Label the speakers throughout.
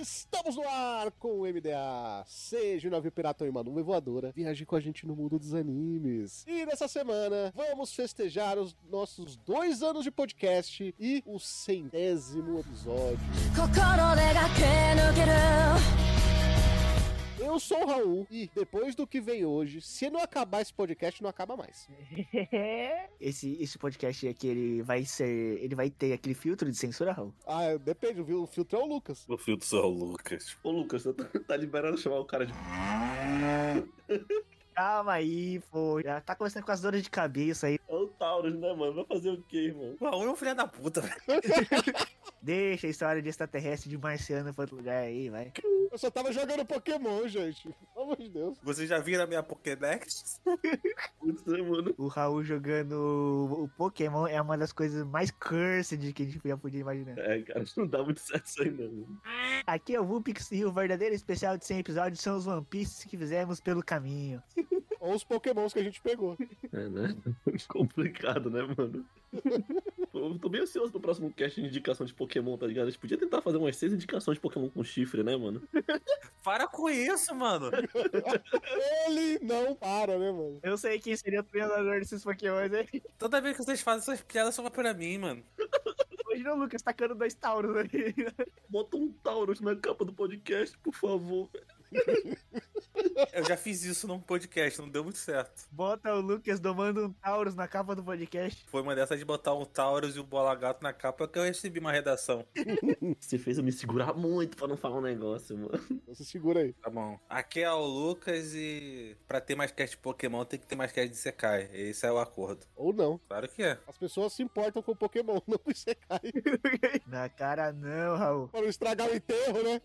Speaker 1: Estamos no ar com o MDA. Seja o navio pirata ou uma nuvem voadora, viaje com a gente no mundo dos animes. E nessa semana, vamos festejar os nossos dois anos de podcast e o centésimo episódio.
Speaker 2: 心で駆け抜ける
Speaker 1: Eu sou o Raul e depois do que vem hoje, se não acabar esse podcast, não acaba mais.
Speaker 3: Esse, esse podcast aqui, ele vai ser. Ele vai ter aquele filtro de censura, Raul?
Speaker 1: Ah, depende, viu? O filtro é o Lucas.
Speaker 4: O filtro só o Lucas. Ô, Lucas, tá, tá liberando chamar o cara de.
Speaker 3: Calma aí, pô. Já tá começando com as dores de cabeça aí.
Speaker 4: É o Taurus, né, mano? Vai fazer o quê, irmão? O Raul é um filho da puta, velho.
Speaker 3: Deixa a história de extraterrestre de marciano pra outro lugar aí, vai.
Speaker 1: Eu só tava jogando Pokémon, gente. Pelo amor de Deus.
Speaker 5: Vocês já viram a minha Pokédex?
Speaker 4: Puta, né, mano?
Speaker 3: O Raul jogando o Pokémon é uma das coisas mais cursed que a gente já podia imaginar.
Speaker 4: É, cara, não dá muito certo isso aí, não.
Speaker 3: Aqui é o Vulpix e o verdadeiro especial de 100 episódios são os One Pieces que fizemos pelo caminho.
Speaker 1: Ou os Pokémons que a gente pegou.
Speaker 4: É, né? Complicado, né, mano? Pô, Eu tô bem ansioso pro próximo cast de indicação de Pokémon, tá ligado? A gente podia tentar fazer umas seis indicações de Pokémon com chifre, né, mano?
Speaker 5: Para com isso, mano.
Speaker 1: Ele não para, né, mano?
Speaker 3: Eu sei quem seria o treinador desses Pokémons Então, aí.
Speaker 5: Toda vez que vocês fazem essas piadas, só vai pra mim, mano.
Speaker 3: Imagina o Lucas tacando dois Tauros ali.
Speaker 4: Bota um Taurus na capa do podcast, por favor.
Speaker 5: Eu já fiz isso num podcast, não deu muito certo.
Speaker 3: Bota o Lucas domando um Taurus na capa do podcast.
Speaker 5: Foi uma dessas de botar um Taurus e um Bola Gato na capa que eu recebi uma redação.
Speaker 4: Você fez eu me segurar muito pra não falar um negócio, mano.
Speaker 1: Então se segura aí.
Speaker 5: Tá bom. Aqui é o Lucas e pra ter mais cast de Pokémon tem que ter mais cast de Sekai. Esse é o acordo.
Speaker 1: Ou não.
Speaker 5: Claro que é.
Speaker 1: As pessoas se importam com Pokémon, não com Isekai.
Speaker 3: Na cara não, Raul.
Speaker 1: Pra não estragar o enterro, né?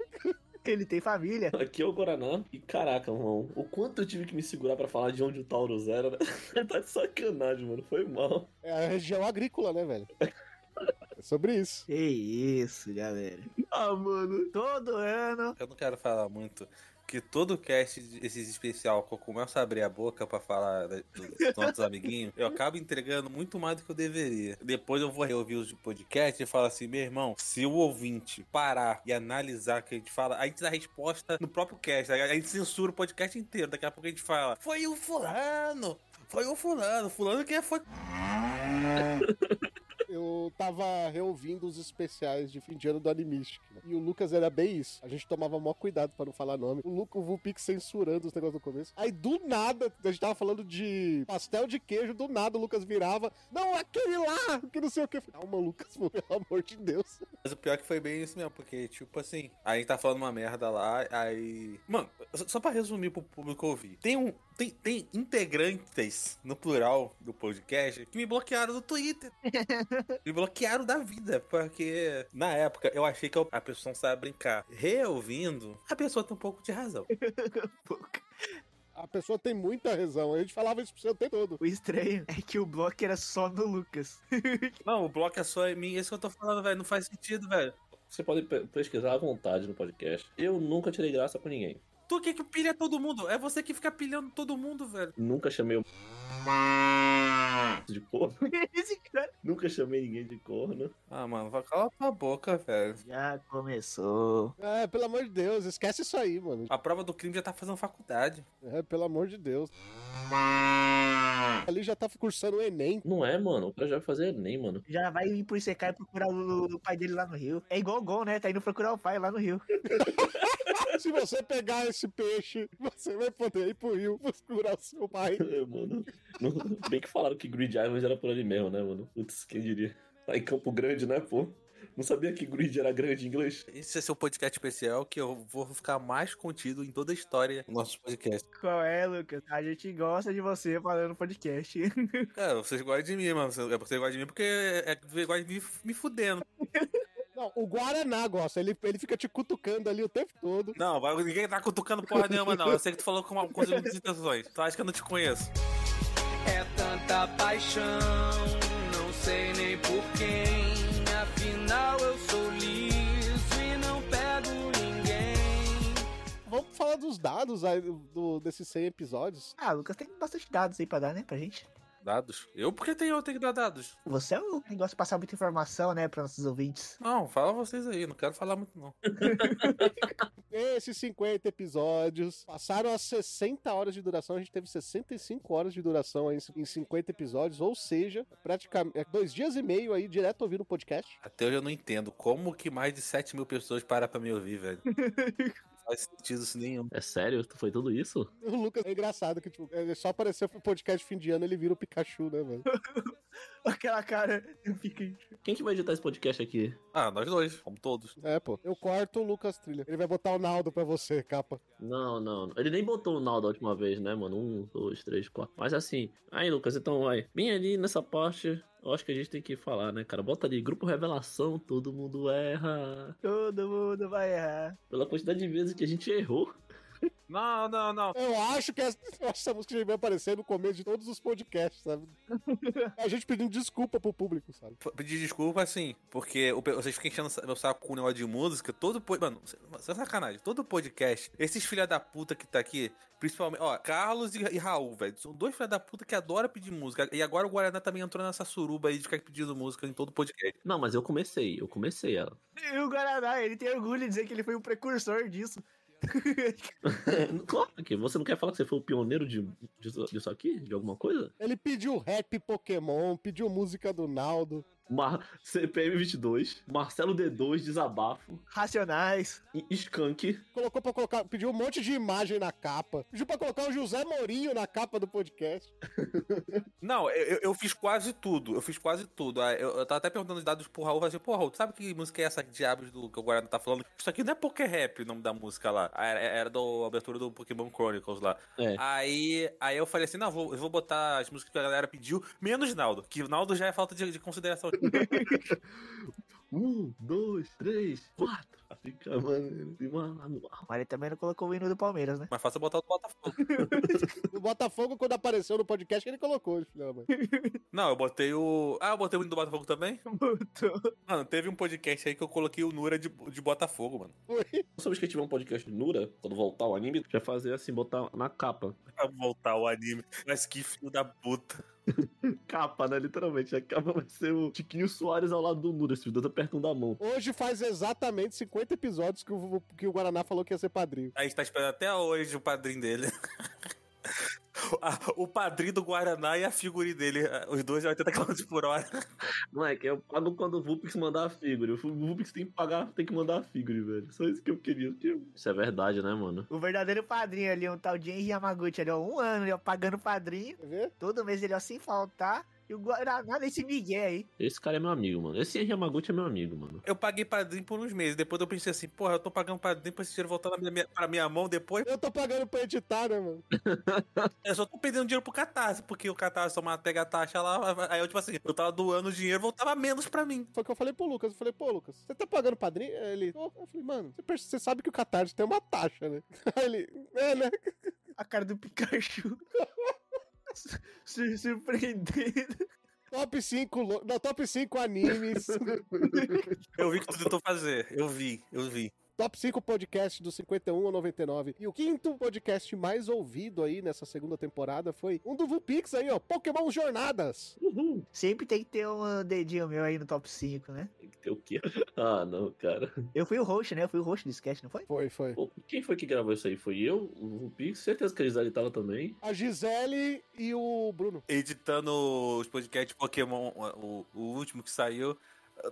Speaker 3: Ele tem família.
Speaker 4: Aqui é o Guaraná. E caraca, irmão, o quanto eu tive que me segurar pra falar de onde o Taurus era, né? tá de sacanagem, mano. Foi mal.
Speaker 1: É a região agrícola, né, velho? É sobre isso.
Speaker 3: Que isso, galera.
Speaker 4: Ah, mano.
Speaker 3: Todo ano.
Speaker 5: Eu não quero falar muito. Que todo cast desses especial, que eu começo a abrir a boca pra falar da- dos nossos amiguinhos, eu acabo entregando muito mais do que eu deveria. Depois eu vou reouvir os podcast e falo assim: meu irmão, se o ouvinte parar e analisar o que a gente fala, a gente dá resposta no próprio cast. A gente censura o podcast inteiro. Daqui a pouco a gente fala: foi o Fulano! Foi o Fulano! Fulano que foi.
Speaker 1: Eu tava reouvindo os especiais de fim de ano do Animistic. né? E o Lucas era bem isso. A gente tomava maior cuidado pra não falar nome. O Lucas, o Vulpix censurando os negócios no começo. Aí do nada, a gente tava falando de pastel de queijo. Do nada o Lucas virava. Não, aquele lá! Que não sei o que. Calma, Lucas, pelo amor de Deus.
Speaker 5: Mas o pior é que foi bem isso mesmo, porque, tipo assim, a gente tá falando uma merda lá, aí. Mano, só, só pra resumir pro público ouvir, tem um. Tem, tem integrantes, no plural, do podcast, que me bloquearam do Twitter. me bloquearam da vida, porque na época eu achei que eu- a pessoa não sabe brincar. Reouvindo, a pessoa tem um pouco de razão.
Speaker 1: A pessoa tem muita razão. A gente falava isso pro seu tempo todo.
Speaker 3: O estranho é que o bloco era só no Lucas.
Speaker 5: Não, o bloco é só em mim, isso que eu tô falando, velho, não faz sentido, velho.
Speaker 4: Você pode pe- pesquisar à vontade no podcast. Eu nunca tirei graça com ninguém.
Speaker 5: Tu que que pilha todo mundo? É você que fica pilhando todo mundo, velho.
Speaker 4: Nunca chamei o. de corno.
Speaker 3: Esse cara
Speaker 4: Nunca chamei ninguém de corno.
Speaker 5: Ah, mano, vai calar tua boca, velho.
Speaker 3: já começou.
Speaker 1: É, pelo amor de Deus, esquece isso aí, mano.
Speaker 5: A prova do crime já tá fazendo faculdade.
Speaker 1: É, pelo amor de Deus. Ali já tá cursando o Enem.
Speaker 4: Não é, mano. O cara já vai fazer nem, mano.
Speaker 3: Já vai ir pro ICK e procurar o, o pai dele lá no Rio. É igual o Gon, né? Tá indo procurar o pai lá no Rio.
Speaker 1: Se você pegar esse peixe, você vai poder ir pro rio procurar o seu pai.
Speaker 4: É, mano. Não- Bem que falaram que Grid Island era por ali mesmo, né, mano? Putz, quem diria? Tá em Campo Grande, né, pô? Não sabia que Grid era grande em inglês.
Speaker 5: Esse é seu podcast especial que eu vou ficar mais contido em toda a história do nosso podcast.
Speaker 3: Qual é, Lucas? A gente gosta de você falando no podcast.
Speaker 5: é Cara, vocês gostam de mim, mano. Vocês vocês gostam de mim porque é, vocês gostam de mim me fudendo.
Speaker 1: Não, Não, o Guaraná gosta. Ele, ele fica te cutucando ali o tempo todo.
Speaker 5: Não, vai- ninguém tá cutucando porra nenhuma, não. Eu sei que tu falou com uma coisa de intenções. Tu acha que eu não te conheço?
Speaker 6: É tanta paixão, não sei nem por quem. Afinal, eu sou liso e não pego ninguém.
Speaker 1: Vamos falar dos dados aí do, desses 100 episódios.
Speaker 3: Ah, Lucas tem bastante dados aí pra dar, né, pra gente.
Speaker 5: Dados? Eu porque tenho, eu tenho que dar dados.
Speaker 3: Você é o que gosta de passar muita informação, né, pra nossos ouvintes.
Speaker 5: Não, fala vocês aí, não quero falar muito, não.
Speaker 1: Esses 50 episódios passaram a 60 horas de duração. A gente teve 65 horas de duração aí em 50 episódios. Ou seja, praticamente é dois dias e meio aí direto ouvindo o podcast.
Speaker 5: Até hoje eu não entendo como que mais de 7 mil pessoas param pra me ouvir, velho. Não faz sentido isso nenhum.
Speaker 4: É sério? Foi tudo isso?
Speaker 1: O Lucas é engraçado que, tipo, ele só apareceu pro podcast de fim de ano ele vira o Pikachu, né, velho?
Speaker 3: Aquela cara, eu fiquei...
Speaker 4: Quem que vai editar esse podcast aqui?
Speaker 5: Ah, nós dois, como todos.
Speaker 1: É, pô. Eu corto o Lucas Trilha. Ele vai botar o Naldo pra você, capa.
Speaker 4: Não, não. Ele nem botou o Nal da última vez, né, mano? Um, dois, três, quatro. Mas assim. Aí, Lucas, então vai. Bem ali nessa parte. Eu acho que a gente tem que falar, né, cara? Bota ali, grupo revelação, todo mundo erra.
Speaker 3: Todo mundo vai errar.
Speaker 4: Pela quantidade de vezes que a gente errou.
Speaker 5: Não, não, não.
Speaker 1: Eu acho que essa, eu acho que essa música já vai aparecer no começo de todos os podcasts, sabe? A gente pedindo desculpa pro público, sabe?
Speaker 5: F- Pedir desculpa, assim, porque o pe- vocês ficam enchendo sa- meu saco com o negócio de música, todo pod... Mano, sem sem sacanagem, todo podcast, esses filha da puta que tá aqui, principalmente, ó, Carlos e, e Raul, velho, são dois filha da puta que adoram pedir música, e agora o Guaraná também entrou nessa suruba aí de ficar pedindo música em todo podcast.
Speaker 4: Não, mas eu comecei. Eu comecei ela.
Speaker 3: E o Guaraná, ele tem orgulho de dizer que ele foi o precursor disso.
Speaker 4: É, claro que você não quer falar que você foi o pioneiro de, disso, disso aqui? De alguma coisa?
Speaker 1: Ele pediu rap Pokémon, pediu música do Naldo.
Speaker 4: Mar CPM 22, Marcelo D2, Desabafo,
Speaker 3: Racionais.
Speaker 4: e Skank.
Speaker 1: Colocou pra colocar. Pediu um monte de imagem na capa. Pediu pra colocar o José Mourinho na capa do podcast.
Speaker 5: Não, eu, eu- eu fiz quase tudo, eu fiz quase tudo. Ah, Eu, eu tava até perguntando os dados pro Raul, falei assim, pô, Raul, tu sabe que música é essa que diabos do que o Guaraná tá falando? Isso aqui não é Poké Rap o nome da música lá, Ah, era, era da abertura do Pokémon Chronicles lá.
Speaker 4: É.
Speaker 5: Aí, aí eu falei assim: não, vou, eu vou botar as músicas que a galera pediu, menos Naldo, que o Naldo já é falta de, de consideração.
Speaker 4: Um, dois, três, quatro. Fica, mano. tem uma- uma-
Speaker 3: Mas ele também não colocou o hino do Palmeiras, né?
Speaker 5: Mas faça botar o do Botafogo.
Speaker 1: O Botafogo, quando apareceu no podcast, ele colocou. Ele falou, "Não, mãe."
Speaker 5: Não, eu botei o. Ah, eu botei o hino do Botafogo também?
Speaker 3: Botou.
Speaker 5: Mano, teve um podcast aí que eu coloquei o Nura de, de Botafogo, mano.
Speaker 1: Foi.
Speaker 4: Sabemos que tiver um podcast de Nura, quando voltar o anime, já fazer assim, botar na capa.
Speaker 5: Pra voltar o anime, mas que filho da puta.
Speaker 4: Capa, né? Literalmente. A capa vai ser o Tiquinho Soares ao lado do Nura. Esses dois apertam da mão.
Speaker 1: Hoje faz exatamente 50 episódios que o, que o Guaraná falou que ia ser padrinho.
Speaker 5: A gente tá esperando até hoje o padrinho dele. Ah, O padrinho do Guaraná e a figurinha dele, ah, os dois a 80 km por hora.
Speaker 4: Moleque, eu pago quando o Vulpix mandar a figure. O Vulpix tem que pagar, tem que mandar a figure, velho. Só isso que eu queria. porque- Isso é verdade, né, mano?
Speaker 3: O verdadeiro padrinho ali, um tal de Henry Yamaguchi ali, ó. Um ano, ele, ó, pagando padrinho.
Speaker 1: Quer ver?
Speaker 3: Todo mês ele, ó, sem faltar. E o Guaraná nesse Miguel aí.
Speaker 4: Esse cara é meu amigo, mano. Esse Yamaguchi é meu amigo, mano.
Speaker 5: Eu paguei padrinho por uns meses. Depois eu pensei assim, porra, eu tô pagando padrinho pra esse dinheiro voltar na minha, pra minha mão depois.
Speaker 1: Eu tô pagando pra editar, né, mano?
Speaker 5: Eu só tô perdendo dinheiro pro Catarse, porque o Catarse toma, pega a taxa lá, aí eu, tipo assim, eu tava doando o dinheiro, voltava menos pra mim.
Speaker 1: Foi o que eu falei pro Lucas. Eu falei, pô, Lucas, você tá pagando padrinho? Aí Ele, "Tô." eu falei, mano, você, perce- você sabe que o Catarse tem uma taxa, né? Aí ele, é, né?
Speaker 3: A cara do Pikachu. Sur surpreendendo.
Speaker 1: Top 5, lo- não, top 5 animes,
Speaker 5: Eu vi o que tu tentou fazer, eu vi, eu vi.
Speaker 1: top 5 podcast do 51 ao 99. E o quinto podcast mais ouvido aí nessa segunda temporada foi um do Vulpix aí, ó, Pokémon Jornadas.
Speaker 4: Uhul.
Speaker 3: Sempre tem que ter um dedinho meu aí no top 5, né?
Speaker 4: Tem que ter o quê? Ah, não, cara.
Speaker 3: Eu fui o host, né? Eu fui o host do sketch, não foi?
Speaker 1: Foi, foi.
Speaker 4: Pô, quem foi que gravou isso aí? Foi eu, o Vulpix? Certeza que a Gisele tava também.
Speaker 1: A Gisele e o Bruno.
Speaker 5: Editando os podcasts Pokémon, o, o último que saiu,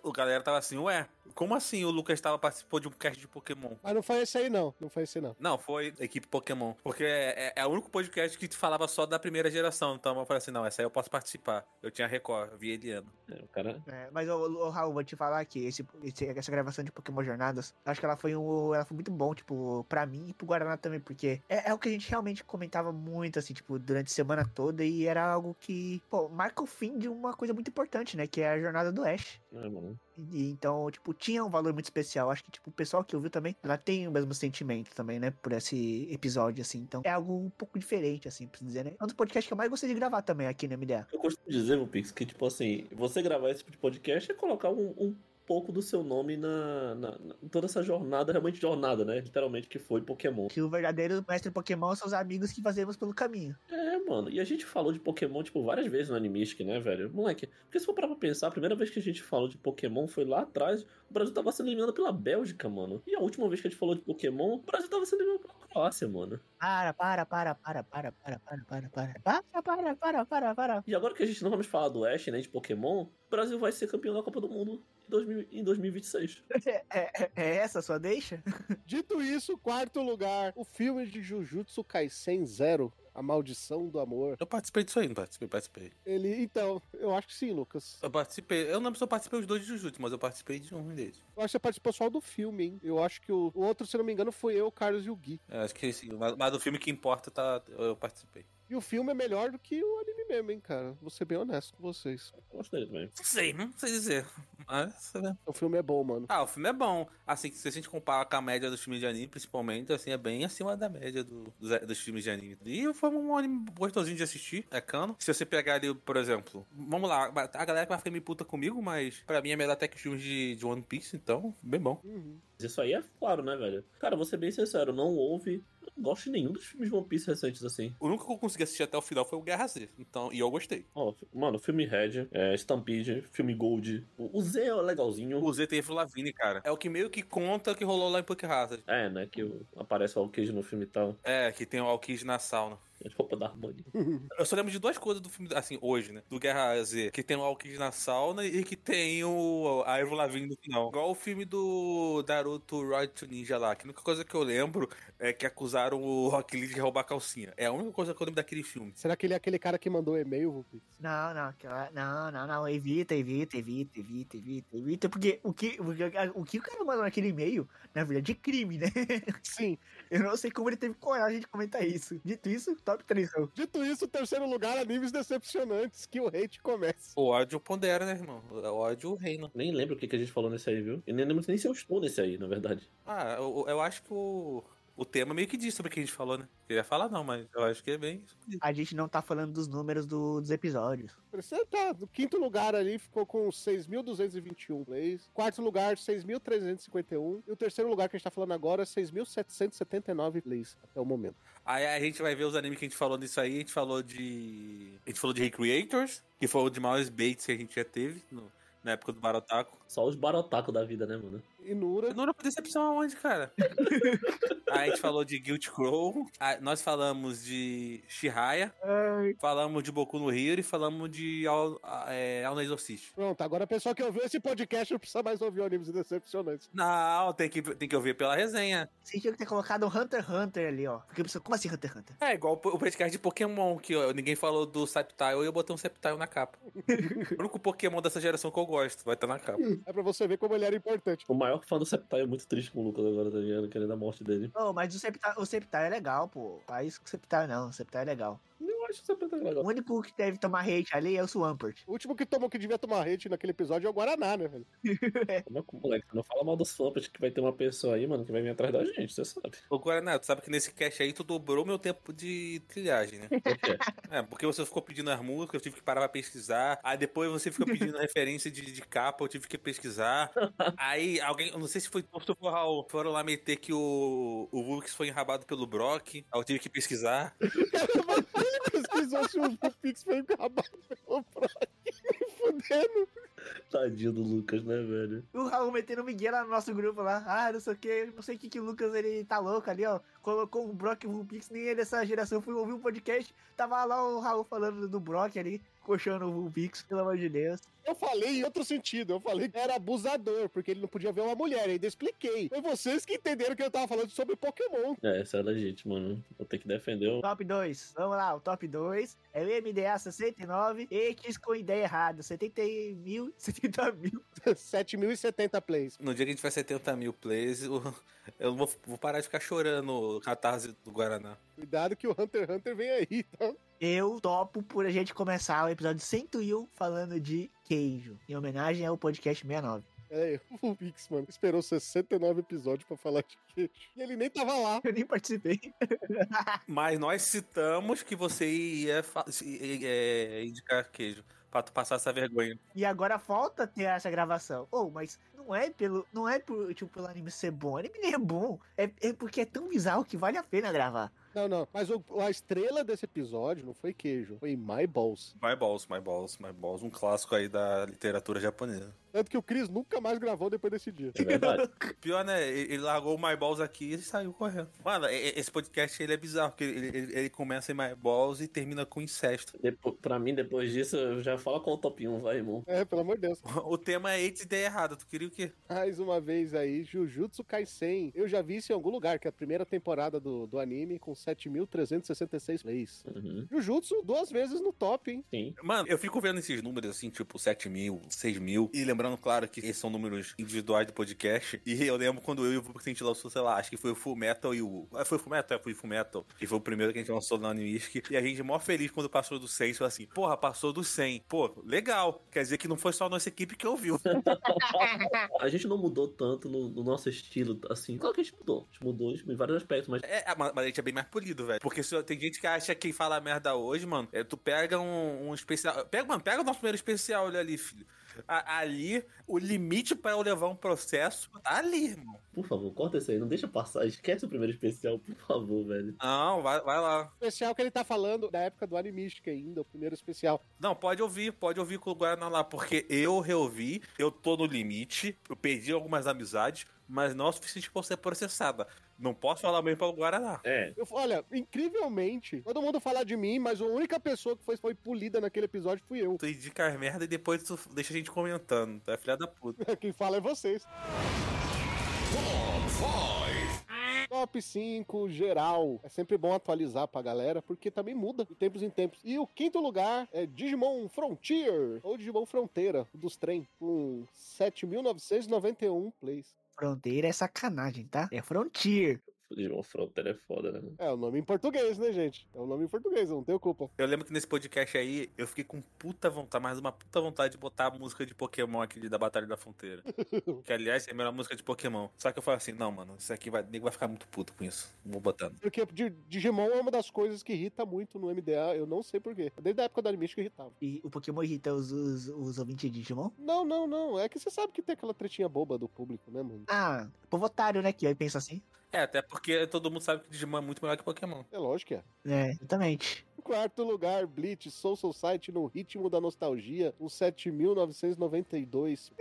Speaker 5: o galera tava assim, ué, como assim o Lucas tava participou de um cast de Pokémon?
Speaker 1: Mas não foi esse aí, não. Não foi esse, não.
Speaker 5: Não, foi equipe Pokémon. Porque é, é, é o único podcast que falava só da primeira geração. Então eu falei assim: não, essa aí eu posso participar. Eu tinha Record, eu vi ele ano.
Speaker 4: É, o cara.
Speaker 3: É, mas, ô, ô, Raul, vou te falar que esse, esse- essa gravação de Pokémon Jornadas, acho que ela foi, um, ela foi muito bom, tipo, pra mim e pro Guaraná também, porque é, é o que a gente realmente comentava muito, assim, tipo, durante a semana toda, e era algo que, pô, marca o fim de uma coisa muito importante, né, que é a Jornada do Ash.
Speaker 4: É, mano.
Speaker 3: E, então, tipo, tinha um valor muito especial. Acho que, tipo, o pessoal que ouviu também, ela tem o mesmo sentimento também, né? Por esse episódio, assim. Então, é algo um pouco diferente, assim, preciso dizer, né? É um dos podcasts que eu mais gostei de gravar também aqui no MDA.
Speaker 4: Eu costumo dizer, meu Pix, que tipo assim, você gravar esse tipo de podcast é colocar um, um pouco do seu nome na, na- na- em toda essa jornada, realmente jornada, né? Literalmente que foi Pokémon.
Speaker 3: Que o verdadeiro mestre Pokémon são os amigos que fazemos pelo caminho.
Speaker 4: É, mano. E a gente falou de Pokémon, tipo, várias vezes no Animistic, né, velho? Moleque, porque se for parar pra pensar, a primeira vez que a gente falou de Pokémon foi lá atrás, o Brasil tava sendo eliminado pela Bélgica, mano. E a última vez que a gente falou de Pokémon, o Brasil tava sendo eliminado pela Croácia, mano.
Speaker 3: Para, para, para, para, para, para, para, para, para. Para, para, para, para, para.
Speaker 4: E agora que a gente não vai mais falar do Ash nem de Pokémon, o Brasil vai ser campeão da Copa do Mundo em, 2000 em 2026.
Speaker 3: É, é- é essa a sua deixa?
Speaker 1: Dito isso, quarto lugar, o filme de Jujutsu Kaisen Zero, A Maldição do Amor.
Speaker 5: Eu participei disso aí, não participei, participei.
Speaker 1: Ele, então, eu acho que sim, Lucas.
Speaker 5: Eu participei. Eu não lembro se eu participei dos dois de Jujutsu, mas eu participei de um deles.
Speaker 1: Eu acho que você participou só do filme, hein? Eu acho que o, o outro, se não me engano, foi eu, o Carlos e o Gui.
Speaker 5: É, acho que sim, mas, mas do filme que importa, tá, eu participei.
Speaker 1: E o filme é melhor do que o anime mesmo, hein, cara? Vou ser bem honesto com vocês.
Speaker 4: Eu Gosto dele também.
Speaker 5: Não sei, não sei dizer. Mas. né?
Speaker 1: O filme é bom, mano.
Speaker 5: Ah, o filme é bom. Assim, se a gente compara com a média dos filmes de anime, principalmente, assim, é bem acima da média do- dos, dos filmes de anime. E foi um anime gostosinho de assistir, é cano. Se você pegar ali, por exemplo, vamos lá, a galera vai ficar meio puta comigo, mas pra mim é melhor até que os filmes de, de One Piece, então, bem bom.
Speaker 1: Uhum.
Speaker 4: Mas Isso aí é claro, né, velho? Cara, vou ser bem sincero, não houve. eu Não gosto de nenhum dos filmes de One Piece recentes assim.
Speaker 5: O único que eu consegui assistir até o final foi o Guerra Z, então, e eu gostei.
Speaker 4: Ó, f- mano, filme Red, é, Stampede, filme Gold. O o Z é legalzinho.
Speaker 5: O Z teve o Lavigne, cara. É o que meio que conta que rolou lá em Punk Hazard.
Speaker 4: É, né? Que o- aparece o Alquide no filme e tal.
Speaker 5: É, que tem o Alkid na sauna.
Speaker 4: É de roupa da Armani.
Speaker 5: Eu só lembro de duas coisas do filme, assim, hoje, né? Do Guerra Z, que tem o Alkid na sauna e que tem o a Avril Lavigne no final. Igual o filme do Naruto Ride to Ninja lá, que a única coisa que eu lembro é que acusaram o Rock Lee de roubar a calcinha. É a única coisa que eu lembro daquele filme.
Speaker 1: Será que ele é aquele cara que mandou e-mail, Vulpix?
Speaker 3: Não, não, aquela- não, não, não, evita, evita, evita, evita, evita, evita, porque o que o, que- o que o cara mandou naquele e-mail, na verdade, é crime, né?
Speaker 1: Sim.
Speaker 3: Eu não sei como ele teve coragem de comentar isso. Dito isso, top então. 3.
Speaker 1: Dito isso, terceiro lugar, animes decepcionantes, que o hate começa.
Speaker 5: O ódio pondera, né, irmão? O ódio reina.
Speaker 4: Nem lembro o que, que a gente falou nesse aí, viu? E nem lembro nem se eu estou nesse aí, na verdade.
Speaker 5: Ah, eu, eu acho que o, o tema meio que diz sobre o que a gente falou, né? Queria falar não, mas eu acho que é bem... isso.
Speaker 3: A gente não tá falando dos números do- dos episódios.
Speaker 1: Você tá do quinto lugar ali, ficou com 6.221 plays. Quarto lugar, 6.351. E o terceiro lugar que a gente tá falando agora, 6.779 plays até o momento.
Speaker 5: Aí a gente vai ver os animes que a gente falou nisso aí. A gente falou de. A gente falou de Recreators, que foi o de maiores baits que a gente já teve no- na época do Barotaco.
Speaker 4: Só os barotaco da vida, né, mano?
Speaker 1: Inura,
Speaker 5: Não era pra decepção aonde, cara? aí a gente falou de Guilt Crow. aí nós falamos de Shiraya. Falamos de Boku no Hero e falamos de Al, a- é, Al Exorcist.
Speaker 1: Pronto, agora o pessoal que ouviu esse podcast não precisa mais ouvir o animes decepcionantes.
Speaker 5: Não, tem que, tem que ouvir pela resenha.
Speaker 3: Você tinha que ter colocado o Hunter x Hunter ali, ó. Porque a pessoa, como assim Hunter x Hunter?
Speaker 5: É igual o o podcast de Pokémon, que ó, ninguém falou do Sceptile e eu botei um Sceptile na capa. o único Pokémon dessa geração que eu gosto vai estar na capa.
Speaker 1: É pra você ver como ele era importante.
Speaker 4: O maior fã do Septai é muito triste com o Lucas agora, tá ligado? Querendo a morte dele.
Speaker 3: Não, mas o Sceptile, o Sceptile é legal, pô. Faz isso com o Sceptile não, o Sceptile é legal.
Speaker 4: Eu acho o Septai legal.
Speaker 3: O único que deve tomar hate ali é o Swampert.
Speaker 1: O último que tomou que devia tomar hate naquele episódio é o Guaraná, né, velho?
Speaker 4: Como é que, moleque, não fala mal do Swampert que vai ter uma pessoa aí, mano, que vai vir atrás da gente, você sabe.
Speaker 5: Ô, Guaraná, tu sabe que nesse cast aí tu dobrou meu tempo de trilhagem, né?
Speaker 4: Por quê?
Speaker 5: É, porque você ficou pedindo as músicas, eu tive que parar pra pesquisar. Aí depois você ficou pedindo referência de, de capa, eu tive que pesquisar. Aí alguém, eu não sei se foi tu ou se foi o Raul, foram lá meter que o, o Vulix foi enrabado pelo Brock. Aí eu tive que pesquisar.
Speaker 1: Pesquisou se o Pix foi acabado pelo Proc. Fudendo.
Speaker 4: Tadinho do Lucas, né, velho?
Speaker 3: O Raul metendo Miguel lá no nosso grupo lá. Ah, não sei o que, não sei o que que o Lucas ele tá louco ali, ó. Colocou o Brock e o Vulpix, nem ele dessa geração. Fui ouvir o podcast, tava lá o Raul falando do Brock ali, coxando o Vulpix, pelo amor de Deus.
Speaker 1: Eu falei em outro sentido. Eu falei que era abusador, porque ele não podia ver uma mulher. Ainda expliquei. Foi vocês que entenderam que eu tava falando sobre Pokémon.
Speaker 4: É, isso é legítimo, mano. Vou ter que defender o.
Speaker 3: Top 2, vamos lá, o top 2 é o MDA 69, X com ideia errada, 70 mil, 70 mil.
Speaker 1: 7.070 plays.
Speaker 5: No dia que a gente tiver 70 mil plays, eu, eu vou, vou parar de ficar chorando o catarse do Guaraná.
Speaker 1: Cuidado que o Hunter x Hunter vem aí, tá?
Speaker 3: Eu topo por a um gente começar o episódio 101 falando de queijo, em homenagem ao podcast 69.
Speaker 1: É, o Pix, mano, esperou 69 episódios pra falar de queijo. E ele nem tava lá.
Speaker 3: Eu nem participei.
Speaker 5: Mas nós citamos que você ia, fa- i- é, indicar queijo pra tu passar essa vergonha.
Speaker 3: E agora falta ter essa gravação. Ou, mas não é pelo. Não é por, tipo, pelo anime ser bom. O anime nem é bom. É, é porque é tão bizarro que vale a pena gravar.
Speaker 1: Não, não. Mas o- a estrela desse episódio não foi queijo, foi My Balls.
Speaker 5: My Balls, My Balls, My Balls, um clássico aí da literatura japonesa.
Speaker 1: Tanto que o Chris nunca mais gravou depois desse dia.
Speaker 4: É verdade.
Speaker 5: Pior, né? Ele ele largou o My Balls aqui e saiu correndo. Mano, e- e- esse podcast ele é bizarro, porque ele, ele- ele começa em My Balls e termina com incesto.
Speaker 4: Depo- pra mim, depois disso, eu já falo com o top 1, vai, irmão.
Speaker 1: É, pelo amor de Deus.
Speaker 5: O tema é AIDS ideia errada, tu queria o quê?
Speaker 1: Mais uma vez aí, Jujutsu Kaisen. Eu já vi isso em algum lugar, que é a primeira temporada do, do anime com 7.366 plays.
Speaker 4: Uhum,
Speaker 1: Jujutsu, duas vezes no top, hein?
Speaker 4: sim.
Speaker 5: Mano, eu fico vendo esses números assim, tipo 7 mil, 6 mil. E lembrando, claro, que esses são números individuais do podcast. E eu lembro quando eu e o Vupo a gente lançou, sei lá, acho que foi o Full Metal e o. Ah, foi o Full Metal? É, foi o Full Metal. E foi o primeiro que a gente lançou no Animistic. E a gente, mó feliz quando passou do 100, foi assim, porra, passou do 100. Pô, legal. Quer dizer que não foi só a nossa equipe que
Speaker 4: um.
Speaker 5: ouviu.
Speaker 4: A gente não mudou tanto no, no nosso estilo, assim. Claro que a gente mudou. A gente mudou tipo, em vários aspectos, mas
Speaker 5: É, é, mas mas a gente é bem mais polido, velho. Porque se, tem gente que acha que fala merda hoje, mano. é, tu pega um, um especial. Pega, mano, pega o nosso primeiro especial olha ali, filho. A- ali, o limite pra eu levar um processo tá ali, irmão.
Speaker 4: Por favor, corta isso aí, não deixa passar. Esquece o primeiro especial, por favor, velho.
Speaker 5: Não, vai, vai lá.
Speaker 1: O especial que ele tá falando da época do Animistic ainda, o primeiro especial.
Speaker 5: Não, pode ouvir, pode ouvir com o Guaraná lá, porque eu reouvi, eu tô no limite, eu perdi algumas amizades, mas não é o suficiente pra eu ser processada. Não posso falar bem pelo Guaraná.
Speaker 4: É.
Speaker 1: Eu, olha, incrivelmente, todo mundo fala de mim, mas a única pessoa que foi, foi polida naquele episódio fui eu.
Speaker 5: Tu indica as merda e depois tu deixa a gente comentando. Tu é filha da puta.
Speaker 1: Quem fala é vocês. Top 5 geral. É sempre bom atualizar pra galera, porque também muda de tempos em tempos. E o quinto lugar é Digimon Frontier, ou Digimon Fronteira, dos trem, com 7.991 plays.
Speaker 3: Fronteira é sacanagem, tá? É Frontier.
Speaker 4: Digimon Frontier é foda, né? mano?
Speaker 1: É o nome em português, né, gente? É o nome em português, não tenho culpa.
Speaker 5: Eu lembro que nesse podcast aí, eu fiquei com puta vontade, mais uma puta vontade de botar a música de Pokémon aqui da Batalha da Fronteira. que, aliás, é a melhor música de Pokémon. Só que eu falei assim, não, mano, isso aqui vai, o nego vai ficar muito puto com isso. Não vou botar. não.
Speaker 1: Porque Di- Digimon é uma das coisas que irrita muito no MDA, eu não sei porquê. Desde a época do Animistic irritava.
Speaker 3: E o Pokémon irrita os, os, os ouvintes de Digimon?
Speaker 1: Não, não, não. É que você sabe que tem aquela tretinha boba do público, né, mano?
Speaker 3: Ah, povo otário, né? Que aí pensa assim.
Speaker 5: É, até porque todo mundo sabe que Digimon é muito melhor que Pokémon.
Speaker 1: É lógico que é.
Speaker 3: É, exatamente.
Speaker 1: Quarto lugar, Bleach, Soul Society no ritmo da nostalgia, um com 7.992.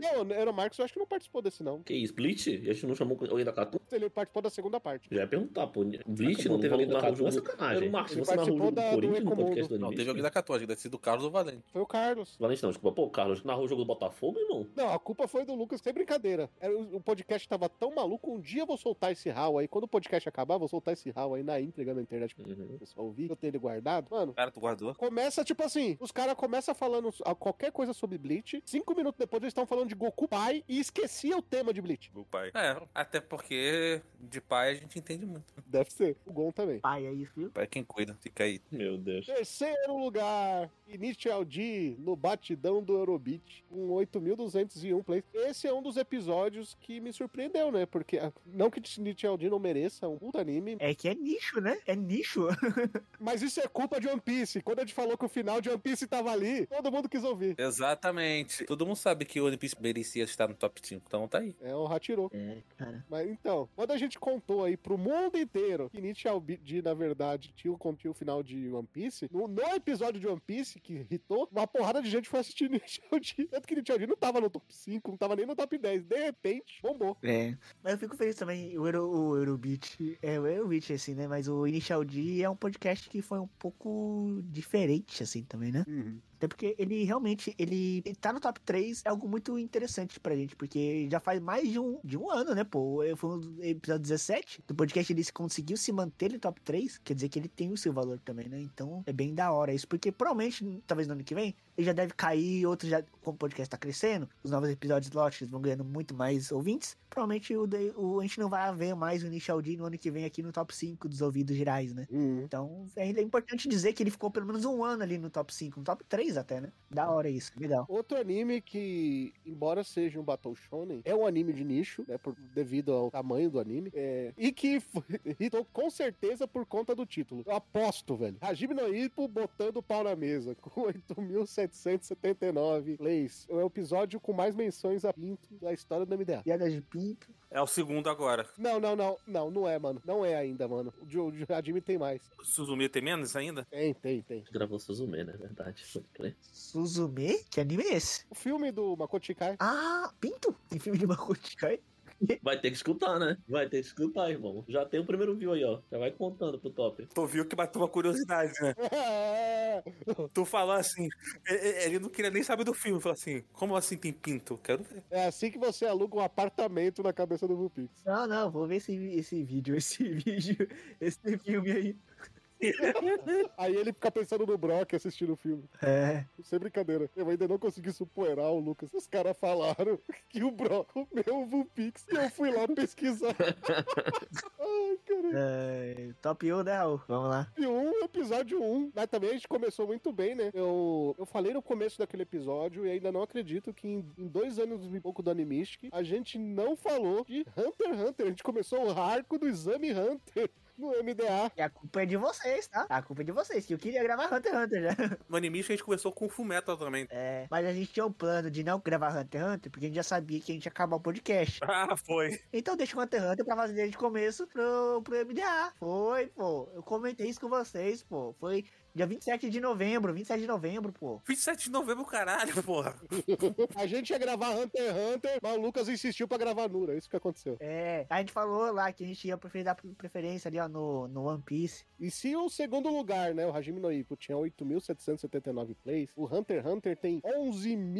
Speaker 1: não, o Aeromarx eu acho que não participou desse, não.
Speaker 4: Que isso, Bleach? A gente não chamou alguém da Catum?
Speaker 1: Ele participou da segunda parte.
Speaker 4: Já ia perguntar, pô.
Speaker 5: Tá
Speaker 4: Bleach
Speaker 5: Acabou,
Speaker 4: não teve alguém
Speaker 5: não
Speaker 4: da
Speaker 5: narrou
Speaker 4: Catum? É
Speaker 5: jogo.
Speaker 4: sacanagem.
Speaker 1: Ele
Speaker 4: Marcos, você narrou
Speaker 1: participou
Speaker 4: o jogo
Speaker 1: da-
Speaker 4: do
Speaker 1: do
Speaker 4: Corinthians no
Speaker 1: Ecomundo.
Speaker 4: podcast do
Speaker 5: né? Não,
Speaker 4: Anime?
Speaker 5: teve alguém da Católica, deve ter sido o Carlos ou o Valente.
Speaker 1: Foi o Carlos.
Speaker 4: Valente não, desculpa. Pô, o Carlos narrou o jogo do Botafogo, irmão?
Speaker 1: Não, a culpa foi do Lucas, sem brincadeira. Era- O o podcast tava tão maluco, um dia eu vou soltar esse hall aí. Quando o podcast acabar, eu vou soltar esse hall aí na entrega na internet pro
Speaker 4: Uhum.
Speaker 1: pessoal ouvir. Eu tenho ele guardado. Mano,
Speaker 5: Cara, tu guardou?
Speaker 1: Começa, tipo assim, os caras começam falando a- qualquer coisa sobre Bleach. Cinco minutos depois eles estão falando de Goku Pai e esquecia o tema de Bleach.
Speaker 5: Meu pai. É, até porque de pai a gente entende muito. né?
Speaker 1: Deve ser. O Gon também.
Speaker 3: Pai, é isso, viu?
Speaker 5: Pai é quem cuida, fica aí.
Speaker 4: Meu Deus.
Speaker 1: Terceiro lugar, Initial D no batidão do Eurobeat, com 8.201 plays. Esse é um dos episódios que me surpreendeu, né? Porque, ah, não que Initial D não mereça, é um puta anime,
Speaker 3: É que é nicho, né? É nicho.
Speaker 1: mas isso é culpa de One Piece. Quando a gente falou que o final de One Piece tava ali, todo mundo quis ouvir.
Speaker 5: Exatamente. Todo mundo sabe que o One Piece merecia estar no top 5, então tá aí.
Speaker 1: É o Hachiro.
Speaker 3: Cara.
Speaker 1: Mas então, quando a gente contou aí pro mundo inteiro que é Initial D, na verdade, tinha, o- continha o final de One Piece, no, no episódio de One Piece, que irritou, uma porrada de gente foi assistir Initial D. Tanto que Initial D não tava no top 5, não tava nem no top 10. De repente, bombou.
Speaker 3: É. Mas eu fico feliz também, o, Euro, o Eurobeat, é o Eurobeat, assim, né? Mas o Initial D é um podcast que foi um pouco diferente, assim, também, né? Até porque ele realmente, ele, ele tá no top 3, é algo muito interessante pra gente, porque já faz mais de um, de um ano, né, pô? Eu- Foi no episódio 17 do podcast, ele se- conseguiu se manter no top 3, quer dizer que ele tem o seu valor também, né? Então, é bem da hora isso, porque provavelmente, talvez no ano que vem, ele já deve cair, outros já, como o podcast tá crescendo, os novos episódios, lógicos, vão ganhando muito mais ouvintes, provavelmente o, da- o- a gente não vai ver mais o Initial D no ano que vem aqui no top 5 dos ouvidos gerais, né?
Speaker 1: Uhum.
Speaker 3: Então, é é importante dizer que ele ficou pelo menos um ano ali no top 5, no top 3, fez até, né? Da hora isso, legal.
Speaker 1: Outro anime que, embora seja um Battle Shonen, é um anime de nicho, né? por- devido ao tamanho do anime. é, e que foi- hitou com certeza por conta do título. Eu aposto, velho. Hajime no Ippo botando o pau na mesa, com 8.779 plays. É o episódio com mais menções a pinto da história do MDA.
Speaker 3: Piada de pinto.
Speaker 5: É o segundo agora.
Speaker 1: Não, não, não. Não, não é, mano. Não é ainda, mano. O de- O de Hajime tem mais.
Speaker 5: Suzumi tem menos ainda?
Speaker 1: Tem, tem, tem.
Speaker 4: Gravou Suzume, né? Verdade. Pode crer.
Speaker 3: Suzume? Que anime é esse?
Speaker 1: O filme do Makotikai.
Speaker 3: Ah, pinto? Tem filme de Makotikai?
Speaker 4: Vai ter que escutar, né? Vai ter que escutar, irmão. Já tem o primeiro view aí, ó. Já vai contando pro top.
Speaker 5: Tu viu que bateu uma curiosidade, né? Tu falou assim, e- e- ele não queria nem saber do filme. Falou assim, como assim tem pinto? Quero ver.
Speaker 1: É assim que você aluga um apartamento na cabeça do Vulpix.
Speaker 3: Não, não, vou ver esse, vi- esse vídeo, esse vídeo, esse filme aí.
Speaker 1: Aí ele fica pensando no Brock assistindo o filme.
Speaker 3: É.
Speaker 1: Sem brincadeira. Eu ainda não consegui superar o Lucas. Os caras falaram que o Brock comeu o Vulpix e eu fui lá pesquisar. Ai, cara.
Speaker 3: É, top 1, né, Raul? Vamos lá.
Speaker 1: E um episódio 1. Mas também a gente começou muito bem, né? Eu, eu falei no começo daquele episódio e ainda não acredito que em, em dois anos e pouco do Animistic, a gente não falou de Hunter x Hunter. A gente começou o arco do Exame Hunter no MDA.
Speaker 3: E a culpa é de vocês, tá? A culpa é de vocês, que eu queria gravar Hunter x Hunter já.
Speaker 5: No anime a gente começou com o Metal também.
Speaker 3: É, mas a gente tinha um plano de não gravar Hunter x Hunter, porque a gente já sabia que a gente ia acabar o podcast.
Speaker 5: Ah, foi.
Speaker 3: Então deixa o Hunter x Hunter pra fazer desde o começo pro, pro MDA. Foi, pô. Eu comentei isso com vocês, pô. Foi dia 27 de novembro, 27 de novembro, pô.
Speaker 5: 27 de novembro, caralho, porra.
Speaker 1: A gente ia gravar Hunter x Hunter, mas o Lucas insistiu pra gravar Nura. Isso que aconteceu.
Speaker 3: É, a gente falou lá que a gente ia preferir dar preferência ali, ó, no, no One Piece.
Speaker 1: E se o segundo lugar, né, o Hajime no Ippo tinha 8.779 plays, o Hunter x Hunter tem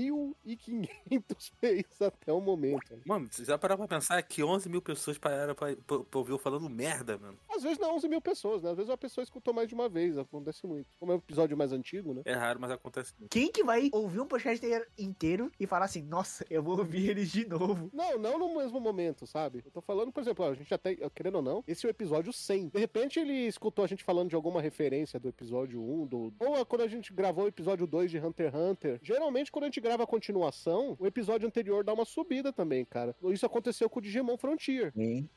Speaker 1: 11.500 plays até o momento.
Speaker 5: Mano, você já parou pra pensar é que 11 mil pessoas pararam pra, pra, pra ouvir eu falando merda, mano.
Speaker 1: Às vezes não é 11 mil pessoas, né? Às vezes uma pessoa escutou mais de uma vez, acontece muito. Como é um episódio mais antigo, né?
Speaker 5: É raro, mas acontece. muito.
Speaker 3: Quem que vai ouvir um podcast inteiro e falar assim, nossa, eu vou ouvir eles de novo?
Speaker 1: Não, não no mesmo momento, sabe? Eu tô falando, por exemplo, ó, a gente já tem, querendo ou não, esse é o episódio 100. De repente ele escutou a gente falando de alguma referência do episódio 1, do... ou é quando a gente gravou o episódio 2 de Hunter x Hunter. Geralmente quando a gente grava a continuação, o episódio anterior dá uma subida também, cara. Isso aconteceu com o Digimon Frontier.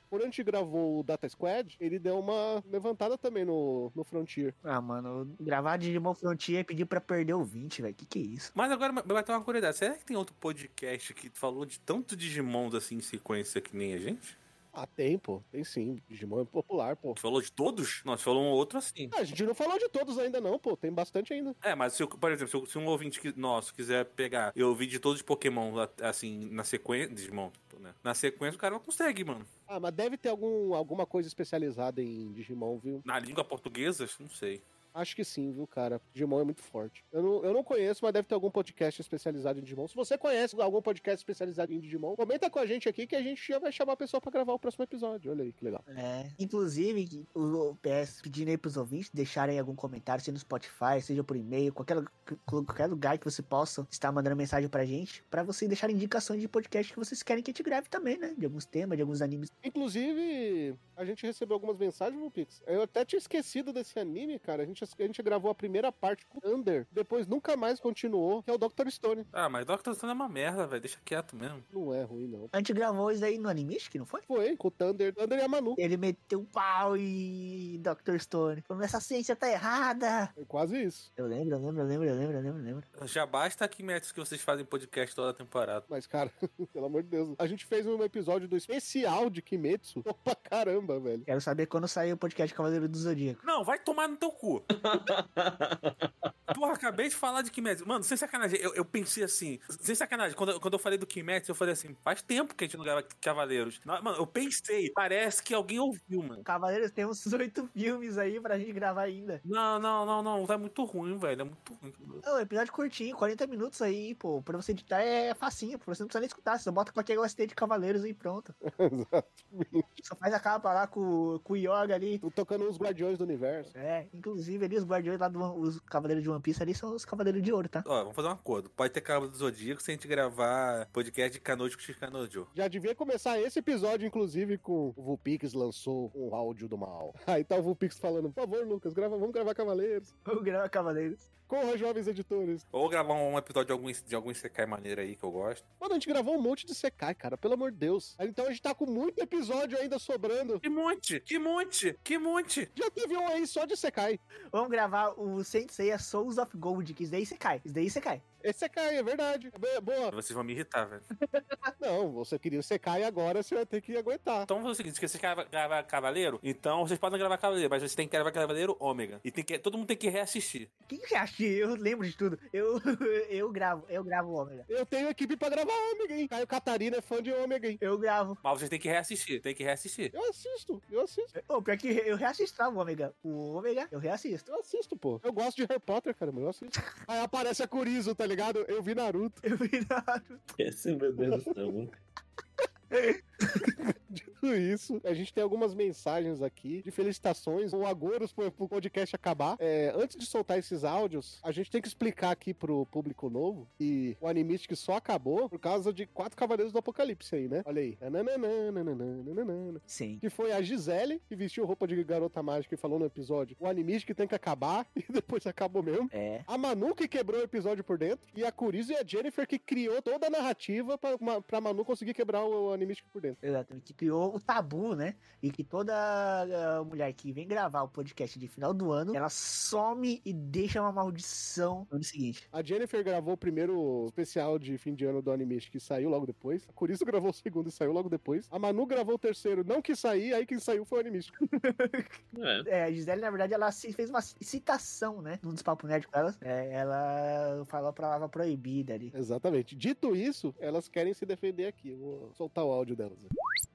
Speaker 1: Quando a gente gravou o Data Squad, ele deu uma levantada também no, no Frontier.
Speaker 3: Ah, mano, gravar Digimon Frontier e pedir pra perder o 20, velho. Que que é isso?
Speaker 5: Mas agora vai bateu uma curiosidade. Será que tem outro podcast que falou de tanto Digimons assim em sequência que nem a gente?
Speaker 1: Ah, tem, pô. Tem sim. Digimon é popular, pô.
Speaker 5: Que falou de todos? Não, você falou um outro assim.
Speaker 1: Ah, A gente não falou de todos ainda não, pô. Tem bastante ainda.
Speaker 5: É, mas se eu- por exemplo, se, eu- se um ouvinte que- nosso quiser pegar, eu ouvi de todos os Pokémon lá, assim, na sequência. Digimon, né? Na sequência o cara não consegue, mano.
Speaker 1: Ah, mas deve ter algum, alguma coisa especializada em Digimon, viu?
Speaker 5: Na língua portuguesa, não sei.
Speaker 1: Acho que sim, viu, cara? Digimon é muito forte. Eu não, eu não conheço, mas deve ter algum podcast especializado em Digimon. Se você conhece algum podcast especializado em Digimon, comenta com a gente aqui que a gente já vai chamar a pessoa pra gravar o próximo episódio. Olha aí, que legal.
Speaker 3: É. Inclusive, o PS pedindo aí pros ouvintes deixarem algum comentário, seja no Spotify, seja por e-mail, qualquer, lu- qualquer lugar que você possa estar mandando mensagem pra gente, pra você deixar indicações de podcast que vocês querem que a gente grave também, né? De alguns temas, de alguns animes.
Speaker 1: Inclusive, a gente recebeu algumas mensagens no Pix. Eu até tinha esquecido desse anime, cara. A gente, a gente gravou a primeira parte com o Under, depois nunca mais continuou, que é o Dr. Stone.
Speaker 5: Ah, mas Doctor Stone é uma merda, velho. Deixa quieto mesmo.
Speaker 1: Não é ruim, não.
Speaker 3: A gente gravou isso aí no Animistic, não foi?
Speaker 1: Foi, com o Thunder, Thunder e a Manu.
Speaker 3: Ele meteu o pau e Dr. Stone. Falou, essa ciência tá errada.
Speaker 1: É quase isso.
Speaker 3: Eu lembro, eu lembro, eu lembro, eu lembro, eu lembro, eu lembro.
Speaker 5: Já basta que métodos que vocês fazem podcast toda temporada.
Speaker 1: Mas, cara, pelo amor de Deus. A gente fez um episódio do especial de Kimetsu. Pô, pra caramba, velho.
Speaker 3: Quero saber quando saiu o podcast Cavaleiro do Zodíaco.
Speaker 5: Não, vai tomar no teu cu. Porra, acabei de falar de Kimetsu. Mano, sem sacanagem, eu, eu pensei assim, sem sacanagem, quando, eu- quando eu falei do Kimetsu, eu falei assim, faz tempo que a gente não grava Cavaleiros. Na- Mano, eu pensei, parece que alguém ouviu, mano.
Speaker 3: Cavaleiros tem uns oito filmes aí pra gente gravar ainda.
Speaker 5: Não, não, não, não, tá muito ruim, velho, é muito ruim.
Speaker 3: É um episódio curtinho, 40 minutos aí, pô. Pra você editar é facinho, pô. Você não precisa nem escutar. Você só bota qualquer OST de Cavaleiros e pronto. Só faz a capa lá com, com o Yoga ali.
Speaker 1: Tô tocando os Guardiões do Universo.
Speaker 3: É, inclusive ali os guardiões lá do Os Cavaleiros de One Piece ali são os Cavaleiros de Ouro, tá?
Speaker 5: Ó, vamos fazer um acordo. Pode ter Cabo do Zodíaco se a gente gravar podcast de Canojo com X Canojo.
Speaker 1: Já devia começar esse episódio, inclusive, com o Vulpix lançou um áudio do mal. Aí tá o Vulpix falando, por favor, Lucas, grava, vamos gravar Cavaleiros.
Speaker 3: O Grau Cavaleiros.
Speaker 1: Corra, jovens editores.
Speaker 5: Ou gravar um episódio de algum, de algum Sekai maneiro aí que eu gosto.
Speaker 1: Mano, a gente gravou um monte de Sekai, cara, pelo amor de Deus. Aí, Então a gente tá com muito episódio ainda sobrando.
Speaker 5: Que monte! Que monte! Que monte!
Speaker 1: Já teve um aí só de Sekai.
Speaker 3: Vamos gravar o Sensei a Souls of Gold, que isso daí você cai. Isso daí você cai.
Speaker 1: Esse Sekai, é verdade. É be- boa.
Speaker 5: Vocês vão me irritar, velho.
Speaker 1: Não, você queria o Sekai agora, você vai ter que aguentar.
Speaker 5: Então vamos fazer o seguinte: se vocês gravar, gravar Cavaleiro, então vocês podem gravar Cavaleiro, mas vocês têm que gravar Cavaleiro Ômega. E tem que, todo mundo tem que reassistir.
Speaker 3: O que que você acha? que Eu lembro de tudo. Eu, eu gravo, eu gravo o Ômega.
Speaker 1: Eu tenho equipe pra gravar Ômega, hein? Caio Catarina é fã de Ômega, hein?
Speaker 3: Eu gravo.
Speaker 5: Mas vocês têm que reassistir, tem que reassistir.
Speaker 1: Eu assisto, eu assisto,
Speaker 3: Ô, pior que eu reassisto o Ômega. O Ômega, eu reassisto.
Speaker 1: eu assisto, pô. Eu gosto de Harry Potter, cara, mas eu assisto. Aí aparece a Kurizo, tá ligado? Eu vi Naruto.
Speaker 3: Eu vi Naruto.
Speaker 4: Esse, meu Deus do céu. mano.
Speaker 1: Tudo isso. A gente tem algumas mensagens aqui de felicitações. O Agouros pro, pro podcast acabar. É, antes de soltar esses áudios, a gente tem que explicar aqui pro público novo que o Animistic só acabou por causa de quatro Cavaleiros do Apocalipse aí, né? Olha aí. Nananana, nananana, nananana.
Speaker 3: Sim.
Speaker 1: Que foi a Gisele que vestiu roupa de garota mágica e falou no episódio: o Animistic tem que acabar. E depois acabou mesmo.
Speaker 3: É.
Speaker 1: A Manu que quebrou o episódio por dentro. E a Curizo e a Jennifer que criou toda a narrativa pra, ma- pra Manu conseguir quebrar o, o Animistic por dentro.
Speaker 3: Exatamente, que criou o tabu, né? E que toda ah, mulher que vem gravar o podcast de final do ano, ela some e deixa uma maldição no ano seguinte.
Speaker 1: A Jennifer gravou o primeiro especial de fim de ano do Animist, que saiu logo depois. A Curizo gravou o segundo e saiu logo depois. A Manu gravou o terceiro, não quis sair, aí quem saiu foi o Animist.
Speaker 4: É.
Speaker 3: É, a Gisele, na verdade, ela se- fez uma citação, né? Num dos papos nerd com ela. É, ela falou a palavra proibida ali.
Speaker 1: Exatamente. Dito isso, elas querem se defender aqui. Eu Vou soltar o áudio delas.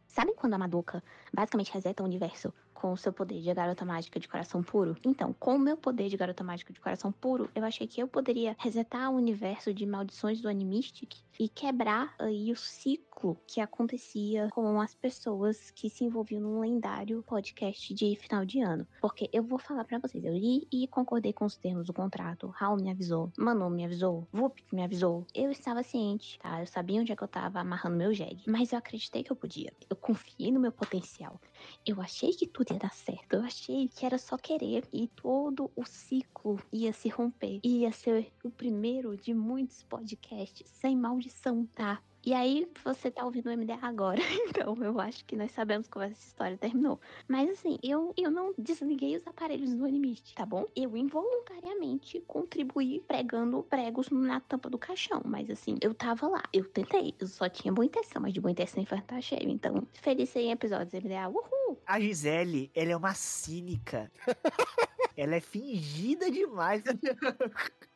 Speaker 7: Sabem quando a Madoka basicamente reseta o universo com o seu poder de garota mágica de coração puro? Então, com o meu poder de garota mágica de coração puro, eu achei que eu poderia resetar o universo de maldições do Animistic e quebrar aí o ciclo que acontecia com as pessoas que se envolviam num lendário podcast de final de ano. Porque eu vou falar pra vocês, eu li e concordei com os termos do contrato. Raul me avisou, Manu me avisou, Vupik me avisou. Eu estava ciente, tá? Eu sabia onde é que eu tava amarrando meu jegue. Mas eu acreditei que eu podia. Eu confiei no meu potencial. Eu achei que tudo ia dar certo. Eu achei que era só querer e todo o ciclo ia se romper. E ia ser o primeiro de muitos podcasts sem maldição, tá? E aí, você tá ouvindo o MDA agora, então eu acho que nós sabemos como essa história terminou. Mas assim, eu, eu não desliguei os aparelhos do Animist, tá bom? Eu involuntariamente contribuí pregando pregos na tampa do caixão. Mas assim, eu tava lá, eu tentei. Eu só tinha boa intenção, mas de boa intenção infantil tá cheio. Então, feliz 100 episódios, MDA. Uhul!
Speaker 3: A Gisele, ela é uma cínica. ela é fingida demais.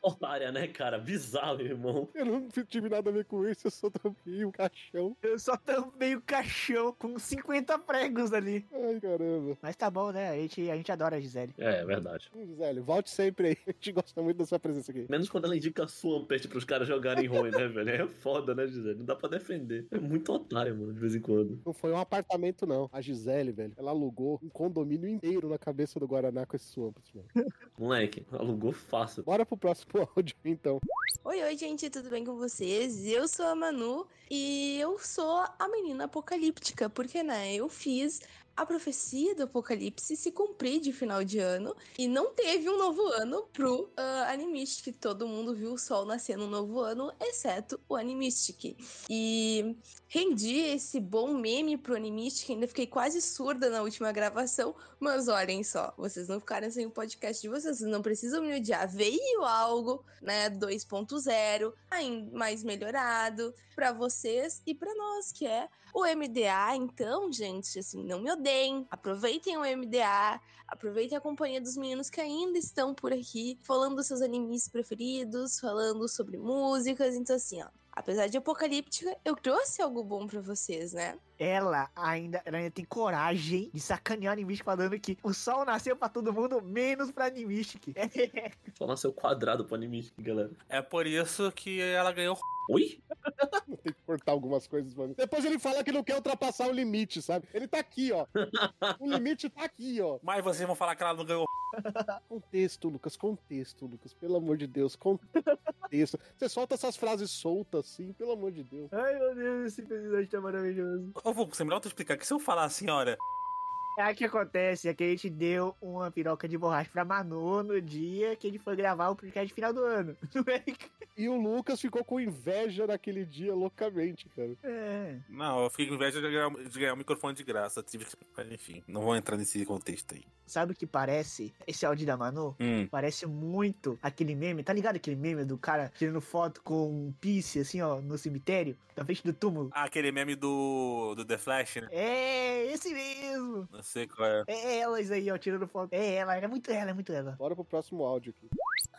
Speaker 4: Otária, né, cara? Bizarro, irmão.
Speaker 1: Eu não tive nada a ver com isso, eu só tampei o caixão.
Speaker 3: Eu só tampei o caixão com 50 pregos ali.
Speaker 1: Ai, caramba.
Speaker 3: Mas tá bom, né? A gente, a gente adora a Gisele.
Speaker 4: É, é verdade.
Speaker 1: Hum, Gisele, volte sempre aí. A gente gosta muito da sua presença aqui.
Speaker 4: Menos quando ela indica Swampert pros caras jogarem ruim, né, velho? É foda, né, Gisele? Não dá pra defender. É muito otário, mano, de vez em quando.
Speaker 1: Não foi um apartamento, não. A Gisele, velho, ela alugou um condomínio inteiro na cabeça do Guaraná com esse Swampert, mano.
Speaker 4: Moleque, alugou fácil.
Speaker 1: Bora pro próximo áudio, então.
Speaker 8: Oi, oi, gente, tudo bem com vocês? Eu sou a Manu e eu sou a menina apocalíptica, porque, né, eu fiz a profecia do apocalipse se cumprir de final de ano e não teve um novo ano pro ah, Animistic. Todo mundo viu o sol nascer no novo ano, exceto o Animistic. E rendi esse bom meme pro Animistic, ainda fiquei quase surda na última gravação, mas olhem só, vocês não ficaram sem o podcast de vocês, vocês não precisam me odiar. Veio algo, né, 2.0, ainda mais melhorado pra vocês e pra nós, que é o MDA. Então, gente, assim, não me odeiem. Aproveitem o MDA, aproveitem a companhia dos meninos que ainda estão por aqui, falando dos seus animes preferidos, falando sobre músicas, então assim, ó. Apesar de apocalíptica, eu trouxe algo bom pra vocês, né?
Speaker 3: Ela ainda, ela ainda tem coragem de sacanear a Animistic falando que o sol nasceu pra todo mundo, menos pra Animistic.
Speaker 4: Só nasceu quadrado pro anime, galera.
Speaker 5: É por isso que ela ganhou
Speaker 4: Oi?
Speaker 1: Tem que cortar algumas coisas, mano. Depois ele fala que não quer ultrapassar o limite, sabe? Ele tá aqui, ó. O limite tá aqui, ó.
Speaker 5: Mas vocês vão falar que ela não ganhou.
Speaker 1: Contexto, Lucas, contexto, Lucas. Pelo amor de Deus, contexto. Você solta essas frases soltas assim, pelo amor de Deus.
Speaker 3: Ai, meu Deus, esse episódio tá maravilhoso.
Speaker 5: Ô, Vulco, você é melhor tu explicar que se eu falar assim, olha,
Speaker 3: É o que acontece, é que a gente deu uma piroca de borracha pra Manu no dia que a gente foi gravar o podcast de final do ano. é
Speaker 1: E o Lucas ficou com inveja naquele dia loucamente, cara.
Speaker 3: É.
Speaker 5: Não, eu fico com inveja de ganhar, de ganhar um microfone de graça. Tive que. Enfim, não vou entrar nesse contexto aí.
Speaker 3: Sabe o que parece? Esse áudio da Manu?
Speaker 5: Hum.
Speaker 3: Parece muito aquele meme, tá ligado aquele meme do cara tirando foto com um pisse, assim, ó, no cemitério, na frente do túmulo?
Speaker 5: Ah, aquele meme do, do The Flash, né?
Speaker 3: É, esse mesmo!
Speaker 5: Não sei qual é.
Speaker 3: É elas aí, ó, tirando foto. É ela, é muito ela, é muito ela.
Speaker 1: Bora pro próximo áudio aqui.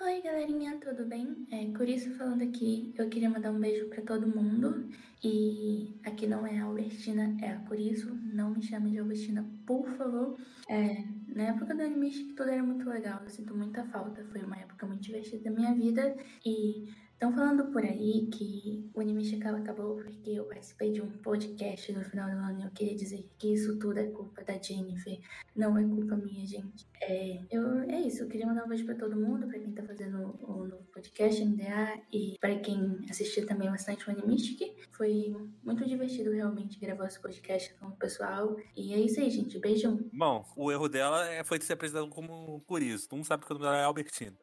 Speaker 9: Oi, galerinha, tudo bem? É Curiço falando aqui. Eu queria mandar um beijo pra todo mundo. E aqui não é a Albertina, é a Curiço. Não me chame de Albertina, por favor. É, na época do Animistic tudo era muito legal. Eu sinto muita falta. Foi uma época muito divertida da minha vida. E estão Então, falando por aí que o Animistic acabou porque eu participei de um podcast no final do ano. E eu queria dizer que isso tudo é culpa da Jennifer. Não é culpa minha, gente. É, eu, é isso, eu queria mandar um beijo pra todo mundo, pra quem tá fazendo o o novo podcast MDA e pra quem assistiu também bastante o Animistic. Foi muito divertido realmente gravar esse podcast com o pessoal. E é isso aí, gente. Beijão.
Speaker 5: Bom, o erro dela é- foi de ser apresentado como um curizo. Todo mundo sabe que o nome dela é Albertino.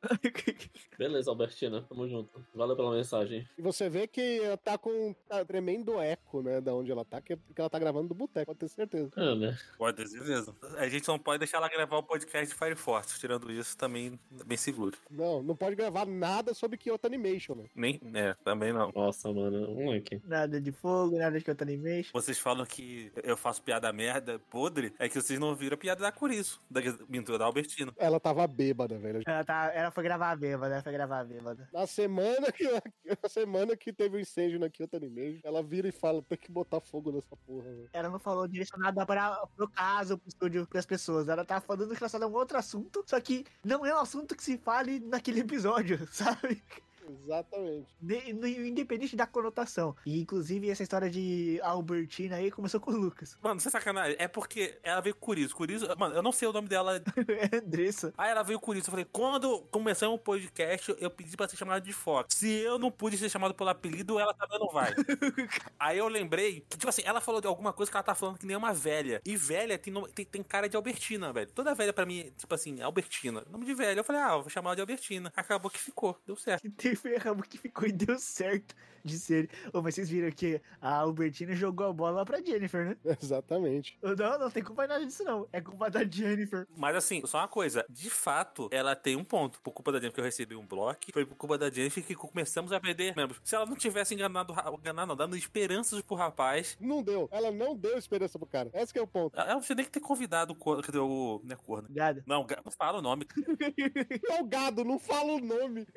Speaker 4: Beleza, Albertina, tamo junto. Valeu pela mensagem.
Speaker 1: E você vê que ela tá com um tá, tremendo eco, né? Da onde ela tá, que é porque ela tá gravando do boteco, pode ter certeza.
Speaker 4: Ah, né?
Speaker 5: Pode ter certeza. A gente não pode deixar ela gravar o podcast de Fire Force. Tirando isso, também bem seguro.
Speaker 1: Não, não pode gravar nada sobre Kyoto Animation, né?
Speaker 5: Nem. É, também não.
Speaker 4: Nossa, mano, um moleque.
Speaker 3: Nada de fogo, nada de cantar animation.
Speaker 5: Vocês falam que eu faço piada merda, podre, é que vocês não viram a piada da Curiço, da pintura da Albertino.
Speaker 1: Ela tava bêbada, velho.
Speaker 3: Ela, tá, ela foi gravar bêbada, ela foi gravar bêbada.
Speaker 1: Na semana que, na semana que teve o incêndio na Kyoto Animation, ela vira e fala: tem que botar fogo nessa porra, velho.
Speaker 3: Ela não falou direcionada para pro caso, pro estúdio, pras pessoas. Ela tá falando relacionada a um outro assunto, só que não é um assunto que se fale naquele episódio, sabe?
Speaker 1: Exatamente.
Speaker 3: Ne- ne- Independente da conotação. E inclusive essa história de Albertina aí começou com o Lucas.
Speaker 5: Mano, sem sacanagem. É porque ela veio Curiço. Curiço. Mano, eu não sei o nome dela
Speaker 3: É Andressa.
Speaker 5: Aí ela veio com isso. Eu falei, quando começamos o podcast, eu pedi pra ser chamada de Fox. Se eu não pude ser chamado pelo apelido, ela também não vai. Aí eu lembrei que, tipo assim, ela falou de alguma coisa que ela tá falando que nem uma velha. E velha tem, nome- tem, tem cara de Albertina, velho. Toda velha pra mim, é, tipo assim, Albertina. Nome de velha. Eu falei, ah, eu vou chamar ela de Albertina. Acabou que ficou. Deu certo.
Speaker 3: E teve ramo que ficou e deu certo de ser. Ô, mas vocês viram que a Albertina jogou a bola lá pra Jennifer, né?
Speaker 1: Exatamente.
Speaker 3: Ô, Não, não tem culpa nada disso, não. É culpa da Jennifer.
Speaker 5: Mas assim, só uma coisa. De fato, ela tem um ponto. Por culpa da Jennifer que eu recebi um bloco. Foi por culpa da Jennifer que começamos a perder membros. Se ela não tivesse enganado, o ra- enganado não, dando esperanças pro rapaz,
Speaker 1: Não deu. Ela não deu esperança pro cara. Esse que é o ponto.
Speaker 5: Ela não tinha nem que ter convidado o corno. Cadê o. Não é corno.
Speaker 3: Obrigado.
Speaker 5: Não, ga- não fala o nome.
Speaker 1: É o gado, não fala o nome.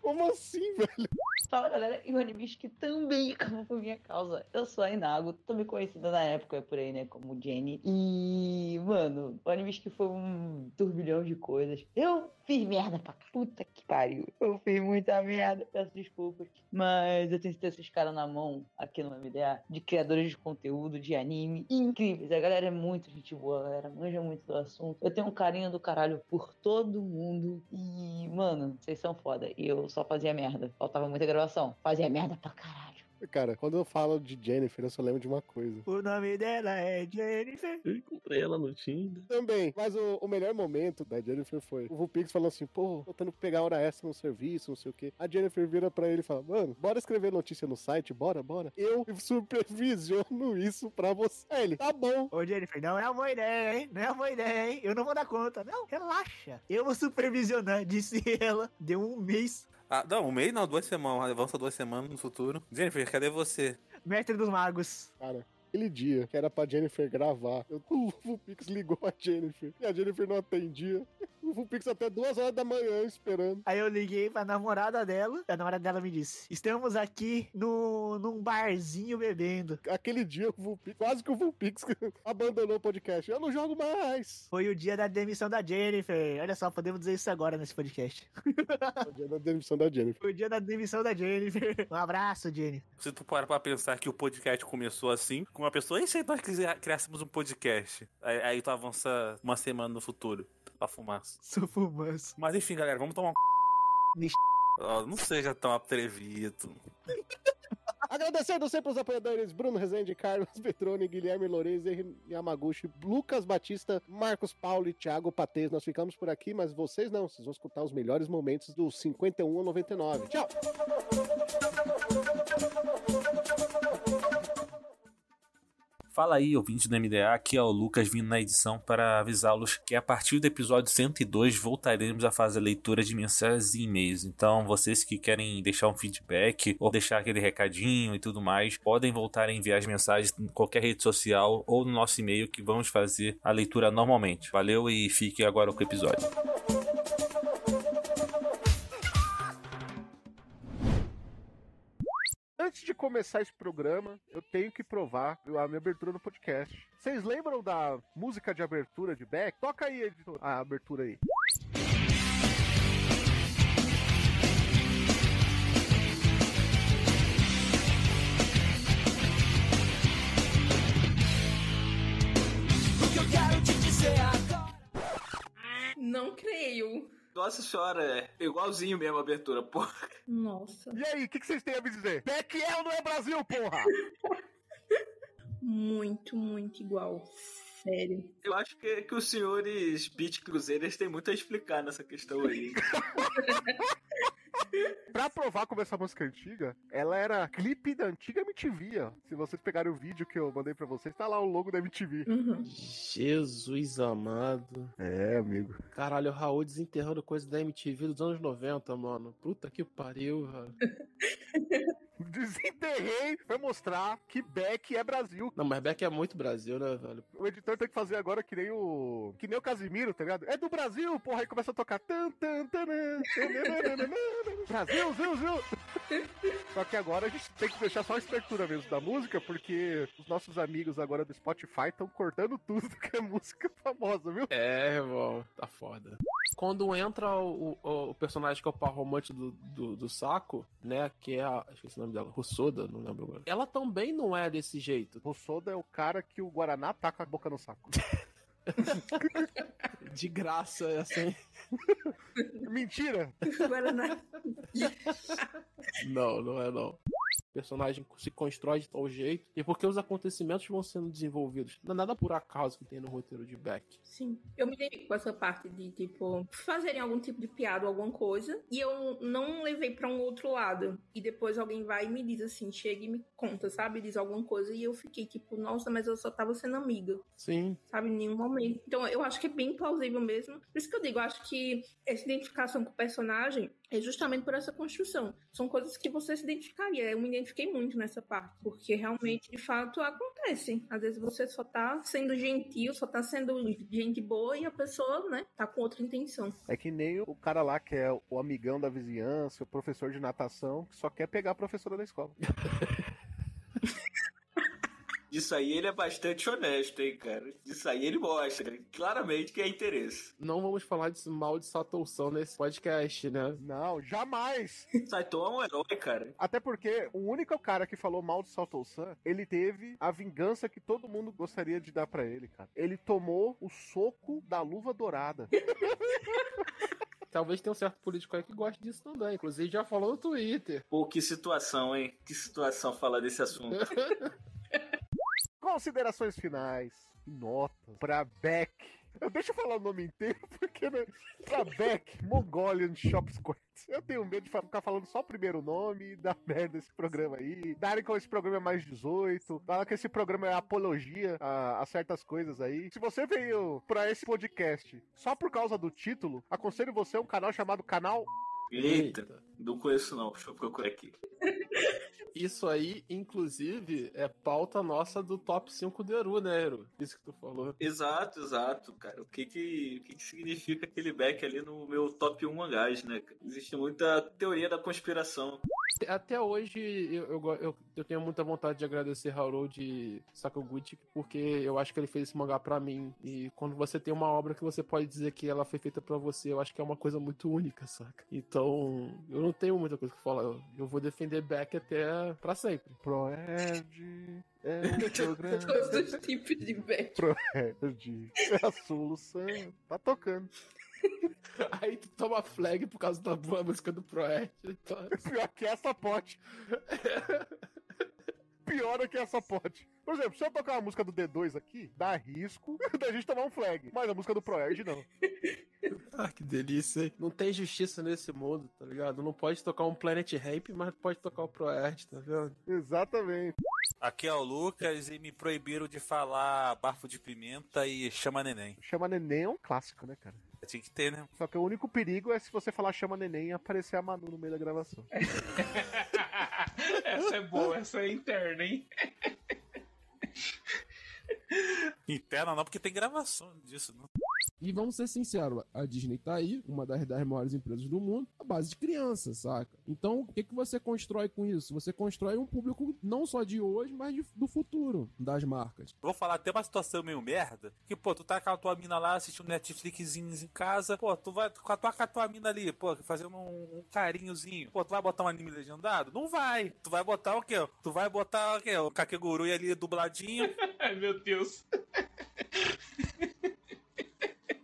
Speaker 1: Como assim, velho?
Speaker 10: Fala galera, e o Animist que também acabou por minha causa. Eu sou a Inago, também conhecida na época por aí, né, como Jenny. E, mano, o Animist que foi um turbilhão de coisas. Eu fiz merda pra cá. puta que pariu. Eu fiz muita merda, peço desculpas. Mas eu tenho que ter esses caras na mão aqui no MDA, de criadores de conteúdo, de anime, incríveis. A galera é muito gente boa, a galera manja muito do assunto. Eu tenho um carinho do caralho por todo mundo. E, mano, vocês são foda. E eu só fazia merda. Faltava muita gravação. Fazia merda pra caralho.
Speaker 1: Cara, quando eu falo de Jennifer, eu só lembro de uma coisa.
Speaker 3: O nome dela é Jennifer.
Speaker 4: Eu encontrei ela no Tinder.
Speaker 1: Também, mas o, o melhor momento da Jennifer foi o Vupix falando assim, pô, tô tendo que pegar hora extra no serviço, não sei o quê. A Jennifer vira pra ele e fala, mano, bora escrever notícia no site, bora, bora. Eu supervisiono isso pra você. Aí ele, tá bom.
Speaker 3: Ô, Jennifer, não é uma boa ideia, hein? Não é uma boa ideia, hein? Eu não vou dar conta. Não, relaxa. Eu vou supervisionar, disse ela. Deu um mês.
Speaker 5: Ah, não, um mês não, duas semanas. Avança duas semanas no futuro. Jennifer, cadê você?
Speaker 3: Mestre dos Magos.
Speaker 1: Cara, aquele dia que era pra Jennifer gravar, eu, o Vupix ligou a Jennifer e a Jennifer não atendia. O o Vulpix até duas horas da manhã esperando.
Speaker 3: Aí eu liguei pra namorada dela, e a namorada dela me disse: Estamos aqui no, num barzinho bebendo.
Speaker 1: Aquele dia o Vulpix, quase que o Vulpix abandonou o podcast. Eu não jogo mais.
Speaker 3: Foi o dia da demissão da Jennifer. Olha só, podemos dizer isso agora nesse podcast.
Speaker 1: Foi o dia da demissão da Jennifer.
Speaker 3: Foi o dia da demissão da Jennifer. Um abraço, Jennifer.
Speaker 5: Se tu parar pra pensar que o podcast começou assim, com uma pessoa, e se nós quiser- criássemos um podcast? Aí, aí tu avança uma semana no futuro, pra fumaça.
Speaker 3: Sou fumaça.
Speaker 5: Mas enfim, galera, vamos tomar um
Speaker 3: Me
Speaker 5: Ó, não seja tão atrevido.
Speaker 1: Agradecendo sempre os apoiadores Bruno Rezende, Carlos Petrone, Guilherme Lourenço, Henri Yamaguchi, Lucas Batista, Marcos Paulo e Thiago Patês. Nós ficamos por aqui, mas vocês não. Vocês vão escutar os melhores momentos do 51 ao 99. Tchau!
Speaker 5: Fala aí, ouvinte do MDA, aqui é o Lucas vindo na edição para avisá-los que a partir do episódio 102 voltaremos a fazer leitura de mensagens e e-mails. Então, vocês que querem deixar um feedback ou deixar aquele recadinho e tudo mais, podem voltar a enviar as mensagens em qualquer rede social ou no nosso e-mail que vamos fazer a leitura normalmente. Valeu e fique agora com o episódio.
Speaker 1: Antes de começar esse programa, eu tenho que provar a minha abertura no podcast. Vocês lembram da música de abertura de Beck? Toca aí, editor, Ah, a abertura aí.
Speaker 11: Não creio.
Speaker 12: Nossa senhora, é igualzinho mesmo a abertura, pô.
Speaker 11: Nossa.
Speaker 1: E aí, o que, que vocês têm a me dizer? Beck é ou não é Brasil, porra?
Speaker 11: Muito, muito igual. Sério.
Speaker 12: Eu acho que, que os senhores beat cruzeiros têm muito a explicar nessa questão aí.
Speaker 1: Pra provar como essa música é antiga, ela era clipe da antiga MTV. ó. Se vocês pegarem o vídeo que eu mandei pra vocês, tá lá o logo da MTV.
Speaker 13: Jesus amado.
Speaker 1: É, amigo.
Speaker 13: Caralho, o Raul desenterrando coisa da MTV dos anos 90, mano. Puta que pariu, velho.
Speaker 1: Desenterrei pra mostrar que Beck é Brasil.
Speaker 13: Não, mas Beck é muito Brasil, né, velho?
Speaker 1: O editor tem que fazer agora que nem o. Que nem o Casimiro, tá ligado? É do Brasil, porra. Aí começa a tocar. Tan, tan, tanã, tananana, Brasil, Zil, Zil. Só que agora a gente tem que deixar só a estrutura mesmo da música, porque os nossos amigos agora do Spotify estão cortando tudo que é música famosa, viu?
Speaker 13: É, irmão, tá foda. Quando entra o, o- o personagem que é o par romântico do, do, do saco, né? Que é a. Esqueci o nome dela. Russoda, não lembro agora. Ela também não é desse jeito.
Speaker 1: Russoda é o cara que o Guaraná tá com a boca no saco.
Speaker 13: De graça, assim.
Speaker 1: Mentira!
Speaker 11: é.
Speaker 13: Não, não é não. O personagem se constrói de tal jeito e é porque os acontecimentos vão sendo desenvolvidos. Não é nada por acaso que tem no roteiro de Beck.
Speaker 11: Sim. Eu me identifico com essa parte de, tipo, fazerem algum tipo de piada ou alguma coisa. E eu não levei pra um outro lado. E depois alguém vai e me diz assim, chega e me conta, sabe? Diz alguma coisa. E eu fiquei tipo, nossa, mas eu só tava sendo amiga.
Speaker 13: Sim.
Speaker 11: sabe? Em nenhum momento. Então, eu acho que é bem plausível mesmo. Por isso que eu digo, eu acho que essa identificação com o personagem é justamente por essa construção. São coisas que você se identificaria. Eu me identifiquei muito nessa parte, porque realmente, de fato, acontece. Às vezes você só tá sendo gentil, só tá sendo gente boa e a pessoa, né, tá com outra intenção.
Speaker 1: É que nem o cara lá que é o amigão da vizinhança, o professor de natação, que só quer pegar a professora da escola.
Speaker 12: Isso aí ele é bastante honesto, hein, cara. Isso aí ele mostra claramente que é interesse.
Speaker 13: Não vamos falar desse mal de Satoução nesse podcast, né?
Speaker 1: Não, jamais!
Speaker 12: Saito é um herói, cara.
Speaker 1: Até porque o único cara que falou mal de Saltou San, ele teve a vingança que todo mundo gostaria de dar pra ele, cara. Ele tomou o soco da luva dourada.
Speaker 13: Talvez tenha um certo político aí que goste disso também. Inclusive já falou no Twitter.
Speaker 12: Pô, que situação, hein? Que situação falar desse assunto.
Speaker 1: Considerações finais, notas pra Beck. Eu deixa eu falar o nome inteiro, porque né? pra Beck, Mongolian Shop Squad. Eu tenho medo de fa- ficar falando só o primeiro nome, dar merda esse programa aí. Darem com esse programa é mais 18. Falar que esse programa é apologia a, a certas coisas aí. Se você veio pra esse podcast só por causa do título, aconselho você a um canal chamado Canal
Speaker 12: Eita, não conheço não. Deixa eu procurar aqui.
Speaker 13: Isso aí, inclusive, é pauta nossa do top 5 do Eru, né, Eru? Isso que tu falou.
Speaker 12: Exato, exato, cara. O que que, o que, que significa aquele back ali no meu top 1 mangás, né? cara? Existe muita teoria da conspiração.
Speaker 13: Até hoje eu, eu, go- eu, eu tenho muita vontade de agradecer Harold Sakaguchi, porque eu acho que ele fez esse mangá pra mim. E quando você tem uma obra que você pode dizer que ela foi feita pra você, eu acho que é uma coisa muito única, saca? Então, eu não tenho muita coisa que falar. Eu, eu vou defender Beck até pra sempre. Proerd é um
Speaker 7: Todos os tipos de back.
Speaker 1: Proerd é a solução. Tá tocando.
Speaker 13: Aí tu toma flag por causa da boa música do Proerd. então.
Speaker 1: Pior que essa pode. Pior é que essa pode. Por exemplo, se eu tocar uma música do D2 aqui, dá risco da gente tomar um flag. Mas a música do Proerd não.
Speaker 13: Ah, que delícia, hein? Não tem justiça nesse mundo, tá ligado? Não pode tocar um Planet Ramp, mas pode tocar o Proerd, tá vendo?
Speaker 1: Exatamente.
Speaker 5: Aqui é o Lucas e me proibiram de falar barfo de pimenta e chama neném.
Speaker 1: Chama Neném é um clássico, né, cara?
Speaker 5: Tinha que ter, né?
Speaker 1: Só que o único perigo é se você falar chama Neném e aparecer a Manu no meio da gravação.
Speaker 14: Essa é boa, essa é interna, hein?
Speaker 5: Interna não, porque tem gravação disso, não.
Speaker 15: E vamos ser sinceros, a Disney tá aí, uma das 10 maiores empresas do mundo, a base de crianças, saca? Então, o que, que você constrói com isso? Você constrói um público não só de hoje, mas de- do futuro das marcas.
Speaker 5: Vou falar até uma situação meio merda. Que, pô, tu tá com a tua mina lá assistindo Netflixzinhos em casa. Pô, tu vai com a tua, com a tua mina ali, pô, fazendo um, um carinhozinho. Pô, tu vai botar um anime legendado? Não vai. Tu vai botar o quê? Tu vai botar o quê? O Kakegurui ali dubladinho.
Speaker 14: Ai, meu Deus.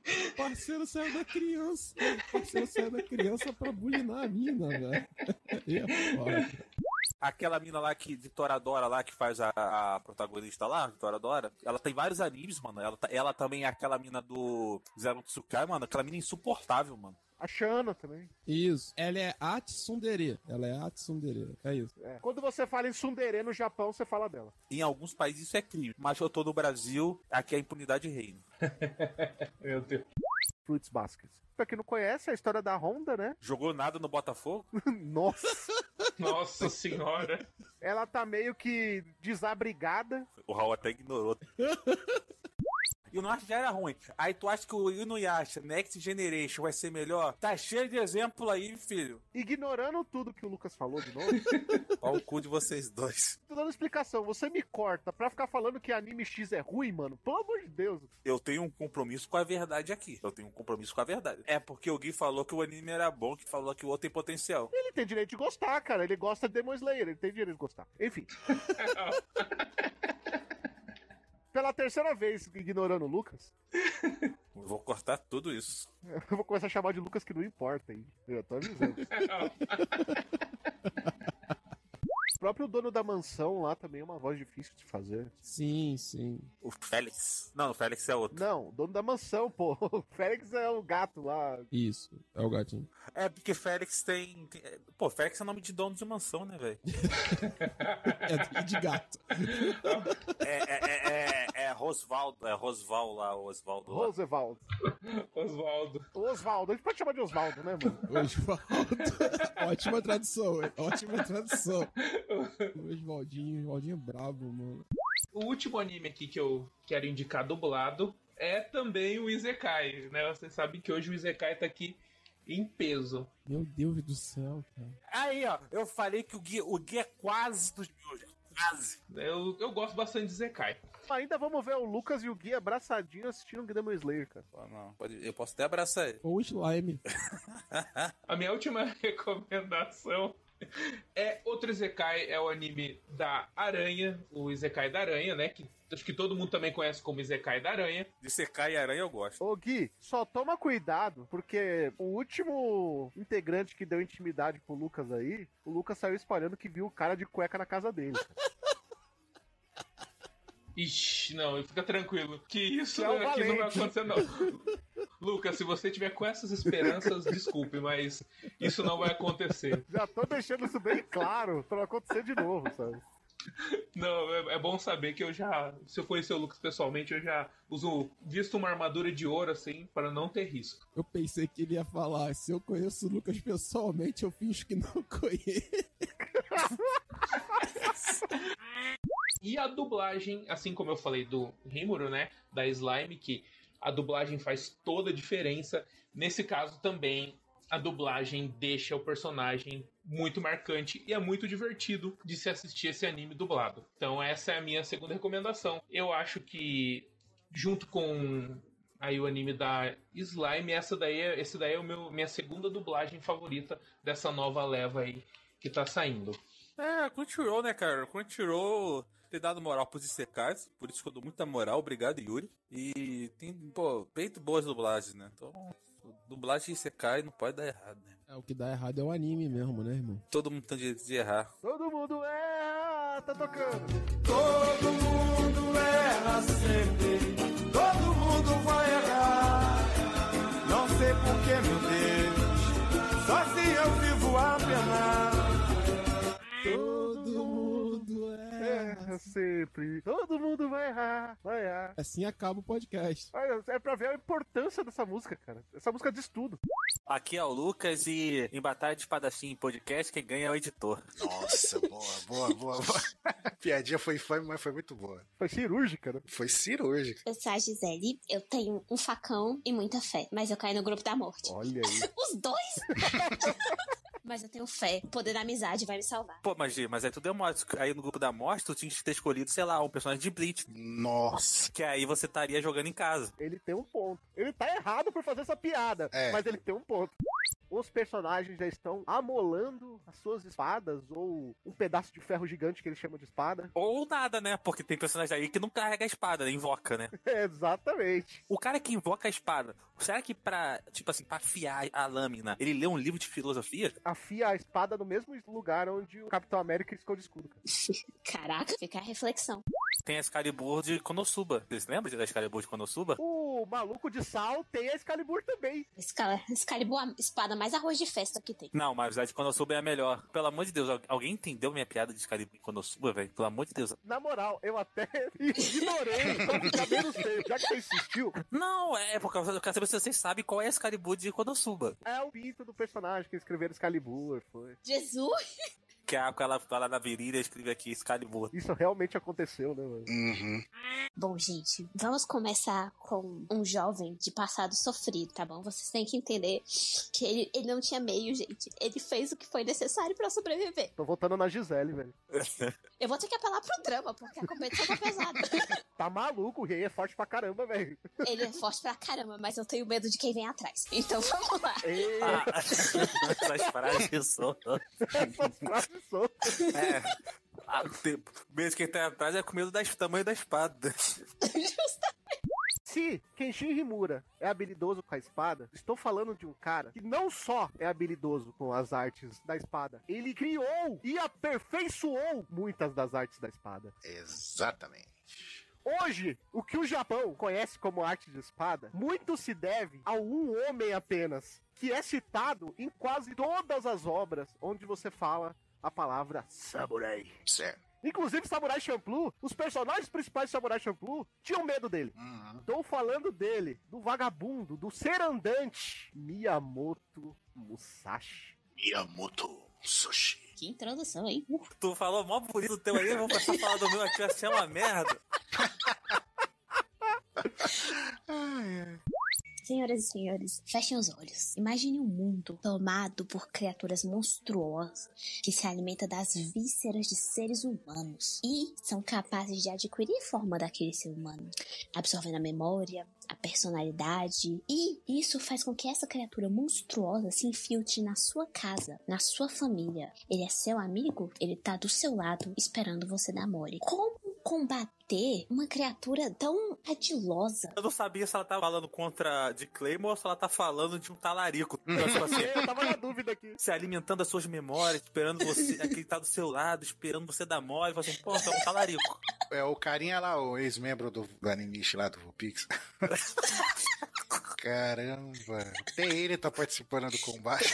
Speaker 15: O parceiro saiu da criança. O parceiro saiu da criança pra bulinar a mina, velho. E é foda.
Speaker 5: Aquela mina lá que, de Toradora lá, que faz a, a protagonista lá, de Toradora, ela tem vários animes, mano. Ela, tá- ela também é aquela mina do Zero Tsukai, mano. Aquela mina é insuportável, mano.
Speaker 1: A Shana também.
Speaker 15: Isso. Ela é Atsundere. Ela é Atsundere. É isso.
Speaker 1: É. Quando você fala em Sundere no Japão, você fala dela.
Speaker 5: Em alguns países isso é crime, mas eu tô no Brasil, aqui a impunidade reina.
Speaker 14: Meu Deus.
Speaker 1: Fruits Basket. Pra quem não conhece, é a história da Honda, né?
Speaker 5: Jogou nada no Botafogo?
Speaker 1: Nossa!
Speaker 14: Nossa senhora.
Speaker 1: Ela tá meio que desabrigada.
Speaker 5: O Raul até ignorou. E o Norte já era ruim. Aí tu acha que o Inuyasha Next Generation vai ser melhor? Tá cheio de exemplo aí, filho.
Speaker 1: Ignorando tudo que o Lucas falou de novo.
Speaker 5: Olha o cu de vocês dois.
Speaker 1: Tô dando explicação. Você me corta pra ficar falando que anime X é ruim, mano. Pelo amor de Deus.
Speaker 5: Eu tenho um compromisso com a verdade aqui. Eu tenho um compromisso com a verdade. É porque o Gui falou que o anime era bom, que falou que o outro tem potencial.
Speaker 1: Ele tem direito de gostar, cara. Ele gosta de Demon Slayer. Ele tem direito de gostar. Enfim. Pela terceira vez, ignorando o Lucas.
Speaker 5: Eu vou cortar tudo isso.
Speaker 1: Eu vou começar a chamar de Lucas que não importa aí. Eu já tô avisando. o próprio dono da mansão lá também é uma voz difícil de fazer.
Speaker 15: Sim, sim.
Speaker 5: O Félix. Não, o Félix é outro.
Speaker 1: Não, o dono da mansão, pô. O Félix é o gato lá.
Speaker 15: Isso. É o gatinho.
Speaker 5: É porque Félix tem. tem- é- Pô, Félix é nome de dono de mansão, né, velho?
Speaker 15: É de gato.
Speaker 5: É, é, é, é, é Rosvaldo. É Rosval lá, o Osvaldo. lá.
Speaker 1: Roosevelt.
Speaker 14: Osvaldo.
Speaker 1: Osvaldo. A gente pode chamar de Osvaldo, né, mano?
Speaker 15: Ótima tradução, hein? Ótima tradução. O Oswaldinho, o Oswaldinho é brabo, mano.
Speaker 14: O último anime aqui que eu quero indicar dublado é também o Izekai, né? Vocês sabem que hoje o Izekai tá aqui em peso.
Speaker 15: Meu Deus do céu, cara.
Speaker 5: Aí, ó, eu falei que o Gui, o Gui é quase dos meus. Quase.
Speaker 14: Eu, eu gosto bastante de Izekai.
Speaker 1: Ainda vamos ver o Lucas e o Gui abraçadinho assistindo Demon Slayer, cara.
Speaker 5: não. eu posso até abraçar ele.
Speaker 15: Ou o slime.
Speaker 14: A minha última recomendação é outro Izekai, é o anime da Aranha, o Izekai da Aranha, né? Que acho que todo mundo também conhece como Izekai da Aranha.
Speaker 5: De secar e aranha eu gosto.
Speaker 1: Ô Gui, só toma cuidado, porque o último integrante que deu intimidade pro Lucas aí, o Lucas saiu espalhando que viu o cara de cueca na casa dele.
Speaker 14: Ixi, não, fica tranquilo. Que isso
Speaker 1: Que é um
Speaker 14: aqui não vai
Speaker 1: valente.
Speaker 14: acontecer, não. Lucas, se você tiver com essas esperanças, desculpe, mas isso não vai acontecer.
Speaker 1: Já tô deixando isso bem claro pra não acontecer de novo, sabe?
Speaker 14: Não, é, é bom saber que eu já. Se eu conhecer o Lucas pessoalmente, eu já uso. Visto uma armadura de ouro, assim, para não ter risco.
Speaker 15: Eu pensei que ele ia falar, se eu conheço o Lucas pessoalmente, eu finjo que não conheço.
Speaker 14: E a dublagem, assim como eu falei do Rimuru, né? Da Slime, que a dublagem faz toda a diferença. Nesse caso também, a dublagem deixa o personagem muito marcante e é muito divertido de se assistir esse anime dublado. Então, essa é a minha segunda recomendação. Eu acho que, junto com aí o anime da Slime, essa daí, é- esse daí é o meu, minha segunda dublagem favorita dessa nova leva aí que tá saindo.
Speaker 5: É, Crunchyroll, né, cara? Crunchyroll ter dado moral pros Isekais, por isso que eu dou muita moral, obrigado, Yuri. E tem, pô, feito boas dublagens, né? Então, dublagem Isekai não pode dar errado, né?
Speaker 13: É, o que dá errado é o anime mesmo, né, irmão?
Speaker 5: Todo mundo tem direito de errar.
Speaker 1: Todo mundo erra, tá tocando.
Speaker 16: Todo mundo erra sempre, todo mundo vai errar. Não sei porquê, meu Deus, só se eu vivo a penar.
Speaker 13: Todo mundo
Speaker 1: erra sempre. Todo mundo vai errar, vai errar.
Speaker 13: Assim acaba o podcast.
Speaker 1: Olha, é pra ver a importância dessa música, cara. Essa música diz tudo.
Speaker 5: Aqui é o Lucas e em Batalha de Espadachim em podcast, quem ganha é o editor.
Speaker 17: Nossa, boa, boa, boa, boa. Piadinha foi infame, mas foi muito boa.
Speaker 1: Foi cirúrgica, né?
Speaker 17: Foi cirúrgica.
Speaker 7: Eu sou a Gisele, eu tenho um facão e muita fé, mas eu caí no grupo da morte.
Speaker 1: Olha aí.
Speaker 7: Os dois? mas eu tenho fé, o poder da amizade vai me salvar.
Speaker 5: Pô, mas, Gi, mas aí tudo é morte. Aí no grupo da morte, tu tinha que ter escolhido, sei lá, um personagem de Bleach.
Speaker 17: Nossa.
Speaker 5: Que aí você estaria jogando em casa.
Speaker 1: Ele tem um ponto. Ele tá errado por fazer essa piada,
Speaker 5: É.
Speaker 1: mas ele tem um ponto. Os personagens já estão amolando as suas espadas, ou um pedaço de ferro gigante que eles chamam de espada.
Speaker 5: Ou nada, né? Porque tem personagem aí que não carrega a espada, né? Invoca, né?
Speaker 1: Exatamente.
Speaker 5: O cara que invoca a espada, será que pra, tipo assim, pra afiar a lâmina, ele lê um livro de filosofia?
Speaker 1: Afia a espada no mesmo lugar onde o Capitão América esconde escudo, cara.
Speaker 7: Caraca, fica a reflexão.
Speaker 5: Tem a Excalibur de Konosuba. Vocês lembram da Excalibur de Konosuba?
Speaker 1: O maluco de sal tem a Excalibur também.
Speaker 7: Escala, Excalibur, é a espada mais arroz de festa que tem.
Speaker 5: Não, mas a de Konosuba é a melhor. Pelo amor de Deus, al- alguém entendeu minha piada de Excalibur em Konosuba, velho? Pelo amor de Deus.
Speaker 1: Na moral, eu até ignorei, pra ficar menos feio, já que você insistiu.
Speaker 5: Não, é por causa do quero saber se vocês sabem qual é a Excalibur de Konosuba.
Speaker 1: É o pinto do personagem que escreveram Excalibur, foi.
Speaker 7: Jesus!
Speaker 5: Que a que ela fala na virilha e escreve aqui Excalibur.
Speaker 1: Isso é realmente aconteceu, né, mano?
Speaker 17: Uhum.
Speaker 7: Bom, gente, vamos começar com um jovem de passado sofrido, tá bom? Vocês têm que entender que ele, ele não tinha meio, gente. Ele fez o que foi necessário pra sobreviver.
Speaker 1: Tô voltando na Gisele, velho.
Speaker 7: Eu vou ter que apelar pro drama, porque a competição tá pesada.
Speaker 1: Tá maluco, o rei é forte pra caramba, velho.
Speaker 7: Ele é forte pra caramba, mas eu tenho medo de quem vem atrás. Então vamos lá.
Speaker 5: Essas frases são.
Speaker 1: Essas frases são.
Speaker 5: É. Ah, tem- Mesmo quem tá atrás é com medo do tamanho da espada.
Speaker 1: Se Kenshin Himura é habilidoso com a espada, estou falando de um cara que não só é habilidoso com as artes da espada, ele criou e aperfeiçoou muitas das artes da espada.
Speaker 17: Exatamente.
Speaker 1: Hoje, o que o Japão conhece como arte de espada, muito se deve a um homem apenas, que é citado em quase todas as obras onde você fala a palavra samurai.
Speaker 17: Certo.
Speaker 1: Inclusive, Samurai Champloo, os personagens principais de Samurai Champloo tinham medo dele. Tô falando dele, do vagabundo, do ser andante, Miyamoto Musashi.
Speaker 17: Miyamoto Sushi.
Speaker 7: Que introdução, hein?
Speaker 5: Tu falou mó bonito o teu aí, vamos passar a falar do meu aqui, vai ser uma merda.
Speaker 7: Senhoras e senhores, fechem os olhos. Imagine um mundo tomado por criaturas monstruosas que se alimenta das vísceras de seres humanos e são capazes de adquirir a forma daquele ser humano, absorvendo a memória, a personalidade, e isso faz com que essa criatura monstruosa se infiltre na sua casa, na sua família. Ele é seu amigo, ele tá do seu lado esperando você dar mole. Como combater uma criatura tão adilosa?
Speaker 5: Eu não sabia se ela tá falando contra de Claymore ou se ela tá falando de um talarico. Eu, tipo assim,
Speaker 1: eu tava na dúvida aqui.
Speaker 5: Se alimentando das suas memórias, esperando você, aquele tá do seu lado, esperando você dar mole, fala assim, pô, tu é um talarico.
Speaker 17: É o carinha lá, o ex-membro do, do Animist lá do Pix. Caramba. Até ele tá participando do combate.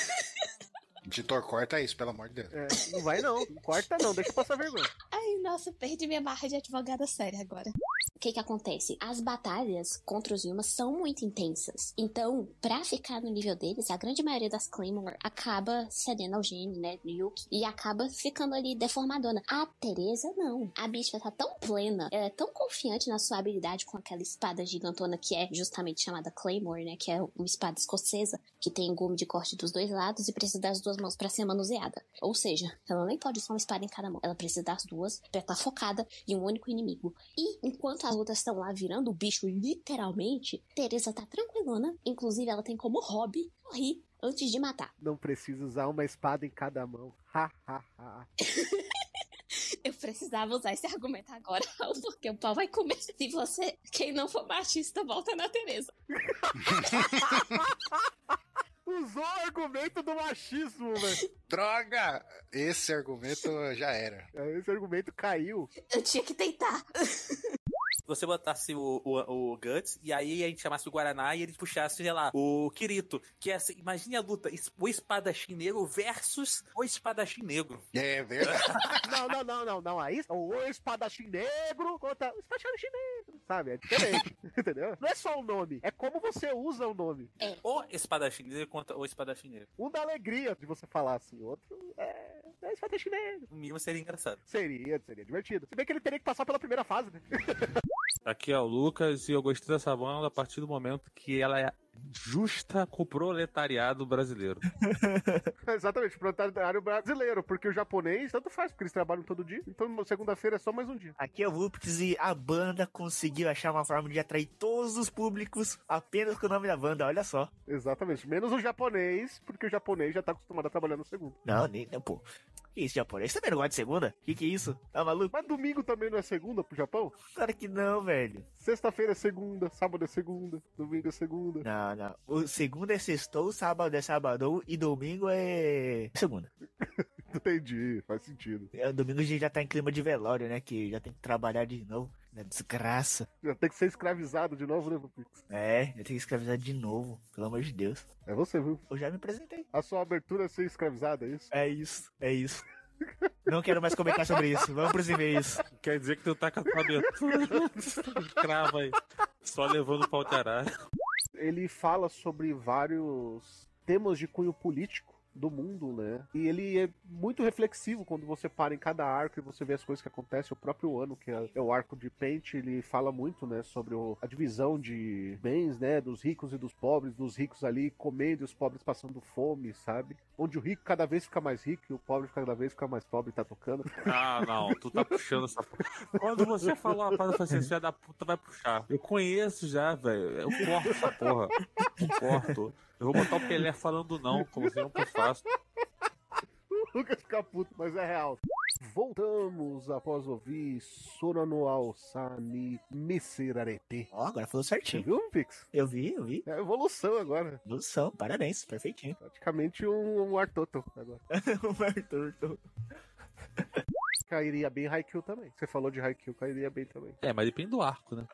Speaker 17: Editor, corta isso, pelo amor de Deus.
Speaker 1: É, não vai não, não corta não, deixa eu passar vergonha.
Speaker 7: Ai, nossa, perdi minha barra de advogada séria agora. que que acontece? As batalhas contra os Yumas são muito intensas. Então, pra ficar no nível deles, a grande maioria das Claymore acaba cedendo ao gene, né, do Yuki, e acaba ficando ali deformadona. A Teresa, não. A bicha tá tão plena, ela é tão confiante na sua habilidade com aquela espada gigantona que é justamente chamada Claymore, né, que é uma espada escocesa, que tem gume de corte dos dois lados e precisa das duas mãos pra ser manuseada. Ou seja, ela nem pode usar uma espada em cada mão, ela precisa das duas pra estar focada em um único inimigo. E enquanto as outras estão lá virando o bicho literalmente, Teresa tá tranquilona, inclusive ela tem como hobby correr antes de matar.
Speaker 1: Não precisa usar uma espada em cada mão. Ha, ha, ha.
Speaker 7: Eu precisava usar esse argumento agora, Raul, porque o pau vai comer. Se você, quem não for machista, volta na Tereza.
Speaker 1: Usou o argumento do machismo, velho.
Speaker 17: Droga! Esse argumento já era.
Speaker 1: É, Esse argumento caiu.
Speaker 7: Eu tinha que tentar.
Speaker 5: Se você botasse o, o, o Guts e aí a gente chamasse o Guaraná e eles puxassem, sei lá, o Kirito. Que é assim, imagine a luta, es- o espadachim negro versus o espadachim negro.
Speaker 17: É verdade.
Speaker 1: Não, não, não, não, não. Aí o espadachim negro contra o espadachim negro, sabe? É diferente, entendeu? Não é só o nome, é como você usa o nome.
Speaker 5: O espadachim negro contra o espadachim negro.
Speaker 1: Um dá alegria de você falar assim, outro é, é espadachim negro.
Speaker 5: O mínimo seria engraçado.
Speaker 1: Seria, seria divertido. Se bem que ele teria que passar pela primeira fase, né?
Speaker 5: Aqui é o Lucas e eu gostei dessa banda a partir do momento que ela é justa com o proletariado brasileiro.
Speaker 1: Exatamente, proletariado brasileiro, porque o japonês tanto faz, porque eles trabalham todo dia, então segunda-feira é só mais um dia.
Speaker 3: Aqui é o Vulpix e a banda conseguiu achar uma forma de atrair todos os públicos apenas com o nome da banda, olha só.
Speaker 1: Exatamente, menos o japonês, porque o japonês já tá acostumado a trabalhar no segundo.
Speaker 3: Não, nem, não, pô. Que isso, japonês? Você também não gosta de segunda? Que que é isso? Tá maluco?
Speaker 1: Mas domingo também não é segunda pro Japão?
Speaker 3: Claro que não, velho.
Speaker 1: Sexta-feira é segunda, sábado é segunda, domingo é segunda.
Speaker 3: Não, não. O segunda é sextou, sábado é sábado e domingo é segunda.
Speaker 1: Entendi, faz sentido.
Speaker 3: É, domingo a gente já tá em clima de velório, né? Que já tem que trabalhar de novo. Na desgraça.
Speaker 1: Já tem que ser escravizado de novo, né, Pupix?
Speaker 3: É, já tem que escravizar de novo, pelo amor de Deus.
Speaker 1: É você, viu?
Speaker 3: Eu já me apresentei.
Speaker 1: A sua abertura é ser escravizado, é isso?
Speaker 3: É isso, é isso. Não quero mais comentar sobre isso. Vamos pros e-mails.
Speaker 5: Quer dizer que tu tá com a tua abertura crava aí. Só levando pra alterar.
Speaker 1: Ele fala sobre vários temas de cunho político do mundo, né? E ele é muito reflexivo quando você para em cada arco e você vê as coisas que acontecem. O próprio ano, que é é o arco de Pente, ele fala muito, né, sobre o- a divisão de bens, né, dos ricos e dos pobres, dos ricos ali comendo e os pobres passando fome, sabe? Onde o rico cada vez fica mais rico e o pobre cada vez fica mais pobre e tá tocando.
Speaker 5: Ah, não, tu tá puxando essa porra. Quando você falou a parada, eu falei assim, filha da puta vai puxar. Eu conheço já, velho. Eu corto essa porra. Eu corto. Eu vou botar o Pelé falando não, como sempre eu faço.
Speaker 1: O Lucas fica puto, mas é real. Voltamos após ouvir Sora no Alsani Miserarete.
Speaker 3: Ó, agora falou certinho.
Speaker 1: Você viu, Pix?
Speaker 3: Eu vi, eu vi.
Speaker 1: É evolução agora.
Speaker 3: Evolução, parabéns, perfeitinho.
Speaker 1: Praticamente um, um Artoto agora.
Speaker 3: um Artoto.
Speaker 1: Cairia bem Haikyuu também. Você falou de Haikyuu, cairia Tá bem também.
Speaker 5: É, mas depende do arco, né?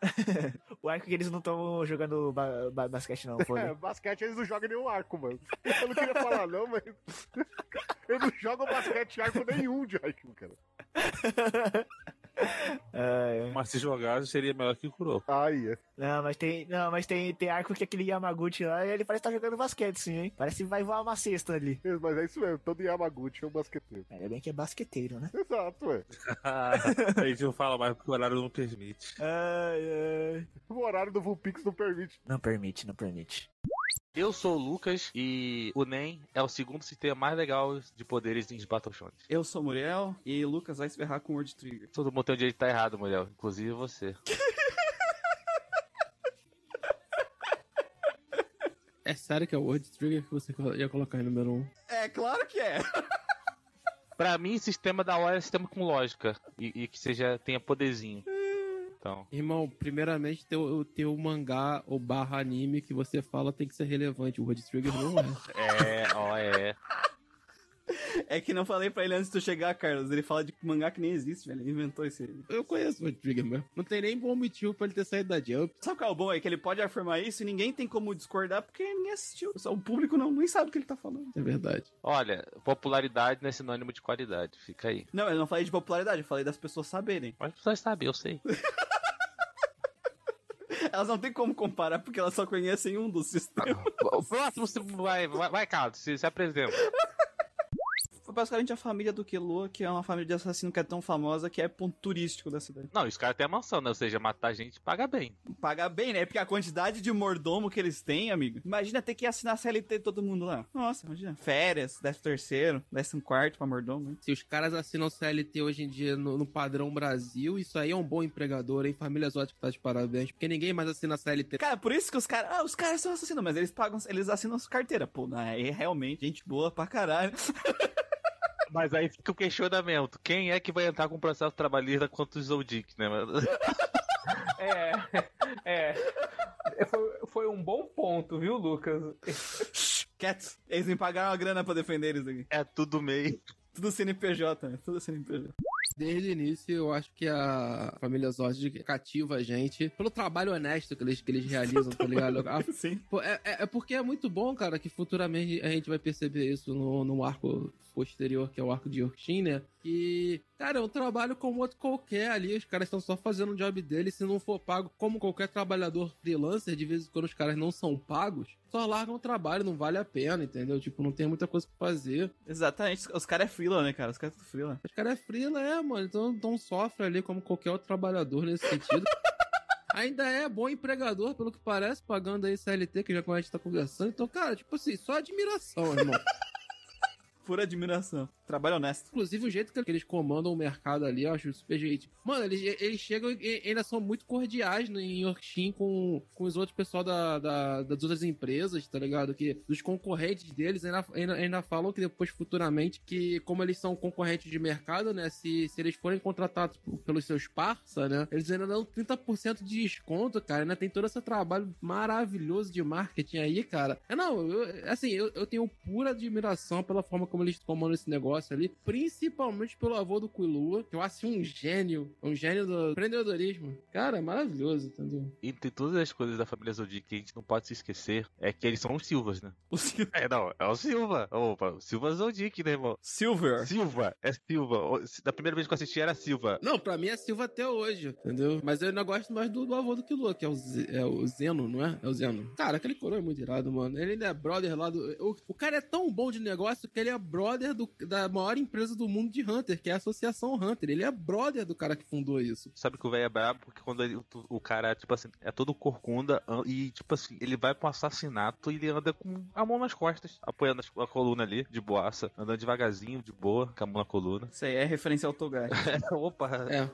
Speaker 3: O arco é que eles não estão jogando ba- ba- basquete, não, foi.
Speaker 1: É, basquete eles não jogam nenhum arco, mano. Eu não queria falar não, mas... Eles não jogam basquete arco nenhum de Haikyuu, cara.
Speaker 5: Mas se jogasse, seria melhor que o Kuro.
Speaker 1: Ai, é.
Speaker 3: Não, mas tem. Não, mas tem, tem arco que é aquele Yamaguchi lá, ele parece estar jogando basquete, sim, hein? Parece que vai voar uma cesta ali.
Speaker 1: É, Mas é isso mesmo, todo Yamaguchi é um basqueteiro.
Speaker 3: Ainda bem que é basqueteiro, né?
Speaker 1: Exato, é.
Speaker 5: a gente não fala mais porque o horário não permite.
Speaker 3: Ai, ai.
Speaker 1: O horário do Vulpix não permite.
Speaker 3: Ah, Não permite, não permite.
Speaker 18: Eu sou o Lucas e o NEM é o segundo sistema mais legal de poderes em Battlefront.
Speaker 19: Eu sou o Muriel e Lucas vai se ferrar com o Word Trigger.
Speaker 18: Todo mundo tem o direito de estar errado, Muriel. Inclusive você.
Speaker 13: É sério que é o Word Trigger que você ia colocar em número 1?
Speaker 19: É, claro que é.
Speaker 18: Pra mim, sistema da hora é sistema com lógica. E, e que seja tenha poderzinho. Então.
Speaker 13: Irmão, primeiramente, teu, teu mangá ou barra anime que você fala tem que ser relevante. O Word Trigger não é.
Speaker 18: É, ó, é.
Speaker 19: É que não falei pra ele antes de tu chegar, Carlos. Ele fala de mangá que nem existe, velho. Ele inventou esse.
Speaker 13: Eu conheço o Word Trigger, meu. Não tem nem bom motivo pra ele ter saído da Jump.
Speaker 19: Sabe qual é o bom? É que ele pode afirmar isso e ninguém tem como discordar porque ninguém assistiu. Só O público não, nem sabe o que ele tá falando.
Speaker 13: É verdade.
Speaker 18: Olha, popularidade não é sinônimo de qualidade. Fica aí.
Speaker 19: Não, eu não falei de popularidade, eu falei das pessoas saberem.
Speaker 18: Mas as pessoas sabem, eu sei.
Speaker 19: Elas não têm como comparar porque elas só conhecem um dos sistemas.
Speaker 5: O próximo você vai, vai, vai Carlos, se, se apresenta.
Speaker 19: Basicamente a família do Kelo, que é uma família de assassino que é tão famosa que é ponto turístico da cidade.
Speaker 5: Não, os caras têm a mansão, né? Ou seja, matar gente paga bem.
Speaker 19: Pagar bem, né? Porque a quantidade de mordomo que eles têm, amigo. Imagina ter que assinar CLT de todo mundo lá. Nossa, imagina. Férias, décimo terceiro, décimo quarto pra mordomo. né?
Speaker 13: Se os caras assinam CLT hoje em dia no, no padrão Brasil, isso aí é um bom empregador, hein? Família Exótica tá de parabéns, porque ninguém mais assina CLT.
Speaker 19: Cara, por isso que os caras. Ah, os caras são assassinos, mas eles pagam. Eles assinam as carteira. Pô, não, é realmente gente boa pra caralho.
Speaker 5: Mas aí fica o questionamento: quem é que vai entrar com o processo trabalhista contra o Zoldyck, né?
Speaker 14: É, é. É, Foi, foi um bom ponto, viu, Lucas?
Speaker 19: Cats, eles me pagaram uma grana pra defender eles aqui.
Speaker 5: É tudo meio.
Speaker 19: Tudo CNPJ, né? Tudo CNPJ.
Speaker 13: Desde o início, eu acho que a família Zod cativa a gente pelo trabalho honesto que eles, que eles realizam, tá ligado? A-
Speaker 19: Sim.
Speaker 13: Pô, É, é- é porque é muito bom, cara, que futuramente a gente vai perceber isso no, no arco posterior, que é o arco de Yorkshin, né? Que, cara, é um trabalho como outro qualquer é ali. Os caras estão só fazendo o job deles. Se não for pago, como qualquer trabalhador freelancer, de vez em quando os caras não são pagos, só largam o trabalho, não vale a pena, entendeu? Tipo, não tem muita coisa pra fazer.
Speaker 19: Exatamente. Os caras é frila, né, cara? Os caras é tudo frila.
Speaker 13: Os caras é frila, é, mano. Então, então sofre ali como qualquer outro trabalhador nesse sentido. Ainda é bom empregador, pelo que parece, pagando aí CLT, que já como a gente tá conversando. Então, cara, tipo assim, só admiração, irmão.
Speaker 19: Pura admiração. Trabalho honesto.
Speaker 13: Inclusive, o jeito que eles comandam o mercado ali, eu acho super jeito. Mano, eles, eles chegam e- e ainda são muito cordiais no- em Yorkshire com, com os outros pessoal da, da- das outras empresas, tá ligado? Que dos concorrentes deles ainda, ainda, ainda falam que depois, futuramente, que como eles são concorrentes de mercado, né? Se, se eles forem contratados p- pelos seus parça, né? Eles ainda dão 30% de desconto, cara. Ainda tem todo esse trabalho maravilhoso de marketing aí, cara. É, não, eu- assim, eu, eu tenho pura admiração pela forma como eles comandam esse negócio ali, principalmente pelo avô do Kuilua, que eu acho um gênio, um gênio do empreendedorismo. Cara, é maravilhoso, entendeu?
Speaker 5: Entre todas as coisas da família Zoldyck que a gente não pode se esquecer é que eles são os Silvas, né?
Speaker 19: O Silva.
Speaker 5: É, não, é o Silva. Opa, o Silva Zoldyck, né, irmão?
Speaker 19: Silver.
Speaker 5: Silva, é Silva. O- se- Da primeira vez que eu assisti era Silva.
Speaker 13: Não, pra mim é Silva até hoje, entendeu? Mas eu ainda gosto mais do, do avô do Killua, que é o, Z- é o Zeno, não é? É o Zeno. Cara, aquele coroa é muito irado, mano. Ele ainda é brother lá do... O, o cara é tão bom de negócio que ele é brother do- da maior empresa do mundo de Hunter, que é a Associação Hunter. Ele é brother do cara que fundou isso.
Speaker 5: Sabe que o velho é brabo porque quando ele- o, o cara, tipo assim, é todo corcunda an- e, tipo assim, ele vai pro assassinato e ele anda com a mão nas costas, apoiando as- a coluna ali, de boaça, andando devagarzinho, de boa, com a mão na coluna.
Speaker 19: Isso aí é referência ao Togai.
Speaker 5: Opa.
Speaker 13: É.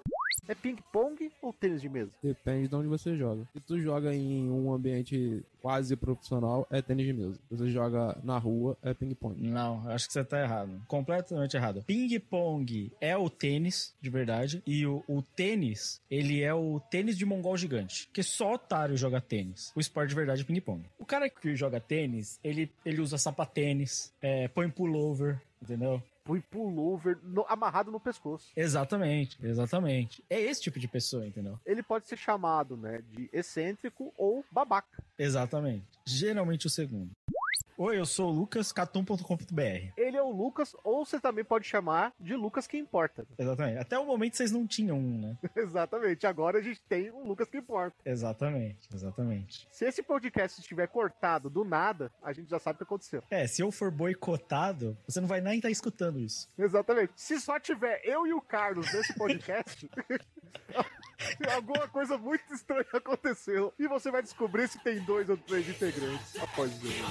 Speaker 1: É ping-pong ou tênis de mesa?
Speaker 20: Depende de onde você joga. Se tu joga em um ambiente quase profissional, é tênis de mesa. Se você joga na rua, é ping-pong.
Speaker 16: Não, eu acho que você tá errado. Completamente errado. Ping-pong é o tênis, de verdade. E o, o tênis, ele é o tênis de mongol gigante. Porque só otário joga tênis. O esporte de verdade é ping-pong. O cara que joga tênis, ele, ele usa sapatênis, é, põe pullover, entendeu?
Speaker 1: Põe pullover no- amarrado no pescoço.
Speaker 16: Exatamente, exatamente. É esse tipo de pessoa, entendeu?
Speaker 1: Ele pode ser chamado, né, de excêntrico ou babaca.
Speaker 16: Exatamente. Geralmente o segundo. Oi, eu sou o Lucas, catum.com.br.
Speaker 1: Ele é o Lucas, ou você também pode chamar de Lucas que importa.
Speaker 16: Exatamente. Até o momento vocês não tinham um, né?
Speaker 1: Exatamente. Agora a gente tem um Lucas que importa.
Speaker 16: Exatamente, exatamente.
Speaker 1: Se esse podcast estiver cortado do nada, a gente já sabe o que aconteceu.
Speaker 16: É, se eu for boicotado, você não vai nem estar escutando isso.
Speaker 1: Exatamente. Se só tiver eu e o Carlos nesse podcast, alguma coisa muito estranha aconteceu. E você vai descobrir se tem dois ou três integrantes após isso.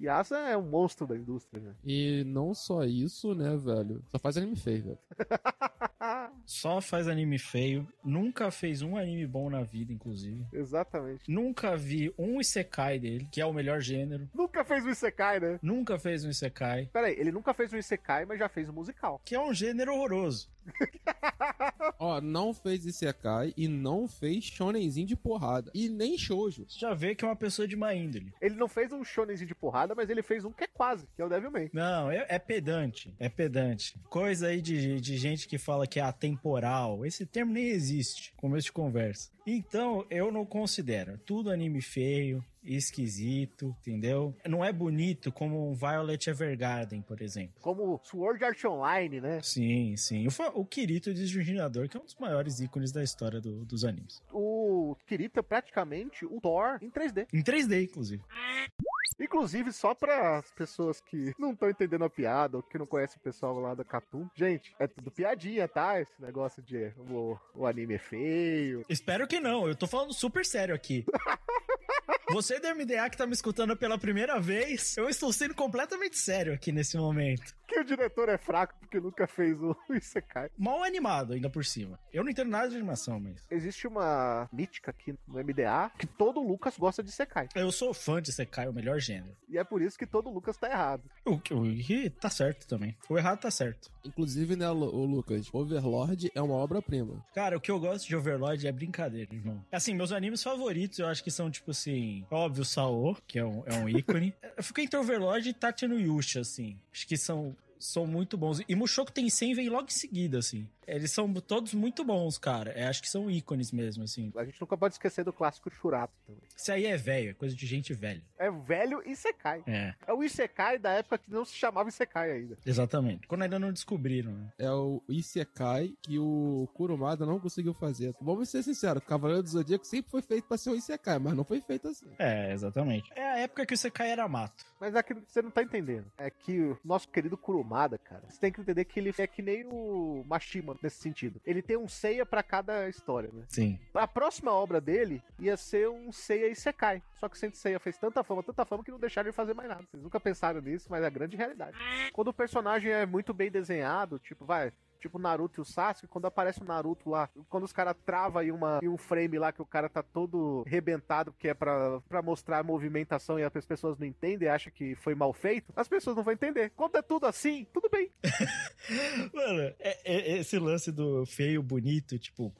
Speaker 1: Yasa é um monstro da indústria, né?
Speaker 20: E não só isso, né, velho? Só faz anime feio, velho.
Speaker 16: Só faz anime feio. Nunca fez um anime bom na vida, inclusive.
Speaker 1: Exatamente.
Speaker 16: Nunca vi um Isekai dele, que é o melhor gênero.
Speaker 1: Nunca fez um Isekai, né?
Speaker 16: Nunca fez um Isekai.
Speaker 1: Peraí, ele nunca fez um Isekai, mas já fez um musical.
Speaker 16: Que é um gênero horroroso.
Speaker 20: Ó, não fez Isekai e não fez shonenzinho de porrada. E nem shoujo.
Speaker 16: Já vê que é uma pessoa de má índole.
Speaker 1: Ele não fez um shonenzinho de porrada, mas ele fez um que é quase, que é o Devilman.
Speaker 16: Não, é, é pedante. É pedante. Coisa aí de, de gente que fala que é atemporal. Esse termo nem existe, começo de conversa. Então, eu não considero tudo anime feio, esquisito, entendeu? Não é bonito como um Violet Evergarden, por exemplo.
Speaker 3: Como Sword Art Online, né?
Speaker 16: Sim, sim. O, fa- o Kirito Desvirginador, que é um dos maiores ícones da história do- dos animes.
Speaker 3: O Kirito é praticamente o Thor em 3D.
Speaker 16: Em 3D, inclusive.
Speaker 1: Inclusive, só para as pessoas que não estão entendendo a piada ou que não conhecem o pessoal lá da Catum, gente, é tudo piadinha, tá? Esse negócio de o, o anime é feio.
Speaker 16: Espero que não, eu tô falando super sério aqui. Você do MDA que tá me escutando pela primeira vez, eu estou sendo completamente sério aqui nesse momento.
Speaker 1: Que o diretor é fraco porque nunca fez um, o Isekai.
Speaker 16: Mal animado, ainda por cima. Eu não entendo nada de animação, mas.
Speaker 1: Existe uma mítica aqui no MDA que todo Lucas gosta de Isekai.
Speaker 16: Eu sou fã de Isekai, o melhor gênero.
Speaker 1: E é por isso que todo Lucas tá errado.
Speaker 16: O que, o que tá certo também. O errado tá certo.
Speaker 13: Inclusive, né, Lu- ô Lucas, Overlord é uma obra-prima.
Speaker 16: Cara, o que eu gosto de Overlord é brincadeira, irmão. Assim, meus animes favoritos eu acho que são, tipo assim, óbvio, Saô, que é um, é um ícone. eu fico entre Overlord e Tati no Yusha, assim. Acho que são, são muito bons. E Mushoku Tensei vem logo em seguida, assim. Eles são todos muito bons, cara. É, acho que são ícones mesmo, assim.
Speaker 1: A gente nunca pode esquecer do clássico Shurato também.
Speaker 16: Isso aí é velho, é coisa de gente velha.
Speaker 1: É velho Isekai.
Speaker 16: É.
Speaker 1: É o Isekai da época que não se chamava Isekai ainda.
Speaker 16: Exatamente. Quando ainda não descobriram, né?
Speaker 13: É o Isekai que o Kurumada não conseguiu fazer. Vamos ser sinceros, Cavaleiro do Zodíaco sempre foi feito pra ser um Isekai, mas não foi feito assim.
Speaker 16: É, exatamente. É a época que o Isekai era mato.
Speaker 1: Mas aquilo que você não tá entendendo é que o nosso querido Kurumada, cara, você tem que entender que ele é que nem o Mashima nesse sentido. Ele tem um Seiya pra cada história, né?
Speaker 16: Sim.
Speaker 1: A próxima obra dele ia ser um Seiya Isekai. Só que o Saint Seiya fez tanta fama, tanta fama, que não deixaram ele fazer mais nada. Vocês nunca pensaram nisso, mas é a grande realidade. Quando o personagem é muito bem desenhado, tipo, vai... Tipo Naruto e o Sasuke, quando aparece o Naruto lá, quando os caras travam em, uma- em um frame lá que o cara tá todo rebentado, porque é pra, pra mostrar a movimentação e as pessoas não entendem, acham que foi mal feito, as pessoas não vão entender. Quando é tudo assim, tudo bem.
Speaker 16: Mano, é- é- esse lance do feio, bonito, tipo,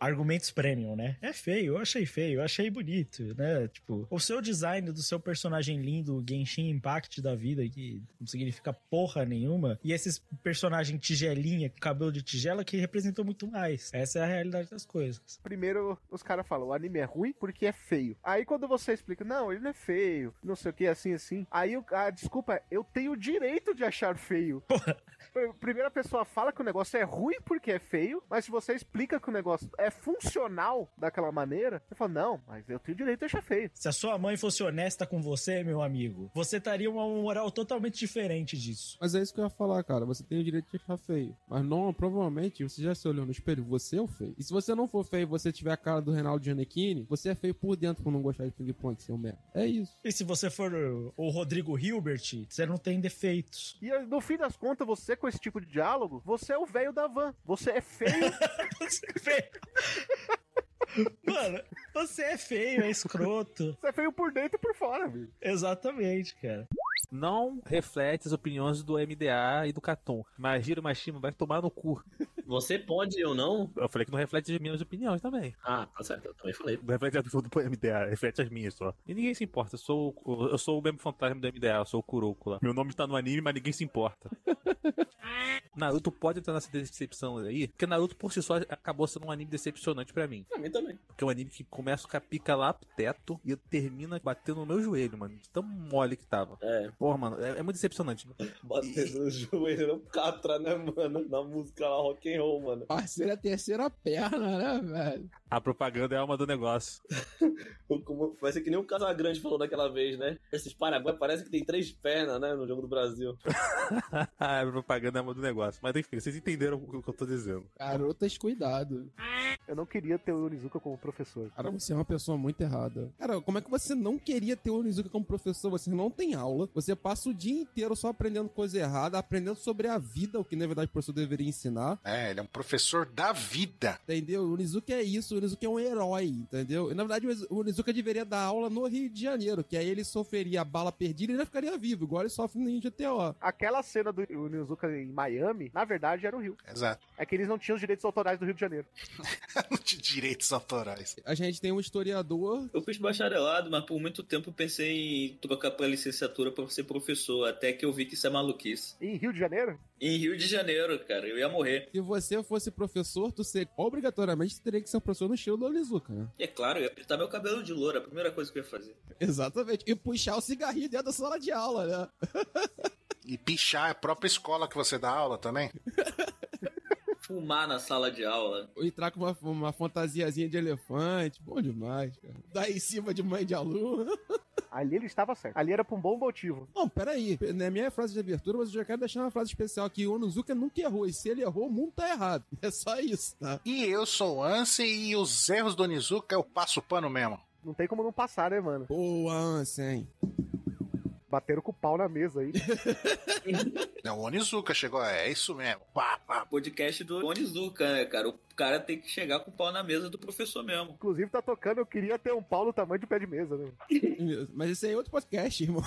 Speaker 16: argumentos premium, né? É feio, eu achei feio, eu achei bonito, né? Tipo, o seu design do seu personagem lindo, o Genshin Impact da vida, que não significa porra nenhuma, e esses personagem tigelinha, com cabelo de tigela, que representou muito mais. Essa é a realidade das coisas.
Speaker 1: Primeiro, os caras falam, o anime é ruim porque é feio. Aí quando você explica, não, ele não é feio, não sei o que, assim, assim. Aí o- a desculpa é, eu tenho o direito de achar feio. Pr- Primeiro a pessoa fala que o negócio é ruim porque é feio, mas se você explica que o negócio é funcional daquela maneira, você fala, não, mas eu tenho o direito de achar feio.
Speaker 16: Se a sua mãe fosse honesta com você, meu amigo, você estaria uma moral totalmente diferente disso.
Speaker 13: Mas é isso que eu ia falar, cara. Você tem o direito de achar feio. Mas não, provavelmente, você já se olhou no espelho, você é o feio. E se você não for feio e você tiver a cara do Reinaldo Giannichini, você é feio por dentro por não gostar de ping-pong, seu merda. É isso.
Speaker 16: E se você for o- o Rodrigo Hilbert, você não tem defeitos.
Speaker 1: E aí, no fim das contas, você com esse tipo de diálogo, você é o velho da van. Você é feio.
Speaker 16: Mano, você é feio, é escroto.
Speaker 1: Você é feio por dentro e por fora, velho.
Speaker 16: Exatamente, cara.
Speaker 21: Não reflete as opiniões do MDA e do Caton. Magiro Machima vai tomar no cu.
Speaker 4: Você pode ou não?
Speaker 21: Eu falei que não reflete as minhas opiniões também.
Speaker 4: Ah, tá certo, eu também falei.
Speaker 21: Não reflete a do do MDA, reflete as minhas só. E ninguém se importa, eu sou, o- eu sou o mesmo fantasma do MDA, eu sou o Kuroko lá. Meu nome está no anime, mas ninguém se importa. Naruto pode entrar nessa decepção aí, porque Naruto por si só acabou sendo um anime decepcionante pra mim.
Speaker 4: Pra mim também.
Speaker 21: Porque é um anime que começa com a pica lá pro teto e termina batendo no meu joelho, mano. De tão mole que tava.
Speaker 4: É.
Speaker 21: Porra, mano, é, é muito decepcionante.
Speaker 4: Batendo no joelho no catra, né, mano? Na música lá, rock and roll, mano.
Speaker 13: Parceiro é a terceira perna, né, velho?
Speaker 21: A propaganda é a alma do negócio.
Speaker 4: Como, vai ser que nem o Casagrande falou daquela vez, né? Esses Paraguai parecem que tem três pernas, né? No jogo do Brasil.
Speaker 21: a propaganda é a alma do negócio. Mas enfim, vocês entenderam o que eu tô dizendo.
Speaker 13: Garotas, cuidado.
Speaker 1: Eu não queria ter o Onizuka como professor.
Speaker 13: Cara, você é uma pessoa muito errada. Cara, como é que você não queria ter o Onizuka como professor? Você não tem aula, você passa o dia inteiro só aprendendo coisa errada, aprendendo sobre a vida, o que na verdade o professor deveria ensinar.
Speaker 17: É, ele é um professor da vida.
Speaker 13: Entendeu? O Onizuka é isso, o Onizuka é um herói, entendeu? E, na verdade, o Onizuka deveria dar aula no Rio de Janeiro, que aí ele sofreria a bala perdida e ainda ficaria vivo, igual ele sofre no GTO.
Speaker 1: Aquela cena do Onizuka em Miami, na verdade, era o Rio.
Speaker 17: Exato.
Speaker 1: É que eles não tinham os direitos autorais do Rio de Janeiro.
Speaker 17: De direitos autorais.
Speaker 13: A gente tem um historiador.
Speaker 22: Eu fiz bacharelado, mas por muito tempo eu pensei em trocar pra licenciatura pra ser professor, até que eu vi que isso é maluquice.
Speaker 1: Em Rio de Janeiro?
Speaker 22: Em Rio de Janeiro, cara, eu ia morrer.
Speaker 13: Se você fosse professor, tu ser, obrigatoriamente teria que ser um professor no estilo do Olizuka, né?
Speaker 12: E é claro, eu ia pintar meu cabelo de louro, a primeira coisa que eu ia fazer.
Speaker 13: Exatamente. E puxar o cigarrinho dentro da sala de aula, né?
Speaker 17: E pichar é a própria escola que você dá aula também?
Speaker 12: Fumar na sala de aula.
Speaker 13: Ou entrar com uma, uma fantasiazinha de elefante. Bom demais, cara. Dar em cima de mãe de aluno.
Speaker 1: Ali ele estava certo. Ali era por um bom motivo.
Speaker 13: Não, peraí. Não é minha frase de abertura, mas eu já quero deixar uma frase especial aqui. O Onuzuka nunca errou. E se ele errou, o mundo tá errado. É só isso, tá?
Speaker 17: E eu sou o Ansem e os erros do Onizuka eu passo o pano mesmo.
Speaker 1: Não tem como não passar, né, mano?
Speaker 13: Boa, Ansem.
Speaker 1: Bateram com o pau na mesa aí.
Speaker 17: É o Onizuka chegou, é isso mesmo. Pá, pá.
Speaker 12: Podcast do Onizuka, né, cara? O cara tem que chegar com o pau na mesa do professor mesmo.
Speaker 1: Inclusive, tá tocando, eu queria ter um pau no tamanho de pé de mesa, né?
Speaker 13: Mas esse aí é outro podcast, irmão.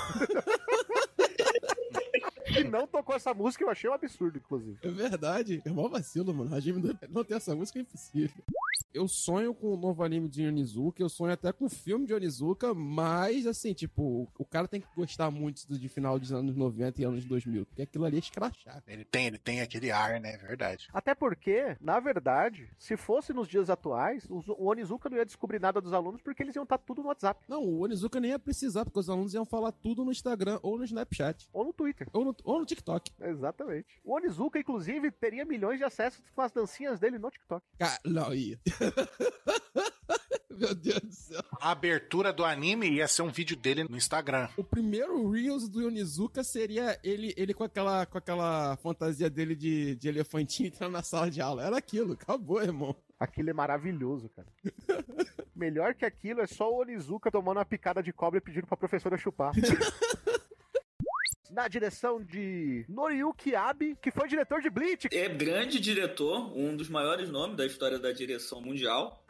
Speaker 1: E não tocou essa música, eu achei um absurdo, inclusive.
Speaker 13: É verdade. É mó vacilo, mano. Regime do... Não ter essa música é impossível. Eu sonho com o novo anime de Onizuka, eu sonho até com o filme de Onizuka, mas assim, tipo, o cara tem que gostar muito do- de final dos anos 90 e anos 2000, porque aquilo ali é escrachado.
Speaker 17: Ele tem, ele tem aquele ar, né? Verdade.
Speaker 1: Até porque, na verdade, se fosse nos dias atuais, o Zu- o Onizuka não ia descobrir nada dos alunos porque eles iam estar tudo no WhatsApp.
Speaker 13: Não, o Onizuka nem ia precisar, porque os alunos iam falar tudo no Instagram ou no Snapchat.
Speaker 1: Ou no Twitter.
Speaker 13: Ou no, ou no TikTok.
Speaker 1: Exatamente. O Onizuka, inclusive, teria milhões de acessos com as dancinhas dele no TikTok.
Speaker 13: Cara, não, ia. Meu Deus do céu.
Speaker 17: A abertura do anime ia ser um vídeo dele no Instagram.
Speaker 13: O primeiro Reels do Onizuka seria ele, ele com, aquela, com aquela fantasia dele de, de elefantinho entrando na sala de aula. Era aquilo, acabou, irmão.
Speaker 1: Aquilo é maravilhoso, cara. Melhor que aquilo é só o Onizuka tomando uma picada de cobra e pedindo pra professora chupar. Na direção de Noriyuki Abe, que foi diretor de Bleach.
Speaker 12: É grande diretor, um dos maiores nomes da história da direção mundial.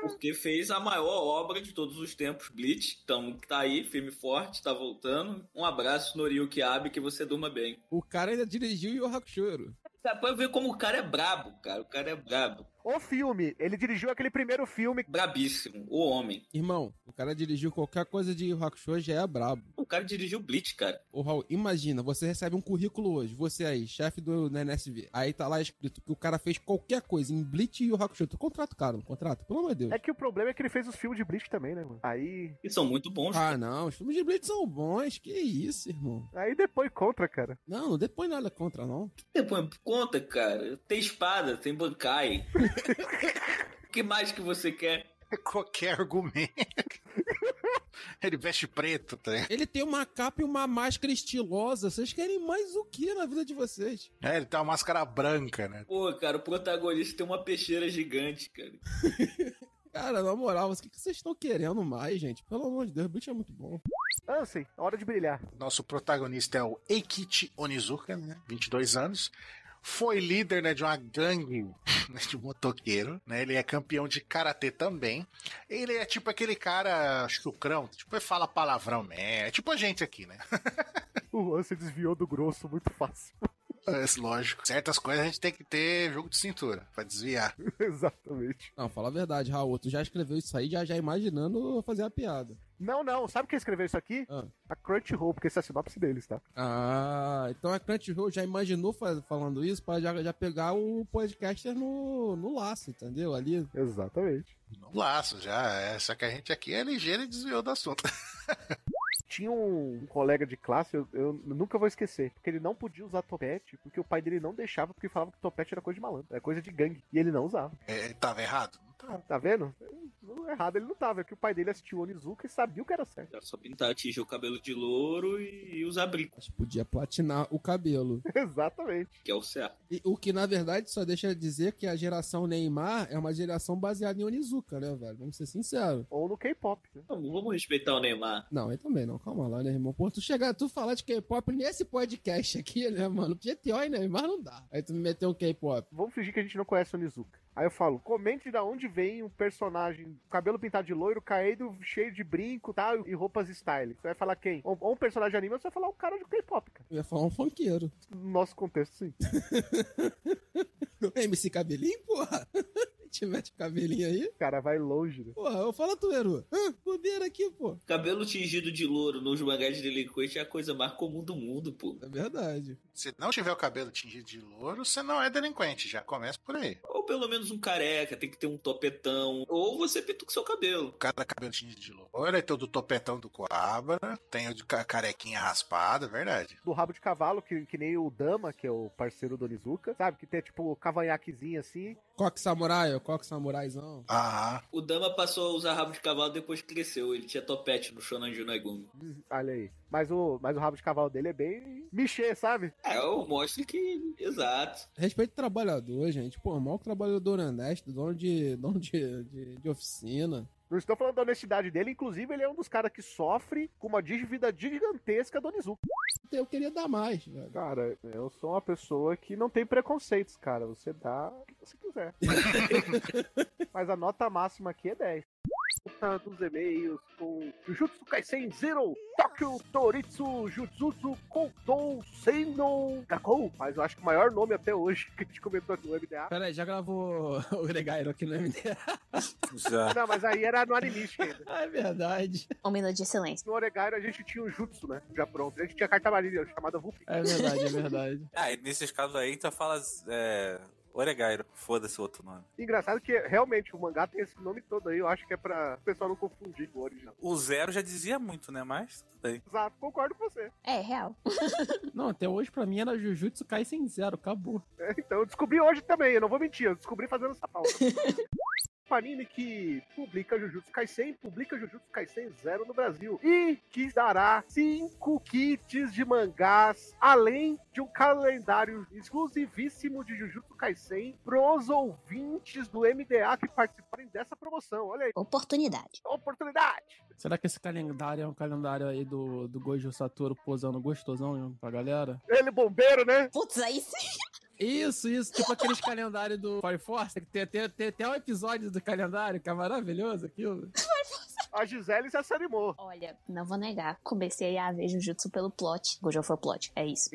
Speaker 12: Porque fez a maior obra de todos os tempos, Bleach. Então tá aí, filme forte, tá voltando. Um abraço, Noriyuki Abe, que você durma bem.
Speaker 13: O cara ainda dirigiu Yu Hakusho.
Speaker 12: Dá pra ver como o cara é brabo, cara. O cara é brabo.
Speaker 1: O filme, ele dirigiu aquele primeiro filme.
Speaker 12: Brabíssimo, o homem.
Speaker 13: Irmão, o cara dirigiu qualquer coisa de Yu Hakusho já é brabo.
Speaker 12: O cara dirigiu Bleach, cara.
Speaker 13: Ô, Raul, imagina, você recebe um currículo hoje, você aí, chefe do na NSV. Aí tá lá escrito que o cara fez qualquer coisa em Bleach e Yu Hakusho. Tu contrata o cara, não contrata? Pelo amor de Deus.
Speaker 1: É que o problema é que ele fez os filmes de Bleach também, né, mano? Aí.
Speaker 12: E são muito bons.
Speaker 13: Ah, não, os filmes de Bleach são bons, que isso, irmão.
Speaker 1: Aí depois contra, cara.
Speaker 13: Não, não depois nada contra, não.
Speaker 12: Depois conta, cara. Tem espada, tem bancai. O que mais que você quer?
Speaker 17: Qualquer argumento. Ele veste preto, tá? ligado?
Speaker 13: Ele tem uma capa e uma máscara estilosa. Vocês querem mais o que na vida de vocês?
Speaker 17: É, ele tem uma máscara branca, né?
Speaker 12: Pô, cara, o protagonista tem uma peixeira gigante, cara.
Speaker 13: Cara, na moral, mas o que que vocês estão querendo mais, gente? Pelo amor de Deus, Bleach é muito bom.
Speaker 1: Ansem, Ah, hora de brilhar.
Speaker 17: Nosso protagonista é o Eikichi Onizuka, né? 22 anos. Foi líder né, de uma gangue né, de motoqueiro, né? Ele é campeão de karatê também. Ele é tipo aquele cara chucrão, tipo, ele fala palavrão mesmo. É tipo a gente aqui, né?
Speaker 1: O Ansem desviou do grosso muito fácil.
Speaker 17: É, lógico. Certas coisas a gente tem que ter jogo de cintura pra desviar.
Speaker 1: Exatamente.
Speaker 13: Não, fala a verdade, Raul. Tu já escreveu isso aí, já, já imaginando fazer a piada.
Speaker 1: Não, não. Sabe quem escreveu isso aqui? A Crunchyroll, porque essa é a sinopse deles, tá?
Speaker 13: Ah, então a Crunchyroll já imaginou fa- falando isso pra já, já pegar o podcaster no, no laço, entendeu? Ali.
Speaker 1: Exatamente.
Speaker 17: Um laço já, é. Só que a gente aqui é ligeiro e desviou do assunto.
Speaker 1: Tinha um colega de classe, eu, eu nunca vou esquecer, porque ele não podia usar topete, porque o pai dele não deixava, porque falava que topete era coisa de malandro, era coisa de gangue, e ele não usava.
Speaker 17: É, ele tava errado?
Speaker 1: Tá, tá vendo? Não, errado ele não tava, é que o pai dele assistiu Onizuka e sabia o que era certo.
Speaker 12: Era só pintar, atingir o cabelo de louro e e usar brico,
Speaker 13: Podia platinar o cabelo.
Speaker 1: Exatamente.
Speaker 12: que é o certo.
Speaker 13: E o que, na verdade, só deixa dizer que a geração Neymar é uma geração baseada em Onizuka, né, velho? Vamos ser sinceros.
Speaker 1: Ou no K-pop, né?
Speaker 12: Não, vamos respeitar o Neymar.
Speaker 13: Não, eu também não. Calma lá, né, irmão? Pô, tu chegar, tu falar de K-pop nesse podcast aqui, né, mano? GTO e Neymar não dá. Aí tu me meteu um K-pop.
Speaker 1: Vamos fingir que a gente não conhece Onizuka. Aí eu falo, comente de onde vem um personagem, cabelo pintado de loiro, caído, cheio de brinco tal, e roupas style. Você vai falar quem? Ou, ou um personagem de anime, ou você vai falar o cara de K-pop, cara.
Speaker 13: Eu ia falar um funkeiro.
Speaker 1: No nosso contexto, sim.
Speaker 13: MC Cabelinho, porra. te mete o cabelinho aí.
Speaker 1: O cara vai longe, né?
Speaker 13: Porra, eu falo tu, Eru. Hã? Bobeira aqui, pô.
Speaker 12: Cabelo tingido de louro nos mangás de delinquente é a coisa mais comum do mundo, pô.
Speaker 13: É verdade.
Speaker 17: Se não tiver o cabelo tingido de louro, você não é delinquente. Já começa por aí.
Speaker 12: Ou pelo menos um careca, tem que ter um topetão. Ou você pinta com seu cabelo.
Speaker 17: Cada cabelo tingido de louro, aí tem o do topetão do Coabra, tem o de ca- carequinha raspada, é verdade.
Speaker 1: Do rabo de cavalo, que, que nem o Dama, que é o parceiro do Onizuka, sabe? Que tem tipo o cavanhaquezinho assim.
Speaker 13: Coque samurai, ó. Coque samuraizão.
Speaker 17: Ah.
Speaker 12: O Dama passou a usar rabo de cavalo depois que cresceu. Ele tinha topete no Shonan Junaigumi.
Speaker 1: Olha aí. Mas o, mas o rabo de cavalo dele é bem mexer, sabe?
Speaker 12: É, eu mostro que. Exato.
Speaker 13: Respeito ao trabalhador, gente. Pô, mal que trabalhador honesto, dono de, dono de, de, de oficina.
Speaker 1: Não estou falando da honestidade dele, inclusive ele é um dos caras que sofre com uma dívida gigantesca do Onizuka.
Speaker 13: Eu queria dar mais, velho.
Speaker 1: Cara, eu sou uma pessoa que não tem preconceitos, cara. Você dá o que você quiser. Mas a nota máxima aqui é 10. Volta dos e-mails com Jujutsu Kaisen Zero, Tokyo Toritsu Jujutsu Koutou Seino Gakou. Mas eu acho que o maior nome até hoje que a gente comentou aqui no MDA.
Speaker 13: Pera aí, já gravou o Gregairo aqui no MDA?
Speaker 1: Não, mas aí era no Animistic ainda.
Speaker 13: é verdade.
Speaker 7: Um minuto de silêncio.
Speaker 1: No Oregairo a gente tinha o Jutsu, né? Já pronto. A gente tinha a carta marinha chamada Vulpix.
Speaker 13: É verdade, é verdade.
Speaker 5: Ah, e nesses casos aí, tu fala. É, Oregairo, foda-se o outro nome.
Speaker 1: Engraçado que realmente o mangá tem esse nome todo aí, eu acho que é pra o pessoal não confundir com o original.
Speaker 5: O Zero já dizia muito, né? Mas tudo bem.
Speaker 1: Exato, Ah, concordo com você.
Speaker 7: É, real.
Speaker 13: Não, até hoje pra mim era Jujutsu Kaisen Zero, acabou.
Speaker 1: É, então eu descobri hoje também, eu não vou mentir, eu descobri fazendo essa pauta. Panini que publica Jujutsu Kaisen, publica Jujutsu Kaisen Zero no Brasil. E que dará cinco kits de mangás, além de um calendário exclusivíssimo de Jujutsu Kaisen pros ouvintes do MDA que participarem dessa promoção. Olha aí.
Speaker 7: Oportunidade.
Speaker 1: Oportunidade.
Speaker 13: Será que esse calendário é um calendário aí do, do Gojo Satoru posando gostosão pra galera?
Speaker 1: Ele bombeiro, né?
Speaker 7: Putz, aí sim.
Speaker 13: Isso, isso, tipo aqueles calendários do Fire Force, que tem, tem, tem até um episódio do calendário, que é maravilhoso aquilo.
Speaker 1: A Gisele já se animou.
Speaker 7: Olha, É, não vou negar. Comecei a ver Jujutsu pelo plot. Gojo for plot. É isso.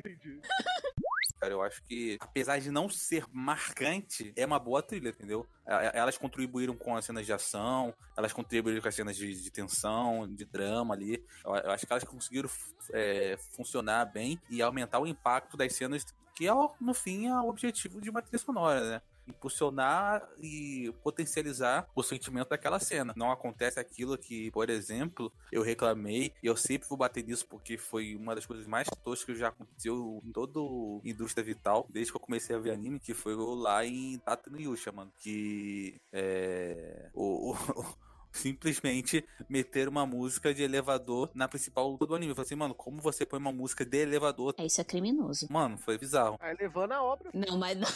Speaker 5: Cara, eu acho que, apesar de não ser marcante, é uma boa trilha, entendeu? E- Elas contribuíram com as cenas de ação, elas contribuíram com as cenas de, de tensão, de drama ali. Eu, eu acho que elas conseguiram é, funcionar bem e aumentar o impacto das cenas, que é, o- no fim, é o objetivo de uma trilha sonora, né? impulsionar e potencializar o sentimento daquela cena. Não acontece aquilo que, por exemplo, eu reclamei, e eu sempre vou bater nisso porque foi uma das coisas mais toscas que já aconteceu em toda a indústria vital, desde que eu comecei a ver anime, que foi lá em Tata no Yusha, mano. Que é. O. o- Simplesmente meter uma música de elevador na principal do anime. Eu falei assim, mano, como você põe uma música de elevador?
Speaker 7: É, isso é criminoso.
Speaker 5: Mano, foi bizarro.
Speaker 1: Aí levando a obra.
Speaker 7: Não, mas não.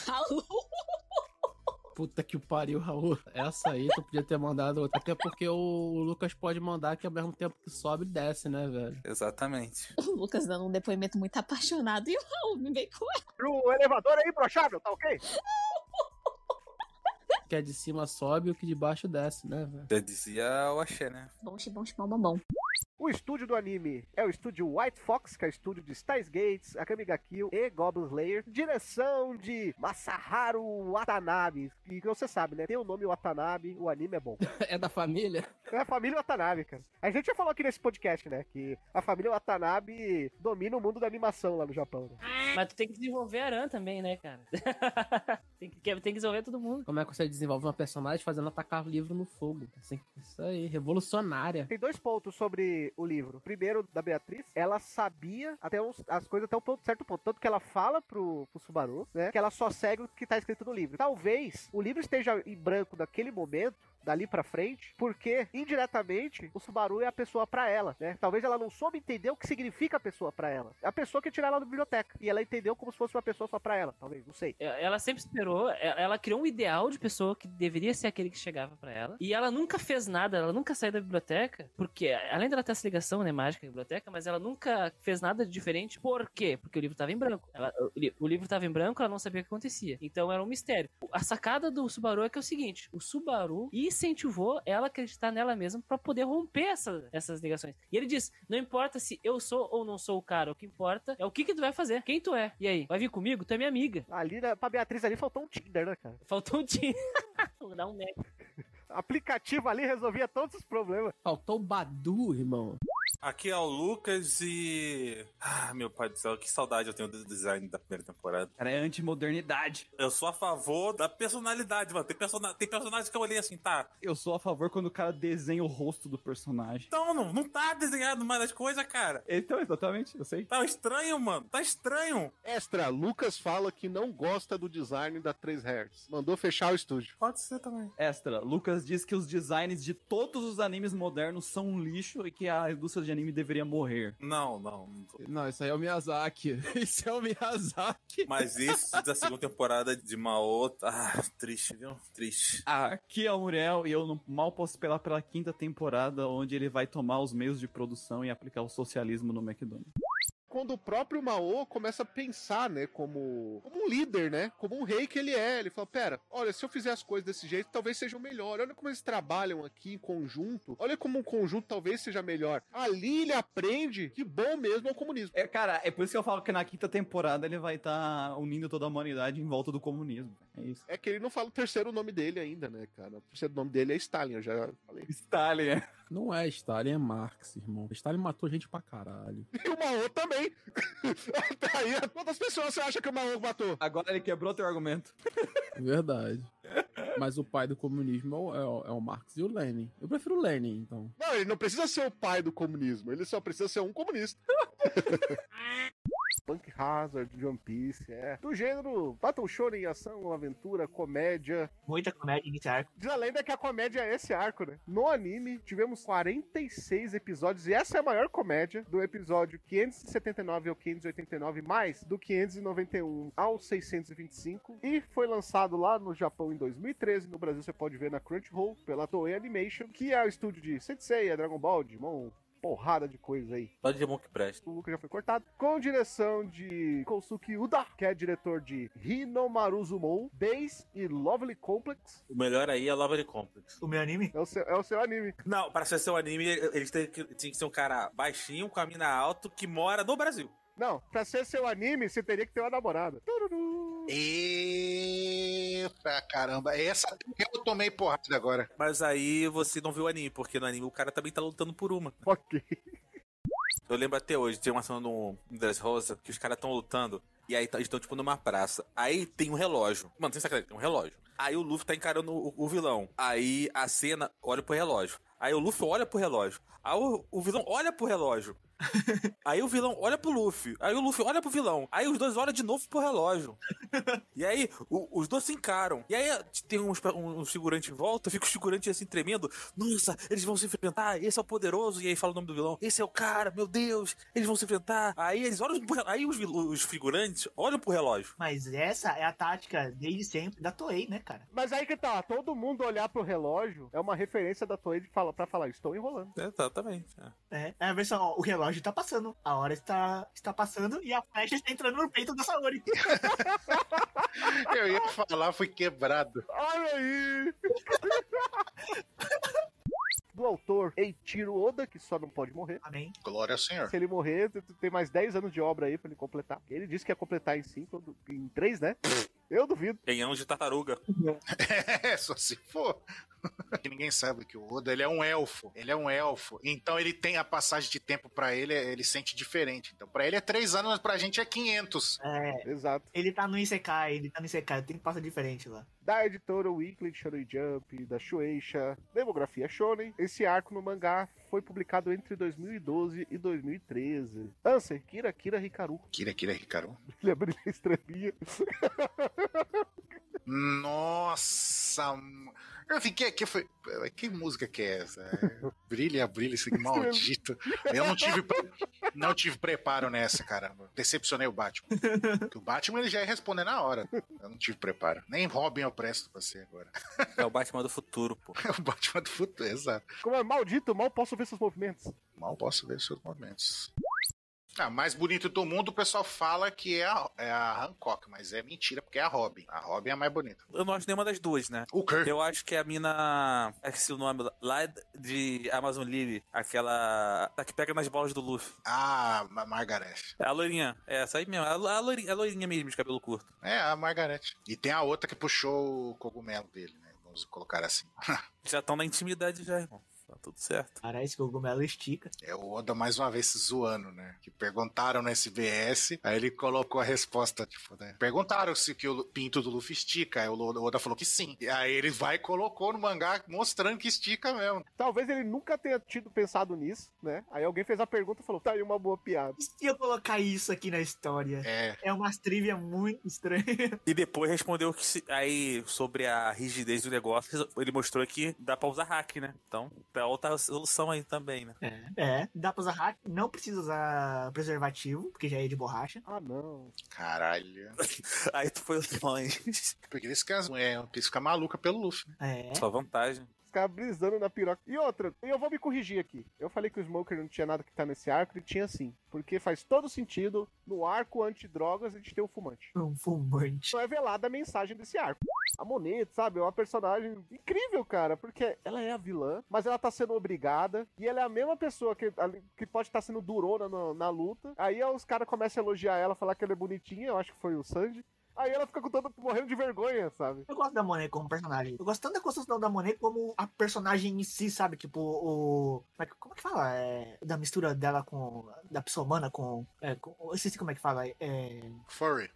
Speaker 13: Puta que pariu, Raul. Essa aí tu podia ter mandado outra. Até porque o Lucas pode mandar que ao mesmo tempo que sobe, desce, né, velho?
Speaker 5: Exatamente.
Speaker 7: O Lucas dando um depoimento muito apaixonado e o Raul me veio com ela.
Speaker 1: O elevador aí, brochável, tá ok?
Speaker 13: O que é de cima sobe, o que de baixo desce, né, velho?
Speaker 5: Já dizia o Axé, né?
Speaker 7: Bom, bom, bom, bom, bom.
Speaker 1: O estúdio do anime é o estúdio White Fox, que é o estúdio de Styles Gates, Akami ga Kill e Goblin Slayer. Direção de Masaharu Watanabe. E que você sabe, né? Tem o nome Watanabe, o anime é bom.
Speaker 13: É da família?
Speaker 1: É a família Watanabe, cara. A gente já falou aqui nesse podcast, né? Que a família Watanabe domina o mundo da animação lá no Japão. Né?
Speaker 23: Mas tu tem que desenvolver Aran também, né, cara? tem, que, tem que desenvolver todo mundo.
Speaker 13: Como é que você desenvolve uma personagem fazendo atacar livro no fogo? Assim, isso aí, revolucionária.
Speaker 1: Tem dois pontos sobre o livro. Primeiro, da Beatriz, ela sabia até uns- as coisas até um ponto- certo ponto. Tanto que ela fala pro, pro Subaru, né? Que ela só segue o que tá escrito no livro. Talvez o livro esteja em branco naquele momento. Dali pra frente, porque indiretamente o Subaru é a pessoa pra ela, né? Talvez ela não soube entender o que significa a pessoa pra ela. É A pessoa que tirar ela da biblioteca. E ela entendeu como se fosse uma pessoa só pra ela, talvez, não sei.
Speaker 23: E- Ela sempre esperou, e- ela criou um ideal de pessoa que deveria ser aquele que chegava pra ela. E ela nunca fez nada, ela nunca saiu da biblioteca, porque além dela ter essa ligação, né, mágica com a biblioteca, mas ela nunca fez nada de diferente. Por quê? Porque o livro tava em branco. Ela- o, li- o livro tava em branco, ela não sabia o que acontecia. Então era um mistério. A sacada do Subaru é que é o seguinte: o Subaru incentivou ela a acreditar nela mesma pra poder romper essa- essas ligações. E ele diz: não importa se eu sou ou não sou o cara, o que importa é o que, que tu vai fazer, quem tu é. E aí, vai vir comigo? Tu é minha amiga.
Speaker 1: Ali, né, pra Beatriz ali faltou um Tinder, né, cara?
Speaker 23: Faltou um Tinder.
Speaker 2: Dá um mega.
Speaker 8: Aplicativo ali resolvia todos os problemas.
Speaker 24: Faltou o Badu, irmão.
Speaker 5: Aqui é o Lucas e. Ah, meu pai do céu, que saudade eu tenho do design da primeira temporada.
Speaker 19: Cara, é antimodernidade.
Speaker 5: Eu sou a favor da personalidade, mano. Tem, persona... Tem personagem que eu olhei assim, tá.
Speaker 19: Eu sou a favor quando o cara desenha o rosto do personagem.
Speaker 5: Então, não, não tá desenhado mais as coisas, cara.
Speaker 19: Então, exatamente, eu sei.
Speaker 5: Tá estranho, mano. Tá estranho.
Speaker 1: Extra, Lucas fala que não gosta do design da 3 Hertz. Mandou fechar o estúdio.
Speaker 5: Pode ser também.
Speaker 19: Extra, Lucas diz que os designs de todos os animes modernos são um lixo e que a indústria de anime deveria morrer.
Speaker 5: Não, não. não tô.
Speaker 24: Não, isso aí é o Miyazaki. Isso é o Miyazaki.
Speaker 5: Mas esse da segunda temporada de Mao. Ah, triste, viu? Triste.
Speaker 19: Aqui é o Muriel e eu não- mal posso esperar pela quinta temporada, onde ele vai tomar os meios de produção e aplicar o socialismo no McDonald's.
Speaker 1: Quando o próprio Mao começa a pensar, né, como, como um líder, né, como um rei que ele é, ele fala, pera, olha, se eu fizer as coisas desse jeito, talvez seja o melhor, olha como eles trabalham aqui em conjunto, olha como um conjunto talvez seja melhor. Ali ele aprende que bom mesmo é o comunismo.
Speaker 19: É, cara, é por isso que eu falo que na quinta temporada ele vai estar unindo toda a humanidade em volta do comunismo. É isso.
Speaker 1: É que ele não fala o terceiro nome dele ainda, né, cara, o terceiro nome dele é Stalin, eu já falei.
Speaker 19: Stalin, é.
Speaker 13: Não é Stalin, é Marx, irmão. Stalin matou gente pra caralho.
Speaker 1: E o Mao também. tá aí, quantas pessoas você acha que o Mao matou?
Speaker 19: Agora ele quebrou teu argumento.
Speaker 13: É Verdade. Mas o pai do comunismo é o, é o- é o Marx e o Lenin. Eu prefiro o Lenin, então.
Speaker 1: Não, ele não precisa ser o pai do comunismo, ele só precisa ser um comunista.
Speaker 8: Punk Hazard, de One Piece, é. Do gênero Battle Shonen, ação, aventura, comédia.
Speaker 3: Muita comédia nesse arco.
Speaker 8: Diz a lenda que a comédia é esse arco, né? No anime, tivemos 46 episódios, e essa é a maior comédia, do episódio 579 ao 589, mais do 591 ao 625, e foi lançado lá no Japão em 2013, no Brasil você pode ver na Crunchyroll, pela Toei Animation, que é o estúdio de Sensei, Dragon Ball, Digimon, porrada de coisa aí.
Speaker 5: Só Digimon que presta.
Speaker 8: O Lucas já foi cortado. Com direção de Kosuke Uda, que é diretor de Hinomaru Zumou, Days e Lovely Complex.
Speaker 5: O melhor aí é Lava de Complex.
Speaker 8: O meu anime? É o seu, é o seu anime.
Speaker 5: Não, pra ser seu anime, eles têm que, tinha que ser um cara baixinho, com a mina alto, que mora no Brasil.
Speaker 8: Não, pra ser seu anime, você teria que ter uma namorada. Então,
Speaker 17: Eita, Ah, caramba. Essa eu tomei porrada agora.
Speaker 5: Mas aí você não viu o anime, porque no anime o cara também tá lutando por uma.
Speaker 8: Ok.
Speaker 5: Eu lembro até hoje, tem uma cena no Dress Rosa que os caras estão lutando. E aí tá- eles estão, tipo, numa praça. Aí tem um relógio. Mano, tem sacanagem, tem um relógio. Aí o Luffy tá encarando o, o vilão. Aí a cena olha pro relógio. Aí o Luffy olha pro relógio. Aí o, o vilão olha pro relógio. Aí o vilão olha pro Luffy. Aí o Luffy olha pro vilão. Aí os dois olham de novo pro relógio. E aí o- os dois se encaram. E aí tem uns, um, um figurante em volta. Fica o figurante assim tremendo. Nossa, eles vão se enfrentar. Esse é o poderoso. E aí fala o nome do vilão. Esse é o cara, meu Deus. Eles vão se enfrentar. Aí eles olham pro, Aí os, vil- os figurantes olham pro relógio.
Speaker 3: Mas essa é a tática desde sempre da Toei, né, cara?
Speaker 8: Mas aí que tá, todo mundo olhar pro relógio é uma referência da Toei de fala, pra falar, estou enrolando.
Speaker 5: Exatamente. É.
Speaker 3: É, é a versão, ó, o relógio tá passando, a hora está, está passando e a flecha está entrando no peito da Saori.
Speaker 17: Eu ia falar, fui quebrado.
Speaker 8: Olha aí! Do autor Eiichiro Oda, que só não pode morrer.
Speaker 3: Amém.
Speaker 17: Glória ao Senhor.
Speaker 8: Se ele morrer, tu- tu tem mais 10 anos de obra aí pra ele completar. Ele disse que ia completar em 5, em 3, né? Eu duvido.
Speaker 5: Em anos de tartaruga.
Speaker 17: É, só se for. Que ninguém sabe que o Oda ele é um elfo. Ele é um elfo. Então ele tem a passagem de tempo pra ele, ele sente diferente. Então pra ele é três anos, mas pra gente é 500.
Speaker 3: É.
Speaker 8: Exato.
Speaker 3: Ele tá no Isekai, ele tá no Isekai, tem que passar diferente lá.
Speaker 8: Da editora Weekly Shonen Jump, da Shueisha, Demografia Shonen. Esse arco no mangá foi publicado entre 2012 e 2013. Ansem, Kira Kira Hikaru.
Speaker 17: Kira Kira Hikaru.
Speaker 8: Ele abriu a estrelinha.
Speaker 17: Nossa! m- Eu fiquei aqui, foi. Que música que é essa? É, Brilha, brilha, esse maldito. Eu não tive, pre- não tive preparo nessa, caramba. Decepcionei o Batman. Porque o Batman ele já ia responder na hora. Eu não tive preparo. Nem Robin eu presto pra você agora.
Speaker 5: É o Batman do futuro, pô.
Speaker 17: É o Batman do futuro, exato.
Speaker 8: Como é maldito, mal posso ver seus movimentos.
Speaker 17: Mal posso ver seus momentos. A Ah, mais bonita do mundo, o pessoal fala que é a, é a Hancock, mas é mentira, porque é a Robin. A Robin é a mais bonita.
Speaker 5: Eu não acho nenhuma das duas, né?
Speaker 17: O quê?
Speaker 5: Eu acho que a mina. Esqueci o nome lá de Amazon Lily. Aquela. A que pega nas bolas do Luffy.
Speaker 17: Ah, Ma- Margaret.
Speaker 5: É a loirinha. É essa aí mesmo. A, a, loirinha, a loirinha mesmo de cabelo curto.
Speaker 17: É, a Margaret. E tem a outra que puxou o cogumelo dele, né? Não vamos colocar assim.
Speaker 5: Já estão na intimidade já, irmão. Tá tudo certo.
Speaker 3: é
Speaker 17: Parece que o cogumelo estica. É o Oda mais uma vez se zoando, né? Que perguntaram no SBS, aí ele colocou a resposta, tipo, né? Perguntaram se que o pinto do Luffy estica, aí o Oda falou que sim. E aí ele vai e colocou no mangá mostrando que estica mesmo.
Speaker 1: Talvez ele nunca tenha tido pensado nisso, né? Aí alguém fez a pergunta e falou: tá aí uma boa piada.
Speaker 3: E se eu colocar isso aqui na história?
Speaker 17: É.
Speaker 3: É uma trivia muito estranha.
Speaker 5: E depois respondeu que se- aí sobre a rigidez do negócio, ele mostrou que dá pra usar hack, né? Então, tá outra solução aí também, né?
Speaker 3: É, dá pra usar hack, não precisa usar preservativo, porque já é de borracha.
Speaker 1: Ah, não.
Speaker 17: Caralho.
Speaker 5: aí tu foi longe.
Speaker 17: Porque esse caso é, o Piece fica maluca pelo Luffy,
Speaker 3: né?
Speaker 5: Só vantagem.
Speaker 1: Os caras brisando na piroca. E outra, eu vou me corrigir aqui. Eu falei que o Smoker não tinha nada que tá nesse arco, ele tinha sim. Porque faz todo sentido, no arco antidrogas a gente tem um fumante.
Speaker 3: Um fumante.
Speaker 1: Não é velada a mensagem desse arco. A Monete, sabe? É uma personagem incrível, cara, porque ela é a vilã, mas ela tá sendo obrigada, e ela é a mesma pessoa que, ali- que pode estar sendo durona na, na luta. Aí os caras começam a elogiar ela, falar que ela é bonitinha, eu acho que foi o Sanji. Aí ela fica tá com todo morrendo de vergonha, sabe?
Speaker 3: Eu gosto da Monet como personagem. Eu gosto tanto da construção da Monet como a personagem em si, sabe? Tipo, o. Como é que, como é que fala? É, da mistura dela com. Da pessoa humana com. É, com eu esqueci como é que fala. É...
Speaker 17: Furry.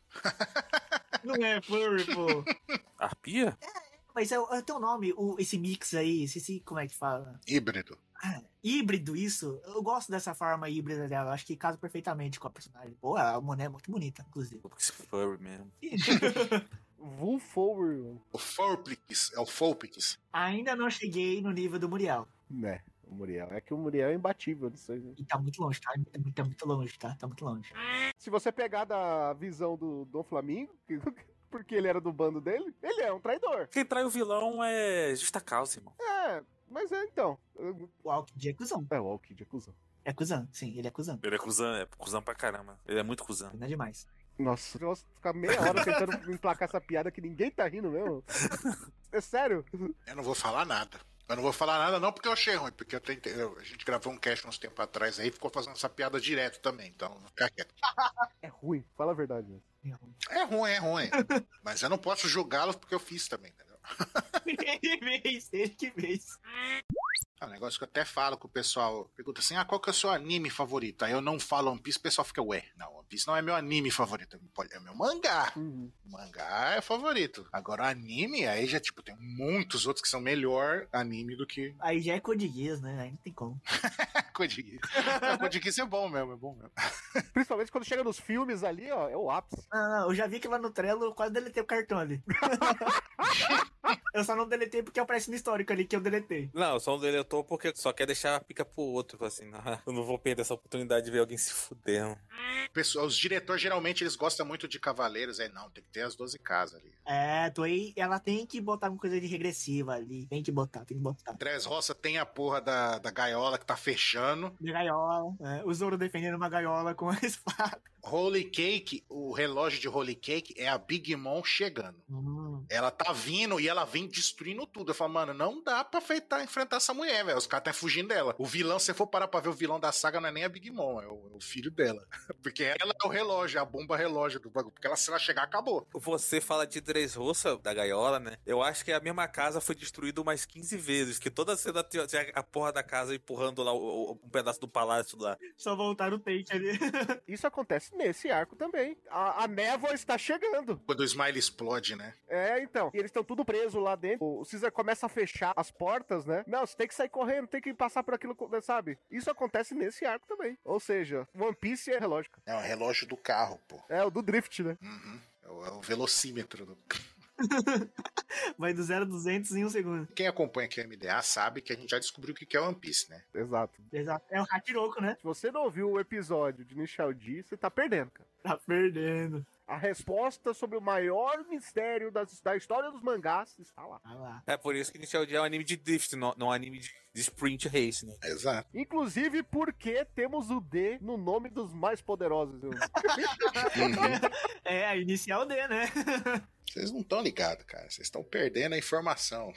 Speaker 3: Não é furry, pô.
Speaker 5: Arpia?
Speaker 3: Mas é, o- é o teu nome, o, esse mix aí, esse, esse- como é que fala? Ah,
Speaker 17: Híbrido.
Speaker 3: Híbrido, isso. Eu gosto dessa forma híbrida dela. Acho que casa perfeitamente com a personagem. Pô, a Monet é muito bonita, inclusive.
Speaker 5: Furry mesmo.
Speaker 1: Voo forward.
Speaker 17: O Furpix, é o Fulpix.
Speaker 3: Ainda não cheguei no nível do Muriel.
Speaker 1: Né, o Muriel. É que o Muriel é imbatível nisso aí. Né?
Speaker 3: E tá muito longe, tá? Tá muito- tá muito longe, tá? Tá muito longe.
Speaker 1: Se você pegar da visão do Dom Flamingo, que- porque ele era do bando dele, ele é um traidor.
Speaker 5: Quem trai o vilão é justa causa, irmão.
Speaker 1: É, mas é então.
Speaker 3: O Alkid é cuzão.
Speaker 1: É, o Alkid é cuzão.
Speaker 3: É cuzão, sim, ele é cuzão.
Speaker 5: Ele é cuzão, é cuzão pra caramba. Ele é muito cuzão.
Speaker 3: Não é demais.
Speaker 1: Nossa, eu posso ficar meia hora tentando emplacar essa piada que ninguém tá rindo mesmo. É sério?
Speaker 17: Eu não vou falar nada. Eu não vou falar nada não porque eu achei ruim, porque eu tentei, eu- a gente gravou um cast uns tempos atrás aí e ficou fazendo essa piada direto também, então vou ficar quieto.
Speaker 1: É ruim, fala a verdade. né?
Speaker 17: É ruim, é ruim. Mas eu não posso julgá-los porque eu fiz também, entendeu?
Speaker 3: ele fez, ele que fez.
Speaker 17: É um negócio que eu até falo com o pessoal. Pergunta assim: ah, qual que é o seu anime favorito? Aí eu não falo One Piece, o pessoal fica, ué, não, One Piece não é meu anime favorito. Pode- É meu mangá.
Speaker 3: Uhum.
Speaker 17: Mangá é favorito. Agora, anime, aí já, tipo, tem muitos outros que são melhor anime do que
Speaker 3: Aí já é codiguês, né? Aí não tem como.
Speaker 17: Code Geass. Não, Code Geass é bom mesmo, é bom mesmo.
Speaker 1: Principalmente quando chega nos filmes ali, ó, é o ápice.
Speaker 3: Não, Ah, não, eu já vi que lá no Trello eu quase deletei o cartão ali. eu só não deletei porque aparece no histórico ali que eu deletei.
Speaker 5: Não, só não deletou é porque só quer deixar a pica pro outro. Fala Assim, não, eu não vou perder essa oportunidade de ver alguém se fuder. mano.
Speaker 17: Pessoal, os diretores geralmente eles gostam muito de cavaleiros, aí não, tem que ter as 12 casas ali.
Speaker 3: É, tô aí, ela tem que botar alguma coisa de regressiva ali. Tem que botar, tem que botar.
Speaker 17: Andrés Roça tem a porra da, da gaiola que tá fechando.
Speaker 3: De gaiola, é, o Zoro defendendo uma gaiola com a espada.
Speaker 17: Holy Cake, o relógio de Holy Cake é a Big Mom chegando.
Speaker 1: Hum.
Speaker 17: Ela tá vindo e ela vem destruindo tudo. Eu falo, mano, não dá pra feitar, enfrentar essa mulher, velho. Os caras tá fugindo dela. O vilão, se você for parar pra ver o vilão da saga, não é nem a Big Mom, é o, é o filho dela. Porque ela é o relógio, é a bomba relógio do bagulho. Porque ela, se ela chegar, acabou.
Speaker 5: Você fala de Dres Roça, da gaiola, né? Eu acho que a mesma casa foi destruída umas 15 vezes. Que toda cena tinha tinha a porra da casa empurrando lá o- o- um pedaço do palácio lá.
Speaker 3: Só voltaram o Tate ali.
Speaker 1: Isso acontece nesse arco também. A, a névoa está chegando.
Speaker 17: Quando o Smile explode, né?
Speaker 1: É, então. E eles estão tudo preso lá dentro. O Caesar começa a fechar as portas, né? Não, você tem que sair correndo, tem que passar por aquilo, sabe? Isso acontece nesse arco também. Ou seja, One Piece é relógio.
Speaker 17: É o relógio do carro, pô.
Speaker 1: É, o do Drift, né?
Speaker 17: É o, é o velocímetro do
Speaker 3: Vai do 0 a 200 em um segundo.
Speaker 17: Quem acompanha aqui o MDA sabe que a gente já descobriu o que que é One Piece, né?
Speaker 1: Exato.
Speaker 3: Exato. É o Hatiroko, né?
Speaker 1: Se você não ouviu o episódio de Nishal D, você tá perdendo, cara.
Speaker 3: Tá perdendo.
Speaker 1: A resposta sobre o maior mistério das- da história dos mangás está lá.
Speaker 3: Tá
Speaker 5: É por isso que Initial D é um anime de drift, não, não um anime de, de sprint race, né?
Speaker 17: Exato.
Speaker 1: Inclusive porque temos o D no nome dos mais poderosos. viu?
Speaker 17: Uhum.
Speaker 3: É, a inicial D, né?
Speaker 17: Vocês não estão ligados, cara. Vocês estão perdendo a informação.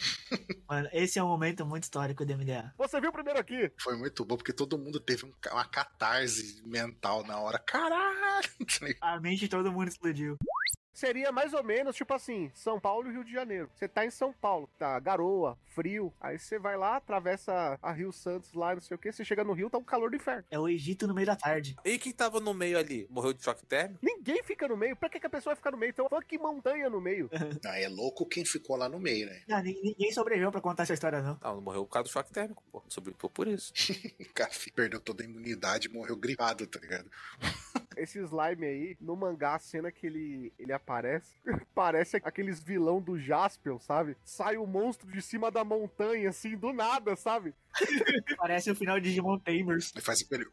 Speaker 3: Mano, esse é um momento muito histórico do MDA.
Speaker 1: Você viu primeiro aqui?
Speaker 17: Foi muito bom, porque todo mundo teve um ca- uma catarse mental na hora. Caralho!
Speaker 3: A mente de todo mundo explodiu.
Speaker 1: Seria mais ou menos tipo assim, São Paulo e Rio de Janeiro. Você tá em São Paulo, tá garoa, frio, aí você vai lá, atravessa a Rio Santos lá, não sei o que, você chega no Rio, tá um calor do inferno.
Speaker 3: É o Egito no meio da tarde.
Speaker 5: E quem tava no meio ali? Morreu de choque térmico?
Speaker 1: Ninguém fica no meio, pra que, que a pessoa vai ficar no meio? Tem uma que montanha no meio.
Speaker 17: Ah, é louco quem ficou lá no meio, né?
Speaker 3: Não, nin- ninguém sobreviveu pra contar essa história, não.
Speaker 5: Ah, Não, não morreu por causa do choque térmico, pô. Não sobreviveu por isso.
Speaker 17: O cara perdeu toda a imunidade e morreu gripado, tá ligado?
Speaker 1: Esse slime aí, no mangá, a cena que ele, ele aparece, parece aqueles vilão do Jaspion, sabe? Sai o monstro de cima da montanha, assim, do nada, sabe?
Speaker 3: Parece o final de Digimon Tamers.
Speaker 17: Ele faz aquele.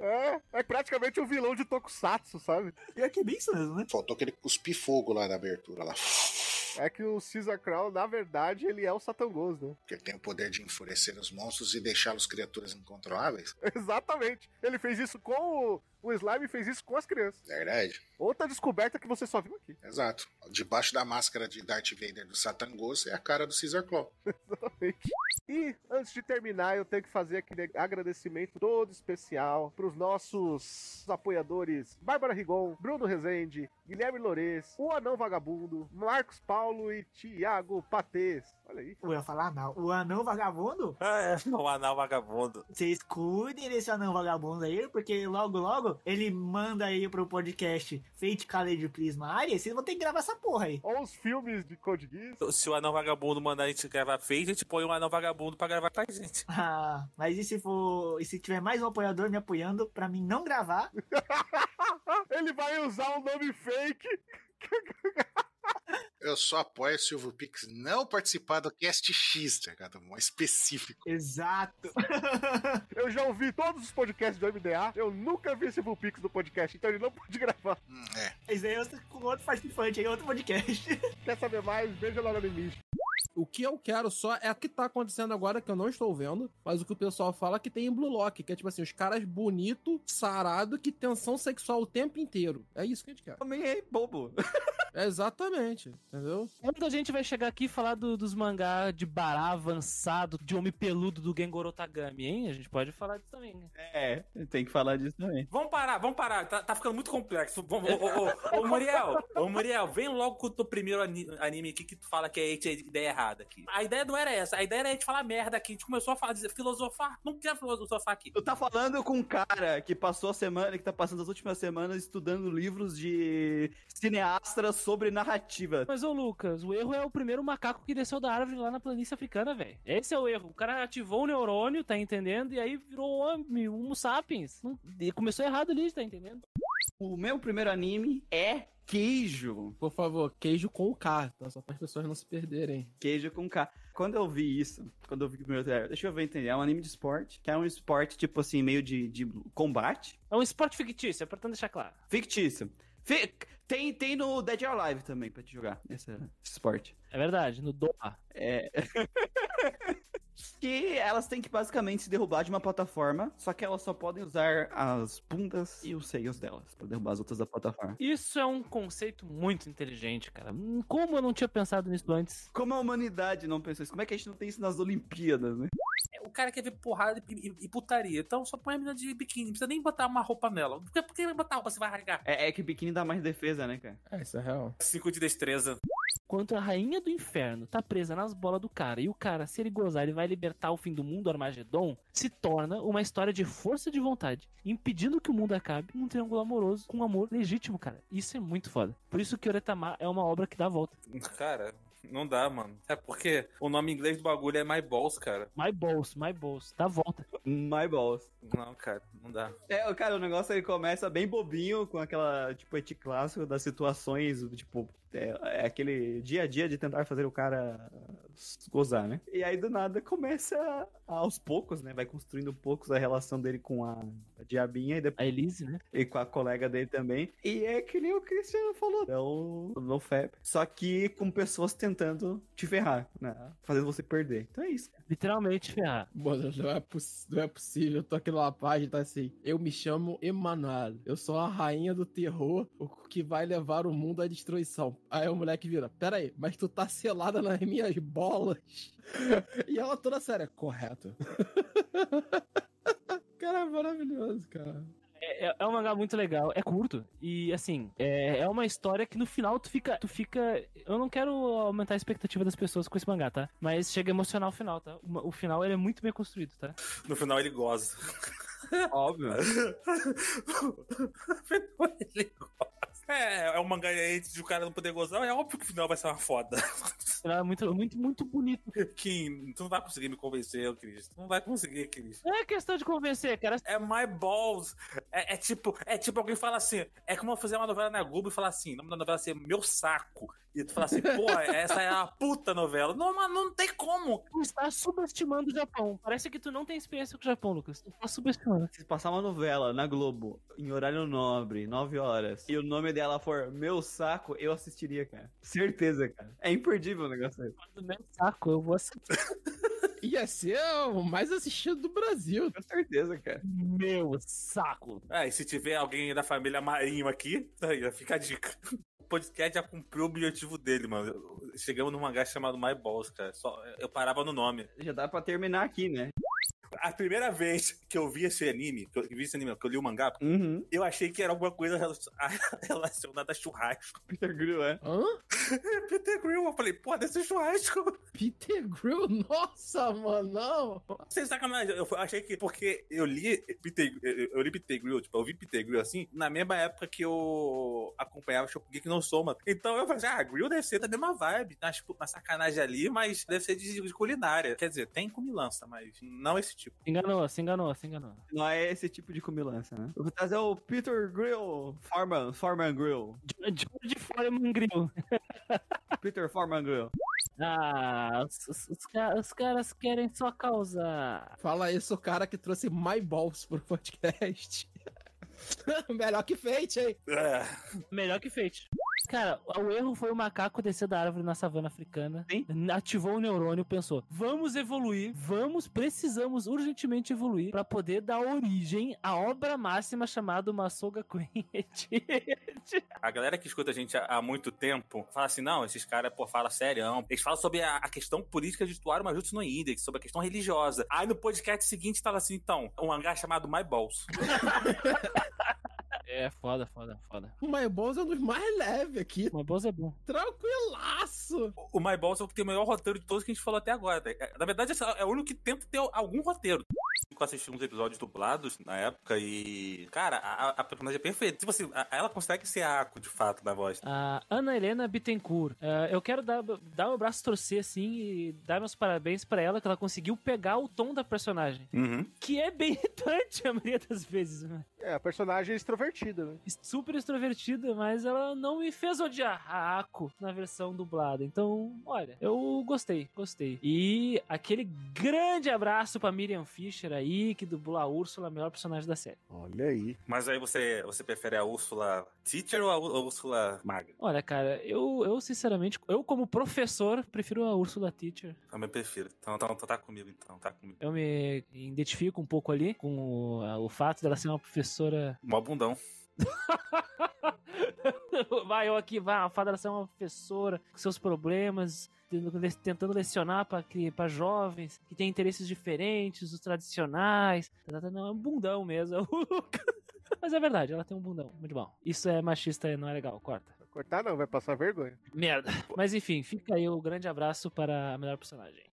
Speaker 1: É, é praticamente um vilão de Tokusatsu, sabe?
Speaker 3: E é que bem isso mesmo, né?
Speaker 17: Faltou aquele cuspir fogo lá na abertura, lá.
Speaker 1: É que o Caesar Crown, na verdade, ele é o Satangos, né?
Speaker 17: Porque ele tem o poder de enfurecer os monstros e deixá-los criaturas incontroláveis.
Speaker 1: Exatamente. Ele fez isso com o, o slime, fez isso com as crianças.
Speaker 17: Verdade.
Speaker 1: Outra descoberta que você só viu aqui.
Speaker 17: Exato. Debaixo da máscara de Darth Vader do Satan Ghost é a cara do Caesar Claw.
Speaker 1: Exatamente. E antes de terminar, eu tenho que fazer aquele agradecimento todo especial para os nossos apoiadores: Bárbara Rigon, Bruno Rezende, Guilherme Lores, o Anão Vagabundo, Marcos Paulo e Thiago Patês. Olha aí.
Speaker 3: Eu ia falar mal. O anão vagabundo?
Speaker 5: Ah, é, o anal vagabundo.
Speaker 3: Vocês cuidem desse anão vagabundo aí, porque logo, logo, ele manda aí pro podcast Fate Kale de Prisma Área e vocês vão ter que gravar essa porra aí.
Speaker 1: Olha os filmes de Code Geass.
Speaker 5: Se o anão vagabundo mandar a gente gravar feio, a gente põe um anão vagabundo pra gravar pra gente.
Speaker 3: Ah, mas e se for. E se tiver mais um apoiador me apoiando pra mim não gravar?
Speaker 1: Ele vai usar um nome fake.
Speaker 17: Eu só apoio se o Silvio Pix não participar do Cast X, tá ligado? Mó específico.
Speaker 3: Exato.
Speaker 1: eu já ouvi todos os podcasts do MDA. Eu nunca vi esse Vulpix do podcast, então ele não pode gravar.
Speaker 17: É.
Speaker 3: Mas aí eu tô com outro participante aí, outro podcast.
Speaker 1: Quer saber mais? Veja lá no Limite.
Speaker 13: O que eu quero só é o que tá acontecendo agora, que eu não estou vendo, mas o que o pessoal fala que tem em Blue Lock, que é tipo assim, os caras bonito, sarado, que tensão sexual o tempo inteiro. É isso que a gente quer. É
Speaker 19: Também é bobo.
Speaker 13: Exatamente, entendeu?
Speaker 2: Quando a gente vai chegar aqui e falar do- dos mangá de bará avançado, de homem peludo do Gengoro Tagami, hein? A gente pode falar disso também, né?
Speaker 19: É, tem que falar disso também.
Speaker 5: Vamos parar, vamos parar. Tá, tá ficando muito complexo. Vamos, ô, ô, ô, ô, Muriel, ô, Muriel, vem logo com o teu primeiro ani- anime aqui que tu fala que é a ideia errada aqui. A ideia não era essa, a ideia era a gente falar merda aqui. A gente começou a falar, dizer, filosofar. Não quer filosofar aqui.
Speaker 19: Tu tá falando com um cara que passou a semana, que tá passando as últimas semanas estudando livros de cineastas sobre narrativa.
Speaker 2: Mas, ô Lucas, o erro é o primeiro macaco que desceu da árvore lá na planície africana, velho. Esse é o erro. O cara ativou o neurônio, tá entendendo? E aí virou um homem, homo sapiens. Não- e começou errado ali, tá entendendo?
Speaker 19: O meu primeiro anime é Queijo.
Speaker 13: Por favor, queijo com K, tá? Só para as pessoas não se perderem.
Speaker 19: Queijo com K. Quando eu vi isso, quando eu vi o primeiro trailer, deixa eu ver entender. É um anime de esporte, que é um esporte, tipo assim, meio de, de combate.
Speaker 2: É um esporte fictício, é importante deixar claro.
Speaker 19: Fictício. Fi- Tem, tem no Dead or Alive também pra te jogar esse esporte.
Speaker 2: É verdade, no Doha.
Speaker 19: É. que elas têm que basicamente se derrubar de uma plataforma, só que elas só podem usar as bundas e os seios delas pra derrubar as outras da plataforma.
Speaker 2: Isso é um conceito muito inteligente, cara. Hum, Como eu não tinha pensado nisso antes?
Speaker 19: Como a humanidade não pensou isso? Como é que a gente não tem isso nas Olimpíadas, né?
Speaker 5: É, O cara quer ver porrada e, e- e putaria. Então só põe a menina de biquíni. Não precisa nem botar uma roupa nela. Por que, por que vai botar roupa? Você vai rasgar.
Speaker 19: É, é que biquíni dá mais defesa, né, cara?
Speaker 13: É, isso é real.
Speaker 5: Cinco de destreza.
Speaker 2: Quanto a rainha do inferno tá presa nas bolas do cara e o cara, se ele gozar, ele vai libertar o fim do mundo, Armagedon, se torna uma história de força de vontade, impedindo que o mundo acabe num triângulo amoroso com um amor legítimo, cara. Isso é muito foda. Por isso que Oretama é uma obra que dá a volta.
Speaker 5: Cara, não dá, mano. É porque o nome em inglês do bagulho é My Balls, cara.
Speaker 2: My balls, my balls, dá a volta.
Speaker 19: My balls.
Speaker 5: Não, cara, não dá.
Speaker 19: É, o- cara, o negócio ele começa bem bobinho com aquela, tipo, eti clássico das situações, tipo, é, é aquele dia a dia de tentar fazer o cara gozar, né? E aí do nada começa aos poucos, né? Vai construindo poucos a relação dele com a, a diabinha e depois.
Speaker 2: A Elise, né?
Speaker 19: E com a colega dele também. E é que nem o Cristiano falou. é Não, não feb. Só que com pessoas tentando te ferrar, né? Fazendo você perder. Então é isso.
Speaker 2: Literalmente ferrar.
Speaker 13: Mano, não é, poss- não é possível. Eu tô aqui numa página, tá assim. Eu me chamo Emanuel. Eu sou a rainha do terror, o que vai levar o mundo à destruição. Aí o moleque vira: Pera aí, mas tu tá selada nas minhas bolas? e ela toda séria: Correto. cara, é maravilhoso, cara.
Speaker 2: É- É, é um mangá muito legal, é curto. E assim, é, é uma história que no final tu fica. Tu fica. Eu não quero aumentar a expectativa das pessoas com esse mangá, tá? Mas chega a emocionar o final, tá? O, o final ele é muito bem construído, tá?
Speaker 5: No final ele goza.
Speaker 2: Óbvio.
Speaker 5: É, é um mangá antes de o cara não poder gozar, é óbvio que o final vai ser uma foda.
Speaker 2: É muito, muito, muito bonito.
Speaker 5: Kim, tu não vai conseguir me convencer, Cris. Tu não vai conseguir, Cris.
Speaker 2: Não é questão de convencer, cara.
Speaker 5: É my balls. É, é tipo, é tipo alguém fala assim, é como eu fazer uma novela na Globo e falar assim, o nome da novela ser meu saco. E tu fala assim, porra, essa é a puta novela. Não, mas não tem como.
Speaker 2: Tu está subestimando o Japão. Parece que tu não tem experiência com o Japão, Lucas. Tu tá subestimando.
Speaker 19: Se passar uma novela na Globo, em horário nobre, 9 horas, e o nome dela for Meu Saco, eu assistiria, cara. Certeza, cara. É imperdível o negócio aí.
Speaker 2: Meu saco, eu vou aceitar.
Speaker 24: Ia ser é o mais assistido do Brasil.
Speaker 19: Com certeza, cara.
Speaker 2: Meu saco.
Speaker 5: É, e se tiver alguém da família Marinho aqui, aí ó, fica a dica. O podcast já cumpriu o objetivo dele, mano. Chegamos num mangá chamado My Balls, cara. Só, eu parava no nome.
Speaker 19: Já dá pra terminar aqui, né?
Speaker 5: A primeira vez que eu vi esse anime, que eu vi esse anime, que eu li o mangá,
Speaker 19: Uhum.
Speaker 5: eu achei que era alguma coisa rela- relacionada a churrasco.
Speaker 19: Peter Grill, é?
Speaker 24: Hã?
Speaker 5: Peter Grill, eu falei, pô, desse churrasco.
Speaker 24: Peter Grill? Nossa, mano, não.
Speaker 5: Sem sacanagem, eu achei que. Porque eu li Peter, eu eu li Peter Grill, tipo, eu vi Peter Grill assim, na mesma época que eu acompanhava Shokugeki no Soma. Então eu falei, ah, Grill deve ser da mesma vibe, na, tipo, na sacanagem ali, mas deve ser de, de culinária. Quer dizer, tem comilança, mas não esse tipo.
Speaker 2: Se enganou, se enganou, se enganou.
Speaker 19: Não é esse tipo de comilança, né? Eu vou trazer o Peter Grill. Foreman, Foreman Grill.
Speaker 2: George Foreman Grill.
Speaker 19: Peter Foreman Grill.
Speaker 2: Ah, os, os- os ca- os caras querem só causar.
Speaker 24: Fala isso, o cara que trouxe My Balls pro podcast. Melhor que Fate, hein?
Speaker 5: É.
Speaker 2: Melhor que Fate. Cara, o erro foi o macaco descer da árvore na savana africana, ativou o neurônio, pensou: vamos evoluir, vamos, precisamos urgentemente evoluir pra poder dar origem à obra máxima chamada Masoga Queen.
Speaker 5: A galera que escuta a gente há, há muito tempo fala assim: não, esses caras, pô, falam sério. Eles falam sobre a, a questão política de Tuaro Majutsu no Index, sobre a questão religiosa. Aí no podcast seguinte tava assim: então, um hangar chamado My Balls.
Speaker 2: é foda, foda, foda.
Speaker 24: O My Balls é um dos mais leves aqui.
Speaker 2: My Balls é bom.
Speaker 24: Tranquilaço.
Speaker 5: O My Balls é o que tem o melhor roteiro de todos que a gente falou até agora. né? Na verdade, esse é o único que tenta ter algum roteiro. Eu assisti uns episódios dublados na época e. Cara, a, a- a personagem é perfeita. Tipo assim, a- ela consegue ser a Ako de fato na voz. né?
Speaker 2: A Ana Helena Bittencourt. Ah, eu quero dar, dar meu braço a torcer assim e dar meus parabéns pra ela que ela conseguiu pegar o tom da personagem. Que é bem irritante a maioria das vezes, né?
Speaker 8: É, a personagem é extrovertida, né?
Speaker 2: Super extrovertida, mas ela não me fez odiar a Ako na versão dublada. Então, olha, eu gostei, gostei. E aquele grande abraço pra Miriam Fisher aí, que dublou a Úrsula, a melhor personagem da série.
Speaker 5: Olha aí. Mas aí você, você prefere a Úrsula Teacher ou a Ú- a Úrsula Magra?
Speaker 2: Olha, cara, eu, eu sinceramente, eu como professor, prefiro a Úrsula Teacher.
Speaker 5: Também prefiro. Então, então, então tá comigo, então, tá comigo.
Speaker 2: Eu me identifico um pouco ali com o, a- o fato dela ser uma professora.
Speaker 5: Mó bundão.
Speaker 2: vai, eu aqui, vai, o fato dela ser uma professora com seus problemas, tendo- le- tentando lecionar pra cri- pra jovens que têm interesses diferentes dos tradicionais. Tá, tá, Não, é um bundão mesmo. é o Lucas. Mas é verdade, ela tem um bundão. Muito bom. Isso é machista e não é legal, corta.
Speaker 8: Cortar não, vai passar vergonha.
Speaker 2: Merda. Mas enfim, fica aí o grande abraço para a melhor personagem.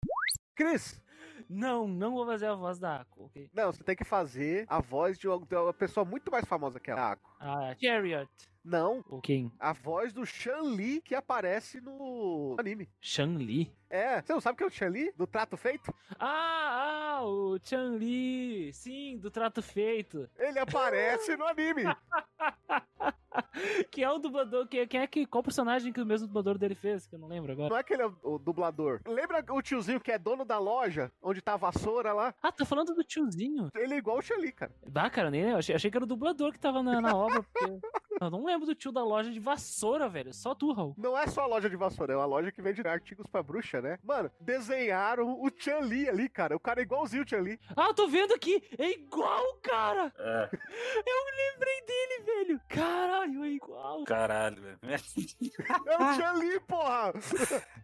Speaker 8: Cris!
Speaker 2: Não, não vou fazer a voz da Ako, ok?
Speaker 8: Não, você tem que fazer a voz de uma, de uma pessoa muito mais famosa que a Ako.
Speaker 2: A Ah, é. Chariot.
Speaker 8: Não.
Speaker 2: O quem?
Speaker 8: A voz do Shan-Li que aparece no anime.
Speaker 2: Shang-Li?
Speaker 8: É, você não sabe o que é o Shan-Li? Do trato feito?
Speaker 2: Ah, ah, o Chun-Li, sim, do trato feito.
Speaker 8: Ele aparece no anime.
Speaker 2: que é o dublador, que, quem é que, qual personagem que o mesmo dublador dele fez, que eu não lembro agora.
Speaker 8: Não é que ele é o o dublador. Lembra o tiozinho que é dono da loja, onde tá a vassoura lá?
Speaker 2: Ah, tá falando do tiozinho?
Speaker 8: Ele é igual o Shan-Li, cara.
Speaker 2: Bah, cara, nem, eu achei, achei que era o dublador que tava na, na obra, porque... Eu não lembro do tio da loja de vassoura, velho, só tu, Raul.
Speaker 8: Não é só a loja de vassoura, é uma loja que vende artigos pra bruxa, né? Mano, desenharam o Chan-Li ali, cara. O cara é igualzinho o Chan-Li.
Speaker 2: Ah, eu tô vendo aqui! É igual, cara!
Speaker 5: É.
Speaker 2: Eu lembrei dele, velho. Caralho, é igual.
Speaker 5: Caralho, velho.
Speaker 1: É o Chan-Li, porra!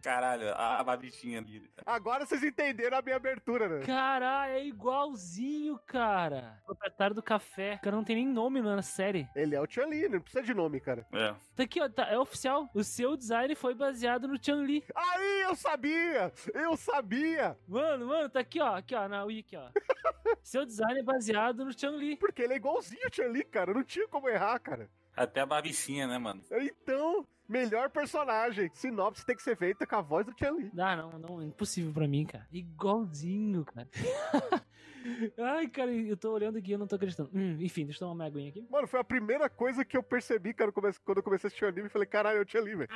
Speaker 5: Caralho, a, a babitinha ali.
Speaker 1: Agora vocês entenderam a minha abertura, né?
Speaker 2: Caralho, é igualzinho, cara. Proprietário do café. O cara não tem nem nome na série.
Speaker 1: Ele é o Chan-Li, não precisa de nome, cara.
Speaker 5: É.
Speaker 2: Tá aqui, ó. tá- é oficial. O seu design foi baseado no Chun-Li.
Speaker 1: Aí, eu sabia! Eu sabia!
Speaker 2: Mano, mano, tá aqui, ó. Aqui, ó, na wiki, ó. seu design é baseado no Chun-Li.
Speaker 1: Porque ele é igualzinho o Chan-Li, cara. Não tinha como errar, cara.
Speaker 5: Até a babitinha, né, mano?
Speaker 1: Então, melhor personagem. Sinopse tem que ser feita com a voz do Chan-Li.
Speaker 2: Ah, não, não, é impossível pra mim, cara. Igualzinho, cara. Ai, cara, eu tô olhando aqui e eu não tô acreditando. Hum, enfim, deixa eu tomar uma aguinha aqui.
Speaker 1: Mano, foi a primeira coisa que eu percebi, cara, come- quando eu comecei a assistir o anime. Eu falei, caralho, eu tinha ali, velho.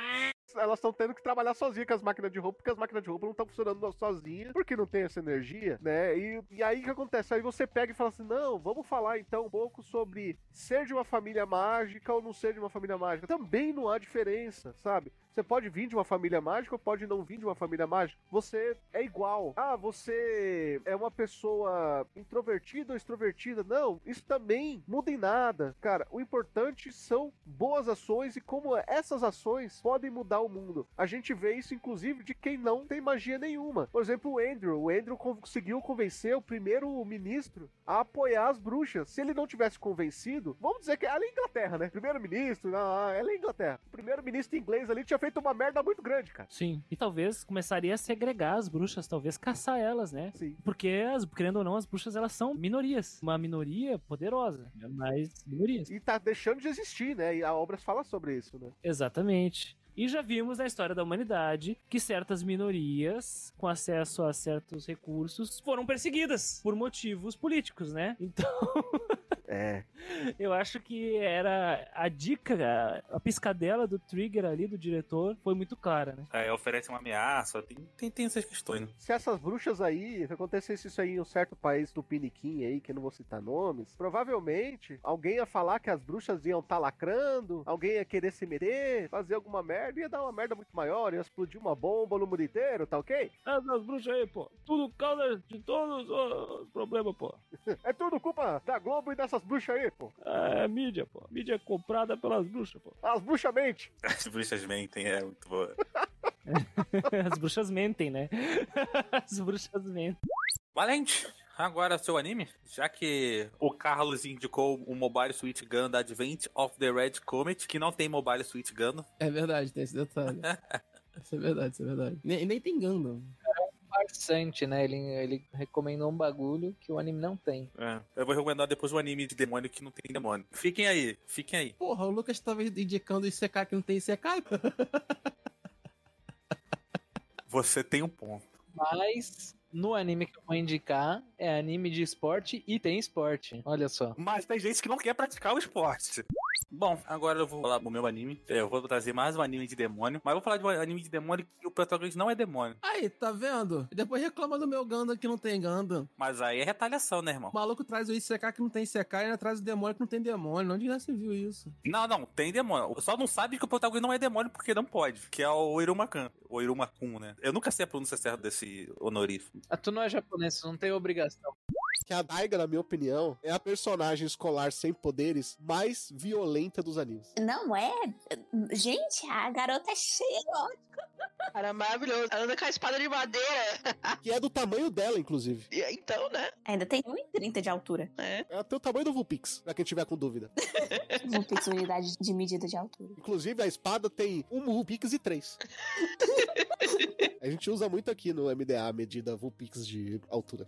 Speaker 1: Elas estão tendo que trabalhar sozinhas com as máquinas de roupa, porque as máquinas de roupa não estão funcionando sozinhas, porque não tem essa energia, né? E, e aí o que acontece? Aí você pega e fala assim: não, vamos falar então um pouco sobre ser de uma família mágica ou não ser de uma família mágica. Também não há diferença, sabe? Você pode vir de uma família mágica ou pode não vir de uma família mágica. Você é igual. Ah, você é uma pessoa introvertida ou extrovertida. Não, isso também muda em nada. Cara, o importante são boas ações e como essas ações podem mudar o mundo. A gente vê isso, inclusive, de quem não tem magia nenhuma. Por exemplo, o Andrew. O Andrew con- conseguiu convencer o primeiro ministro a apoiar as bruxas. Se ele não tivesse convencido, vamos dizer que ela é Inglaterra, né? Primeiro-ministro, não, ela é Inglaterra. O primeiro-ministro inglês ali tinha feito uma merda muito grande, cara.
Speaker 2: Sim. E talvez começaria a segregar as bruxas, talvez caçar elas, né?
Speaker 1: Sim.
Speaker 2: Porque, as, querendo ou não, as bruxas elas são minorias. Uma minoria poderosa, né? mas minorias.
Speaker 1: E tá deixando de existir, né? E a obras fala sobre isso, né?
Speaker 2: Exatamente. E já vimos na história da humanidade que certas minorias com acesso a certos recursos foram perseguidas por motivos políticos, né? Então.
Speaker 1: É.
Speaker 2: Eu acho que era a dica, a a piscadela do trigger ali do diretor foi muito clara, né?
Speaker 5: Aí oferece uma ameaça, tem, tem, tem essas questões, né?
Speaker 1: Se essas bruxas aí, se acontecesse isso aí em um certo país do Piniquim aí, que eu não vou citar nomes, provavelmente alguém ia falar que as bruxas iam estar lacrando, alguém ia querer se meter, fazer alguma merda, ia dar uma merda muito maior, ia explodir uma bomba no mundo inteiro, tá ok?
Speaker 2: Essas É bruxas aí, pô, tudo causa de todos os problemas, pô.
Speaker 1: é tudo culpa da Globo e dessas bruxas aí, pô.
Speaker 2: É mídia, pô. Mídia é comprada pelas bruxas, pô.
Speaker 1: As bruxas mente.
Speaker 5: As bruxas mentem, é muito boa.
Speaker 2: As bruxas mentem, né? As bruxas mentem.
Speaker 5: Valente, agora seu anime? Já que o Carlos indicou o Mobile Suit Gun da Advent of the Red Comet, que não tem Mobile Suit Gun.
Speaker 13: É verdade, tem esse detalhe. isso é verdade, isso é verdade. Nem, nem tem Gundam.
Speaker 25: É um Farsante, né? Ele, ele recomendou um bagulho que o anime não tem.
Speaker 5: É, eu vou recomendar depois um anime de demônio que não tem demônio. Fiquem aí, fiquem aí.
Speaker 13: Porra, o Lucas tava indicando ICK que não tem ICK.
Speaker 5: Você tem um ponto.
Speaker 25: Mas no anime que eu vou indicar é anime de esporte e tem esporte. Olha só.
Speaker 5: Mas tem gente que não quer praticar o esporte. Bom, agora eu vou falar do meu anime. Eu vou trazer mais um anime de demônio. Mas eu vou falar de um anime de demônio que o protagonista não é demônio.
Speaker 13: Aí, tá vendo? E depois reclama do meu Gundam que não tem Gundam.
Speaker 5: Mas aí é retaliação, né, irmão?
Speaker 13: O maluco traz o ICK que não tem ICK e ainda traz o demônio que não tem demônio. Onde já você viu isso?
Speaker 5: Não, não, tem demônio. Só não sabe que o protagonista não é demônio porque não pode. Que é o Irumakan. O Irumakun, né? Eu nunca sei a pronúncia certa desse honorífico.
Speaker 25: Ah, tu não é japonês, tu não tem obrigação.
Speaker 26: Que a Daiga, na minha opinião, é a personagem escolar sem poderes mais violenta dos animes.
Speaker 7: Não é? Gente, a garota é cheia.
Speaker 27: Cara, é maravilhoso. Ela anda com a espada de madeira.
Speaker 26: Que é do tamanho dela, inclusive.
Speaker 27: Então, né?
Speaker 7: Ainda tem 1,30 de altura.
Speaker 27: É.
Speaker 26: Ela tem o tamanho do Vulpix, pra quem tiver com dúvida.
Speaker 7: Vulpix, unidade de medida de altura.
Speaker 26: Inclusive, a espada tem um Vulpix e três. a gente usa muito aqui no MDA a medida Vulpix de altura.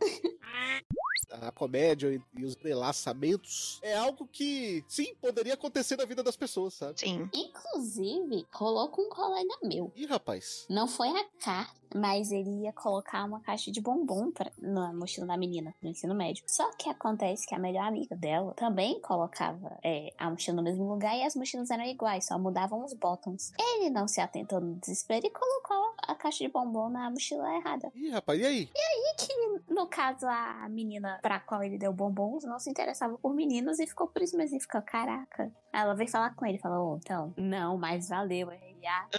Speaker 26: A comédia e- e os entrelaçamentos é algo que, sim, poderia acontecer na vida das pessoas, sabe?
Speaker 27: Sim.
Speaker 7: Inclusive, rolou com um colega meu.
Speaker 26: Ih, rapaz.
Speaker 7: Não foi a K, mas ele ia colocar uma caixa de bombom pra, na mochila da menina no ensino médio. Só que acontece que a melhor amiga dela também colocava é, a mochila no mesmo lugar e as mochilas eram iguais, só mudavam os botões. Ele não se atentou no desespero e colocou a caixa de bombom na mochila errada.
Speaker 26: Ih, rapaz, e aí?
Speaker 7: E aí que, no caso, a menina pra qual ele deu bombons não se interessava por meninos e ficou por isso mesmo. E ficou, caraca. Aí Ela veio falar com ele, falou, "Ô, então, não, mas valeu. Aí familiar.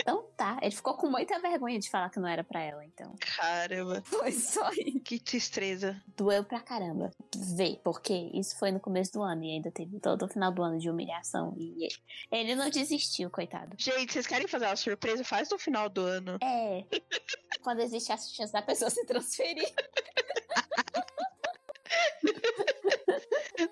Speaker 7: Então tá. Ele ficou com muita vergonha de falar que não era pra ela, então.
Speaker 28: Caramba.
Speaker 7: Foi só aí.
Speaker 28: Que tristeza.
Speaker 7: Doeu pra caramba. Vê, porque isso foi no começo do ano e ainda teve todo o final do ano de humilhação. E ele- ele não desistiu, coitado.
Speaker 28: Gente, vocês querem fazer uma surpresa? Faz no final do ano.
Speaker 7: É. Quando existe a chance da pessoa se transferir.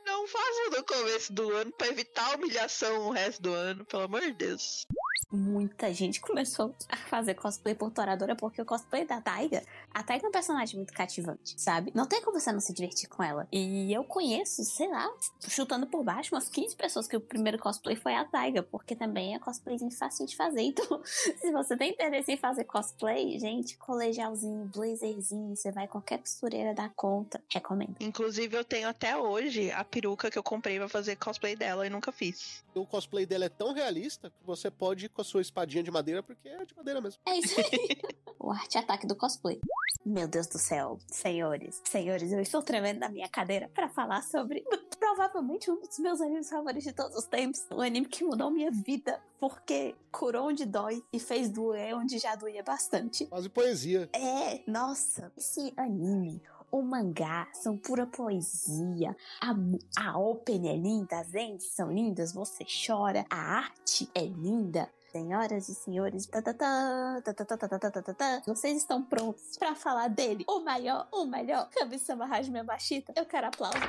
Speaker 28: Não façam no começo do ano pra evitar a humilhação o resto do ano, pelo amor de Deus.
Speaker 7: Muita gente começou a fazer cosplay por Toradora porque o cosplay da Taiga. A Taiga é um personagem muito cativante, sabe? Não tem como você não se divertir com ela. E eu conheço, sei lá, chutando por baixo, umas 15 pessoas que o primeiro cosplay foi a Taiga, porque também é cosplayzinho fácil de fazer. Então, se você tem interesse em fazer cosplay, gente, colegialzinho, blazerzinho, você vai qualquer costureira dar conta. Recomendo.
Speaker 28: Inclusive, eu tenho até hoje a peruca que eu comprei pra fazer cosplay dela e nunca fiz.
Speaker 1: O cosplay dela é tão realista que você pode ir com a sua espadinha de madeira, porque é de madeira mesmo.
Speaker 7: É isso aí. o arte-ataque do cosplay. Meu Deus do céu, senhores. Senhores, eu estou tremendo na minha cadeira para falar sobre provavelmente um dos meus animes favoritos de todos os tempos. Um anime que mudou minha vida porque curou onde dói e fez doer onde já doía bastante.
Speaker 1: Quase poesia.
Speaker 7: É, nossa, esse anime. O mangá são pura poesia. A, mu- a open é linda, as ends são lindas, você chora. A arte é linda. Senhoras e senhores, tá, tatatã, tatatã, tatatã, tatatã, tá, vocês estão prontos pra falar dele? O maior, o melhor, Kami-sama Hajime Machita. Eu quero aplausos.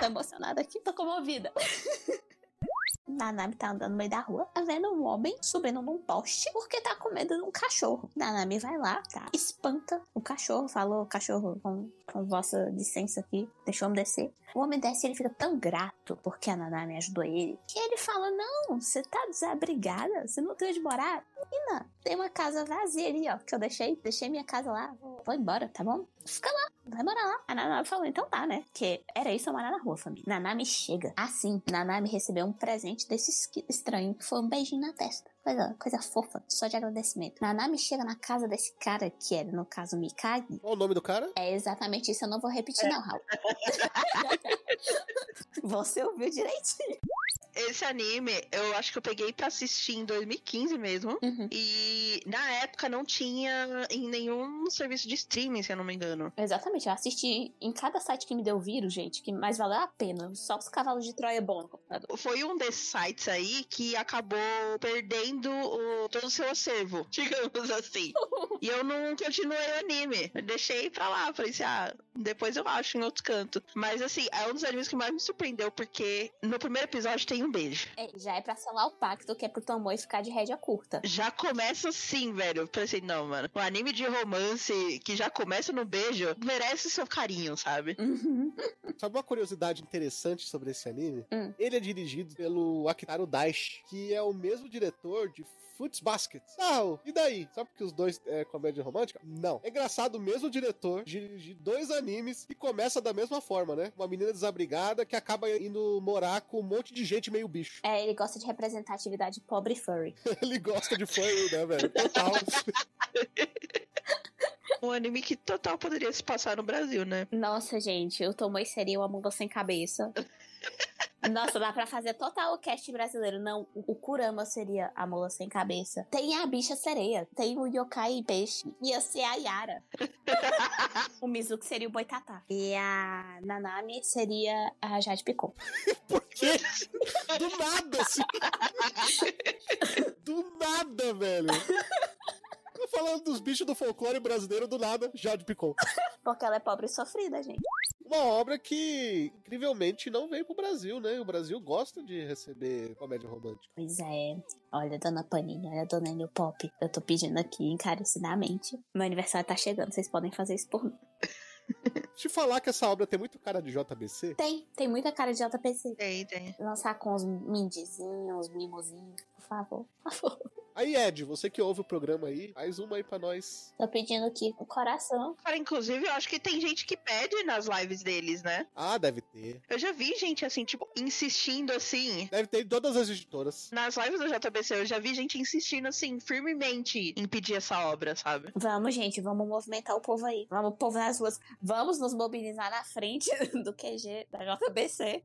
Speaker 7: Tô emocionada aqui, tô comovida. Nanami tá andando no meio da rua, tá vendo um homem subindo num poste porque tá com medo de um cachorro. Nanami vai lá, tá? Espanta o cachorro, falou, cachorro, com, com vossa licença aqui, deixa o homem descer. O homem desce e ele fica tão grato porque a Nanami ajudou ele, que ele fala, não, você tá desabrigada, você não tem onde morar. Menina, tem uma casa vazia ali, ó, que eu deixei, deixei minha casa lá, vou, vou embora, tá bom? Fica lá, vai morar lá. A Nanami falou, então tá, né? Porque era isso eu morar na rua, família. Nanami chega. Assim, Nanami recebeu um presente desse esqui- estranho, que foi um beijinho na testa. Coisa, coisa fofa, só de agradecimento. Nanami chega na casa desse cara, que era, no caso, Mikagi.
Speaker 1: Qual o nome do cara?
Speaker 7: É exatamente isso, eu não vou
Speaker 28: É.
Speaker 7: repetir não, Raul. Você ouviu direitinho.
Speaker 28: Esse anime, eu acho que eu peguei pra assistir em 2015 mesmo. E na época não tinha em nenhum serviço de streaming, se eu não me engano.
Speaker 7: Exatamente, eu assisti em cada site que me deu vírus, gente, que mais valeu a pena. Só os cavalos de Troia bom no computador.
Speaker 28: Foi um desses sites aí que acabou perdendo o- todo o seu acervo, digamos assim. e eu não continuei o anime. Eu deixei pra lá, falei assim, ah, depois eu acho em outro canto. Mas assim, é um dos animes que mais me surpreendeu, porque no primeiro episódio tem um beijo.
Speaker 7: É, já é pra selar o pacto, que é pro teu amor e ficar de rédea curta.
Speaker 28: Já começa assim, velho. Eu Pensei, não, mano. Um anime de romance que já começa no beijo merece seu carinho,
Speaker 1: Hum.
Speaker 28: sabe?
Speaker 1: Sabe uma curiosidade interessante sobre esse anime? Ele é dirigido pelo Akitaro Daishi, que é o mesmo diretor de Fruits Basket. Não, e daí? Só porque os dois é comédia romântica? Não. É engraçado o mesmo diretor dirigir dois animes que começa da mesma forma, né? Uma menina desabrigada que acaba indo morar com um monte de gente meio bicho.
Speaker 7: É, ele gosta de representatividade pobre e furry.
Speaker 1: Ele gosta de furry, né, velho? Total.
Speaker 28: Um anime que total poderia se passar no Brasil, né?
Speaker 7: Nossa, gente, eu tomei seria uma manga sem cabeça. Nossa, dá pra fazer total o cast brasileiro. Não, o Kurama seria a mula sem cabeça. Tem a bicha sereia. Tem o yokai peixe. Ia ser a Yara. o Mizuki seria o boitatá. E a Nanami seria a Jade Picon.
Speaker 1: quê? Do nada, assim. Do nada, velho. Tô falando dos bichos do folclore brasileiro, do nada, Jade Picon.
Speaker 7: Porque ela é pobre e sofrida, gente.
Speaker 1: Uma obra que, incrivelmente, não veio pro Brasil, né? O Brasil gosta de receber comédia romântica.
Speaker 7: Pois é. Olha, dona Panini, olha, dona Enio Pop. Eu tô pedindo aqui encarecidamente. Meu aniversário tá chegando, vocês podem fazer isso por mim. é.
Speaker 1: Te falar que essa obra tem muito cara de JBC?
Speaker 7: Tem, tem muita cara de JPC.
Speaker 28: Tem, tem.
Speaker 7: Lançar com os mindizinhos, os mimosinhos, por favor.
Speaker 1: Aí, Ed, você que ouve o programa aí, faz uma aí pra nós.
Speaker 7: Tô pedindo aqui o coração.
Speaker 28: Cara, inclusive, eu acho que tem gente que pede nas lives deles, né?
Speaker 1: Ah, deve ter.
Speaker 28: Eu já vi gente, assim, tipo, insistindo assim.
Speaker 1: Deve ter em todas as editoras.
Speaker 28: Nas lives do JBC, eu já vi gente insistindo, assim, firmemente em pedir essa obra, sabe?
Speaker 7: Vamos, gente, vamos movimentar o povo aí. Vamos, o povo nas ruas. Vamos nos mobilizar na frente do QG da JBC.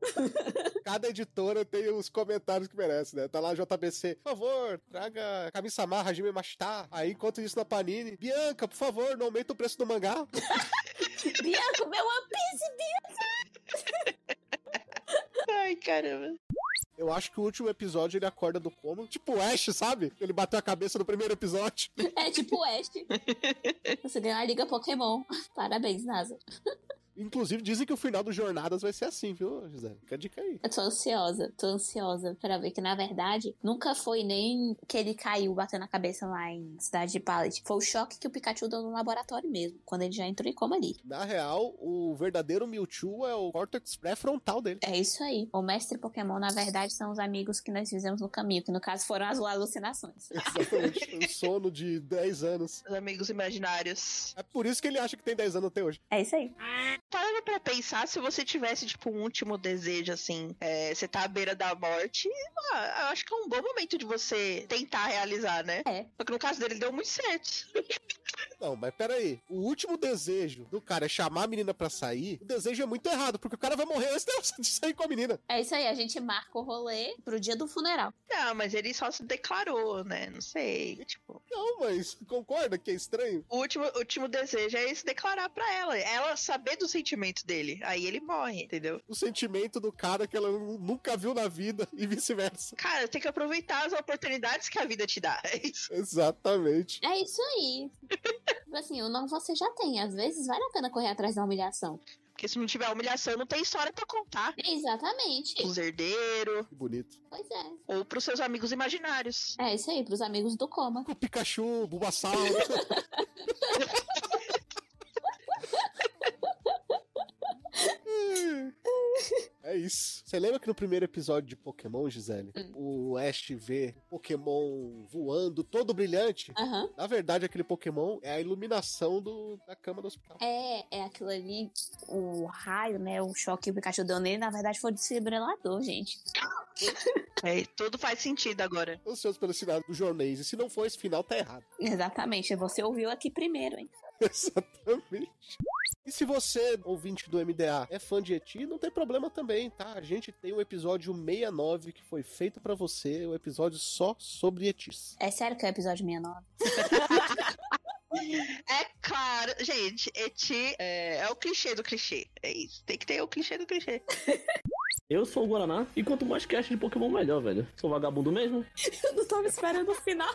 Speaker 1: Cada editora tem os comentários que merece, né? Tá lá JBC, por favor, traga Kami-sama, Hajime Mashita. Aí, enquanto isso, na Panini, Bianca, por favor, não aumenta o preço do mangá.
Speaker 7: Bianco, meu One Piece, Bianco!
Speaker 28: Ai, caramba.
Speaker 1: Eu acho que o último episódio ele acorda do coma. Tipo o Ash, sabe? Ele bateu a cabeça no primeiro episódio.
Speaker 7: É tipo o Ash. Você ganhou a Liga Pokémon. Parabéns, NASA.
Speaker 1: Inclusive, dizem que o final do Jornadas vai ser assim, viu, Gisele? Fica a dica aí.
Speaker 7: Eu tô ansiosa, tô ansiosa pra ver que, na verdade, nunca foi nem que ele caiu batendo a cabeça lá em Cidade de Pallet. Foi o choque que o Pikachu deu no laboratório mesmo, quando ele já entrou em coma ali.
Speaker 1: Na real, o verdadeiro Mewtwo é o córtex pré-frontal dele.
Speaker 7: É isso aí. O mestre Pokémon, na verdade, são os amigos que nós fizemos no caminho, que no caso foram as alucinações.
Speaker 1: Exatamente. um sono de 10 anos.
Speaker 28: Os amigos imaginários.
Speaker 1: É por isso que ele acha que tem 10 anos até hoje.
Speaker 7: É isso aí.
Speaker 28: Parando pra pensar, se você tivesse, tipo, um último desejo, assim, é, você tá à beira da morte, ah, eu acho que é um bom momento de você tentar realizar, né?
Speaker 7: É.
Speaker 28: Só que no caso dele deu muito certo.
Speaker 1: Não, mas peraí. O último desejo do cara é chamar a menina pra sair. O desejo é muito errado, porque o cara vai morrer antes dela de sair com a menina.
Speaker 7: É isso aí, a gente marca o rolê pro dia do funeral.
Speaker 28: Não, Ah, mas ele só se declarou, né? Não sei. Tipo.
Speaker 1: Não, mas concorda que é estranho?
Speaker 28: O último, o último desejo é ele se declarar pra ela. Ela saber do sentimento dele. Aí ele morre, entendeu?
Speaker 1: O sentimento do cara que ela nunca viu na vida e vice-versa.
Speaker 28: Cara, tem que aproveitar as oportunidades que a vida te dá. É isso.
Speaker 1: Exatamente.
Speaker 7: É isso aí. Tipo assim, o não você já tem. Às vezes vale a pena correr atrás da humilhação.
Speaker 28: Porque se não tiver humilhação, não tem história pra contar.
Speaker 7: Exatamente.
Speaker 28: Os herdeiros.
Speaker 1: Que bonito.
Speaker 7: Pois é.
Speaker 28: Ou pros seus amigos imaginários.
Speaker 7: É isso aí, pros amigos do coma.
Speaker 1: O Pikachu, o Bulbasaur. É isso. Você lembra que no primeiro episódio de Pokémon, Gisele, o Ash vê o Pokémon voando, todo brilhante?
Speaker 7: Aham.
Speaker 1: Na verdade, aquele Pokémon é a iluminação do- da cama do hospital.
Speaker 7: É, é aquilo ali, o raio, né? O choque que o Pikachu deu nele, na verdade, foi o desfibrilador, gente.
Speaker 28: É, tudo faz sentido agora.
Speaker 1: Os seus pelo sinal do jornês. E se não for esse final, tá errado.
Speaker 7: Exatamente, você ouviu aqui primeiro, hein?
Speaker 1: Exatamente. E se você, ouvinte do MDA, é fã de Eti, não tem problema também, tá? A gente tem o episódio 69 que foi feito pra você, o episódio só sobre Etis.
Speaker 7: É sério que é o episódio 69?
Speaker 28: É claro, gente, Eti é, é o clichê do clichê. É isso. Tem que ter o clichê do clichê.
Speaker 4: Eu sou o Guaraná e quanto mais cast de Pokémon, melhor, velho. Sou vagabundo mesmo.
Speaker 7: Eu não tava esperando o final.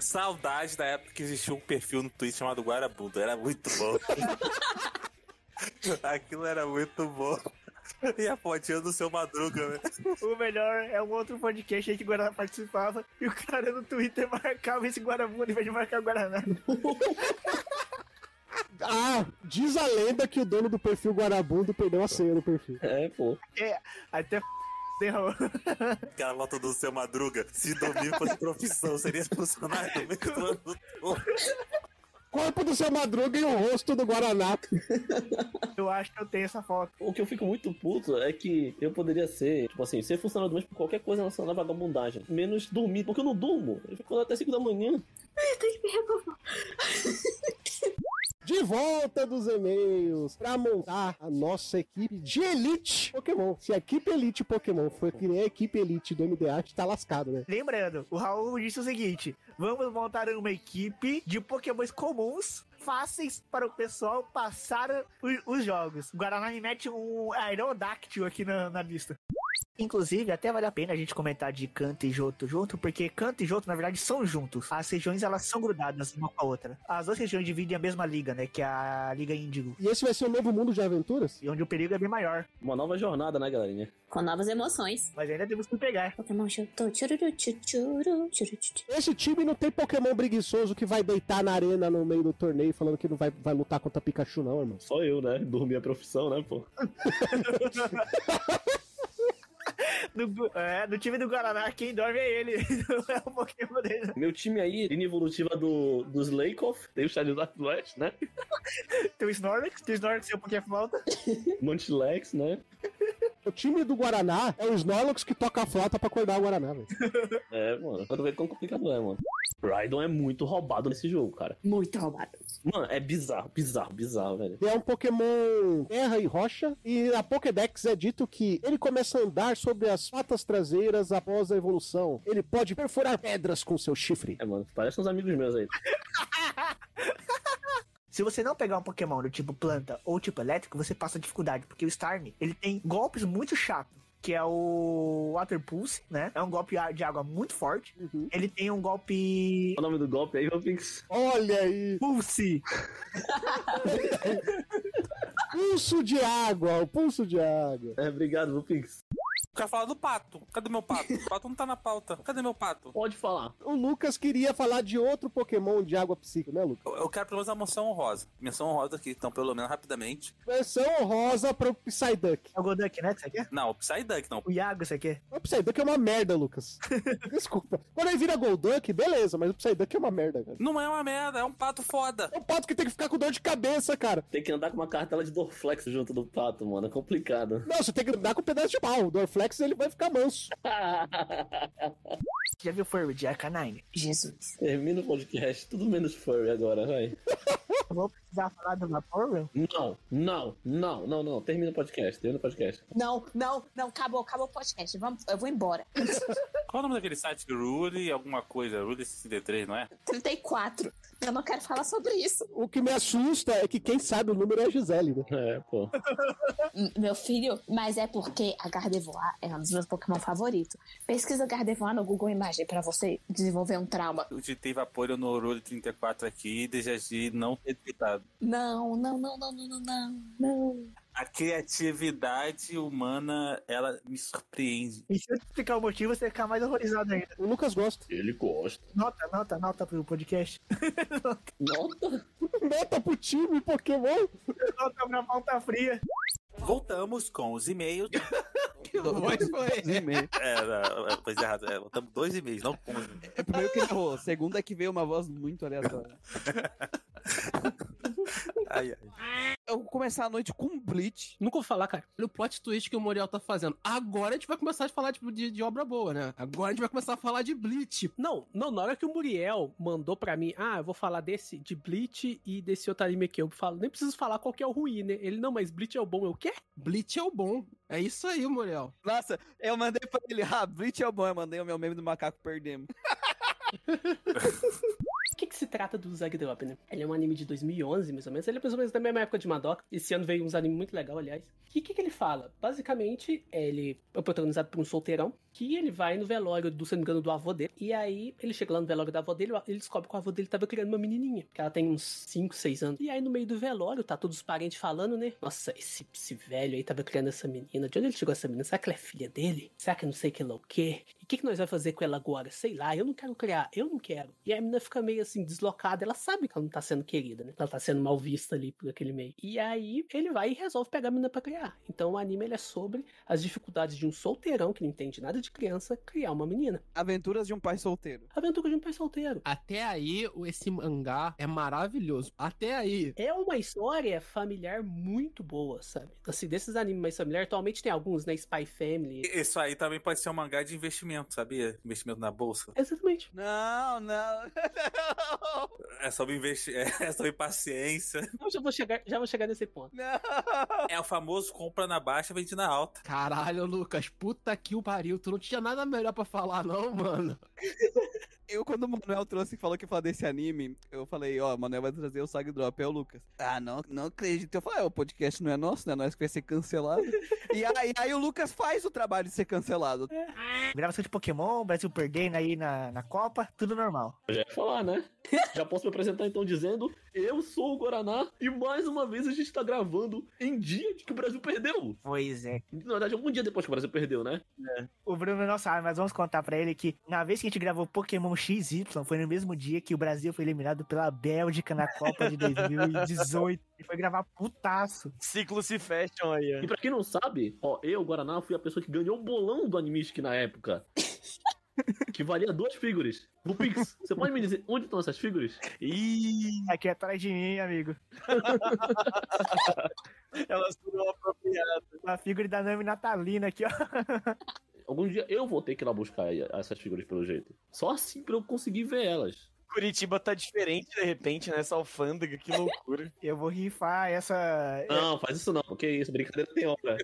Speaker 5: Saudade da época que existia um perfil no Twitter chamado Guarabundo. Era muito bom. Aquilo era muito bom. E a fotinha do seu Madruga, né?
Speaker 3: O melhor é um outro podcast aí que o Guaraná participava e o cara no Twitter marcava esse Guarabundo ao invés de marcar o Guaraná.
Speaker 1: Ah, diz a lenda que o dono do perfil Guarabundo perdeu a senha do perfil.
Speaker 4: É, pô.
Speaker 3: É, até tem Raul.
Speaker 5: Aquela foto do seu Madruga. Se dormir fosse profissão, seria funcionário do mesmo ano todo.
Speaker 1: Corpo do seu Madruga e o rosto do Guaraná.
Speaker 3: Eu acho que eu tenho essa foto.
Speaker 4: O que eu fico muito puto é que eu poderia ser, tipo assim, ser funcionário do mês por qualquer coisa relacionada à vagabundagem. Menos dormir, porque eu não durmo. Eu fico lá até 5 da manhã.
Speaker 1: De volta dos e-mails pra montar a nossa equipe de elite Pokémon. Se a equipe elite Pokémon for que nem a equipe elite do MDA, a gente tá lascado, né?
Speaker 3: Lembrando, o Raul disse o seguinte: vamos montar uma equipe de pokémons comuns. Fáceis para o pessoal passar o- os jogos. O Guaraná me mete um Aerodactyl aqui na, na lista. Inclusive, até vale a pena a gente comentar de Canto e Joto junto, porque Canto e Joto, na verdade, são juntos. As regiões, elas são grudadas uma com a outra. As duas regiões dividem a mesma liga, né? Que é a Liga Índigo.
Speaker 1: E esse vai ser um novo mundo de aventuras?
Speaker 3: E onde o perigo é bem maior.
Speaker 4: Uma nova jornada, né, galerinha?
Speaker 7: Com novas emoções.
Speaker 3: Mas ainda temos que pegar.
Speaker 7: Pokémon chutou, tchururu, tchururu, tchururu.
Speaker 1: Esse time não tem Pokémon preguiçoso que vai deitar na arena no meio do torneio falando que não vai, vai lutar contra Pikachu, não, irmão.
Speaker 4: Só eu, né? Dormir é profissão, né, pô?
Speaker 3: do, é, do time do Guaraná, quem dorme é ele. Não é o Pokémon dele.
Speaker 4: Meu time aí, linha evolutiva do, dos Lakoff, tem o Charizard Flash, né?
Speaker 3: Tem o Snorlax, tem o Snorlax e o Pokémon falta.
Speaker 4: Montilex, né?
Speaker 1: O time do Guaraná é o Snorlax que toca a flauta pra acordar o Guaraná, velho.
Speaker 4: É, mano. Quando vê quão complicado é, mano. Rhydon é muito roubado nesse jogo, cara. Muito roubado. Mano, é bizarro, bizarro, bizarro, velho.
Speaker 1: É um Pokémon terra e rocha. E na Pokédex é dito que ele começa a andar sobre as patas traseiras após a evolução. Ele pode perfurar pedras com seu chifre.
Speaker 4: É, mano, parece uns amigos meus aí.
Speaker 3: Se você não pegar um Pokémon do tipo planta ou tipo elétrico, você passa dificuldade, porque o Starmie, ele tem golpes muito chatos. Que é o Water Pulse, né? É um golpe de água muito forte. Ele tem um golpe.
Speaker 4: Uhum. O nome do golpe é aí, Vopix?
Speaker 1: Olha aí!
Speaker 3: Pulse!
Speaker 1: pulso de água, o pulso de água.
Speaker 4: É, obrigado, Vopix.
Speaker 5: Quer falar do pato? Cadê meu pato? O pato não tá na pauta. Cadê meu pato?
Speaker 4: Pode falar.
Speaker 1: O Lucas queria falar de outro Pokémon de água psíquica, né, Lucas?
Speaker 5: Eu, eu quero pelo menos a menção honrosa. Menção honrosa aqui, então, pelo menos rapidamente.
Speaker 1: Versão honrosa pro Psyduck.
Speaker 3: É o Golduck, né, que você quer?
Speaker 5: Não, o Psyduck não.
Speaker 3: O Iago, você quer?
Speaker 1: O Psyduck é uma merda, Lucas. Desculpa. Quando ele vira Golduck, beleza, mas o Psyduck é uma merda, cara.
Speaker 5: Não é uma merda, é um pato foda.
Speaker 1: É um pato que tem que ficar com dor de cabeça, cara.
Speaker 4: Tem que andar com uma cartela de Dorflex junto do pato, mano. É complicado.
Speaker 1: Não, você tem que andar com um pedaço de pau. O Dorflex, ele vai ficar manso.
Speaker 3: Já viu Furry de Arcanine?
Speaker 4: Jesus. Termina o podcast, tudo menos furry agora, vai.
Speaker 3: Eu Vou precisar falar do Vaporeon?
Speaker 4: Não, não, não, não, não. Termina o podcast, termina o podcast.
Speaker 7: Não, não, não, acabou, acabou o podcast. Vamos, eu vou embora.
Speaker 5: Qual é o nome daquele site do Rudy? Alguma coisa, Rudy 63, não é?
Speaker 7: 34. Eu não quero falar sobre isso.
Speaker 1: O que me assusta é que quem sabe o número é a Gisele, né?
Speaker 4: É, pô.
Speaker 7: M- Meu filho, mas é porque a Gardevoir é um dos meus Pokémon favoritos. Pesquisa Gardevoir no Google Imagem pra você desenvolver um trauma.
Speaker 5: Eu digitei Vaporeon no Rudy 34 aqui e desejei não ter digitado.
Speaker 7: Não, não, não, não, não, não, não, não.
Speaker 5: A criatividade humana, ela me surpreende.
Speaker 3: E se eu te explicar o motivo, você vai ficar mais horrorizado ainda.
Speaker 1: O Lucas gosta.
Speaker 4: Ele gosta.
Speaker 3: Nota, nota, nota pro podcast.
Speaker 4: Nota?
Speaker 1: Nota pro time, Pokémon.
Speaker 3: nota pra pauta fria.
Speaker 5: Voltamos com os e-mails. que
Speaker 10: voz foi essa?
Speaker 5: É, não, é, pois errado. É, voltamos dois e-mails, não um. com os
Speaker 10: É primeiro que ele errou. Segundo é que veio uma voz muito aleatória.
Speaker 5: Ai,
Speaker 10: Eu vou começar a noite com um Bleach.
Speaker 24: Nunca vou falar, cara. Olha o plot twist que o Muriel tá fazendo. Agora a gente vai começar a falar tipo, de, de obra boa, né? Agora a gente vai começar a falar de Bleach. Não, não, na hora que o Muriel mandou pra mim, ah, eu vou falar desse, de Bleach e desse outro anime que eu falo. Nem preciso falar qual que é o ruim, né? Ele, não, mas Bleach é o bom. Eu, o quê? Bleach é o bom. É isso aí, Muriel.
Speaker 10: Nossa, eu mandei pra ele, ah, Bleach é bom. Eu mandei o meu meme do macaco perdemos.
Speaker 24: O que, que se trata do Zag the Up, né? Ele é um anime de 2011, mais ou menos. Ele é mais ou menos da mesma época de Madoka. Esse ano veio uns animes muito legal, aliás. E o que, que ele fala? Basicamente, ele é protagonizado por um solteirão que ele vai no velório, do, se não me engano, do avô dele. E aí, ele chega lá no velório da avó dele, ele descobre que o avô dele tava criando uma menininha, que ela tem uns 5, 6 anos. E aí, no meio do velório, tá todos os parentes falando, né? Nossa, esse, esse velho aí tava criando essa menina. De onde ele chegou essa menina? Será que ela é filha dele? Será que eu não sei que ela é o quê? E o que, que nós vamos fazer com ela agora? Sei lá, eu não quero criar, eu não quero. E aí a menina fica meio assim, deslocada. Ela sabe que ela não tá sendo querida, né? Ela tá sendo mal vista ali por aquele meio. E aí ele vai e resolve pegar a menina pra criar. Então o anime ele é sobre as dificuldades de um solteirão que não entende nada de criança criar uma menina.
Speaker 10: Aventuras de um pai solteiro.
Speaker 24: Aventura de um pai solteiro. Até aí, o- esse mangá é maravilhoso. Até aí. É uma história familiar muito boa, sabe? Assim, desses animes mais familiares, atualmente tem alguns, né? Spy Family.
Speaker 5: Isso aí também pode ser um mangá de investimento, sabia? Investimento na bolsa.
Speaker 24: Exatamente.
Speaker 10: Não, não.
Speaker 5: É sobre investir, é sobre paciência.
Speaker 24: Eu já vou chegar, já vou chegar nesse ponto.
Speaker 13: Né?
Speaker 5: É o famoso compra na baixa, vende na alta.
Speaker 24: Caralho, Lucas, puta que o pariu. Tu não tinha nada melhor pra falar, não, mano.
Speaker 10: Eu, quando o Manuel trouxe e falou que ia falar desse anime, eu falei, ó, o Manuel vai trazer o Sag Drop, é o Lucas. Ah, não, não acredito. Eu falei, ah, o podcast não é nosso, né? Nós que vai ser cancelado. e aí, aí o Lucas faz o trabalho de ser cancelado.
Speaker 3: Gravação É. de Pokémon, Brasil perdendo aí na, na Copa, tudo normal.
Speaker 4: Eu já ia falar, né? Já posso me apresentar então dizendo: Eu sou o Guaraná e mais uma vez a gente tá gravando em dia de que o Brasil perdeu.
Speaker 3: Pois é.
Speaker 4: Na verdade, um algum dia depois que o Brasil perdeu, né?
Speaker 3: O Bruno não sabe, mas vamos contar pra ele que na vez que a gente gravou Pokémon XY foi no mesmo dia que o Brasil foi eliminado pela Bélgica na Copa de 2018. Ele foi gravar putaço.
Speaker 4: Ciclo se fecham aí.
Speaker 6: é.
Speaker 4: E pra quem não sabe, ó, eu, Guaraná, fui a pessoa que ganhou o bolão do Animistic na época. que valia duas figuras. No Pix, você pode me dizer onde estão essas figuras?
Speaker 3: Ih, aqui atrás de mim, amigo.
Speaker 4: Elas foram apropriadas.
Speaker 3: A figura da Nami Natalina aqui, ó.
Speaker 4: Algum dia eu vou ter que ir lá buscar aí essas figuras, pelo jeito. Só assim pra eu conseguir ver elas.
Speaker 6: Curitiba tá diferente de repente nessa alfândega, que loucura.
Speaker 3: Eu vou rifar essa.
Speaker 4: Não, faz isso não, porque isso, brincadeira tem hora.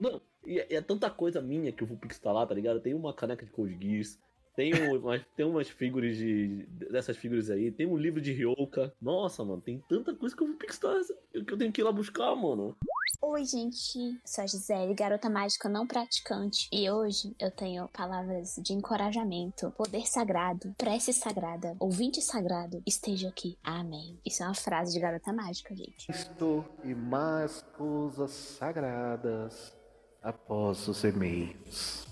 Speaker 4: Não, e é, e é tanta coisa minha que o Vulpix tá lá, tá ligado? Tem uma caneca de Cold Geass, tem, um, umas, tem umas figuras de, dessas figuras aí, tem um livro de Ryoka. Nossa, mano, tem tanta coisa que o Vulpix tá, que eu tenho que ir lá buscar, mano.
Speaker 7: Oi, gente. Sou a Gisele, garota mágica não praticante. E hoje eu tenho palavras de encorajamento, poder sagrado, prece sagrada, ouvinte sagrado, esteja aqui. Amém. Isso é uma frase de garota mágica, gente.
Speaker 11: Isto e mais coisas sagradas após os e-mails.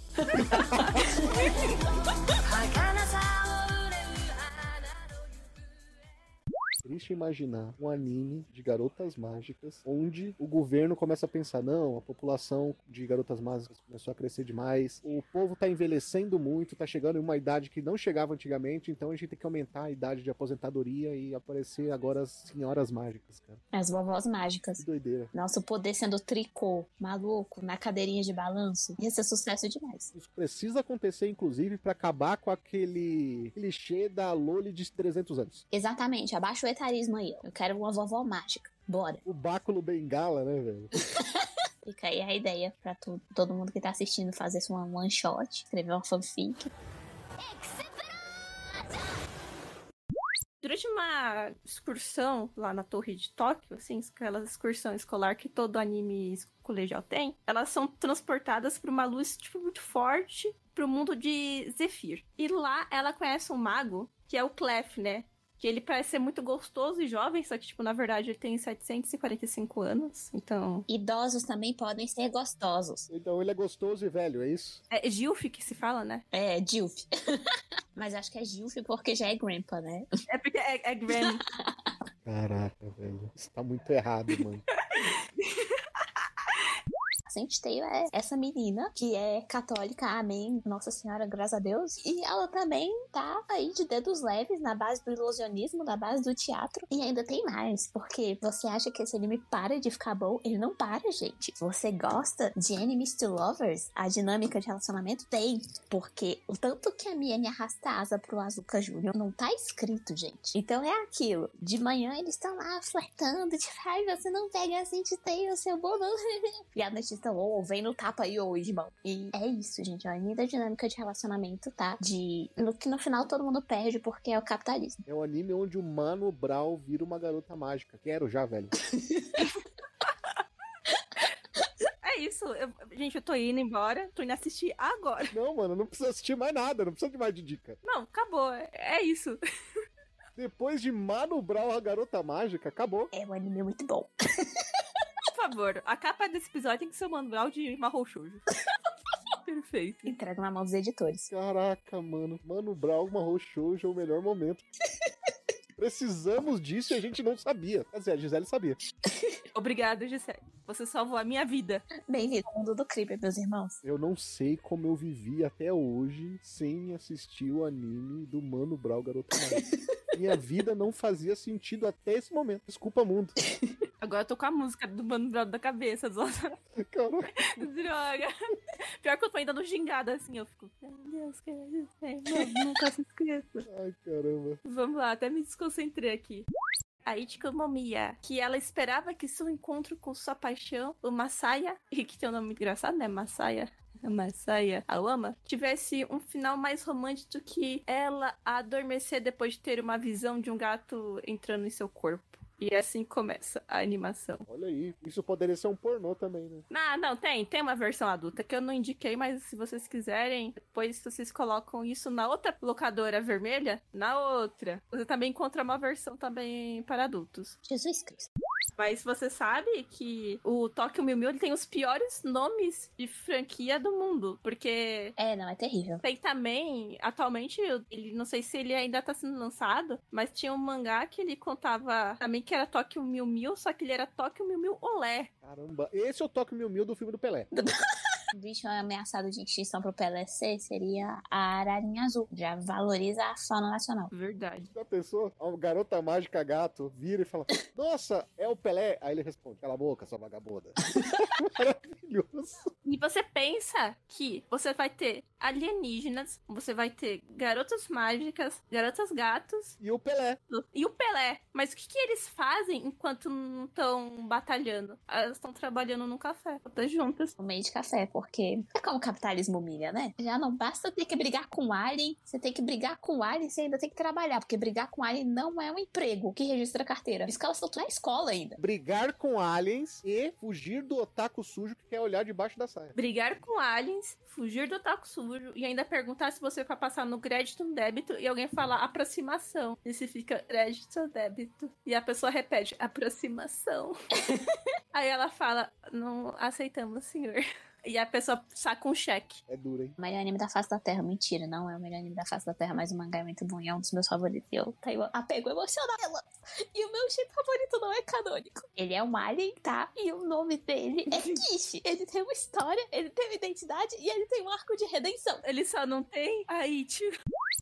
Speaker 1: Triste imaginar um anime de garotas mágicas onde o governo começa a pensar: não, a população de garotas mágicas começou a crescer demais, o povo tá envelhecendo muito, tá chegando em uma idade que não chegava antigamente, então a gente tem que aumentar a idade de aposentadoria e aparecer agora as senhoras mágicas, cara.
Speaker 7: As vovós mágicas.
Speaker 1: Que doideira.
Speaker 7: Nosso poder sendo tricô, maluco, na cadeirinha de balanço. Ia ser sucesso demais.
Speaker 1: Isso precisa acontecer, inclusive, pra acabar com aquele clichê da Loli de 300 anos.
Speaker 7: Exatamente, abaixa o etarismo aí. ó. Eu quero uma vovó mágica. Bora.
Speaker 1: O báculo bengala, né, velho?
Speaker 7: Fica aí a ideia pra tu- todo mundo que tá assistindo fazer isso uma one shot, escrever uma fanfic.
Speaker 29: Durante uma excursão lá na Torre de Tóquio, assim, aquela excursão escolar que todo anime es- colegial tem, elas são transportadas para uma luz, tipo, muito forte pro mundo de Zephyr. E lá ela conhece um mago, que é o Clef, né? Que ele parece ser muito gostoso e jovem, só que, tipo, na verdade ele tem 745 anos, então...
Speaker 7: Idosos também podem ser gostosos.
Speaker 1: Então ele é gostoso e velho, é isso?
Speaker 29: É Gilf que se fala, né?
Speaker 7: É, Dilf. Mas acho que é Gilf porque já é Grandpa, né?
Speaker 29: É porque é, é Granny.
Speaker 1: Caraca, velho. Isso tá muito errado, mano.
Speaker 7: A Saint Tail é essa menina que é católica, amém, Nossa Senhora, graças a Deus. E ela também tá aí de dedos leves na base do ilusionismo, na base do teatro. E ainda tem mais, porque você acha que esse anime para de ficar bom? Ele não para, gente. Você gosta de Enemies to Lovers? A dinâmica de relacionamento tem, porque o tanto que a Miane arrasta a asa pro Azuka Jr. não tá escrito, gente. Então é aquilo. De manhã eles estão lá flertando, tipo, ai, você não pega a Saint Tail, seu bobo. E a notícia, ô, vem no tapa aí hoje, irmão. E é isso, gente. A linda dinâmica de relacionamento, tá? De. No que no final todo mundo perde porque é o capitalismo.
Speaker 1: É um anime onde o Mano Brown vira uma garota mágica. Quero já, velho.
Speaker 29: É isso. eu- gente, eu tô indo embora. Tô indo assim. assistir agora.
Speaker 1: Não, mano, não precisa assistir mais nada, não precisa de mais de dica.
Speaker 29: Não, acabou. É isso.
Speaker 1: Depois de Mano Brown, a garota mágica, acabou.
Speaker 7: É um anime muito bom.
Speaker 29: Por favor, a capa desse episódio tem que ser o manual de Marrou Shoujo. Perfeito.
Speaker 7: Entrega na mão dos editores.
Speaker 1: Caraca, mano. Mano Brown, Marro Shoujo é o melhor momento. Precisamos disso e a gente não sabia. Quer dizer, a Gisele sabia.
Speaker 29: Obrigado, Gisele. Você salvou a minha vida.
Speaker 7: Bem-vindo ao mundo do crime, meus irmãos.
Speaker 1: Eu não sei como eu vivi até hoje sem assistir o anime do Mano Brown Garota Mágica. Minha vida não fazia sentido até esse momento. Desculpa, mundo.
Speaker 29: Agora eu tô com a música do Mano Brown da cabeça. Zosa. Droga. Pior que eu tô ainda no gingado, assim. Eu fico... Meu Deus, que é isso? É, não, nunca se esqueça.
Speaker 1: Ai, caramba.
Speaker 29: Vamos lá, até me desconcentrei aqui. A Ichikomomiya, que ela esperava que seu encontro com sua paixão, o Masaya, e que tem um nome muito engraçado, né? Masaya. Masaya Aoama, tivesse um final mais romântico do que ela a adormecer depois de ter uma visão de um gato entrando em seu corpo. E assim começa a animação.
Speaker 1: Olha aí. Isso poderia ser um pornô também, né?
Speaker 29: Ah, não, tem. Tem uma versão adulta que eu não indiquei, mas se vocês quiserem, depois vocês colocam isso na outra locadora vermelha, na outra. Você também encontra uma versão também para adultos.
Speaker 7: Jesus Cristo.
Speaker 29: Mas você sabe que o Tokyo Mew Mew ele tem os piores nomes de franquia do mundo, porque...
Speaker 7: É, não, é terrível.
Speaker 29: Tem também, atualmente, ele não sei se ele ainda tá sendo lançado, mas tinha um mangá que ele contava também que era Tokyo Mew Mew, só que ele era Tokyo Mew Mew Olé.
Speaker 1: Caramba, esse é o toque mil mil do filme do Pelé.
Speaker 7: O bicho é ameaçado de extinção pro PLC seria a ararinha azul. Já valoriza a fauna nacional.
Speaker 29: Verdade.
Speaker 1: Já pensou? A garota mágica gato vira e fala: Nossa, é o Pelé. Aí ele responde: Cala a boca, sua vagabunda. Maravilhoso.
Speaker 29: E você pensa que você vai ter alienígenas, você vai ter garotas mágicas, garotas gatos.
Speaker 1: E o Pelé.
Speaker 29: E o Pelé. Mas o que, que eles fazem enquanto não estão batalhando? Ah, Elas estão trabalhando num café, todas juntas.
Speaker 7: No meio de café, porque é como o capitalismo humilha, né? Já não basta ter que brigar com alien, você tem que brigar com alien e você ainda tem que trabalhar, porque brigar com alien não é um emprego que registra carteira. Os caras estão na escola ainda.
Speaker 1: Brigar com aliens e fugir do otaku sujo que quer olhar debaixo da saia.
Speaker 29: Brigar com aliens, fugir do taco sujo e ainda perguntar se você vai passar no crédito ou no débito e alguém falar aproximação. E se fica crédito ou débito. E a pessoa repete, aproximação. Aí ela fala, não aceitamos, senhor. E a pessoa saca um cheque.
Speaker 1: É duro, hein?
Speaker 7: O melhor anime da face da Terra. Mentira, não é o melhor anime da face da Terra, mas o mangá é muito bom e é um dos meus favoritos. E eu tenho apego emocional. E o meu shape favorito não é canônico. Ele é um alien, tá? E o nome dele é Kishi. Ele tem uma história, ele tem uma identidade e ele tem um arco de redenção.
Speaker 29: Ele só não tem a It.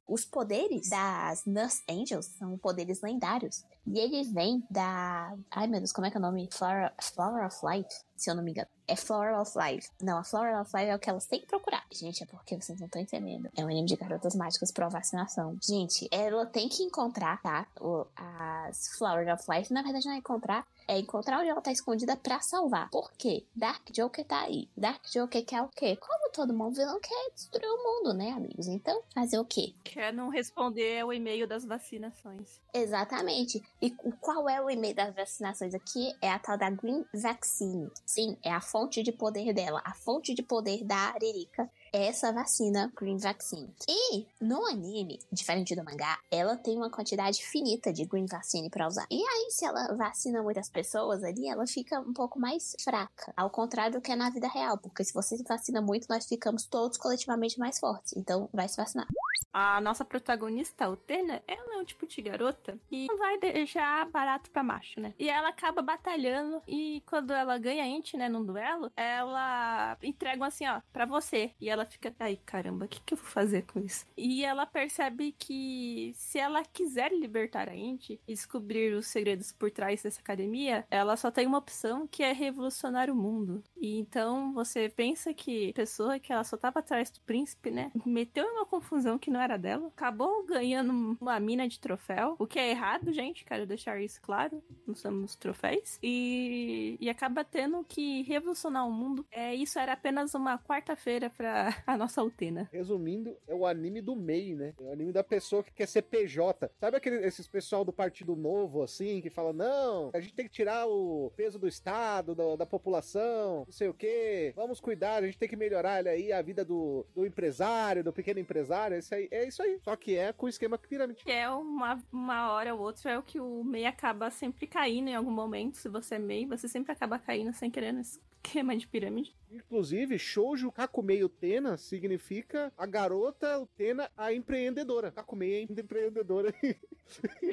Speaker 7: Os poderes das Nurse Angels são poderes lendários. E ele vem da. Ai meu Deus, como é que é o nome? Flower, Flower of Life, se eu não me engano. É Flower of Life. Não, a Flower of Life é o que elas têm que procurar. Gente, é porque vocês não estão entendendo. É um anime de garotas mágicas pro vacinação. Gente, ela tem que encontrar, tá? O- as Flower of Life, na verdade, não é encontrar. É encontrar onde ela tá escondida pra salvar. Por quê? Dark Joker tá aí. Dark Joker quer o quê? Como todo mundo vilão quer destruir o mundo, né, amigos? Então, fazer o quê?
Speaker 29: Quer não responder o e-mail das vacinações.
Speaker 7: Exatamente. E o- qual é o e-mail das vacinações aqui? É a tal da Green Vaccine. Sim, é a fonte de poder dela. A fonte de poder da Aririca é essa vacina Green Vaccine. E no anime, diferente do mangá, ela tem uma quantidade finita de Green Vaccine pra usar. E aí, se ela vacina muitas pessoas ali, ela fica um pouco mais fraca. Ao contrário do que é na vida real. Porque se você se vacina muito, nós ficamos todos coletivamente mais fortes. Então, vai se vacinar.
Speaker 29: A nossa protagonista, a Utena, ela é um tipo de garota que não vai deixar barato pra macho, né? E ela acaba batalhando e quando ela ganha int, né, num duelo, ela entrega um assim, ó, pra você. E ela fica, ai caramba, o que, que eu vou fazer com isso? E ela percebe que se ela quiser libertar a int e descobrir os segredos por trás dessa academia, ela só tem uma opção que é revolucionar o mundo. E então você pensa que a pessoa que ela só tava atrás do príncipe, né? Meteu em uma confusão que não era dela. Acabou ganhando uma mina de troféu. O que é errado, gente. Quero deixar isso claro. Não somos troféus. E, e acaba tendo que revolucionar o mundo. É, isso era apenas uma quarta-feira pra a nossa Utena.
Speaker 1: Resumindo, é o anime do MEI, né? É o anime da pessoa que quer ser PJ. Sabe aquele, esses pessoal do Partido Novo, assim, que fala, não, a gente tem que tirar o peso do Estado, da, da população, não sei o quê, vamos cuidar, a gente tem que melhorar olha aí a vida do, do empresário, do pequeno empresário, isso aí, é isso aí. Só que é com o esquema pirâmide.
Speaker 29: Que é uma, uma hora ou outra, é o que o MEI acaba sempre caindo em algum momento. Se você é MEI, você sempre acaba caindo sem querer nesse esquema de pirâmide.
Speaker 1: Inclusive, Shoujo Kakumei Utena significa a garota Utena, a empreendedora. Kakumei é empreendedora em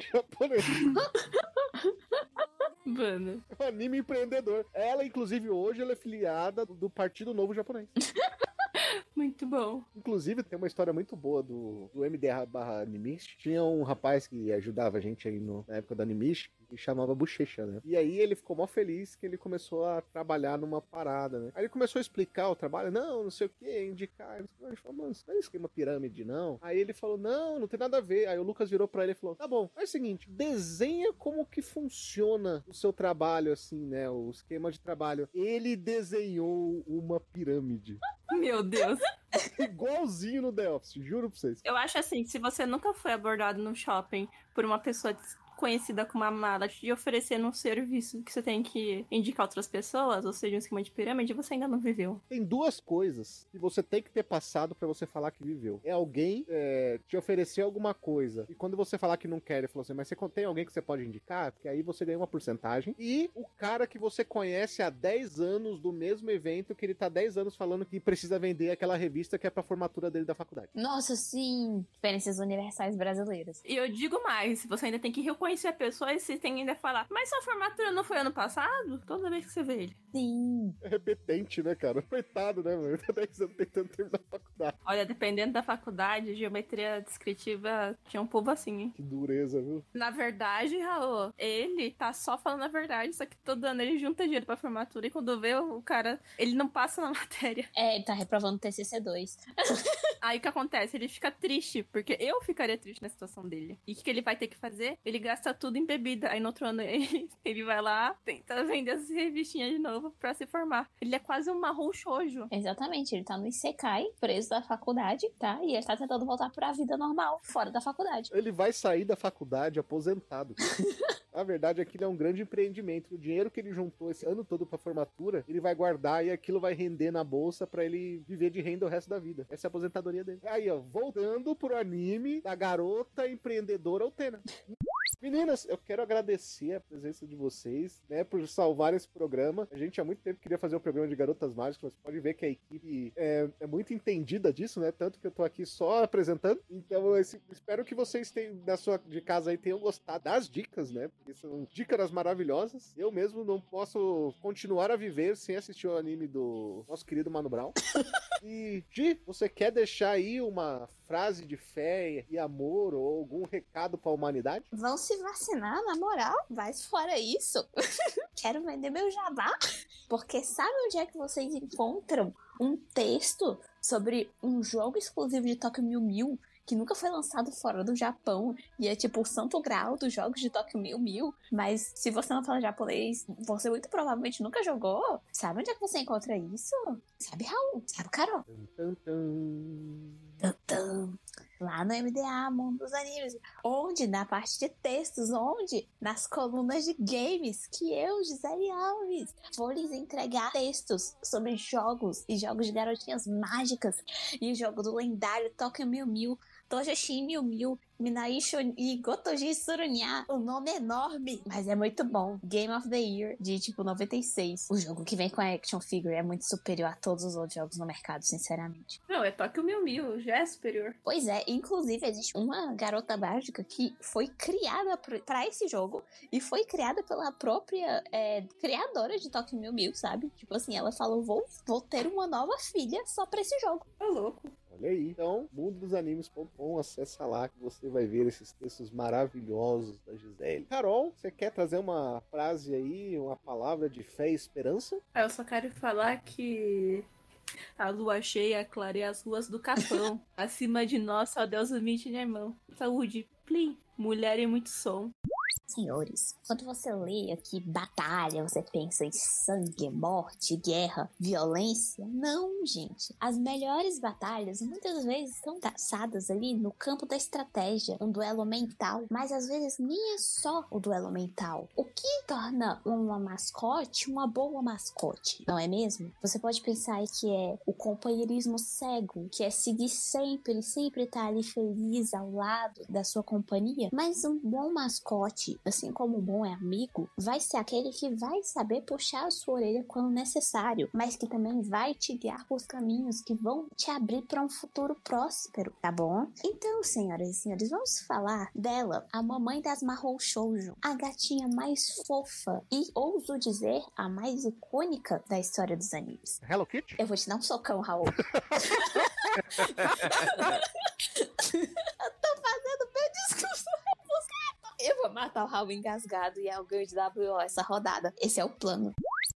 Speaker 1: japonês.
Speaker 29: Mano.
Speaker 1: É um anime empreendedor. Ela, inclusive, hoje ela é filiada do Partido Novo Japonês.
Speaker 29: Muito bom.
Speaker 1: Inclusive, tem uma história muito boa do, do MDR barra Animist. Tinha um rapaz que ajudava a gente aí no- na época do Animist e chamava Bochecha, né? E aí ele ficou mó feliz que ele começou a trabalhar numa parada, né? Aí ele começou a explicar o trabalho, não, não sei o que, indicar. Ele falou, mano, isso não é esquema pirâmide, não. Aí ele falou, não, não tem nada a ver. Aí o Lucas virou pra ele e falou, tá bom, faz o seguinte, desenha como que funciona o seu trabalho, assim, né? O esquema de trabalho. Ele desenhou uma pirâmide.
Speaker 29: Meu Deus.
Speaker 1: Igualzinho no The Office, juro pra vocês.
Speaker 29: Eu acho assim, se você nunca foi abordado no shopping por uma pessoa conhecida como a mala de oferecer um serviço que você tem que indicar outras pessoas, ou seja, um esquema de pirâmide, você ainda não viveu.
Speaker 1: Tem duas coisas que você tem que ter passado pra você falar que viveu. É alguém é, te oferecer alguma coisa. E quando você falar que não quer, ele falou assim: Mas você tem alguém que você pode indicar? Porque aí você ganha uma porcentagem. E o cara que você conhece há 10 anos do mesmo evento, que ele tá 10 anos falando que precisa vender aquela revista que é pra formatura dele da faculdade.
Speaker 7: Nossa, sim! Diferenças universais brasileiras.
Speaker 29: E eu digo mais, você ainda tem que reconhecer a pessoa e você tem que ainda falar, mas sua formatura não foi ano passado? Toda vez que você vê ele.
Speaker 7: Sim.
Speaker 1: É repetente, né, cara? Coitado, né, mano? Ele tá 10 anos tentando terminar a faculdade.
Speaker 29: Olha, dependendo da faculdade, geometria descritiva tinha um povo assim, hein?
Speaker 1: Que dureza, viu?
Speaker 29: Na verdade, Raul, ele tá só falando a verdade, só que todo ano ele junta dinheiro pra formatura e quando vê o cara, ele não passa na matéria.
Speaker 7: É, ele tá reprovando o TCC2.
Speaker 29: Aí o que acontece? Ele fica triste, porque eu ficaria triste na situação dele. E o que que ele vai ter que fazer? Ele gasta tudo em bebida. Aí no outro ano ele, ele vai lá, tenta vender as revistinhas de novo pra se formar. Ele é quase um marrom shoujo.
Speaker 7: Exatamente, ele tá no Isekai, preso da faculdade, tá? E ele tá tentando voltar pra vida normal, fora da faculdade.
Speaker 1: Ele vai sair da faculdade aposentado. A verdade é que ele é um grande empreendimento. O dinheiro que ele juntou esse ano todo pra formatura, ele vai guardar e aquilo vai render na bolsa pra ele viver de renda o resto da vida. Essa é a aposentadoria dele. Aí, ó, voltando pro anime da garota empreendedora Altena. Meninas, eu quero agradecer a presença de vocês, né, por salvar esse programa. A gente há muito tempo queria fazer um programa de garotas mágicas, mas pode ver que a equipe é, é muito entendida disso, né? Tanto que eu tô aqui só apresentando. Então, esse- espero que vocês tenham, da sua de casa aí tenham gostado das dicas, né? Porque são dicas maravilhosas. Eu mesmo não posso continuar a viver sem assistir o anime do nosso querido Mano Brown. E, Gi, você quer deixar aí uma frase de fé e amor ou algum recado pra humanidade?
Speaker 7: Vão se vacinar, na moral? Vai fora isso. Quero vender meu jabá. Porque sabe onde é que vocês encontram um texto sobre um jogo exclusivo de Tokyo Mew Mew que nunca foi lançado fora do Japão e é tipo o santo grau dos jogos de Tokyo Mew Mew? Mas se você não fala japonês, você muito provavelmente nunca jogou. Sabe onde é que você encontra isso? Sabe, Raul? Sabe, Carol?
Speaker 1: Tum, tum.
Speaker 7: Tum-tum. Lá no MDA, Mundo dos Animes. Onde? Na parte de textos. Onde? Nas colunas de games. Que eu, Gisele Alves, vou lhes entregar textos sobre jogos e jogos de garotinhas mágicas. E o jogo do lendário Tokyo Mew Mew, Tojoshin Mew Mew, Minai Shon- e Gotoji Surunya. O nome é enorme, mas é muito bom. Game of the Year, de tipo 96. O jogo que vem com a Action Figure é muito superior a todos os outros jogos no mercado, sinceramente.
Speaker 29: Não, é toque o meu mil, já é superior.
Speaker 7: Pois é, inclusive existe uma garota mágica que foi criada pr- pra esse jogo e foi criada pela própria é, criadora de Tokyo Mew Mew, sabe? Tipo assim, ela falou, vou, vou ter uma nova filha só pra esse jogo.
Speaker 29: Ô louco.
Speaker 1: Olha aí. Então, mundodosanimes.com, acessa lá que você vai ver esses textos maravilhosos da Gisele. Carol, você quer trazer uma frase aí, uma palavra de fé e esperança?
Speaker 29: Ah, Eu só quero falar que a lua cheia clareia as ruas do Capão. Acima de nós, ó Deus humilde, né, irmão? Saúde, plim, mulher e muito som.
Speaker 7: Senhores, quando você lê aqui batalha, você pensa em sangue, morte, guerra, violência. Não, gente. As melhores batalhas muitas vezes estão traçadas ali no campo da estratégia, um duelo mental. Mas às vezes nem é só o duelo mental. O que torna uma mascote uma boa mascote, não é mesmo? Você pode pensar aí que é o companheirismo cego, que é seguir sempre, sempre estar ali feliz ao lado da sua companhia. Mas um bom mascote, assim como um bom amigo, vai ser aquele que vai saber puxar a sua orelha quando necessário, mas que também vai te guiar por caminhos que vão te abrir para um futuro próspero, tá bom? Então, senhoras e senhores, vamos falar dela, a mamãe das Marrou Shoujo, a gatinha mais fofa e, ouso dizer, a mais icônica da história dos animes.
Speaker 1: Hello Kitty?
Speaker 7: Eu vou te dar um socão, Raul. Eu tô fazendo meu discurso rebuscado. Eu vou matar o Raul engasgado e é o grande WO essa rodada. Esse é o plano.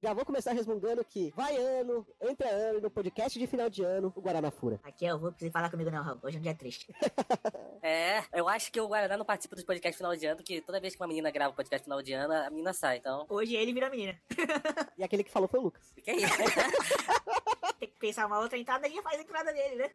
Speaker 30: Já vou começar resmungando que vai ano, entra ano, no podcast de final de ano, o Guaraná Fura.
Speaker 31: Aqui é eu vou precisar falar comigo não, Raul. Hoje é um dia triste.
Speaker 30: É, eu acho que o Guaraná não participa dos podcasts final de ano, porque toda vez que uma menina grava o podcast final de ano, a menina sai, então.
Speaker 31: Hoje ele vira menina.
Speaker 30: E aquele que falou foi o Lucas.
Speaker 31: Que isso? Tem que pensar uma outra entrada e faz a entrada dele, né?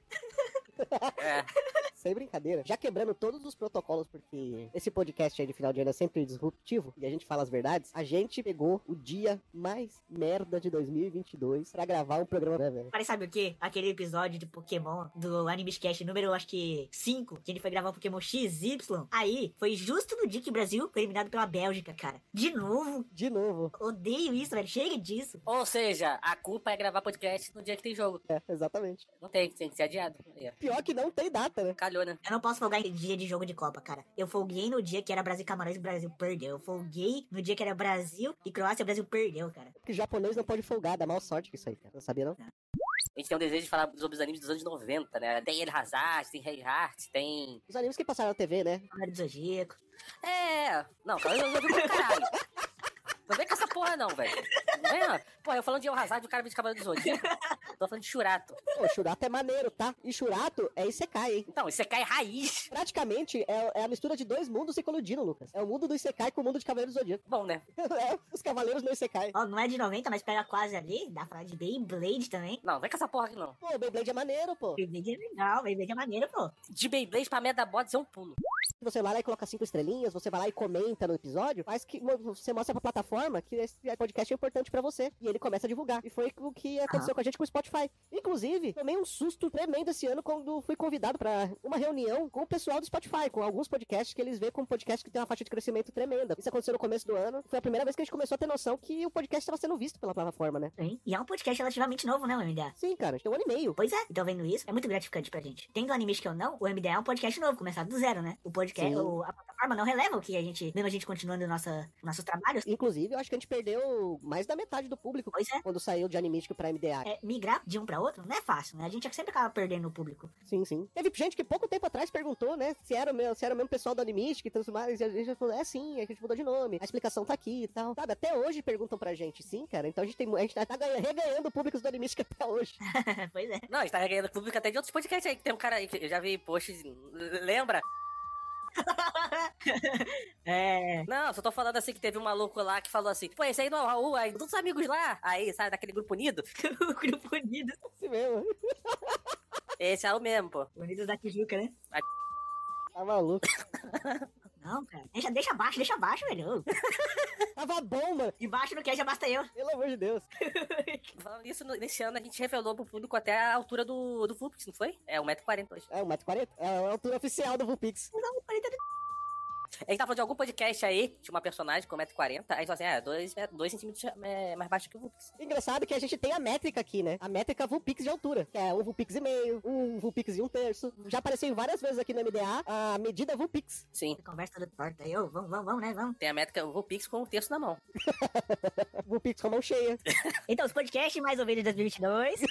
Speaker 30: É.
Speaker 22: sem brincadeira, já quebrando todos os protocolos, porque esse podcast aí de final de ano é sempre disruptivo e a gente fala as verdades, a gente pegou o dia mais merda de 2022 pra gravar um programa, né, velho?
Speaker 31: Parece, sabe o quê? Aquele episódio de Pokémon do Animescast número, acho que 5, que a gente foi gravar o Pokémon XY. Aí, foi justo no dia que o Brasil foi eliminado pela Bélgica, cara. De novo.
Speaker 22: De novo.
Speaker 31: Odeio isso, velho. Chega disso.
Speaker 30: Ou seja, a culpa é gravar podcast no dia que tem jogo.
Speaker 22: É, exatamente.
Speaker 30: Não tem, tem que ser adiado. Aí, ó.
Speaker 22: Pior que não tem data, né?
Speaker 30: Calhou, né?
Speaker 31: Eu não posso folgar em dia de jogo de Copa, cara. Eu folguei no dia que era Brasil e Camarões e o Brasil perdeu. Eu folguei no dia que era Brasil e Croácia e o Brasil perdeu, cara.
Speaker 22: Que japonês não pode folgar, dá mal sorte com isso aí, cara. Não sabia, não?
Speaker 30: A gente tem o desejo de falar sobre os animes dos anos 90, né? Tem El Hazard, tem Rei Heart, tem.
Speaker 22: Os animes que passaram na TV, né?
Speaker 31: Cavaleiro do Zodíaco.
Speaker 30: É. Não, cara, eu ouvi pra caralho. Não vem com essa porra, não, velho. Não vem, não. Pô, eu falando de El Hazard, o cara me de Cavaleiro dos Zodíaco. Tô falando de Churato.
Speaker 22: Pô, Shurato é maneiro, tá? E Shurato é Isekai, hein?
Speaker 30: Então, Isekai raiz.
Speaker 22: Praticamente é, é a mistura de dois mundos se colidindo, Lucas. É o mundo do Isekai com o mundo de Cavaleiros do Zodíaco.
Speaker 30: Bom, né?
Speaker 22: é, os Cavaleiros no Isekai.
Speaker 31: Ó, não é de 90, mas pega quase ali. Dá pra falar de Beyblade também.
Speaker 30: Não, vem com essa porra aqui, não.
Speaker 22: Pô, Beyblade é maneiro, pô.
Speaker 31: Beyblade é legal, Beyblade é maneiro, pô.
Speaker 30: De Beyblade pra Medabots é um pulo.
Speaker 22: Você vai lá e coloca cinco estrelinhas, você vai lá e comenta no episódio, faz que você mostra pra plataforma que esse podcast é importante pra você. E ele começa a divulgar. E foi o que aconteceu
Speaker 31: Aham.
Speaker 22: com a gente com o Spotify. Inclusive, tomei um susto tremendo esse ano quando fui convidado pra uma reunião com o pessoal do Spotify, com alguns podcasts que eles veem como podcast que tem uma faixa de crescimento tremenda. Isso aconteceu no começo do ano. Foi a primeira vez que a gente começou a ter noção que o podcast estava sendo visto pela plataforma, né?
Speaker 31: Sim. E é um podcast relativamente novo, né, o MDA?
Speaker 22: Sim, cara, a gente tem um ano e meio.
Speaker 31: Pois é, então vendo isso, é muito gratificante pra gente. Tendo animes que eu não, o MDA é um podcast novo, começado do zero, né? O podcast,
Speaker 22: Sim.
Speaker 31: o- a plataforma não releva o que a gente, mesmo a gente continuando nossa, nossos trabalhos.
Speaker 22: Inclusive, eu acho que a gente perdeu mais da metade do público quando saiu de Animístico pra MDA.
Speaker 31: É, migrar de um pra outro não é fácil, né? A gente sempre acaba perdendo o público.
Speaker 22: Sim, sim. Teve gente que pouco tempo atrás perguntou, né, se era o mesmo, se era o mesmo pessoal do Animistic e tudo mais, e a gente já falou, é sim, a gente mudou de nome, a explicação tá aqui e tal. Sabe, até hoje perguntam pra gente, sim, cara, então a gente, tem, mu- a gente tá ganha- reganhando públicos do Animistic até hoje.
Speaker 31: pois é.
Speaker 30: Não, a gente tá ganhando público até de outros podcasts aí. que Tem um cara aí que eu já vi posts. Lembra?
Speaker 31: É.
Speaker 30: Não, só tô falando assim que teve um maluco lá que falou assim: pô, esse aí não é o Raul, aí todos os amigos lá. Aí, sabe, daquele grupo unido?
Speaker 31: o grupo unido.
Speaker 22: Esse mesmo.
Speaker 30: Esse é o mesmo, pô.
Speaker 31: Unidos da Tijuca, né?
Speaker 22: Tá maluco.
Speaker 31: Não, cara. Deixa, deixa abaixo, deixa abaixo, velho.
Speaker 22: Tava bom, mano.
Speaker 31: De baixo não quer, já basta eu.
Speaker 22: Pelo amor de Deus.
Speaker 30: Falando nisso, no- nesse ano a gente revelou pro público até a altura do, do Vulpix, não foi? É 1,40m hoje.
Speaker 22: É, 1,40m? É a altura oficial do Vulpix.
Speaker 30: A gente tava falando de algum podcast aí, tinha uma personagem com 1,40m, aí a gente falou assim: é, 2 dois centímetros é, mais baixo que o Vulpix.
Speaker 22: Engraçado que a gente tem a métrica aqui, né? A métrica Vulpix de altura, que é um Vulpix e meio, um Vulpix e um terço. Já apareceu várias vezes aqui no MDA a medida Vulpix.
Speaker 30: Sim.
Speaker 31: Conversa do torta aí, ô. Vamos, vamos, vamos, né? Vamos.
Speaker 30: Tem a métrica Vulpix com o terço na mão.
Speaker 22: Vulpix com a mão cheia.
Speaker 31: Então, os podcasts mais ouvidos de 2022.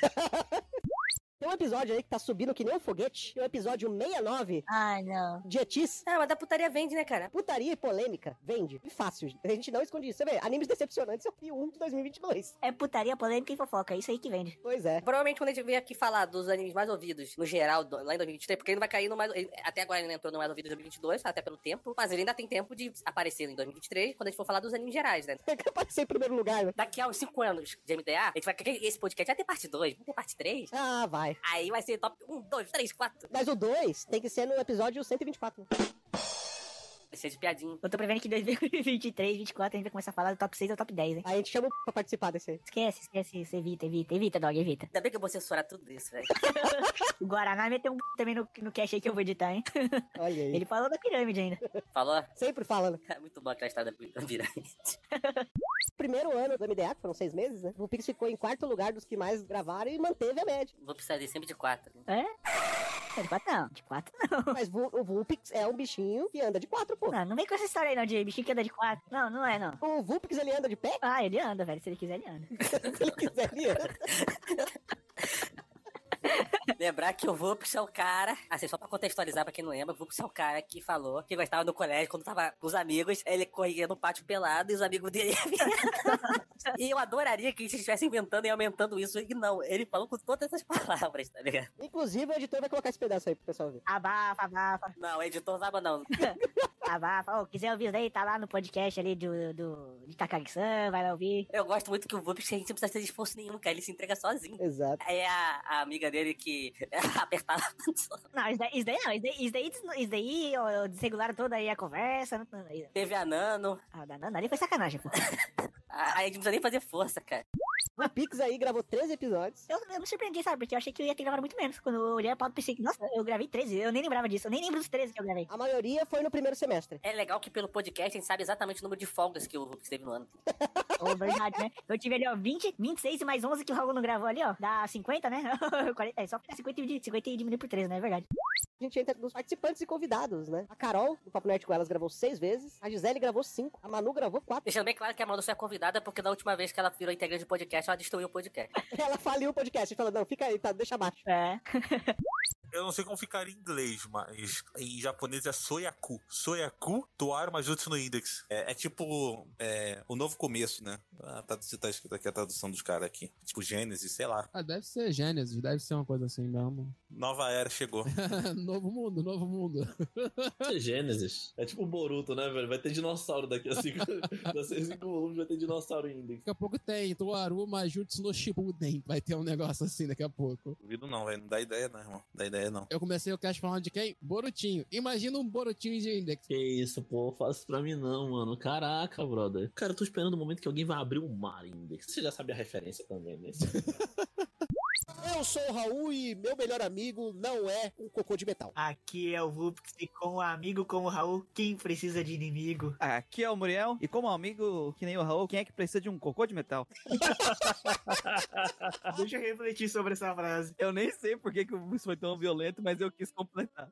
Speaker 22: Tem um episódio aí que tá subindo que nem um foguete. Tem o episódio 69.
Speaker 31: Ai, não.
Speaker 22: De Etis.
Speaker 30: Ah, mas da putaria vende, né, cara?
Speaker 22: Putaria e polêmica. Vende. E fácil. gente. A gente não esconde isso. Você vê, animes decepcionantes é o P1 de 2022.
Speaker 31: É putaria, polêmica e fofoca. É isso aí que vende.
Speaker 22: Pois é.
Speaker 30: Provavelmente quando a gente vier aqui falar dos animes mais ouvidos, no geral, do- lá em 2023, porque ele não vai cair no mais. ele- Até agora ele não entrou no mais ouvido de 2022, tá? até pelo tempo, mas ele ainda tem tempo de aparecer em 2023, quando a gente for falar dos animes gerais, né?
Speaker 22: Tem que aparecer em primeiro lugar, né?
Speaker 30: Daqui a uns 5 anos de MDA, a gente vai. Esse podcast vai ter parte 2, vai ter parte 3.
Speaker 22: Ah, vai.
Speaker 30: Aí vai ser top 1, 2, 3, 4.
Speaker 22: Mas o 2 tem que ser no episódio 124. né?
Speaker 30: Cheio de piadinha.
Speaker 31: Eu tô prevendo que em 2023, 2024, a gente vai começar a falar do top 6 ao top 10, hein?
Speaker 22: Aí a gente chama pra participar desse aí.
Speaker 31: Esquece, esquece isso. Evita, evita, evita, dog, evita.
Speaker 30: Ainda bem que eu vou censurar tudo isso, velho.
Speaker 31: O Guaraná meteu um p- também no, no cache aí que eu vou editar, hein?
Speaker 22: Olha aí. né?
Speaker 31: Ele falou da pirâmide ainda.
Speaker 30: Falou?
Speaker 22: Sempre falando.
Speaker 30: É muito bom aquela história da pirâmide.
Speaker 22: Primeiro ano do MDA, que foram seis meses, né? O Pix ficou em quarto lugar dos que mais gravaram e manteve a média.
Speaker 30: Vou precisar de sempre de né? 4.
Speaker 31: É? É de 4 não, de 4 não.
Speaker 22: Mas Vu- o Vulpix é um bichinho que anda de quatro, pô.
Speaker 31: Não, não vem com essa história aí não, de bichinho que anda de 4. Não, não é não.
Speaker 22: O Vulpix ele anda de pé?
Speaker 31: Ah, ele anda, velho. Se ele quiser, ele anda.
Speaker 22: Se ele quiser, ele anda.
Speaker 30: Lembrar que o Vupix é o cara, assim, só pra contextualizar pra quem não lembra, o Vupix é o cara que falou que gostava no colégio quando tava com os amigos, ele corria no pátio pelado e os amigos dele. e eu adoraria que a gente estivesse inventando e aumentando isso, e não, ele falou com todas essas palavras, tá ligado?
Speaker 22: Inclusive, o editor vai colocar esse pedaço aí pro pessoal ver.
Speaker 31: Abafa, abafa.
Speaker 30: Não, editor Zaba não.
Speaker 31: Abafa. Ô, quiser ouvir isso daí, tá lá no podcast ali do, do, de Takagi-san, vai lá ouvir.
Speaker 30: Eu gosto muito que o Vup, que a gente não precisa ter esforço nenhum, cara. Ele se entrega sozinho.
Speaker 22: Exato.
Speaker 30: Aí a, a amiga dele que apertava.
Speaker 31: Não, isso daí, isso daí não, isso daí, isso daí, isso daí ó, desregularam toda aí a conversa. não- não- não.
Speaker 30: Teve a Nano.
Speaker 31: Ah, da Nano ali foi sacanagem, pô.
Speaker 30: A- Aí a gente não precisa nem fazer força, cara.
Speaker 22: O Pix aí gravou 13 episódios.
Speaker 31: Eu, eu me surpreendi, sabe? Porque eu achei que eu ia ter gravado muito menos. Quando eu olhei a pauta, eu pensei, nossa, eu gravei 13. Eu nem lembrava disso. Eu nem lembro dos 13 que eu gravei.
Speaker 22: A maioria foi no primeiro semestre.
Speaker 30: É legal que pelo podcast a gente sabe exatamente o número de folgas que o Vup teve no ano.
Speaker 31: Ô, verdade, né? Eu tive ali, ó, 20, 26 e mais 11 que o Raul não gravou ali, ó. Dá 50, né? 40, é, só 50 e, di- 50 e diminui por 13, né? É verdade.
Speaker 22: A gente entra nos participantes e convidados, né? A Carol, do Papo Nerd com elas, gravou seis vezes. A Gisele gravou cinco. A Manu gravou quatro.
Speaker 30: Deixando bem claro que a Manu só é convidada porque da última vez que ela virou integrante do podcast, ela destruiu o podcast.
Speaker 22: Ela faliu o podcast. Ela falou, não, fica aí, tá? Deixa abaixo.
Speaker 31: É.
Speaker 5: Eu não sei como ficar em inglês, mas em japonês é soyaku. Soyaku toaru majutsu no index. É, é tipo é, o novo começo, né? Ah, tá, tá escrito aqui a tradução dos caras aqui. Tipo Gênesis, sei lá.
Speaker 13: Ah, deve ser Gênesis, deve ser uma coisa assim mesmo.
Speaker 5: Nova era chegou.
Speaker 13: novo mundo, novo mundo.
Speaker 4: Gênesis. É tipo o Boruto, né, velho? Vai ter dinossauro daqui a cinco, daqui a cinco volumes, vai ter dinossauro ainda.
Speaker 13: Daqui a pouco tem Toaru Majutsu no Shippuden. Vai ter um negócio assim daqui a pouco.
Speaker 5: Duvido não, velho. Não dá ideia, não, irmão. Dá ideia, não.
Speaker 13: Eu comecei o cast falando de quem? Borutinho. Imagina um Borutinho de Index.
Speaker 4: Que isso, pô, faz isso pra mim não, mano. Caraca, brother. Cara, eu tô esperando o momento que alguém vai abrir o mar ainda. Você já sabe a referência também, né?
Speaker 1: Eu sou o Raul e meu melhor amigo não é um cocô de metal.
Speaker 3: Aqui é o Vupix e com o amigo como o Raul, quem precisa de inimigo?
Speaker 10: Ah,
Speaker 19: Aqui é o Muriel, e como amigo que nem o Raul, quem é que precisa de um cocô de metal?
Speaker 3: Deixa eu refletir sobre essa frase.
Speaker 19: Eu nem sei por que, que isso foi tão violento, mas eu quis completar.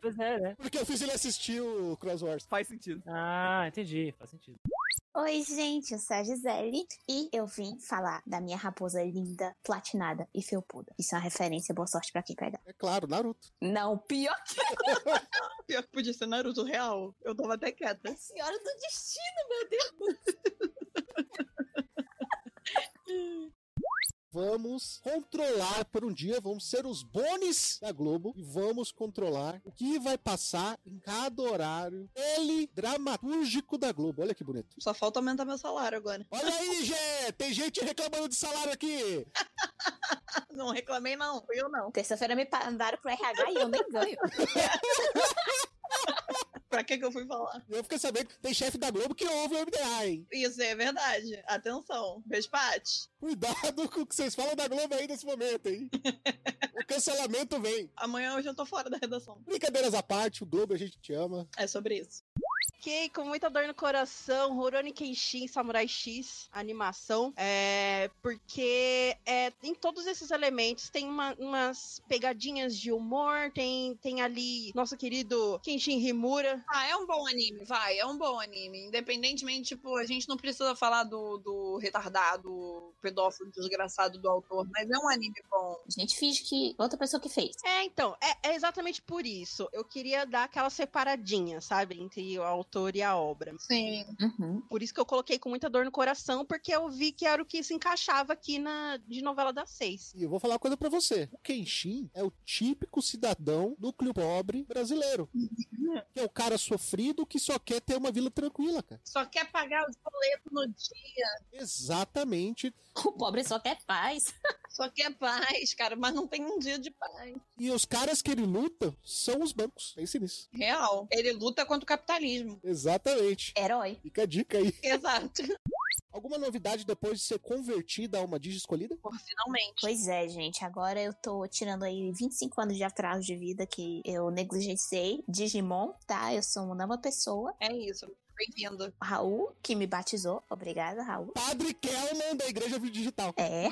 Speaker 2: pois é, né?
Speaker 1: Porque eu fiz ele assistir o Cross Wars.
Speaker 19: Faz sentido.
Speaker 2: Ah, entendi, faz sentido.
Speaker 7: Oi, gente, eu sou a Gisele e eu vim falar da minha raposa linda, platinada e felpuda. Isso é uma referência, boa sorte pra quem pegar.
Speaker 1: É claro, Naruto.
Speaker 7: Não, pior que
Speaker 28: Pior que podia ser Naruto real. Eu tava até quieta.
Speaker 7: Senhora do Destino, meu Deus!
Speaker 1: Vamos controlar por um dia, vamos ser os bones da Globo e vamos controlar o que vai passar em cada horário ele dramatúrgico da Globo. Olha que bonito.
Speaker 28: Só falta aumentar meu salário agora.
Speaker 1: Olha aí, Gê! Tem gente reclamando de salário aqui!
Speaker 28: Não reclamei, não. Fui eu, não.
Speaker 7: Terça-feira me mandaram pro RH e eu nem ganho.
Speaker 28: pra que que eu fui falar?
Speaker 1: Eu fiquei sabendo que tem chefe da Globo que ouve o MDA, hein?
Speaker 28: Isso é verdade. Atenção. Beijo, Paty.
Speaker 1: Cuidado com o que vocês falam da Globo aí nesse momento, hein? o cancelamento vem.
Speaker 28: Amanhã eu já tô fora da redação.
Speaker 1: Brincadeiras à parte, o Globo a gente te ama.
Speaker 28: É sobre isso. Fiquei com muita dor no coração, Rurouni Kenshin, Samurai X, animação, é, porque é, em todos esses elementos tem uma- umas pegadinhas de humor, tem, tem ali nosso querido Kenshin Himura. Ah, é um bom anime, vai, é um bom anime. Independentemente, tipo, a gente não precisa falar do, do retardado, pedófilo desgraçado do autor, mas é um anime bom.
Speaker 7: A gente finge que outra pessoa que fez.
Speaker 28: É, então, é, é exatamente por isso. Eu queria dar aquela separadinha, sabe, entre o autor e a obra. Sim. Por isso que eu coloquei com muita dor no coração, porque eu vi que era o que se encaixava aqui na de novela das seis.
Speaker 1: E eu vou falar uma coisa pra você. O Kenshin é o típico cidadão núcleo pobre brasileiro. que é o cara sofrido que só quer ter uma vila tranquila, cara.
Speaker 28: Só quer pagar os boletos no dia.
Speaker 1: Exatamente.
Speaker 7: O pobre só quer paz.
Speaker 28: Só quer paz, cara, mas não tem um dia de paz.
Speaker 1: E os caras que ele luta são os bancos. Pense nisso.
Speaker 28: Real. Ele luta contra o capitalismo.
Speaker 1: Exatamente.
Speaker 7: Herói.
Speaker 1: Fica a dica aí.
Speaker 28: Exato.
Speaker 1: Alguma novidade depois de ser convertida a uma digi escolhida?
Speaker 28: Finalmente.
Speaker 7: Pois é, gente. Agora eu tô tirando aí 25 anos de atraso de vida que eu negligenciei. Digimon, tá? Eu sou uma nova pessoa.
Speaker 28: É isso. Bem-vindo.
Speaker 7: Raul, que me batizou. Obrigada, Raul.
Speaker 1: Padre Kelman, da Igreja Digital.
Speaker 7: É,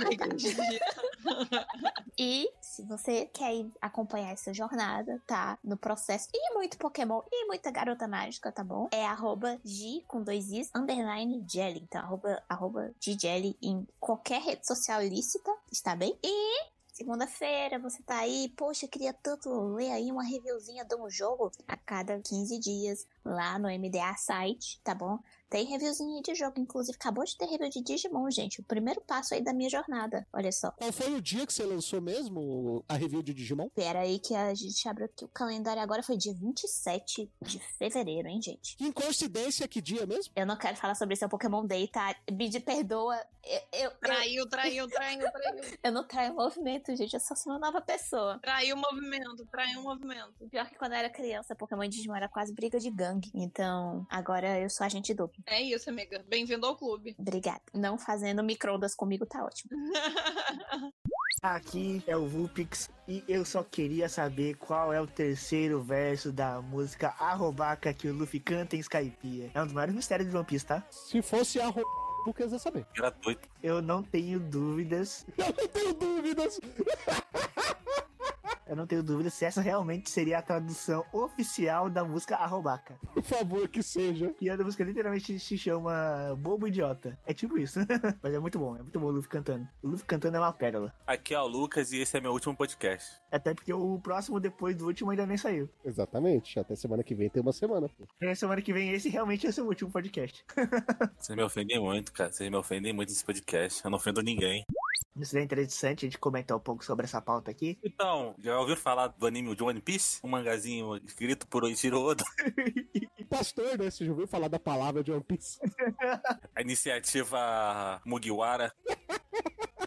Speaker 7: E se você quer ir acompanhar essa jornada, tá? No processo. E muito Pokémon e muita garota mágica, tá bom? É arroba G com dois Is, underline Jelly. Então, arroba, arroba G Jelly em qualquer rede social ilícita, está bem? E. Segunda-feira, você tá aí, poxa, queria tanto ler aí uma reviewzinha de um jogo a cada 15 dias. lá no MDA site, tá bom? Tem reviewzinho de jogo, inclusive acabou de ter review de Digimon, gente. O primeiro passo aí da minha jornada, olha só.
Speaker 1: Qual foi o dia que você lançou mesmo a review de Digimon?
Speaker 7: Pera aí que a gente abriu aqui o calendário agora, foi dia 27 de fevereiro, hein, gente?
Speaker 1: Que coincidência, que dia mesmo?
Speaker 7: Eu não quero falar sobre seu Pokémon Day, tá? Bid, perdoa. Eu, eu,
Speaker 28: Traiu, traiu, traiu, traiu.
Speaker 7: Eu não traio movimento, gente. Eu só sou uma nova pessoa.
Speaker 28: Traiu o movimento, traiu o movimento.
Speaker 7: Pior que quando eu era criança, Pokémon e Digimon era quase briga de gangue. Então, agora eu sou agente duplo.
Speaker 28: É isso, amiga. Bem-vindo ao clube.
Speaker 7: Obrigada. Não fazendo micro-ondas comigo tá ótimo.
Speaker 3: Aqui é o Vulpix e eu só queria saber qual é o terceiro verso da música Arrobaca que o Luffy canta em Skypiea. É um dos maiores mistérios de One Piece, tá?
Speaker 1: Se fosse a Lucas ia saber.
Speaker 5: Gratuito.
Speaker 3: Eu não tenho dúvidas.
Speaker 1: Eu não tenho dúvidas.
Speaker 3: Eu não tenho dúvida se essa realmente seria a tradução oficial da música Arrobaca.
Speaker 1: Por favor, que seja.
Speaker 3: E a música literalmente se chama Bobo Idiota. É tipo isso. Mas é muito bom, é muito bom o Luffy cantando. O Luffy cantando é uma pérola.
Speaker 5: Aqui é o Lucas e esse é meu último podcast.
Speaker 3: Até porque o próximo depois do último ainda nem saiu.
Speaker 1: Exatamente. Até semana que vem tem uma semana. pô.
Speaker 3: E na semana que vem esse realmente é o seu último podcast.
Speaker 5: Vocês me ofendem muito, cara. Vocês me ofendem muito nesse podcast. Eu não ofendo ninguém.
Speaker 3: Isso é interessante a gente comentar um pouco sobre essa pauta aqui.
Speaker 5: Então, já ouviram falar do anime de One Piece? Um mangazinho escrito por Oichiro Oda.
Speaker 1: E pastor, né? Você já ouviu falar da palavra de One Piece?
Speaker 5: A iniciativa Mugiwara.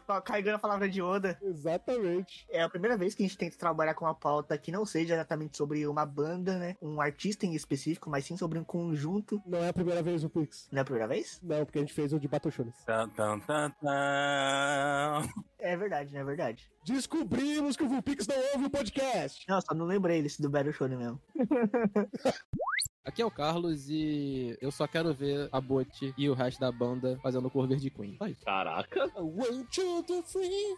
Speaker 3: Ó, Carregando a palavra de Oda.
Speaker 1: Exatamente.
Speaker 3: É a primeira vez que a gente tenta trabalhar com uma pauta que não seja exatamente sobre uma banda, né? Um artista em específico, mas sim sobre um conjunto.
Speaker 1: Não é a primeira vez o Pix.
Speaker 3: Não é a primeira vez?
Speaker 1: Não, porque a gente fez o de Battle Shones.
Speaker 5: Tan, tan, tan, tan.
Speaker 3: É verdade, não é verdade?
Speaker 1: Descobrimos que o Vulpix não ouve o podcast.
Speaker 3: Não, só não lembrei desse do Battle Show mesmo.
Speaker 24: Aqui é o Carlos e eu só quero ver a Bote e o resto da banda fazendo cover de Queen. Só isso.
Speaker 4: Caraca,
Speaker 1: One, two, three.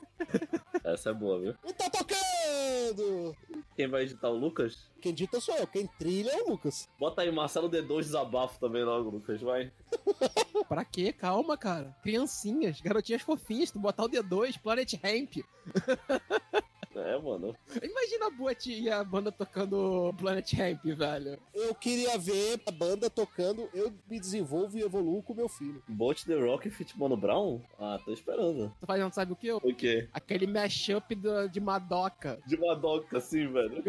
Speaker 4: essa é boa, viu?
Speaker 1: E tá tocando!
Speaker 4: Quem vai editar o Lucas?
Speaker 1: Quem dita sou eu, quem trilha é o Lucas.
Speaker 4: Bota aí Marcelo D2 desabafo também logo, Lucas, vai.
Speaker 24: Pra quê? Calma, cara. Criancinhas, garotinhas fofinhas, tu botar o D2, Planet Ramp.
Speaker 4: É, mano.
Speaker 24: Imagina a Bote e a banda tocando Planet Ramp, velho.
Speaker 1: Eu queria ver a banda tocando Eu Me Desenvolvo e Evoluo com meu filho.
Speaker 4: Bot The Rock Fit Mano Brown? Ah, tô esperando.
Speaker 24: Tu fazendo, sabe o que?
Speaker 4: O quê?
Speaker 24: Aquele mashup do, de Madoka
Speaker 4: De Madoka, assim, velho.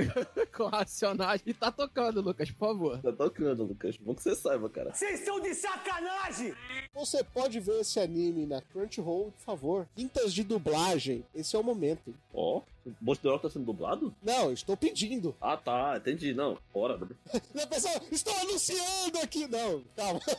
Speaker 24: com Racionais. E tá tocando, Lucas, por favor.
Speaker 4: Tá tocando, Lucas. Bom que você saiba, cara.
Speaker 1: Vocês estão de sacanagem! Você pode ver esse anime na Crunchyroll, por favor. Quintas de dublagem, esse é o momento.
Speaker 4: Ó, o Bot The Rock tá sendo dublado?
Speaker 1: Não, eu estou pedindo.
Speaker 4: Ah, tá. Entendi. Não, bora. né?
Speaker 1: Não, pessoal, estou anunciando aqui. Não, calma.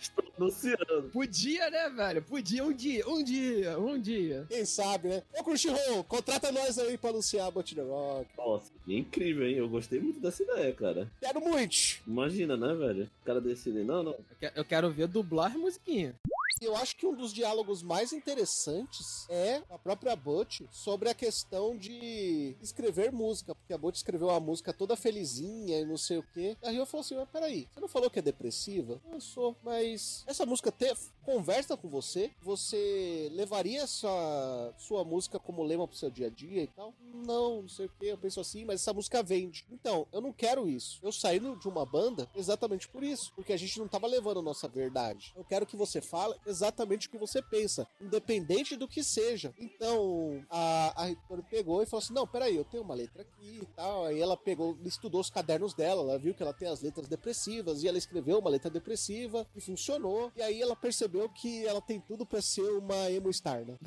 Speaker 4: Estou anunciando.
Speaker 24: Podia, né, velho? Podia um dia, um dia, um dia.
Speaker 1: Quem sabe, né? Ô, Crunchyroll, contrata nós aí pra anunciar a Bot The Rock.
Speaker 4: Nossa, que incrível, hein? Eu gostei muito dessa ideia, cara.
Speaker 1: Quero muito.
Speaker 4: Imagina, né, velho? O cara decide, não, não.
Speaker 24: Eu que- Eu quero ver dublar musiquinha.
Speaker 1: Eu acho que um dos diálogos mais interessantes é a própria Butch sobre a questão de escrever música, porque a Butch escreveu a música toda felizinha e não sei o quê. A Rio falou assim: mas peraí, você não falou que é depressiva? Eu sou, mas essa música te- conversa com você? Você levaria essa sua música como lema pro seu dia a dia e tal? Não, não sei o quê. Eu penso assim, mas essa música vende. Então, eu não quero isso. Eu saí no- de uma banda exatamente por isso, porque a gente não tava levando a nossa verdade. Eu quero que você fale exatamente o que você pensa, independente do que seja. Então, a, a Ricardo pegou e falou assim: Não, peraí, eu tenho uma letra aqui e tal. Aí ela pegou, estudou os cadernos dela, ela viu que ela tem as letras depressivas e ela escreveu uma letra depressiva e funcionou. E aí ela percebeu que ela tem tudo pra ser uma emo star, né?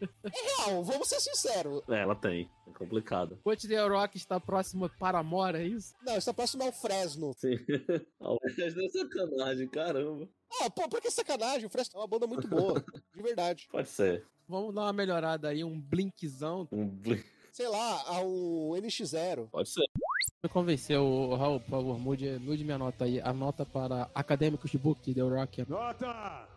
Speaker 1: é real, vamos ser sinceros.
Speaker 4: É, ela tem. É complicado.
Speaker 24: Bot The Rock está próximo para Mora, é isso?
Speaker 1: Não, está próximo ao Fresno.
Speaker 4: Sim. Ah, o Lucas deu sacanagem, caramba.
Speaker 1: Ah, pô, por que sacanagem? O Fresno é uma banda muito boa, de verdade.
Speaker 4: Pode ser.
Speaker 24: Vamos dar uma melhorada aí, um blinkzão.
Speaker 4: Um blink.
Speaker 1: Sei lá, um ao NX0.
Speaker 4: Pode ser.
Speaker 24: Me convenceu, ô, Raul, por favor, mude, mude minha nota aí. A nota para Acadêmicos de Book, The Rock.
Speaker 1: Tá.
Speaker 13: Nota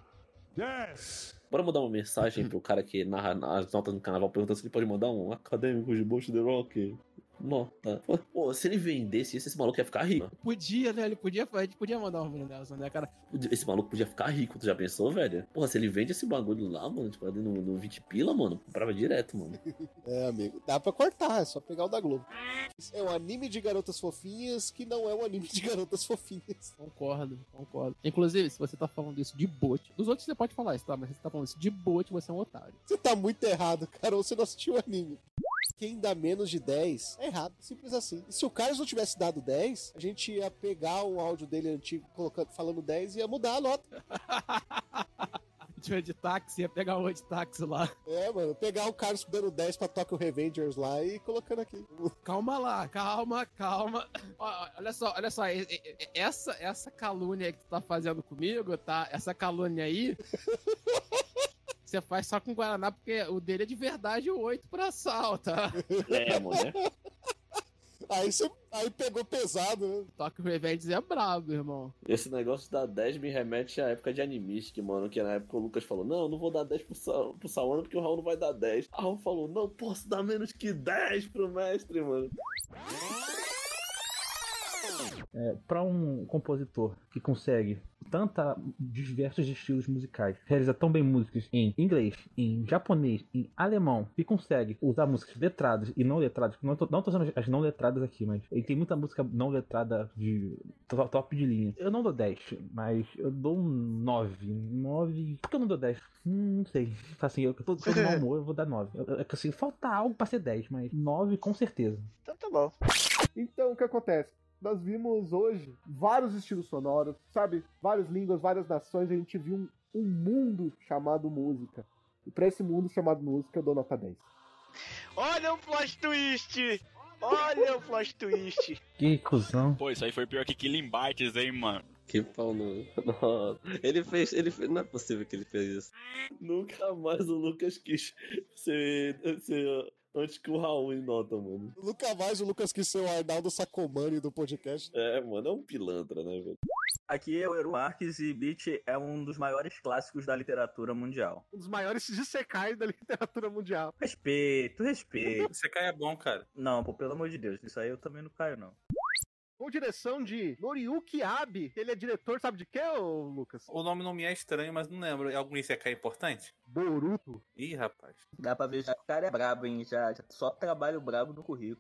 Speaker 13: 10.
Speaker 4: Bora mandar uma mensagem pro cara que narra as notas no carnaval perguntando se ele pode mandar um acadêmico de Bosch The Rock. Nota. Pô, se ele vendesse isso, esse maluco ia ficar rico.
Speaker 13: Podia, né? Ele podia, a gente podia
Speaker 24: um
Speaker 13: mandar uma delas, né, cara?
Speaker 4: Esse maluco podia ficar rico, tu já pensou, velho? Porra, se ele vende esse bagulho lá, mano, tipo, ali no, no 20 pila, mano, comprava direto, mano.
Speaker 23: É, amigo. Dá pra cortar, é só pegar o da Globo. É um anime de garotas fofinhas que não é um anime de garotas fofinhas.
Speaker 13: Concordo, concordo. Inclusive, se você tá falando isso de bote, dos outros você pode falar isso, tá? Mas se você tá falando isso de bote, você é um otário.
Speaker 23: Você tá muito errado, cara, ou você não assistiu o anime. Quem dá menos de 10 é errado, simples assim. E se o Carlos não tivesse dado 10, a gente ia pegar um áudio dele antigo colocando, falando 10 e ia mudar a nota.
Speaker 13: Tinha de táxi, ia pegar um de táxi lá.
Speaker 23: É, mano, pegar o Carlos dando 10 pra Tokyo Revengers lá e colocando aqui.
Speaker 13: Calma lá, calma, calma. Ó, Olha só, olha só, e- e- e- essa, essa calúnia que tu tá fazendo comigo, tá? Essa calúnia aí. Você faz só com Guaraná, porque o dele é de verdade o 8 pra sal, tá?
Speaker 4: É, mano.
Speaker 23: Aí você aí pegou pesado, né?
Speaker 13: Toque Revenge é brabo, irmão.
Speaker 4: Esse negócio da 10 me remete à época de Animistic, mano. Que na época o Lucas falou: Não, não vou dar 10 pro, Sa pro Sawana porque o Raul não vai dar 10. A Raul falou: Não posso dar menos que 10 pro mestre, mano.
Speaker 16: É, para um compositor que consegue tanta diversos estilos musicais, realiza tão bem músicas em inglês, em japonês, em alemão, e consegue usar músicas letradas e não letradas, não tô, não tô usando as não letradas aqui, mas ele tem muita música não letrada de to- top de linha. Eu não dou 10, mas eu dou um 9. 9. Por que eu não dou 10? Hum, não sei. Assim, eu tô, tô de mau humor, eu vou dar 9. Eu- eu- É que assim, falta algo pra ser 10, mas 9 com certeza.
Speaker 3: Então tá bom.
Speaker 1: Então, o que acontece? Nós vimos hoje vários estilos sonoros, sabe? Várias línguas, várias nações. A gente viu um, um mundo chamado música. E pra esse mundo chamado música, eu dou nota 10.
Speaker 3: Olha o plot twist! Olha o plot twist!
Speaker 16: Que cuzão.
Speaker 32: Pô, isso aí foi pior que Killing Bites, hein, mano.
Speaker 4: Que pau no. Nossa. Ele fez, ele fez. Não é possível que ele fez isso. Nunca mais o Lucas quis ser, ser antes que o Raul em nota, mano.
Speaker 23: Nunca mais o Lucas quis ser o Arnaldo Sacomani do podcast.
Speaker 4: É, mano, é um pilantra, né, velho?
Speaker 12: Aqui é o Eru Marques e Beat é um dos maiores clássicos da literatura mundial.
Speaker 1: Um dos maiores dissekais da literatura mundial.
Speaker 12: Respeito, respeito.
Speaker 5: Você cai é bom, cara.
Speaker 12: Não, pô, pelo amor de Deus, isso aí eu também não caio, não.
Speaker 1: Com direção de Noriyuki Abe. Ele é diretor, sabe de quê, ô Lucas?
Speaker 5: O nome não me é estranho, mas não lembro. É Algum ICK importante?
Speaker 1: Boruto.
Speaker 5: Ih, rapaz.
Speaker 12: Dá pra ver já que o cara é brabo, hein? Já, já só trabalho brabo no currículo.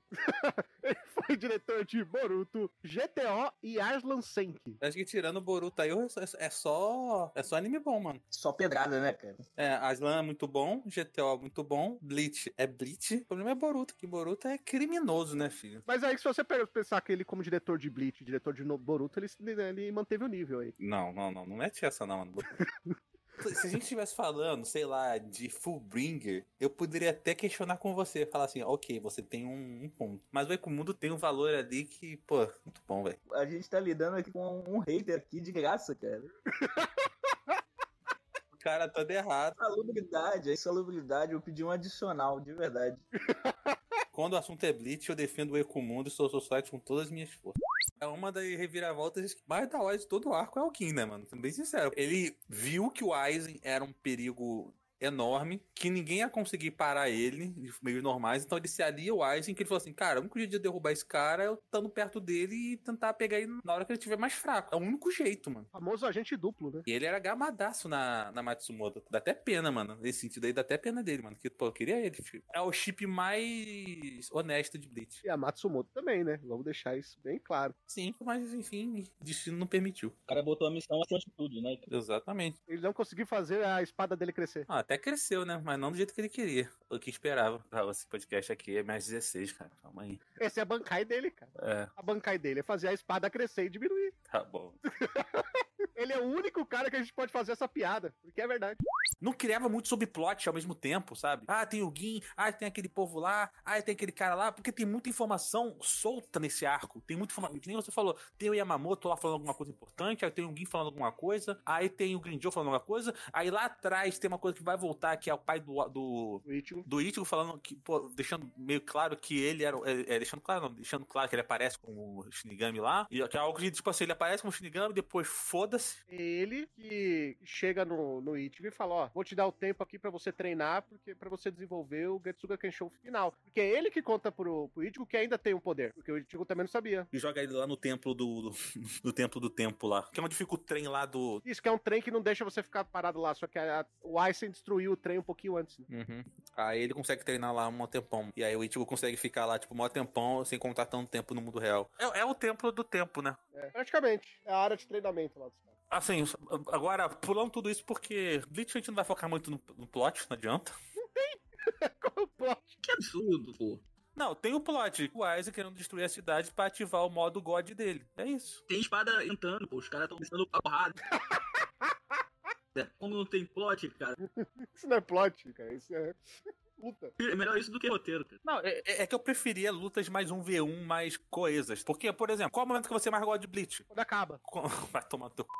Speaker 1: Foi diretor de Boruto, GTO e Aslan Senki.
Speaker 5: Acho que tirando o Boruto aí, eu- é só. É só anime bom, mano.
Speaker 12: Só pedrada, né, cara?
Speaker 5: É, Aslan é muito bom, GTO é muito bom, Bleach é Bleach. O problema é Boruto, que Boruto é criminoso, né, filho?
Speaker 1: Mas aí, se você pe- pensar que ele, como diretor de Bleach, diretor de no- Boruto, ele, né, ele manteve o nível aí.
Speaker 5: Não, não, não, não mete essa não, mano. Se a gente estivesse falando, sei lá, de Fullbringer, eu poderia até questionar com você, falar assim, ok, você tem um, um ponto. Mas o Ecumundo tem um valor ali que, pô, muito bom, velho.
Speaker 12: A gente tá lidando aqui com um hater aqui de graça, cara.
Speaker 5: O cara todo errado.
Speaker 12: Salubridade, é insalubridade. Eu pedi um adicional, de verdade.
Speaker 5: Quando o assunto é Blitz, eu defendo o Ecomundo e sou society com todas as minhas forças. É uma das reviravoltas mais da hora de todo o arco é o Kim, né, mano? Sendo bem sincero. Ele viu que o Aizen era um perigo enorme, que ninguém ia conseguir parar ele de meios normais, então ele se alia ao Aizen, que ele falou assim, cara, o único jeito de eu derrubar esse cara é eu estando perto dele e tentar pegar ele na hora que ele estiver mais fraco. É o único jeito, mano.
Speaker 1: Famoso agente duplo, né?
Speaker 5: E ele era gamadaço na, na Matsumoto. Dá até pena, mano. Nesse sentido aí, dá até pena dele, mano. Que, pô, eu queria ele, filho. É o chip mais honesto de Blitz.
Speaker 1: E a Matsumoto também, né? Vamos deixar isso bem claro.
Speaker 5: Sim, mas enfim, destino não permitiu.
Speaker 12: O cara botou a missão acima de tudo, né?
Speaker 5: Exatamente.
Speaker 1: Ele não conseguiu fazer a espada dele crescer.
Speaker 5: Ah, até cresceu, né? Mas não do jeito que ele queria. O que esperava. Ah, esse podcast aqui é mais 16, cara. Calma aí.
Speaker 1: Essa é a bankai dele, cara.
Speaker 5: É,
Speaker 1: A bankai dele é fazer a espada crescer e diminuir.
Speaker 5: tá bom.
Speaker 1: Ele é o único cara que a gente pode fazer essa piada, porque é verdade.
Speaker 5: Não criava muito subplot ao mesmo tempo, sabe? Ah, tem o Gin, ah, tem aquele povo lá, ah, tem aquele cara lá, porque tem muita informação solta nesse arco. Tem muita informação. Que nem você falou, tem o Yamamoto lá falando alguma coisa importante, aí tem o Gin falando alguma coisa, aí tem o Grinjo falando alguma coisa, aí lá atrás tem uma coisa que vai voltar, que é o pai do. do...
Speaker 1: Ichigo.
Speaker 5: Do Ichigo falando que, pô, deixando meio claro que ele era. o- É, é, deixando claro, não, deixando claro que ele aparece com o Shinigami lá. E que é algo que, tipo assim, ele aparece com o Shinigami, depois foda-se,
Speaker 1: É ele que chega no, no Ichigo e fala, ó, vou te dar o tempo aqui pra você treinar, porque para você desenvolver o Getsuga Kenshin final. Porque é ele que conta pro, pro Ichigo que ainda tem o poder, porque o Ichigo também não sabia.
Speaker 5: E joga ele lá no templo do, do, no templo do tempo lá. Que é onde fica o trem lá do.
Speaker 1: Isso que é um trem que não deixa você ficar parado lá, só que a- o Aizen destruiu o trem um pouquinho antes. né?
Speaker 5: Uhum. Aí ele consegue treinar lá um tempão. E aí o Ichigo consegue ficar lá, tipo, um tempão, sem contar tanto tempo no mundo real. É, é o templo do tempo, né?
Speaker 1: É, praticamente. É a área de treinamento lá dos caras.
Speaker 5: Assim, agora, pulando tudo isso, porque Bleach a gente não vai focar muito no, no plot, não adianta.
Speaker 1: Qual é o plot?
Speaker 5: Que absurdo, pô. Não, tem o plot. O Aizen querendo destruir a cidade pra ativar o modo God dele. É isso.
Speaker 4: Tem espada entrando, pô. Os caras estão pensando a porrada. É, Como não tem plot, cara.
Speaker 1: Isso não é plot, cara. Isso é luta.
Speaker 4: É melhor isso do que roteiro, cara.
Speaker 5: Não, é, é- é que eu preferia lutas mais 1v1, mais coesas. Porque, por exemplo, qual é o momento que você mais gosta de Bleach?
Speaker 1: Quando acaba.
Speaker 5: Quando- Vai tomar teu c...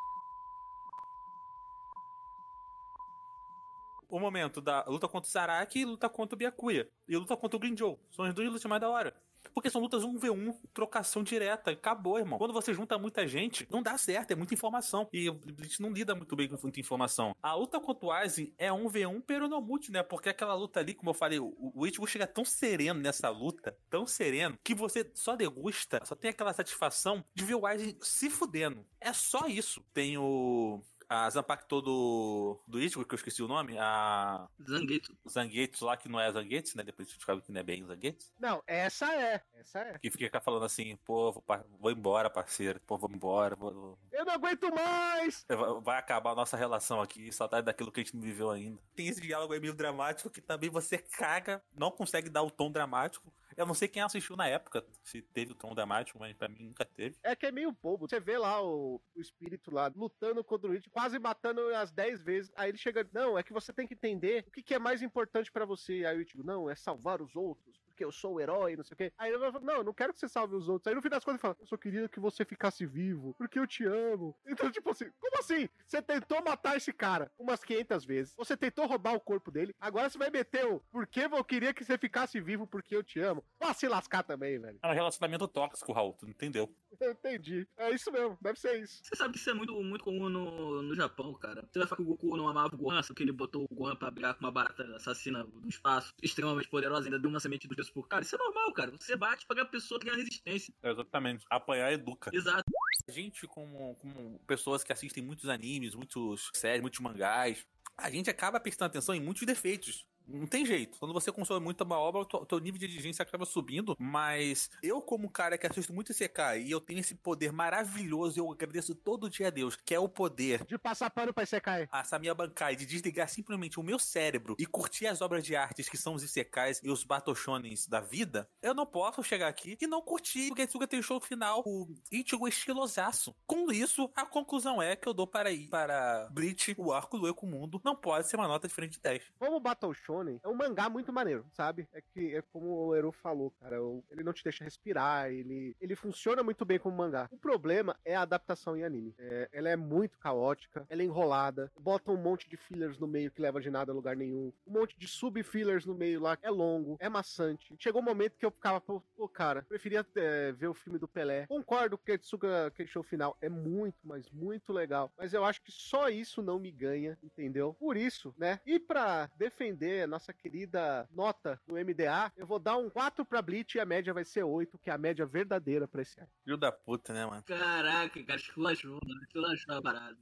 Speaker 5: O momento da luta contra o Zaraki e luta contra o Byakuya. E luta contra o Grinjou. São as duas lutas mais da hora. Porque são lutas 1v1, trocação direta. Acabou, irmão. Quando você junta muita gente, não dá certo. É muita informação. E o Bleach não lida muito bem com muita informação. A luta contra o Aizen é 1v1 peronomute, né? Porque aquela luta ali, como eu falei, o, o Ichigo chega tão sereno nessa luta, tão sereno, que você só degusta, só tem aquela satisfação de ver o Aizen se fudendo. É só isso. Tem o... A Zanpakuto do, do Ichigo, que eu esqueci o nome, a...
Speaker 4: Zangetsu.
Speaker 5: Zangetsu lá, que não é Zangetsu, né? Depois a gente descobre que não é bem Zangetsu.
Speaker 1: Não, essa é. Essa é.
Speaker 5: Que fica falando assim, pô, vou, par- vou embora, parceiro, pô, vou embora, vou-
Speaker 1: Eu não aguento mais!
Speaker 5: vou- vai acabar a nossa relação aqui, saudade daquilo que a gente não viveu ainda. Tem esse diálogo aí meio dramático que também você caga, não consegue dar o tom dramático. Eu não sei quem assistiu na época, se teve o tom dramático, mas pra mim nunca teve.
Speaker 1: É que é meio bobo. Você vê lá o, o espírito lá lutando contra o It, quase matando as 10 vezes. Aí ele chega, não, é que você tem que entender o que, que é mais importante pra você. Aí o Ichigo, não, é salvar os outros, porque eu sou o herói, não sei o quê. Aí ele fala, não, eu não quero que você salve os outros. Aí no fim das contas ele fala, eu só queria que você ficasse vivo, porque eu te amo. Então, tipo assim, como assim? Você tentou matar esse cara umas 500 vezes, você tentou roubar o corpo dele, agora você vai meter o, porque eu queria que você ficasse vivo, porque eu te amo. Vá se lascar também, velho.
Speaker 5: É um relacionamento tóxico, Raul, tu não entendeu?
Speaker 1: Eu entendi. É isso mesmo, deve ser isso.
Speaker 4: Você sabe que isso é muito, muito comum no, no Japão, cara. Você vai falar que o Goku não amava o Gohan, só que ele botou o Gohan pra brigar com uma barata assassina do espaço, extremamente poderosa, ainda deu um uma semente do Jesus por cara. Isso é normal, cara. Você bate pra que a pessoa tenha resistência.
Speaker 5: Exatamente. Apanhar educa.
Speaker 4: Exato.
Speaker 5: A gente, como, como pessoas que assistem muitos animes, muitos séries, muitos mangás, a gente acaba prestando atenção em muitos defeitos. Não tem jeito. Quando você consome muito uma obra, o teu- teu nível de exigência acaba subindo. Mas eu, como cara que assisto muito esse e eu tenho esse poder maravilhoso, eu agradeço todo dia a Deus, que é o poder
Speaker 1: De passar pano pra Isekai.
Speaker 5: a Samia Bankai de desligar simplesmente o meu cérebro e curtir as obras de artes que são os Isekais e os Batoshonens da vida, eu não posso chegar aqui e não curtir o Getsuga tem show final, o Ichigo estilosaço. Com isso, a conclusão é que eu dou para, I- para Bleach o arco do Eco Mundo não pode ser uma nota diferente de 10.
Speaker 1: Como o Battle Shonen é um mangá muito maneiro, sabe? É que é como o Eru falou, cara. o- Ele não te deixa respirar, ele, ele funciona muito bem como mangá. O problema é a adaptação em anime. É, ela é muito caótica, ela é enrolada, bota um monte de fillers no meio que leva de nada a lugar nenhum, um monte de sub-fillers no meio lá, é longo, é maçante. Chegou um momento que eu ficava, pô, pô, cara, preferia é, ver o filme do Pelé. Concordo que Ketsuga Kenshin final é muito, mas muito legal. Mas eu acho que só isso não me ganha, entendeu? Por isso, né? E pra defender a nossa querida nota do MDA, eu vou dar um 4 pra Bleach e a média vai ser 8, que é a média verdadeira pra esse ano.
Speaker 5: Filho da puta, né, mano?
Speaker 4: Caraca, cara, esculachou, mano. Esculachou a parada.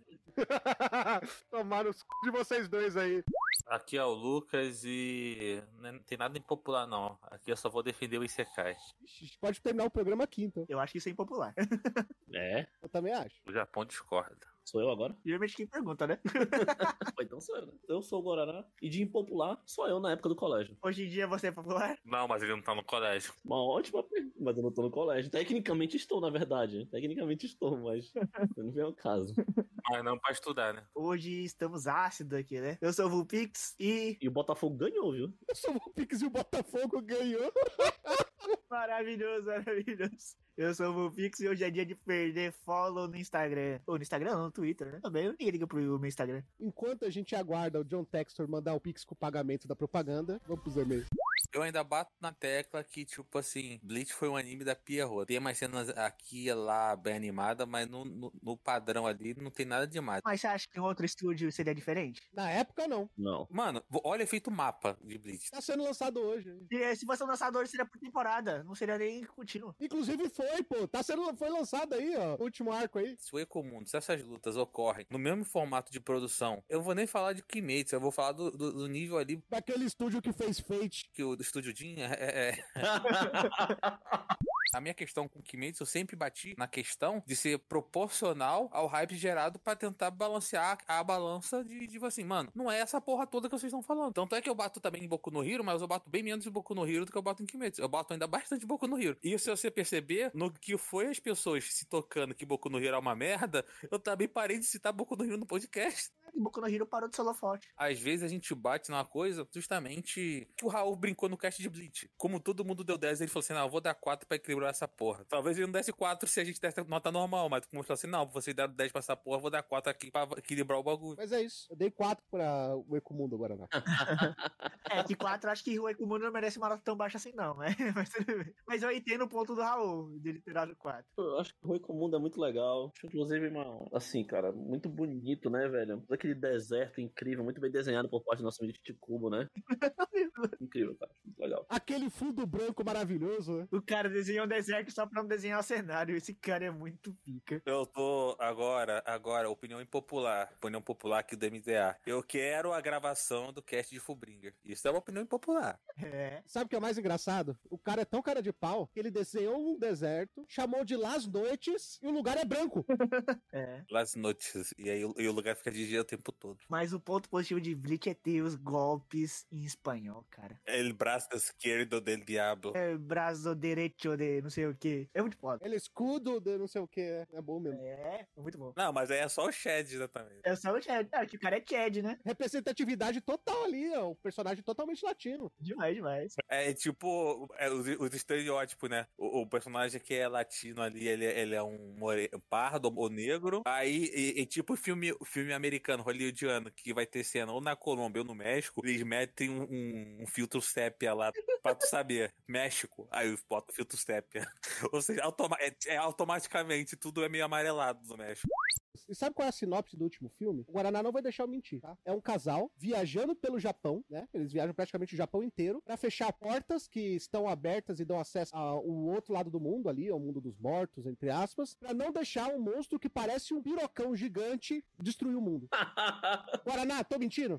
Speaker 1: Tomaram os c... de vocês dois aí.
Speaker 5: Aqui é o Lucas e não é, tem nada impopular não. Aqui eu só vou defender o Isekai.
Speaker 33: Pode terminar o programa aqui, então.
Speaker 3: Eu acho que isso é impopular.
Speaker 5: É?
Speaker 33: Eu também acho.
Speaker 5: O Japão discorda.
Speaker 4: Sou eu agora?
Speaker 3: Geralmente quem pergunta, né?
Speaker 4: Pô, então sou eu, né? Eu sou o Guaraná e de impopular sou eu na época do colégio.
Speaker 3: Hoje em dia você é popular?
Speaker 5: Não, mas ele não tá no colégio.
Speaker 4: Uma ótima pergunta, mas eu não tô no colégio. Tecnicamente estou, na verdade. Tecnicamente estou, mas não vem ao caso.
Speaker 5: Mas não pra estudar, né?
Speaker 3: Hoje estamos ácido aqui, né? Eu sou o Vulpix e.
Speaker 4: E o Botafogo ganhou, viu?
Speaker 33: Eu sou o Vulpix e o Botafogo ganhou.
Speaker 3: maravilhoso, maravilhoso. Eu sou o Vulpix e hoje é dia de perder follow no Instagram. Ou no Instagram, não, no Twitter, né? Também ninguém liga pro meu Instagram.
Speaker 33: Enquanto a gente aguarda o John Textor mandar o Pix com o pagamento da propaganda, vamos pros e-mails.
Speaker 5: Eu ainda bato na tecla que, tipo assim, Bleach foi um anime da Pierrot. Tem umas cenas aqui e lá bem animada, mas no, no, no padrão ali não tem nada demais.
Speaker 3: Mas você acha que em outro estúdio seria diferente?
Speaker 1: Na época, não.
Speaker 5: Não. Mano, vo- olha o efeito mapa de Bleach.
Speaker 1: Tá sendo lançado hoje. hein?
Speaker 3: E, eh, Se fosse um lançador, seria por temporada, não seria nem contínuo.
Speaker 1: Inclusive foi, pô. Tá sendo, foi lançado aí, ó. o Último arco aí.
Speaker 5: Se o Ecomundo, se essas lutas ocorrem no mesmo formato de produção, eu não vou nem falar de Kimetsu, eu vou falar do, do- do nível ali
Speaker 1: Daquele estúdio que fez Fate.
Speaker 5: que o do Estúdio Jin é- é... é- A minha questão com Kimetsu, eu sempre bati na questão de ser proporcional ao hype gerado pra tentar balancear a balança de, de assim, mano, não é essa porra toda que vocês estão falando. Tanto é que eu bato também em Boku no Hero, mas eu bato bem menos em Boku no Hero do que eu bato em Kimetsu. Eu bato ainda bastante em Boku no Hero. E se você perceber, no que foi as pessoas se tocando que Boku no Hero é uma merda, eu também parei de citar Boku no Hero no podcast.
Speaker 3: E É, Boku no Hero parou de ser holofote.
Speaker 5: Às vezes a gente bate numa coisa justamente que o Raul brincou no cast de Bleach. Como todo mundo deu 10, ele falou assim: não, eu vou dar 4 pra equilibrar essa porra. Talvez ele não desse 4 se a gente desse nota normal, mas como ele falou assim: não, vocês deram 10 pra essa porra, eu vou dar 4 aqui pra equilibrar o bagulho.
Speaker 1: Mas é isso. Eu dei quatro pra o Ecomundo agora, né? não.
Speaker 3: É, que quatro, acho que o Ekumono não merece uma nota tão baixa assim, não, né? Mas, tudo bem. Mas eu entendo o ponto do Raul, dele ter dado quatro.
Speaker 4: Pô, Eu acho que o Rui Comundo é muito legal. Acho, Inclusive, uma, assim, cara, muito bonito, né, velho? Todo aquele deserto incrível, muito bem desenhado por parte do nosso amigo de Cubo, né? incrível, cara. Muito legal.
Speaker 1: Aquele fundo branco maravilhoso, né?
Speaker 3: O cara desenhou um deserto só pra não desenhar o cenário. Esse cara é muito pica.
Speaker 5: Eu tô agora, agora, opinião impopular. Opinião popular aqui do MDA. Eu quero a gravação do cast de Fullbringer. Isso é uma opinião impopular.
Speaker 3: É.
Speaker 1: Sabe o que é mais engraçado? O cara é tão cara de pau que ele desenhou um deserto, chamou de Las Noites e o lugar é branco.
Speaker 3: É.
Speaker 5: Las notícias. E aí e o lugar fica de dia o tempo todo.
Speaker 3: Mas o ponto positivo de Bleach é ter os golpes em espanhol, cara.
Speaker 5: El braço esquerdo del diablo.
Speaker 3: É braço derecho de não sei o que. É muito foda.
Speaker 1: Ele é escudo de não sei o que. É, é bom mesmo.
Speaker 3: É, é muito bom.
Speaker 5: Não, mas aí é só o Shed exatamente.
Speaker 3: É só o Chad. É, que o cara é Chad, né?
Speaker 1: Representatividade total ali, ó. O personagem totalmente latino.
Speaker 3: Demais, demais.
Speaker 5: É tipo é, os, os estereótipos, né? O, o personagem que é latino ali, ele, ele é um more- pardo ou negro. Aí, e, e tipo filme, filme americano, hollywoodiano, que vai ter cena ou na Colômbia ou no México, eles metem um, um- um filtro sépia lá pra tu saber. México, aí bota o filtro sépia. Ou seja, automa- é- é automaticamente tudo é meio amarelado no México.
Speaker 1: E sabe qual é a sinopse do último filme? O Guaraná não vai deixar eu mentir, tá? É um casal viajando pelo Japão, né? Eles viajam praticamente o Japão inteiro pra fechar portas que estão abertas e dão acesso ao outro lado do mundo ali, ao mundo dos mortos, entre aspas, pra não deixar um monstro que parece um pirocão gigante destruir o mundo. Guaraná, tô mentindo?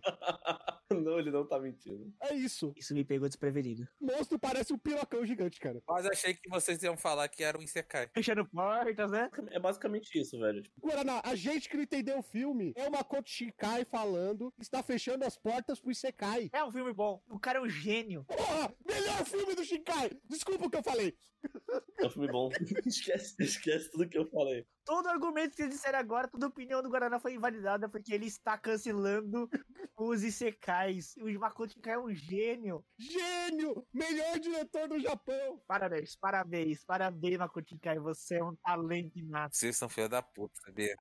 Speaker 4: não, ele não tá mentindo.
Speaker 1: É isso.
Speaker 3: Isso me pegou desprevenido.
Speaker 1: Monstro parece um pirocão gigante, cara.
Speaker 5: Mas achei que vocês iam falar que era um Isekai.
Speaker 3: Fechando portas, né?
Speaker 4: É basicamente isso, velho. Tipo,
Speaker 1: Guaraná, a gente que não entendeu o filme é uma Makoto Shinkai falando que está fechando as portas pro Isekai.
Speaker 3: É um filme bom. O cara é um gênio.
Speaker 1: Porra, melhor filme do Shinkai! Desculpa o que eu falei.
Speaker 4: é um filme bom. esquece, esquece tudo que eu falei.
Speaker 3: Todo argumento que vocês disseram agora, toda opinião do Guaraná foi invalidada porque ele está cancelando os Isekais. O Makoto Shinkai é um gênio.
Speaker 1: Gênio! Melhor diretor do Japão!
Speaker 3: Parabéns, parabéns, parabéns, Makoto Shinkai. Você é um talento inato.
Speaker 5: Vocês são filha da puta, sabia?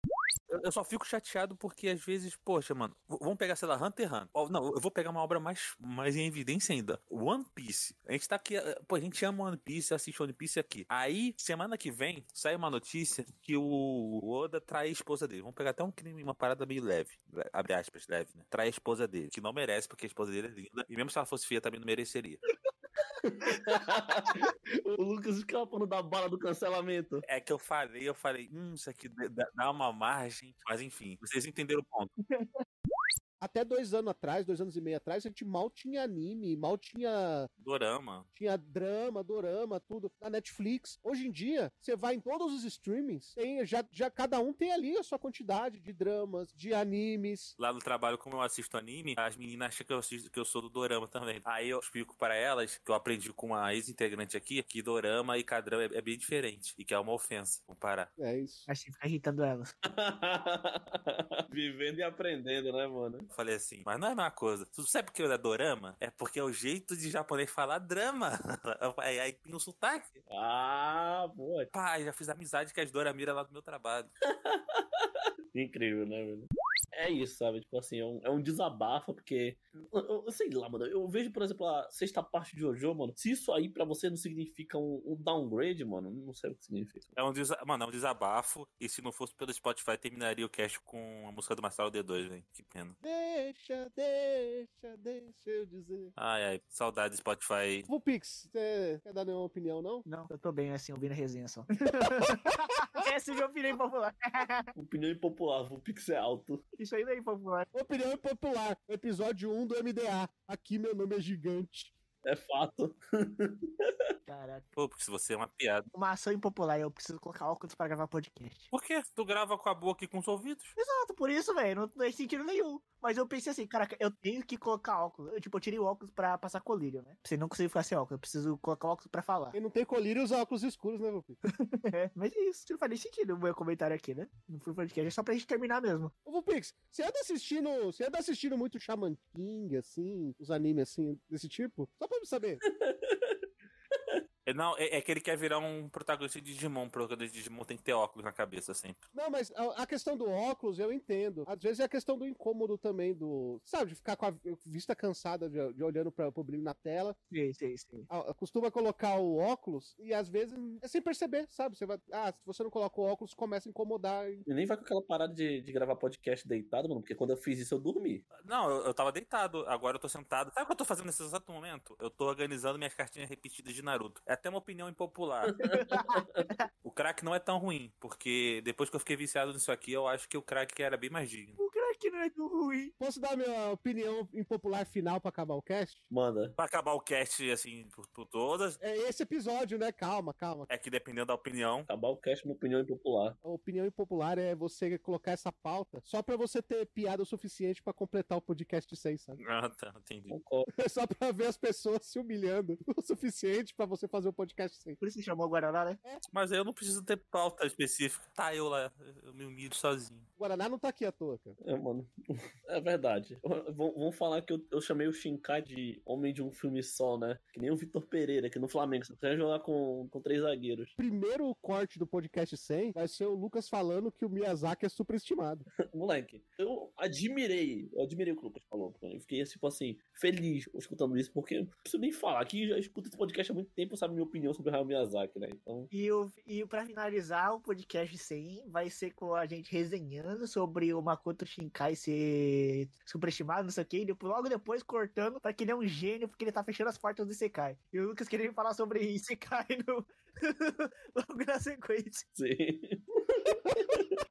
Speaker 5: Eu, eu só fico chateado porque às vezes, poxa, mano, v- vamos pegar, sei lá, Hunter x Hunter. Ó, Não, eu vou pegar uma obra mais, mais em evidência ainda. One Piece. A gente tá aqui, eh, pô, a gente ama One Piece, assiste One Piece aqui. Aí, semana que vem, sai uma notícia que o Oda trai a esposa dele. Vamos pegar até um crime, uma parada meio leve, le- abre aspas, leve, né? Trai a esposa dele, que não merece porque a esposa dele é linda. E mesmo se ela fosse feia, também não mereceria.
Speaker 4: o Lucas escapando da bala do cancelamento.
Speaker 5: É que eu falei, eu falei, hum, isso aqui dá- dá dá uma margem. Mas enfim, vocês entenderam o ponto.
Speaker 1: Até dois anos atrás, dois anos e meio atrás, a gente mal tinha anime, mal tinha,
Speaker 5: Dorama.
Speaker 1: tinha drama, dorama, tudo na Netflix. Hoje em dia, você vai em todos os streamings, tem, já, já cada um tem ali a sua quantidade de dramas, de animes.
Speaker 5: Lá no trabalho, como eu assisto anime, as meninas acham que eu, assisto, que eu sou do Dorama também. Aí eu explico para elas que eu aprendi com uma ex-integrante aqui que Dorama e Cadrama é, é bem diferente e que é uma ofensa comparar.
Speaker 1: É isso.
Speaker 3: Acho que fica irritando elas.
Speaker 4: Vivendo e aprendendo, né, mano?
Speaker 5: Eu falei assim, mas não é a mesma coisa. Tu sabe por que é Dorama? É porque é o jeito de japonês falar drama. Aí, aí tem um sotaque.
Speaker 4: Ah, pô.
Speaker 5: Pai, já fiz amizade com as Doramira lá do meu trabalho.
Speaker 4: Incrível, né, velho? é isso, sabe? Tipo assim, é um, é um desabafo, porque. Eu, eu- eu sei lá, mano. Eu vejo, por exemplo, a sexta parte de Jojo, mano. Se isso aí pra você não significa um, um downgrade, mano, não sei o que significa.
Speaker 5: É um, desa... Mano, é um desabafo. E se não fosse pelo Spotify, terminaria o cast com a música do Marcelo D2, velho. Que pena.
Speaker 1: Deixa, deixa, deixa eu dizer.
Speaker 5: Ai, ai, saudade do Spotify.
Speaker 1: Vulpix, você quer dar nenhuma opinião, não?
Speaker 3: Não, eu tô bem assim, ouvindo a resenha só.
Speaker 4: Essa é minha opinião impopular. opinião impopular, vou pixel alto.
Speaker 3: Isso aí não é impopular.
Speaker 1: Opinião popular, episódio 1 do MDA. Aqui meu nome é gigante.
Speaker 4: É fato.
Speaker 3: Caraca.
Speaker 5: Pô, porque se você é uma piada.
Speaker 3: Uma ação impopular, eu preciso colocar óculos pra gravar podcast.
Speaker 5: Por quê? Tu grava com a boca e com os ouvidos?
Speaker 3: Exato, por isso, velho, não tem sentido nenhum. Mas eu pensei assim, caraca, eu tenho que colocar óculos. Eu, tipo, eu tirei o óculos pra passar colírio, né? Você não conseguiu ficar sem óculos, eu preciso colocar óculos pra falar.
Speaker 1: Quem não tem colírio usa óculos escuros, né, Vulpix?
Speaker 3: É, mas é isso, não faz nem sentido o meu comentário aqui, né? Não foi podcast, é só pra gente terminar mesmo.
Speaker 1: Ô, Vulpix, você anda assistindo. Você anda assistindo muito Shaman King, assim, os animes assim, desse tipo? Só pra me saber.
Speaker 5: É, Não, é, é que ele quer virar um protagonista de Digimon. O protagonista de Digimon tem que ter óculos na cabeça assim. sempre.
Speaker 1: Não, mas a, a questão do óculos eu entendo. Às vezes é a questão do incômodo também, do. Sabe, de ficar com a vista cansada de, de olhando pra, pro brilho na tela.
Speaker 3: Sim, sim, sim.
Speaker 1: Ah, Costuma colocar o óculos e às vezes é sem perceber, sabe? Você vai. Ah, se você não coloca o óculos, começa a incomodar. hein?
Speaker 4: E nem vai com aquela parada de, de gravar podcast deitado, mano, porque quando eu fiz isso eu dormi.
Speaker 5: Não, eu, eu tava deitado, agora eu tô sentado. Sabe o que eu tô fazendo nesse exato momento? Eu tô organizando minhas cartinhas repetidas de Naruto. É até uma opinião impopular. o crack não é tão ruim, porque depois que eu fiquei viciado nisso aqui, eu acho que o crack era bem mais digno.
Speaker 3: O crack não é do ruim.
Speaker 1: Posso dar minha opinião impopular final pra acabar o cast?
Speaker 4: Manda.
Speaker 5: Pra acabar o cast, assim, por, por todas,
Speaker 1: É esse episódio, né? Calma, calma.
Speaker 5: é que dependendo da opinião.
Speaker 4: Acabar o cast uma opinião é impopular.
Speaker 1: A opinião impopular é você colocar essa pauta só pra você ter piada o suficiente pra completar o podcast 6, sabe?
Speaker 5: Ah, tá, entendi.
Speaker 4: Concordo.
Speaker 1: É só pra ver as pessoas se humilhando o suficiente pra você fazer o podcast 100.
Speaker 3: Por isso que chamou o Guaraná, né?
Speaker 5: Mas aí eu não preciso ter pauta específica. Tá, eu lá, eu me humilho sozinho.
Speaker 1: O Guaraná não tá aqui à toa, cara.
Speaker 4: É, mano. É verdade. Vão vão falar que eu, eu chamei o Shinkai de homem de um filme só, né? Que nem o Vitor Pereira aqui no Flamengo. Você precisa jogar com, com três zagueiros.
Speaker 1: Primeiro corte do podcast 100 vai ser o Lucas falando que o Miyazaki é superestimado.
Speaker 4: Moleque, eu admirei. Eu admirei o que o Lucas falou. cara. Eu fiquei, tipo assim, feliz escutando isso, porque eu não preciso nem falar. Aqui já escuto esse podcast há muito tempo, sabe minha opinião sobre o Hayao Miyazaki, né? Então,
Speaker 3: E, o, e pra finalizar o podcast 100, vai ser com a gente resenhando sobre o Makoto Shinkai ser superestimado, não sei o que, e depois- logo depois cortando pra que ele é um gênio, porque ele tá fechando as portas do Isekai. E o Lucas queria falar sobre Isekai no... logo na sequência.
Speaker 4: sim.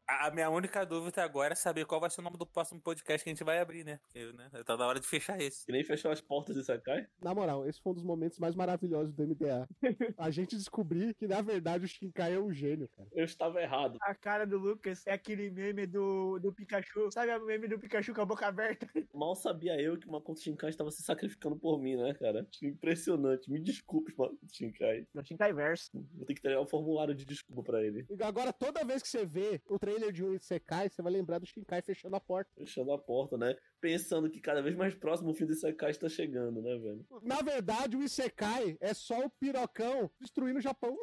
Speaker 5: A a minha única dúvida agora é saber qual vai ser o nome do próximo podcast que a gente vai abrir, né? Porque, né? Tá na hora de fechar esse.
Speaker 4: Que nem fechou as portas do Sakai.
Speaker 1: Na moral, esse foi um dos momentos mais maravilhosos do MDA. A gente descobrir que, na verdade, o Shinkai é um gênio, cara.
Speaker 4: Eu estava errado.
Speaker 3: A cara do Lucas é aquele meme do, do Pikachu, sabe o meme do Pikachu com a boca aberta?
Speaker 4: Mal sabia eu que o Makoto Shinkai estava se sacrificando por mim, né, cara? Acho Impressionante. Me desculpe, Makoto Shinkai.
Speaker 3: No Shinkai Verso.
Speaker 4: Vou ter que entregar um formulário de desculpa pra ele.
Speaker 1: E Agora, toda vez que você vê o trailer de um Isekai, você vai lembrar do Shinkai fechando a porta.
Speaker 4: Fechando a porta, né? Pensando que cada vez mais próximo o fim desse Sakai está chegando, né, velho?
Speaker 1: Na verdade, o Isekai é só o pirocão destruindo o Japão.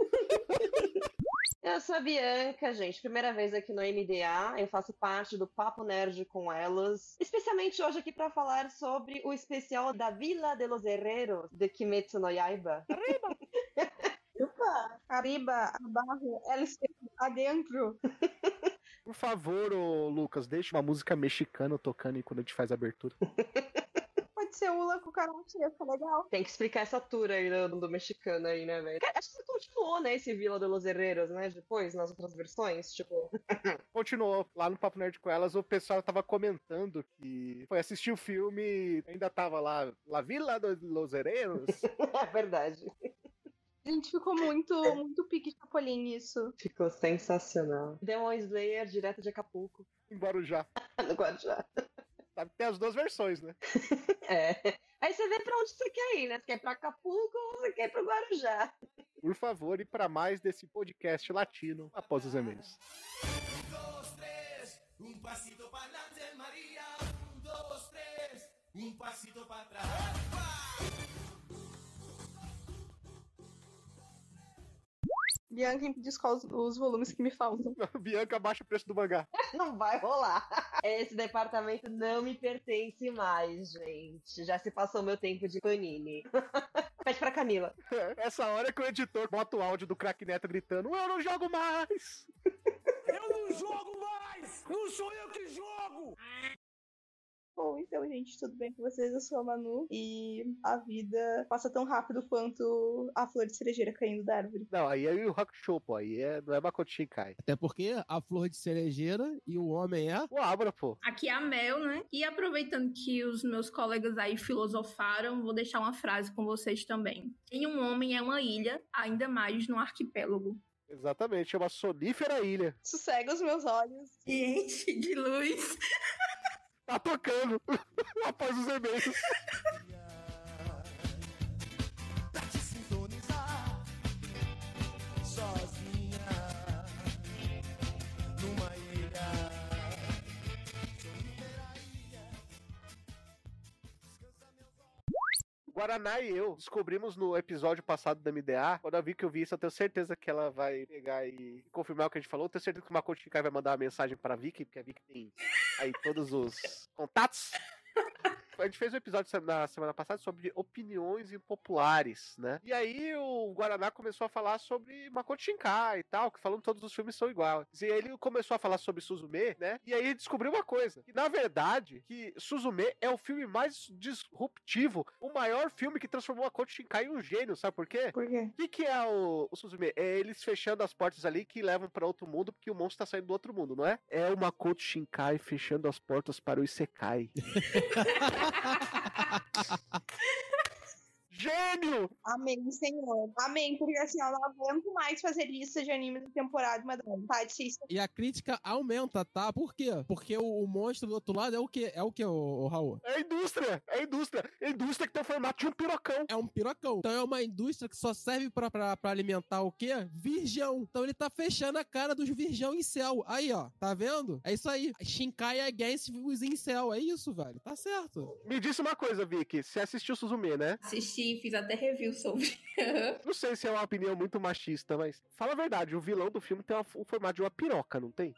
Speaker 28: Eu sou a Bianca, gente. Primeira vez aqui no MDA. Eu faço parte do Papo Nerd com elas. Especialmente hoje aqui para falar sobre o especial da Vila de los Herreros de Kimetsu no Yaiba.
Speaker 8: Opa, arriba, abarro, LC, adentro.
Speaker 1: Por favor, ô Lucas, deixa uma música mexicana tocando enquanto a gente faz a abertura.
Speaker 8: Pode ser Ula com Karate, fica legal.
Speaker 28: Tem que explicar essa tour aí do, do mexicano aí, né, velho? Cara, acho que continuou, né, esse Vila de los Herreros, né, depois, nas outras versões, tipo...
Speaker 1: Continuou lá no Papo Nerd com elas, o pessoal tava comentando que foi assistir o filme, ainda tava lá, La Vila dos Losereiros.
Speaker 28: é verdade.
Speaker 8: A gente ficou muito, muito pique Chapolin nisso.
Speaker 28: Ficou sensacional. Demon um Slayer, direto de Acapulco.
Speaker 1: em Guarujá.
Speaker 28: no Guarujá.
Speaker 1: Sabe, Tem as duas versões, né?
Speaker 28: É. Aí você vê pra onde você quer ir, né? Você quer ir pra Acapulco ou você quer ir pro Guarujá?
Speaker 1: Por favor, e para mais desse podcast latino após os e-mails.
Speaker 17: dos, tres, un pasito para adelante, María. Un, dos, tres, un pasito para atrás. ¡Epa!
Speaker 11: Bianca então, diz quais os volumes que me faltam.
Speaker 1: Bianca abaixa o preço do mangá.
Speaker 28: Não vai rolar. Esse departamento não me pertence mais, gente. Já se passou meu tempo de panini. Ah, Pede pra Camila.
Speaker 1: Essa hora que o editor bota o áudio do craque Neto gritando: Eu não jogo mais!
Speaker 8: Eu não Um jogo mais! Não sou eu que jogo!
Speaker 11: Bom, então, gente, tudo bem com vocês? Eu sou a Manu e a vida passa tão rápido quanto a flor de cerejeira caindo da árvore.
Speaker 1: Não, aí é o Rock Show, pô. Aí é, não é Makoto Shinkai.
Speaker 13: Até porque a flor de cerejeira e o homem é.
Speaker 1: O Abra, pô.
Speaker 11: Aqui é a Mel, né? E aproveitando que os meus colegas aí filosofaram, vou deixar uma frase com vocês também. Em um homem é uma ilha, ainda mais num arquipélago.
Speaker 1: Exatamente, chama Sonífera Ilha.
Speaker 11: Sossega os meus olhos e enche de luz.
Speaker 1: Tá tocando após os e-mails.
Speaker 8: Pra te sintonizar sozinha numa ilha.
Speaker 1: Guaraná e eu descobrimos no episódio passado da MDA, quando eu vi que eu vi isso, eu tenho certeza que ela vai pegar e confirmar o que a gente falou. Eu tenho certeza que o Makoto Shinkai vai mandar uma mensagem pra Vicky, porque a Vicky tem aí todos os contatos. A gente fez um episódio sem- na semana passada sobre opiniões impopulares, né? E aí o Guaraná começou a falar sobre Makoto Shinkai e tal, que falando que todos os filmes são iguais. E aí ele começou a falar sobre Suzume, né? E aí descobriu uma coisa, que na verdade, que Suzume é o filme mais disruptivo, o maior filme que transformou Makoto Shinkai em um gênio, sabe por quê?
Speaker 11: Por quê?
Speaker 1: O que, que é o, o Suzume? É eles fechando as portas ali que levam pra outro mundo, porque o monstro tá saindo do outro mundo, não é? É o Makoto Shinkai fechando as portas para o Isekai. Gênio!
Speaker 11: Amém, Senhor. Amém, porque assim, eu não aguento mais fazer lista de anime da temporada, mas tá dá vontade de ser isso.
Speaker 13: E a crítica aumenta, tá? Por quê? Porque o, o monstro do outro lado é o quê? É o quê, ô, ô, Raul?
Speaker 1: É a indústria! É a indústria! É a indústria que tem o formato de um pirocão!
Speaker 13: É um pirocão. Então é uma indústria que só serve pra, pra, pra alimentar o quê? Virgão. Então ele tá fechando a cara dos virgão em céu. Aí, ó. Tá vendo? É isso aí. Shinkai against os em céu. É isso, velho. Tá certo.
Speaker 1: Me disse uma coisa, Vicky. Você assistiu Suzume, né?
Speaker 11: Assisti, fiz até review sobre.
Speaker 1: Não sei se é uma opinião muito machista, mas. Fala a verdade, o vilão do filme tem uma- o formato de uma piroca, não tem?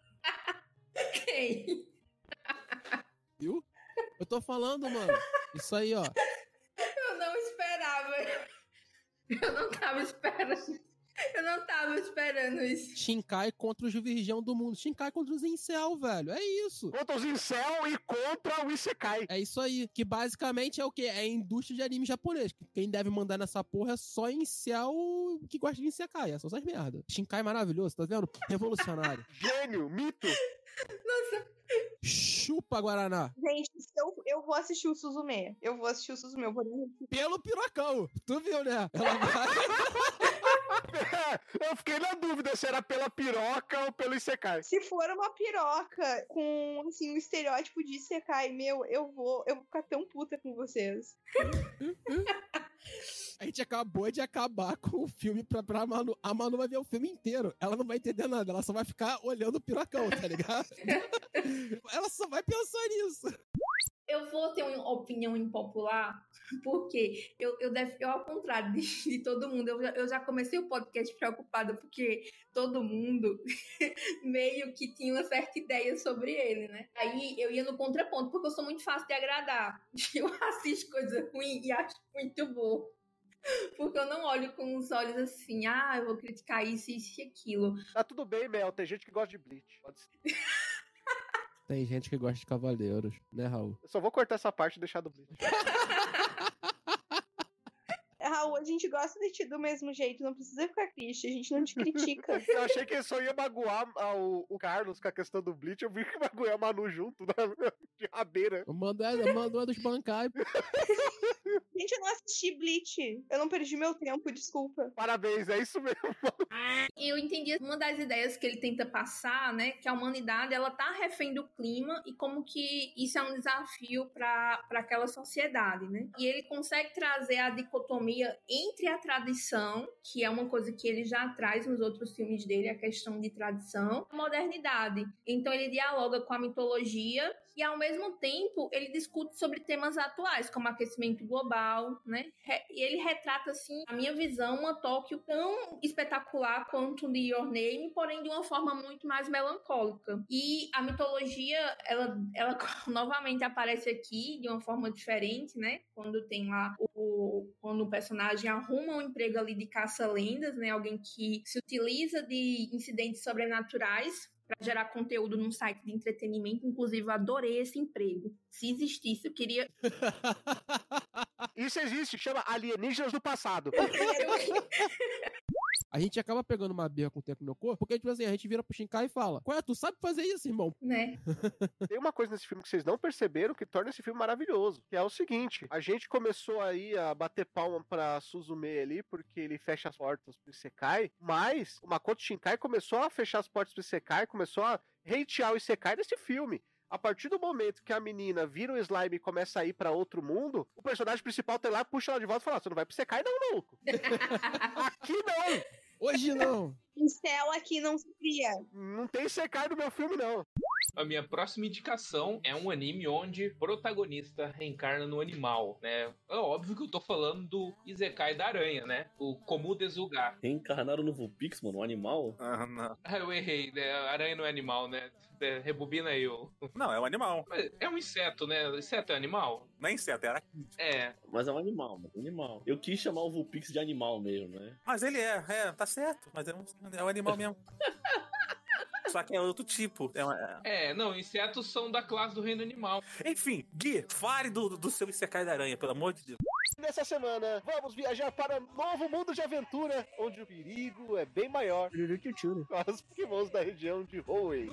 Speaker 11: Quem?
Speaker 13: Viu? Eu tô falando, mano. Isso aí, ó.
Speaker 11: Eu não esperava. Eu não tava esperando. Eu não tava esperando isso.
Speaker 13: Shinkai contra os virgão do mundo. Shinkai contra os incel, velho. É isso.
Speaker 1: Contra os incel e contra o isekai.
Speaker 13: É isso aí. Que basicamente é o quê? É a indústria de anime japonês. Que Quem deve mandar nessa porra é só incel que gosta de insekai. É só essas merda. Shinkai maravilhoso, tá vendo? Revolucionário.
Speaker 1: Gênio, mito.
Speaker 13: Chupa, Guaraná.
Speaker 11: Gente, se eu, eu vou assistir o Suzume. Eu vou assistir o Suzume. Eu vou
Speaker 13: Pelo pirocão. Tu viu, né? Ela vai...
Speaker 1: É, Eu fiquei na dúvida se era pela piroca ou pelo Isekai.
Speaker 11: Se for uma piroca com, assim, um estereótipo de Isekai, meu, eu vou, eu vou ficar tão puta com vocês.
Speaker 13: A gente acabou de acabar com o filme pra, pra Manu. A Manu vai ver o filme inteiro. Ela não vai entender nada. Ela só vai ficar olhando o pirocão, tá ligado? ela só vai pensar nisso.
Speaker 11: Eu vou ter uma opinião impopular, porque eu, eu, def- eu ao contrário de, de todo mundo, eu já, eu já comecei o podcast preocupada, porque todo mundo meio que tinha uma certa ideia sobre ele, né? Aí eu ia no contraponto, porque eu sou muito fácil de agradar. Eu assisto coisa ruim e acho muito bom. Porque eu não olho com os olhos assim, ah, eu vou criticar isso, isso e aquilo.
Speaker 1: Tá tudo bem, Mel. Tem gente que gosta de Bleach. Pode ser.
Speaker 13: Tem gente que gosta de cavaleiros, né, Raul?
Speaker 1: Eu só vou cortar essa parte e deixar do Bleach.
Speaker 11: É, Raul, a gente gosta de ti do mesmo jeito, não precisa ficar triste, a gente não te critica.
Speaker 1: Eu achei que só ia magoar ah, o, o Carlos com a questão do Bleach. Eu vi que magoei a Manu junto, né? de rabeira.
Speaker 13: Manda
Speaker 1: é
Speaker 13: ela, manda dos bancários.
Speaker 11: Gente, eu não assisti Bleach. Eu não perdi meu tempo, desculpa.
Speaker 1: Parabéns, é isso mesmo.
Speaker 11: Eu entendi uma das ideias que ele tenta passar, né? Que a humanidade, ela tá refém do clima e como que isso é um desafio para aquela sociedade, né? E ele consegue trazer a dicotomia entre a tradição, que é uma coisa que ele já traz nos outros filmes dele, a questão de tradição, e a modernidade. Então ele dialoga com a mitologia e ao mesmo tempo ele discute sobre temas atuais, como aquecimento global, né? Re- E ele retrata, assim, a minha visão, uma Tóquio tão espetacular quanto de Your Name, porém de uma forma muito mais melancólica. E a mitologia, ela, ela novamente aparece aqui de uma forma diferente, né? Quando tem lá o. Quando o personagem arruma um emprego ali de caça-lendas, né? Alguém que se utiliza de incidentes sobrenaturais para gerar conteúdo num site de entretenimento. Inclusive, eu adorei esse emprego. Se existisse, eu queria.
Speaker 1: Isso existe, chama alienígenas do passado.
Speaker 13: A gente acaba pegando uma birra com o Tecnocor, porque tipo assim, a gente vira pro Shinkai e fala: Qual é? Tu sabe fazer isso, irmão?
Speaker 11: Né?
Speaker 1: Tem uma coisa nesse filme que vocês não perceberam que torna esse filme maravilhoso, que é o seguinte: a gente começou aí a bater palma pra Suzume ali, porque ele fecha as portas pro Isekai, mas o Makoto Shinkai começou a fechar as portas pro Isekai, começou a hatear o Isekai nesse filme. A partir do momento que a menina vira o slime e começa a ir pra outro mundo, o personagem principal tá lá, puxa ela de volta e fala: Você não vai pro Isekai, não, maluco. Aqui não!
Speaker 13: Hoje não!
Speaker 8: Pincel aqui não se cria.
Speaker 1: Não tem secai no meu filme, não.
Speaker 14: A minha próxima indicação é um anime onde o protagonista reencarna no animal, né? É óbvio que eu tô falando do Izekai da Aranha, né? O Komu Desugar.
Speaker 4: Reencarnaram no Vulpix, mano, um animal?
Speaker 14: Ah, não. Ah, eu errei, né? Aranha não é animal, né? É, Rebobina aí o.
Speaker 34: Não, é um animal.
Speaker 14: Mas É um inseto, né? Inseto é animal?
Speaker 34: Não é inseto, é aracnídeo.
Speaker 14: É.
Speaker 4: Mas é um animal, mano, um animal. Eu quis chamar o Vulpix de animal mesmo, né?
Speaker 5: Mas ele é, é, tá certo. Mas é um, é um animal mesmo. Só que é outro tipo. É uma-
Speaker 14: É, não, insetos são da classe do reino animal.
Speaker 5: Enfim, Gui, fale do, do seu Isekai da Aranha, pelo amor de Deus.
Speaker 1: Nessa semana, vamos viajar para um novo mundo de aventura, onde o perigo é bem maior. Os pokémons da região de Hoenn.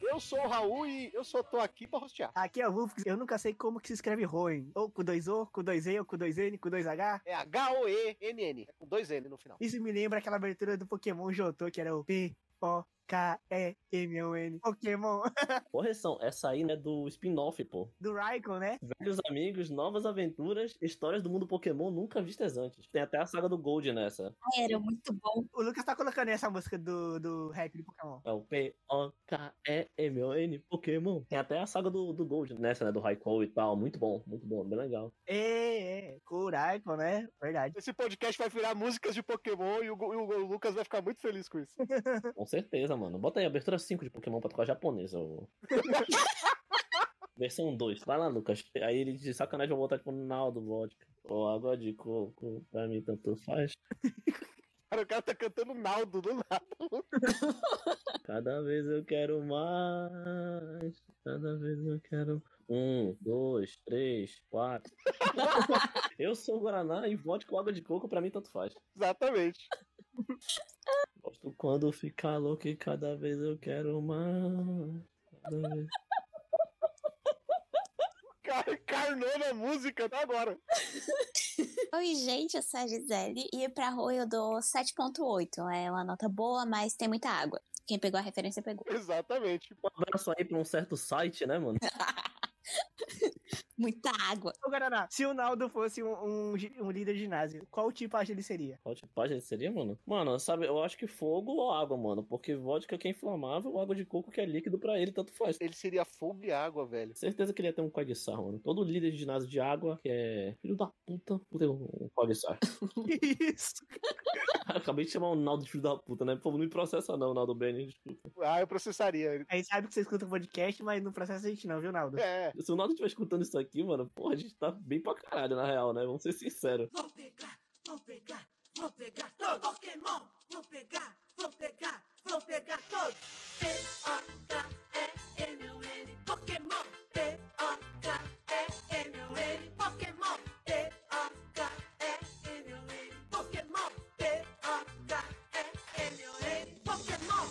Speaker 1: Eu sou o Raul e eu só tô aqui pra rostear.
Speaker 3: Aqui é o Wolf, eu nunca sei como que se escreve Roen. Ou com dois O, com dois E, ou com dois N, com dois H.
Speaker 1: É H-O-E-N-N, é com dois N no final.
Speaker 3: Isso me lembra aquela abertura do Pokémon Jotô, que era o P, O, K, E, M, O, N. Pokémon.
Speaker 4: Correção, essa aí, né, do spin-off, pô.
Speaker 3: do Raikon, né?
Speaker 4: Velhos amigos, novas aventuras, histórias do mundo Pokémon nunca vistas antes. Tem até a saga do Gold nessa.
Speaker 3: Ah, Era muito bom. O Lucas tá colocando essa música do, do rap do Pokémon.
Speaker 4: É o P-O-K-E-M-O-N Pokémon. Tem até a saga do, do Gold nessa, né? Do Raikou e tal. Muito bom, muito bom, bem legal.
Speaker 3: É, é, com o Raikon, né? Verdade.
Speaker 1: Esse podcast vai virar músicas de Pokémon e o, Gu- e o Lucas vai ficar muito feliz com isso.
Speaker 4: Com certeza, mano. Bota aí abertura 5 de Pokémon pra tocar japonesa. ô. Versão 2. Vai lá, Lucas. Aí ele de sacanagem vai botar tipo Naldo Vodka. Ou água de coco. Pra mim tanto faz.
Speaker 1: Cara, o cara tá cantando Naldo do nada.
Speaker 4: Cada vez eu quero mais. Cada vez eu quero. Um, dois, três, quatro. eu sou Guaraná e vodka com água de coco, pra mim tanto faz.
Speaker 1: Exatamente.
Speaker 4: Gosto quando fica louco e cada vez eu quero mais. Cada vez.
Speaker 1: Cara, encarnou na música até agora.
Speaker 7: Oi, gente, eu sou a Gisele e pra rua eu dou 7.8. É uma nota boa, mas tem muita água. Quem pegou a referência pegou.
Speaker 1: Exatamente.
Speaker 4: Um abraço aí pra um certo site, né, mano?
Speaker 7: Muita água.
Speaker 3: Ô, Guaraná, se o Naldo fosse um, um, gi- um líder de ginásio, qual tipagem ele seria?
Speaker 4: Qual tipagem seria, mano? Mano, sabe, eu acho que fogo ou água, mano. Porque vodka que é inflamável, água de coco que é líquido pra ele, tanto faz.
Speaker 1: Ele seria fogo e água, velho.
Speaker 4: Certeza que ele ia ter um Quagsar, mano. Todo líder de ginásio de água que é filho da puta, tem um Quagsar.
Speaker 3: Isso.
Speaker 4: Acabei de chamar o Naldo de filho da puta, né? Por favor, não me processa não, Naldo Benny, desculpa.
Speaker 1: Ah, eu processaria.
Speaker 3: Aí sabe que você escuta o podcast, mas não processa a gente não, viu, Naldo?
Speaker 1: É.
Speaker 4: Se o Naldo estiver escutando isso aqui, mano, porra, a gente tá bem pra caralho, na real, né? Vamos ser sinceros.
Speaker 28: Vou pegar, vou pegar, vou pegar todo Pokémon. Vou pegar, vou pegar, vou pegar todo. T-O-K-E-M-O-N, Pokémon. T-O-K-E-M-O-N, Pokémon. T-O-K-E-M-O-N, Pokémon. T-O-K-E-M-O-N, Pokémon.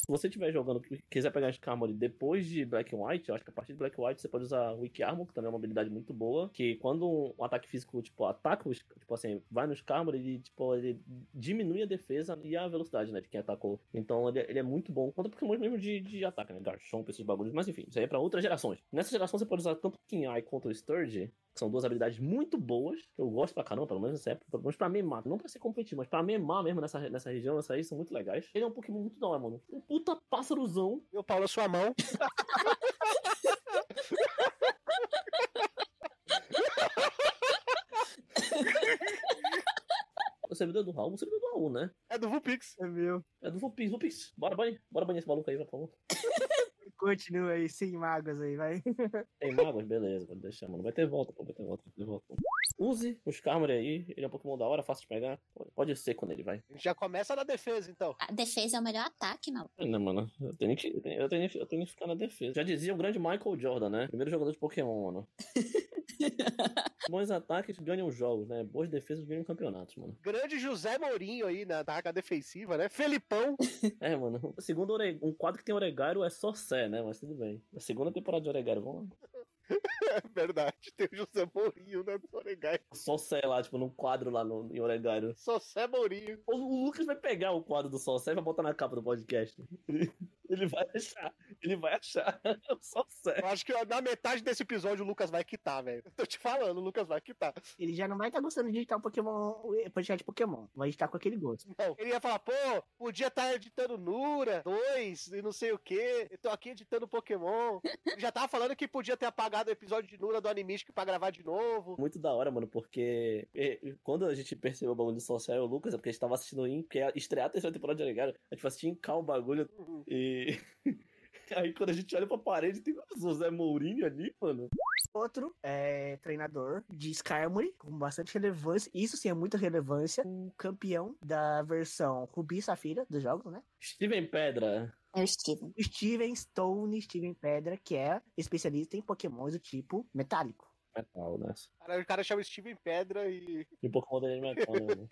Speaker 4: Se você estiver jogando, quiser pegar as Armory depois de Black and White, eu acho que a partir de Black and White você pode usar Weak Armor, que também é uma habilidade muito boa. Que quando um ataque físico, tipo, ataca os, tipo assim, vai nos Armory, ele, tipo, ele diminui a defesa e a velocidade, né, de quem atacou. Então ele, ele é muito bom contra Pokémon mesmo de, de ataque, né, Garchomp, esses bagulhos, mas enfim, isso aí é pra outras gerações. Nessa geração você pode usar tanto o King Eye quanto o Sturge, São duas habilidades muito boas, que eu gosto pra caramba, pelo menos nessa época, pelo menos pra memar. Não pra se competir, mas pra memar mesmo nessa, nessa região, essas aí são muito legais. Ele é um Pokémon muito da hora, mano. Um puta pássarozão.
Speaker 1: Meu Paulo, a sua mão.
Speaker 4: O servidor do Raul, o servidor do Raul, né?
Speaker 1: É do Vulpix.
Speaker 3: É meu.
Speaker 4: É do Vulpix, Vulpix. Bora, Bunny. Bora banir esse maluco aí, por favor.
Speaker 3: Continua aí, sem mágoas aí, vai.
Speaker 4: Tem mágoas? Beleza, pode deixar, mano. Vai ter volta, pô. Vai ter volta, vai ter volta. Use o Skarmory aí. Ele é um Pokémon da hora, fácil de pegar. Pode- Pode ser quando ele vai.
Speaker 1: Já começa na defesa, então.
Speaker 7: A defesa é o melhor ataque, maluco.
Speaker 4: Não, mano, eu tenho, que, eu, tenho, eu tenho que- eu tenho que ficar na defesa. Já dizia o grande Michael Jordan, né? Primeiro jogador de Pokémon, mano. Bons ataques ganham jogos, né? Boas defesas ganham campeonatos, mano.
Speaker 1: Grande José Mourinho aí na ataca defensiva, né? Felipão.
Speaker 4: É, mano. O segundo ore- um quadro que tem Oregário é só Sé, né? Mas tudo bem. A segunda temporada de Oregário, vamos lá.
Speaker 1: É verdade, tem o José Mourinho né, na Toregai.
Speaker 4: Só Sé lá, tipo, num quadro lá no, em Oregário.
Speaker 1: Só Sé Mourinho.
Speaker 4: O, o Lucas vai pegar o quadro do Sol Sé e vai botar na capa do podcast. Ele, ele vai achar. Ele vai achar. Só Sé.
Speaker 1: Eu acho que ó, na metade desse episódio o Lucas vai quitar, velho. Eu Tô te falando, o Lucas vai quitar.
Speaker 3: Ele já não vai estar gostando de editar o Pokémon, o É podcast de Pokémon. Vai editar tá com aquele gosto.
Speaker 1: Não, ele ia falar, pô, podia estar editando Nura 2 e não sei o quê. Eu tô aqui editando Pokémon. Ele já tava falando que podia ter apagado o episódio de Nura do Animistic pra gravar de novo.
Speaker 4: Muito da hora, mano, porque eh, quando a gente percebeu o bagulho do Social e o Lucas, é porque a gente tava assistindo em. Porque ia estrear a terceira temporada de Olegário, a gente foi assistir em calma o bagulho.
Speaker 1: Uhum.
Speaker 4: E. Aí quando a gente olha pra parede, tem o José Mourinho ali, mano.
Speaker 3: Outro é treinador de Skarmory, com bastante relevância. Isso sim é muita relevância. O campeão da versão Rubi e Safira dos jogos, né?
Speaker 4: Steven Pedra.
Speaker 7: É o Steven.
Speaker 3: Steven Stone, Steven Pedra, que é especialista em Pokémons do tipo metálico.
Speaker 4: Metal, né?
Speaker 1: Cara, o cara chama Steven Pedra e.
Speaker 4: E um pouco de metal, né? mano?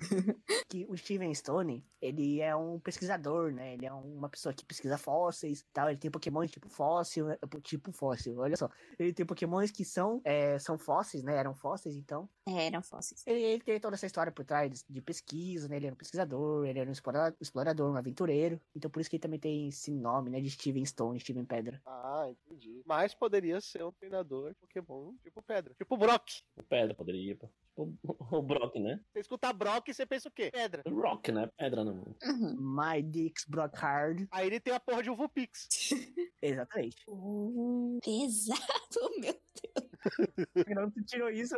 Speaker 3: que o Steven Stone, ele é um pesquisador, né? Ele é uma pessoa que pesquisa fósseis e tal. Ele tem pokémons tipo fóssil, né? tipo fóssil, olha só. Ele tem pokémons que são, é, são fósseis, né? Eram fósseis, então.
Speaker 7: É, eram fósseis.
Speaker 3: Ele, ele tem toda essa história por trás de pesquisa, né? Ele era um pesquisador, ele era um explora- explorador, um aventureiro. Então por isso que ele também tem esse nome, né? De Steven Stone, Steven Pedra.
Speaker 1: Ah, entendi. Mas poderia ser um treinador de Pokémon tipo Pedra. Tipo Brock.
Speaker 4: o Pedra poderia ir, pô. Tipo, o Brock, né?
Speaker 1: Você escuta Brock e você pensa o quê? Pedra.
Speaker 4: Rock, né? Pedra, não, mano.
Speaker 7: Uhum.
Speaker 3: My Dicks Brockhard.
Speaker 1: Aí ele tem a porra de um Vulpix.
Speaker 3: Exatamente.
Speaker 7: Uh, pesado, meu
Speaker 3: Deus. Não, tu tirou isso,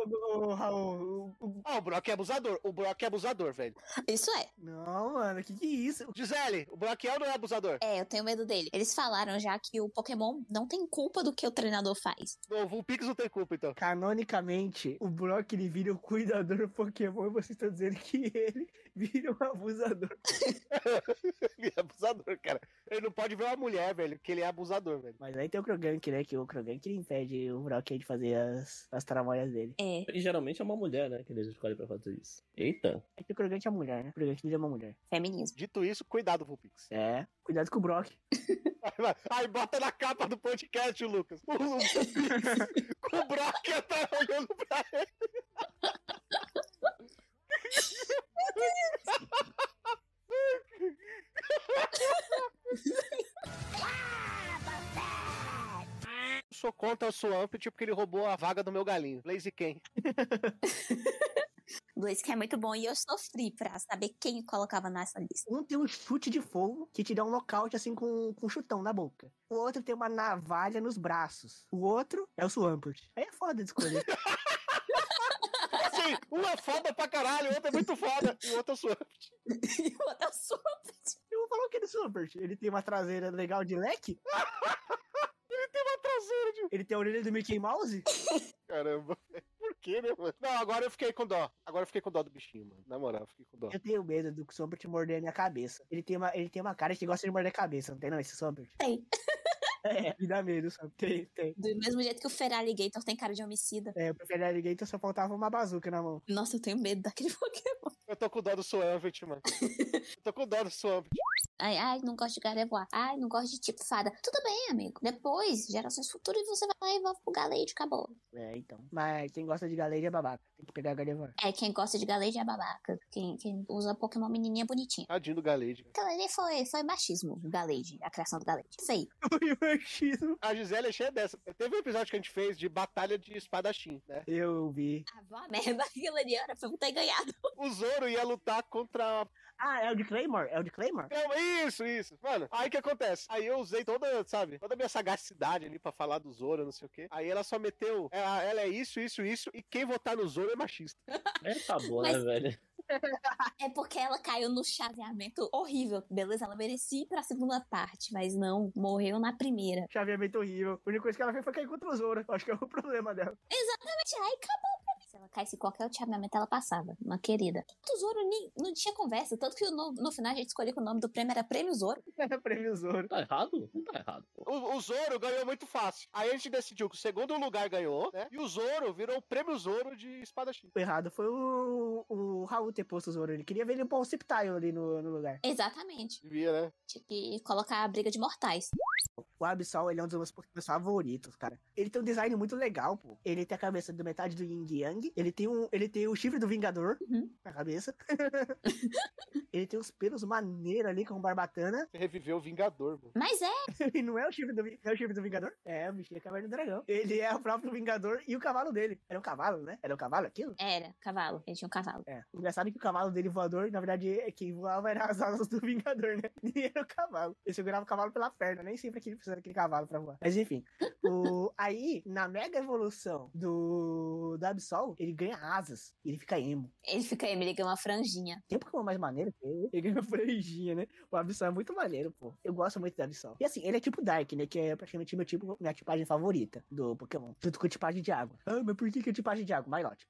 Speaker 3: Raul.
Speaker 1: Ah, o Brock é abusador. O Brock é abusador, velho.
Speaker 7: Isso é.
Speaker 3: Não, mano, que que é isso?
Speaker 1: Gisele, o Brock é ou não é abusador?
Speaker 7: É, eu tenho medo dele. Eles falaram já que o Pokémon não tem culpa do que o treinador faz.
Speaker 1: O Vulpix não tem culpa, então.
Speaker 3: Canonicamente, o Brock ele vira o cuidador Pokémon e vocês estão dizendo que ele vira um abusador.
Speaker 1: ele é abusador, cara. Ele não pode ver uma mulher, velho, porque ele é abusador, velho.
Speaker 3: Mas aí tem o Krogank, né? Que o Krogank ele impede o Brock aí de fazer as, as tramóias dele.
Speaker 7: É.
Speaker 4: E geralmente é uma mulher, né? Que eles escolhem pra fazer isso. Eita.
Speaker 3: É que o Krogank é mulher, né? O Krogank ele é uma mulher.
Speaker 7: Feminismo.
Speaker 1: Dito isso, cuidado, Vulpix.
Speaker 3: É, cuidado com o Brock.
Speaker 1: Aí bota na capa do podcast, Lucas. O, o Vulpix com o Brock tá olhando pra ele. Eu sou contra o Swampit porque ele roubou a vaga do meu galinho. Blaze quem?
Speaker 7: Dois que é muito bom e eu sofri pra saber quem eu colocava nessa lista.
Speaker 3: Um tem um chute de fogo que te dá um nocaute assim com, com um chutão na boca. O outro tem uma navalha nos braços. O outro é o Swampert. Aí é foda de escolher.
Speaker 1: Assim, um é foda pra caralho, o outro é muito foda. E o outro é o Swampit.
Speaker 7: E o outro é o Swampert.
Speaker 3: Eu vou falar o que é do Swampert. Ele tem uma traseira legal de leque?
Speaker 1: Ele tem uma traseira de.
Speaker 3: Ele tem a orelha do Mickey Mouse?
Speaker 1: Caramba. Por que, né, mano? Não, agora eu fiquei com dó. Agora eu fiquei com dó do bichinho, mano. Na moral, eu fiquei com dó.
Speaker 3: Eu tenho medo do Swampert morder a minha cabeça. Ele tem, uma, ele tem uma cara que gosta de morder a cabeça, não tem não, esse Swampert?
Speaker 7: Tem.
Speaker 3: É, me dá medo, sabe? Tem, tem.
Speaker 7: Do mesmo jeito que o Feraligator tem cara de homicida.
Speaker 3: É, pro Feraligator só faltava uma bazuca na mão.
Speaker 7: Nossa, eu tenho medo daquele Pokémon.
Speaker 1: Eu tô com dó do Swampert, mano. eu tô com dó do Swampert.
Speaker 7: Ai, ai, não gosto de Gardevoir. Ai, não gosto de tipo fada. Tudo bem, amigo. Depois, gerações futuras, você vai lá e volta pro Galade, acabou.
Speaker 3: É, então. Mas quem gosta de Galade é babaca. Tem que pegar a Galevan.
Speaker 7: É, quem gosta de Galade é babaca. Quem, quem usa Pokémon menininha é bonitinha.
Speaker 1: Tadinho do Galade.
Speaker 7: Galade foi, foi machismo, o Galade, a criação do Galade. Feio.
Speaker 1: A Gisele é cheia dessa. Teve um episódio que a gente fez de batalha de espadachim, né?
Speaker 3: Eu vi.
Speaker 7: Vá merda, aquilo ali era pra eu ter ganhado.
Speaker 1: O Zoro ia lutar contra.
Speaker 3: Ah, é o de Claymore? É o de Claymore?
Speaker 1: isso, isso. Mano, aí o que acontece? Aí eu usei toda, sabe, toda a minha sagacidade ali pra falar do Zoro, não sei o quê. Aí ela só meteu, ela, ela é isso, isso, isso, e quem votar no Zoro é machista.
Speaker 4: É, tá bom,
Speaker 7: Mas-
Speaker 4: né, velho?
Speaker 7: É porque ela caiu no chaveamento horrível. Beleza, ela merecia ir pra segunda parte, mas não, morreu na primeira.
Speaker 3: Chaveamento é horrível. A única coisa que ela fez foi cair contra o Zoro. Acho que é o problema dela.
Speaker 7: Exatamente, aí acabou pra mim. Se ela caísse em qualquer outro chaveamento, ela passava. Uma querida. O Zoro nem, não tinha conversa, tanto que no, no final a gente escolheu que o nome do prêmio era Prêmio Zoro.
Speaker 3: Era Prêmio Zoro.
Speaker 4: Tá errado? Não tá errado.
Speaker 1: O, o Zoro ganhou muito fácil. Aí a gente decidiu que o segundo lugar ganhou, né? E o Zoro virou o prêmio Zoro de espadachim.
Speaker 3: O errado foi o, o Raul ter posto o Zoro. Ele queria ver ele pôr o Sceptile ali no, no lugar.
Speaker 7: Exatamente.
Speaker 1: Devia, né?
Speaker 7: Tinha que colocar a briga de mortais.
Speaker 3: O Absol, ele é um dos meus Pokémon favoritos, cara. Ele tem um design muito legal, pô. Ele tem a cabeça do metade do Yin Yang. Ele tem, um, ele tem o chifre do Vingador
Speaker 7: Uhum.
Speaker 3: na cabeça. ele tem uns pelos maneiros ali com barbatana.
Speaker 1: Você reviveu o Vingador, mano.
Speaker 7: Mas é!
Speaker 3: Ele Tipo, não é o chifre do, Vi- é o chifre do Vingador? É, o bichinho é Caverna do Dragão. Ele é o próprio Vingador e o cavalo dele. Era um cavalo, né? Era um cavalo aquilo?
Speaker 7: Era, cavalo. Ele tinha um cavalo.
Speaker 3: É. Engraçado que o cavalo dele voador, na verdade, é quem voava era as asas do Vingador, né? E era o cavalo. Ele segurava o cavalo pela perna, nem sempre aquele precisa daquele cavalo pra voar. Mas enfim. O... Aí, na mega evolução do, do Absol, ele ganha asas. Ele fica emo.
Speaker 7: Ele fica aí, ele ganha uma franjinha.
Speaker 3: Tem um Pokémon mais maneiro que ele. Ele ganha uma franjinha, né? O Absol é muito maneiro, pô. Eu gosto muito do Absol. E assim, ele é tipo Dark, né? Que é praticamente meu tipo, minha tipagem favorita do Pokémon. Junto com a tipagem de água. Ah, mas por que que é tipagem de água? Mylot.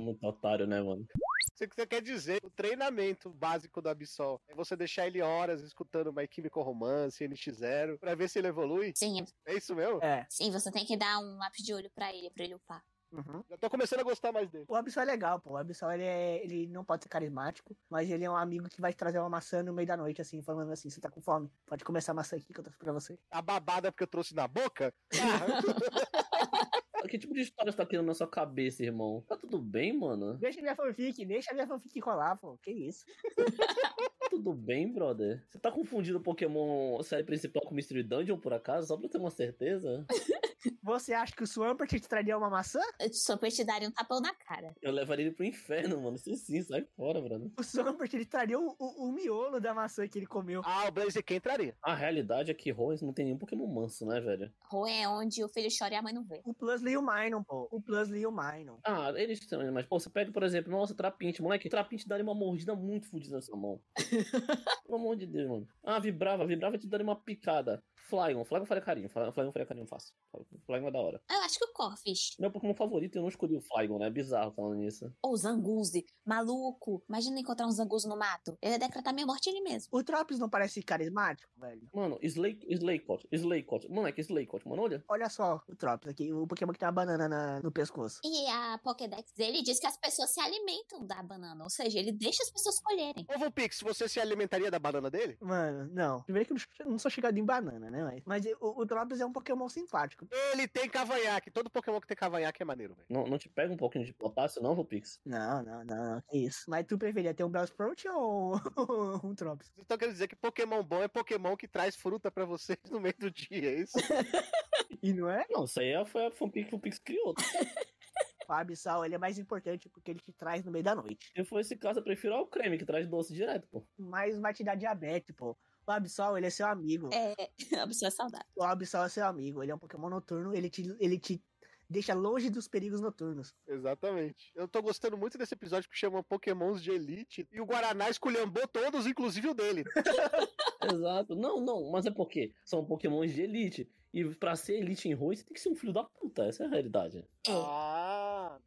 Speaker 4: Muito otário, né, mano?
Speaker 1: Você, você quer dizer, o treinamento básico do Absol é você deixar ele horas escutando My Chemical Romance, NX0, pra ver se ele evolui?
Speaker 7: Sim.
Speaker 1: É isso mesmo?
Speaker 3: É.
Speaker 7: Sim, você tem que dar um lápis de olho pra ele, pra ele upar.
Speaker 1: Já tô começando a gostar mais dele.
Speaker 3: Uhum. O Absol é legal, pô. O Absol, ele, é- ele não pode ser carismático, mas ele é um amigo que vai te trazer uma maçã no meio da noite, assim, falando assim, você tá com fome? Pode começar a maçã aqui que eu trouxe pra você.
Speaker 1: A babada porque eu trouxe na boca?
Speaker 4: Que tipo de história você tá criando na sua cabeça, irmão? Tá tudo bem, mano?
Speaker 3: Deixa minha fanfic, deixa minha fanfic rolar, pô. Que isso?
Speaker 4: Tá tudo bem, brother? Você tá confundindo o Pokémon a série principal com o Mystery Dungeon, por acaso? Só pra eu ter uma certeza?
Speaker 3: Você acha que o Swampert te traria uma maçã?
Speaker 7: Eu só pra te darem um tapão na cara.
Speaker 4: Eu levaria ele pro inferno, mano. Sim, sim, sai fora, brother.
Speaker 3: O Swampert, ele traria o, o- o miolo da maçã que ele comeu.
Speaker 1: Ah, o Blaziken traria.
Speaker 4: A realidade é que Roens não tem nenhum Pokémon manso, né, velho?
Speaker 7: Rua é onde o filho chora e a mãe não vê.
Speaker 3: O Plusly e o Minon, pô. O Plusly e o Minon.
Speaker 4: Ah, eles são animais. Pô, você pega, por exemplo, nossa, Trapinte, moleque. Trapinte daria uma mordida muito fodida na sua mão. Pelo amor de Deus, mano. Ah, Vibrava, Vibrava te daria uma picada. Flygon, Flygon faria carinho. Fly- Flygon faria carinho fácil. Flygon é da hora.
Speaker 7: Eu acho que o Corfish.
Speaker 4: Meu Pokémon favorito, eu não escolhi o Flygon, né? É bizarro falando nisso.
Speaker 7: Ou o Zanguze. Maluco. Imagina encontrar um Zanguze no mato. Ele ia decretar minha morte ele mesmo.
Speaker 3: O Trops não parece carismático, velho?
Speaker 4: Mano, Slay- Slaycott, Slaycott. Moleque, Slaycott, mano, olha.
Speaker 3: Olha só o Trops aqui, o Pokémon que tem uma banana na- no pescoço.
Speaker 7: E a Pokédex dele diz que as pessoas se alimentam da banana. Ou seja, ele deixa as pessoas colherem.
Speaker 1: Ovo Pix, você se alimentaria da banana dele?
Speaker 3: Mano, não. Primeiro que eu não- eu não sou chegado em banana, né? Mas, mas o, o Trops é um Pokémon simpático.
Speaker 1: Ele tem cavanhaque. Todo Pokémon que tem cavanhaque é maneiro, velho.
Speaker 4: Não, não te pega um pouquinho de potássio, não, Vulpix?
Speaker 3: Não, não, não, não. Que isso. Mas tu preferia ter um Bellsprout ou um Trops?
Speaker 1: Então quer dizer que Pokémon bom é Pokémon que traz fruta pra vocês no meio do dia, é isso?
Speaker 3: E não é?
Speaker 4: Não, isso aí é- foi a fanfic que o Vulpix criou.
Speaker 3: O Abissal, ele é mais importante porque ele te traz no meio da noite.
Speaker 4: Se for esse caso, eu prefiro ao creme, que traz doce direto, pô.
Speaker 3: Mas vai te dar diabetes, pô. O Abissal, ele é seu amigo.
Speaker 7: É, a pessoa é saudável.
Speaker 3: O Abissal é seu amigo. Ele é um Pokémon noturno. Ele te, ele te deixa longe dos perigos noturnos.
Speaker 1: Exatamente. Eu tô gostando muito desse episódio que chama Pokémons de Elite. E o Guaraná esculhambou todos, inclusive o dele.
Speaker 4: Exato. Não, não, mas é porque são pokémons de elite. E pra ser elite em Rui, você tem que ser um filho da puta. Essa é a realidade.
Speaker 1: Ah.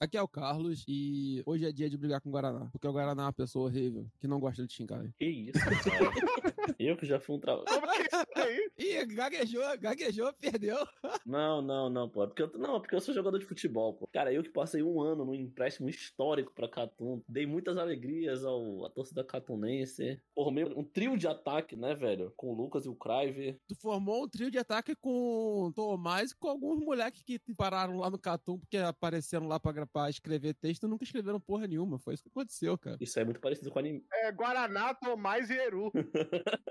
Speaker 24: Aqui é o Carlos e hoje é dia de brigar com o Guaraná. Porque o Guaraná é uma pessoa horrível que não gosta de xingar.
Speaker 4: Que isso, cara. Eu que já fui um trabalho.
Speaker 1: Como que
Speaker 13: Ih, gaguejou, gaguejou, perdeu.
Speaker 4: Não, não, não, pô. É Porque eu, não, é porque eu sou jogador de futebol, pô. Cara, eu que passei um ano num empréstimo histórico pra Catum, dei muitas alegrias ao à torcida catunense. Formei um trio de ataque, né, velho? Com o Lucas e o Crave.
Speaker 13: Tu formou um trio de ataque com o Tomás e com alguns moleques que te pararam lá no Catum porque apareceram lá pra, gra- pra escrever texto e nunca escreveram porra nenhuma. Foi isso que aconteceu, cara.
Speaker 4: Isso é muito parecido com anime.
Speaker 1: É Guaraná, Tomás e Eru.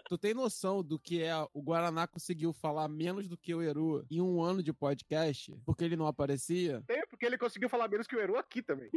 Speaker 13: Tu tem noção do que é o Guaraná conseguiu falar menos do que o Eru em um ano de podcast? Porque ele não aparecia?
Speaker 1: Tem, porque ele conseguiu falar menos que o Eru aqui também.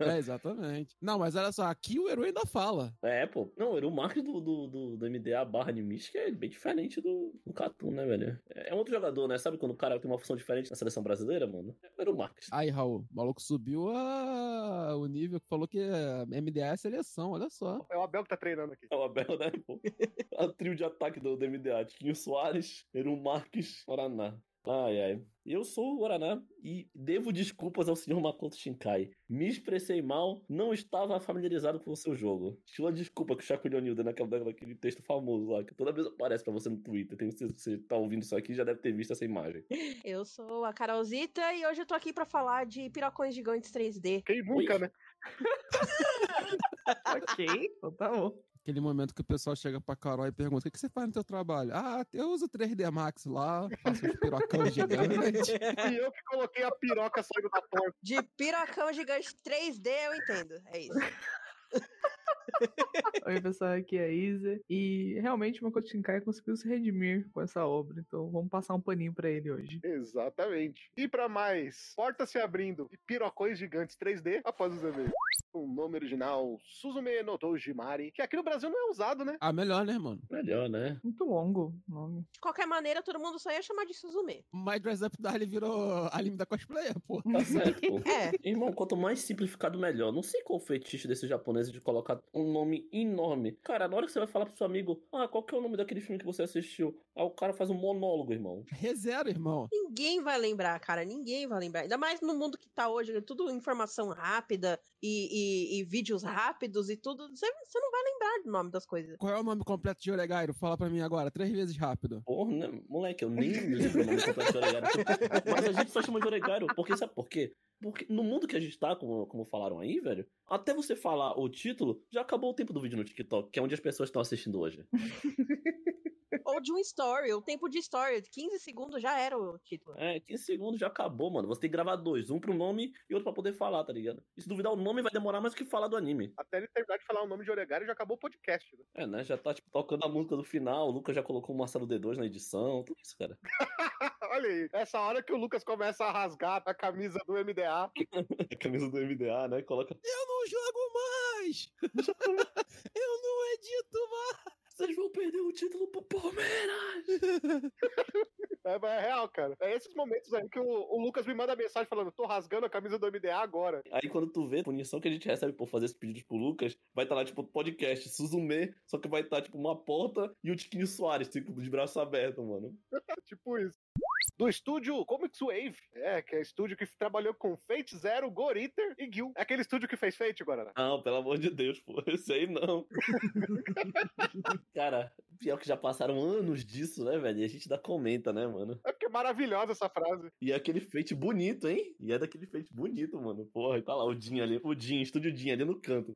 Speaker 13: É, exatamente. Não, mas olha só, aqui o Eru ainda fala.
Speaker 4: É, pô. Não, era o marketing do, do, do, do MDA barra Animist, que é bem diferente do, do Catum, né, velho? É é um outro jogador, né? Sabe quando o cara tem uma função diferente na seleção brasileira, mano? É Era o Marques.
Speaker 13: Aí, Raul, o maluco subiu a... o nível, falou que é MDA é seleção, olha só.
Speaker 1: É o Abel que tá treinando aqui.
Speaker 4: É o Abel, né, pô? o trio de ataque do, do MDA. Tiquinho Soares, Eru Marques, Guaraná. Ai, ai. Eu sou o Guaraná e devo desculpas ao senhor Makoto Shinkai. Me expressei mal, não estava familiarizado com o seu jogo. Sua desculpa que o Shaco Leonil deu naquela, naquele texto famoso lá, que toda vez aparece pra você no Twitter. Tem, você, você tá ouvindo isso aqui já deve ter visto essa imagem.
Speaker 28: Eu sou a Carolzita e hoje eu tô aqui pra falar de Pirocões Gigantes 3D.
Speaker 1: Quem nunca, né?
Speaker 28: ok.
Speaker 24: então
Speaker 13: tá bom. Aquele momento que o pessoal chega pra Carol e pergunta: o que, que você faz no teu trabalho? Ah, eu uso 3D Max lá, faço uns pirocão gigante.
Speaker 1: E eu que coloquei a piroca saindo da porta.
Speaker 28: De Pirocão Gigante 3D, eu entendo. É isso.
Speaker 24: Oi, pessoal, aqui é a Isa. E realmente o Makoto Shinkai conseguiu se redimir com essa obra, então vamos passar um paninho pra ele hoje.
Speaker 1: Exatamente. E pra mais, porta se abrindo e pirocões gigantes 3D após os e-mails. O nome original, Suzume no Dojimari, que aqui no Brasil não é usado, né?
Speaker 13: Ah, melhor, né, mano?
Speaker 4: Melhor, né?
Speaker 24: Muito longo o nome.
Speaker 28: De qualquer maneira, todo mundo só ia chamar de Suzume.
Speaker 13: My Dress Up Darling virou anime da cosplayer, pô.
Speaker 4: Tá certo, pô. Irmão, quanto mais simplificado, melhor. Não sei qual o fetiche desse japonês de colocar um nome enorme. Cara, na hora que você vai falar pro seu amigo, ah, qual que é o nome daquele filme que você assistiu? Aí o cara faz um monólogo, irmão.
Speaker 13: Rezero, irmão.
Speaker 28: Ninguém vai lembrar, cara. Ninguém vai lembrar. Ainda mais no mundo que tá hoje, né? tudo informação rápida e, e- e vídeos rápidos e tudo. Você você não vai lembrar do nome das coisas.
Speaker 13: Qual é o nome completo de Oregairo? Fala pra mim agora, três vezes rápido.
Speaker 4: Porra, né? moleque, eu nem lembro o nome completo de Oregário. Mas a gente só chama de Oregário, porque sabe por quê? Porque no mundo que a gente tá, como, como falaram aí, velho, até você falar o título, já acabou o tempo do vídeo no TikTok, que é onde as pessoas estão assistindo hoje.
Speaker 28: Ou de um story, o tempo de story, 15 segundos já era o título.
Speaker 4: É, 15 segundos já acabou, mano. Você tem que gravar dois, um pro nome e outro pra poder falar, tá ligado? E se duvidar o nome, vai demorar mais do que falar do anime.
Speaker 1: Até ele terminar de falar o nome de Oregário já acabou o podcast, né?
Speaker 4: É, né? Já tá, tipo, tocando a música do final, o Lucas já colocou o Marcelo D2 na edição, tudo isso, cara.
Speaker 1: Olha aí, essa hora que o Lucas começa a rasgar a camisa do MDA.
Speaker 4: A camisa do MDA, né? Coloca.
Speaker 13: Eu não jogo mais! Eu não edito mais!
Speaker 4: Vocês vão perder o título pro Palmeiras!
Speaker 1: É, mas é real, cara. É esses momentos aí que o, o Lucas me manda mensagem falando: tô rasgando a camisa do MDA agora.
Speaker 4: Aí quando tu vê a punição que a gente recebe por fazer esses pedidos pro Lucas, vai estar tá lá, tipo, podcast, Suzume, só que vai estar, tipo, uma porta e o Tiquinho Soares, tipo, de braço aberto, mano.
Speaker 1: tipo isso. Do estúdio Comics Wave. É, que é estúdio que trabalhou com Fate Zero, Goriter e Gil. É aquele estúdio que fez Fate, Guaraná.
Speaker 4: Não, pelo amor de Deus, pô, esse aí não. Cara, pior que já passaram anos disso, né, velho? E a gente ainda comenta, né, mano?
Speaker 1: É porque é maravilhosa essa frase.
Speaker 4: E é aquele feito bonito, hein? E é daquele feito bonito, mano. Porra, e tá lá o Din ali, o Din, estúdio Din ali no canto.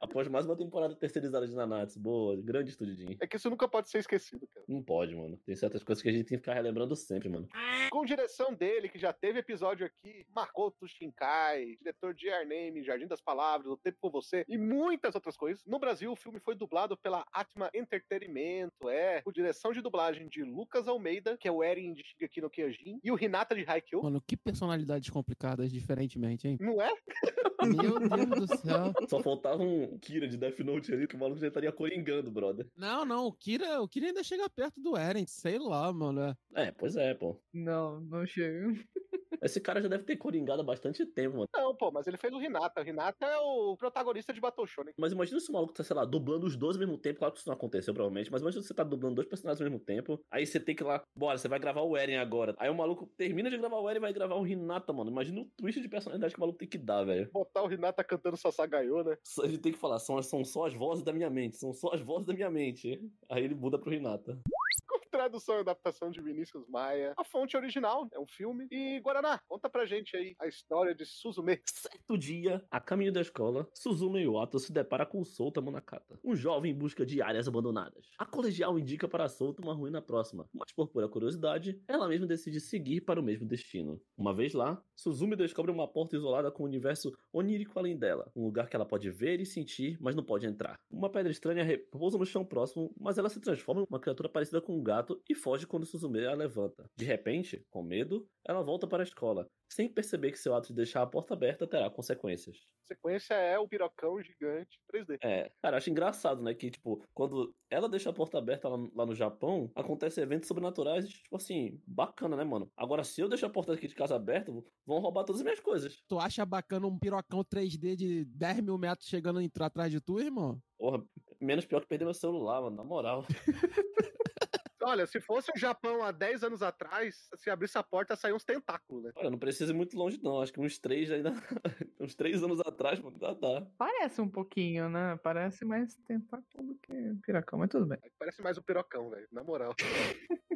Speaker 4: Após mais uma temporada terceirizada de Nanatsu, boa, grande estúdio Din.
Speaker 1: É que isso nunca pode ser esquecido, cara.
Speaker 4: Não pode, mano. Tem certas coisas que a gente tem que ficar relembrando sempre, mano.
Speaker 1: Com direção dele, que já teve episódio aqui, Makoto Shinkai, diretor de Your Name, Jardim das Palavras, O Tempo com Você e muitas outras coisas. No Brasil, o filme foi dublado pela Atma Entertainment, é, com direção de dublagem de Lucas Almeida, que é o Eren de Shingeki no Kyojin, e o Hinata de Haikyuu.
Speaker 13: Mano, que personalidades complicadas, diferentemente, hein?
Speaker 1: Não é?
Speaker 13: Meu Deus do céu.
Speaker 4: Só faltava um Kira de Death Note ali que o maluco já estaria coringando, brother.
Speaker 13: Não, não, o Kira, o Kira ainda chega perto do Eren, sei lá, mano. é.
Speaker 4: É, pois é, pô.
Speaker 24: Não, não chega.
Speaker 4: Esse cara já deve ter coringado há bastante tempo, mano.
Speaker 1: Não, pô, mas ele fez o Hinata. O Hinata é o protagonista de Battle Shonen.
Speaker 4: Mas imagina se o maluco tá, sei lá, dublando os dois ao mesmo tempo. Claro que isso não aconteceu, provavelmente. Mas imagina se você tá dublando dois personagens ao mesmo tempo. Aí você tem que ir lá, bora, você vai gravar o Eren agora. Aí o maluco termina de gravar o Eren e vai gravar o Hinata, mano. Imagina o twist de personalidade que o maluco tem que dar, velho.
Speaker 1: Botar o Hinata cantando Sasagayo, né?
Speaker 4: Só- Ele tem que falar, são, são só as vozes da minha mente, são só as vozes da minha mente. Aí ele muda pro Hinata.
Speaker 1: tradução e adaptação de Vinícius Maia. A fonte original é um filme. E Guaraná, conta pra gente aí a história de Suzume.
Speaker 4: Certo dia, a caminho da escola, Suzume Iwata se depara com Souta Monakata, um jovem em busca de áreas abandonadas. A colegial indica para Souta uma ruína próxima, mas por pura curiosidade, ela mesma decide seguir para o mesmo destino. Uma vez lá, Suzume descobre uma porta isolada com o universo onírico além dela, um lugar que ela pode ver e sentir, mas não pode entrar. Uma pedra estranha repousa no chão próximo, mas ela se transforma em uma criatura parecida com um gato e foge quando Suzume a levanta. De repente, com medo, ela volta para a escola, sem perceber que seu ato de deixar a porta aberta terá consequências.
Speaker 1: A sequência é o pirocão gigante 3D.
Speaker 4: É, cara, acho engraçado, né? Que, tipo, quando ela deixa a porta aberta lá, lá no Japão, acontecem eventos sobrenaturais, tipo assim, bacana, né, mano? Agora, se eu deixar a porta aqui de casa aberta, vão roubar todas as minhas coisas.
Speaker 13: Tu acha bacana um pirocão 3D de 10 mil metros chegando a entrar atrás de tu, irmão?
Speaker 4: Porra, menos pior que perder meu celular, mano, na moral.
Speaker 1: Olha, se fosse o Japão há 10 anos atrás, se abrisse a porta, saíam uns tentáculos, né?
Speaker 4: Olha, não precisa ir muito longe, não. Acho que uns três ainda. uns três anos atrás, mano, dá, dá.
Speaker 3: Parece um pouquinho, né? Parece mais tentáculo do que piracão, mas tudo bem.
Speaker 1: Parece mais o pirocão, velho, na moral.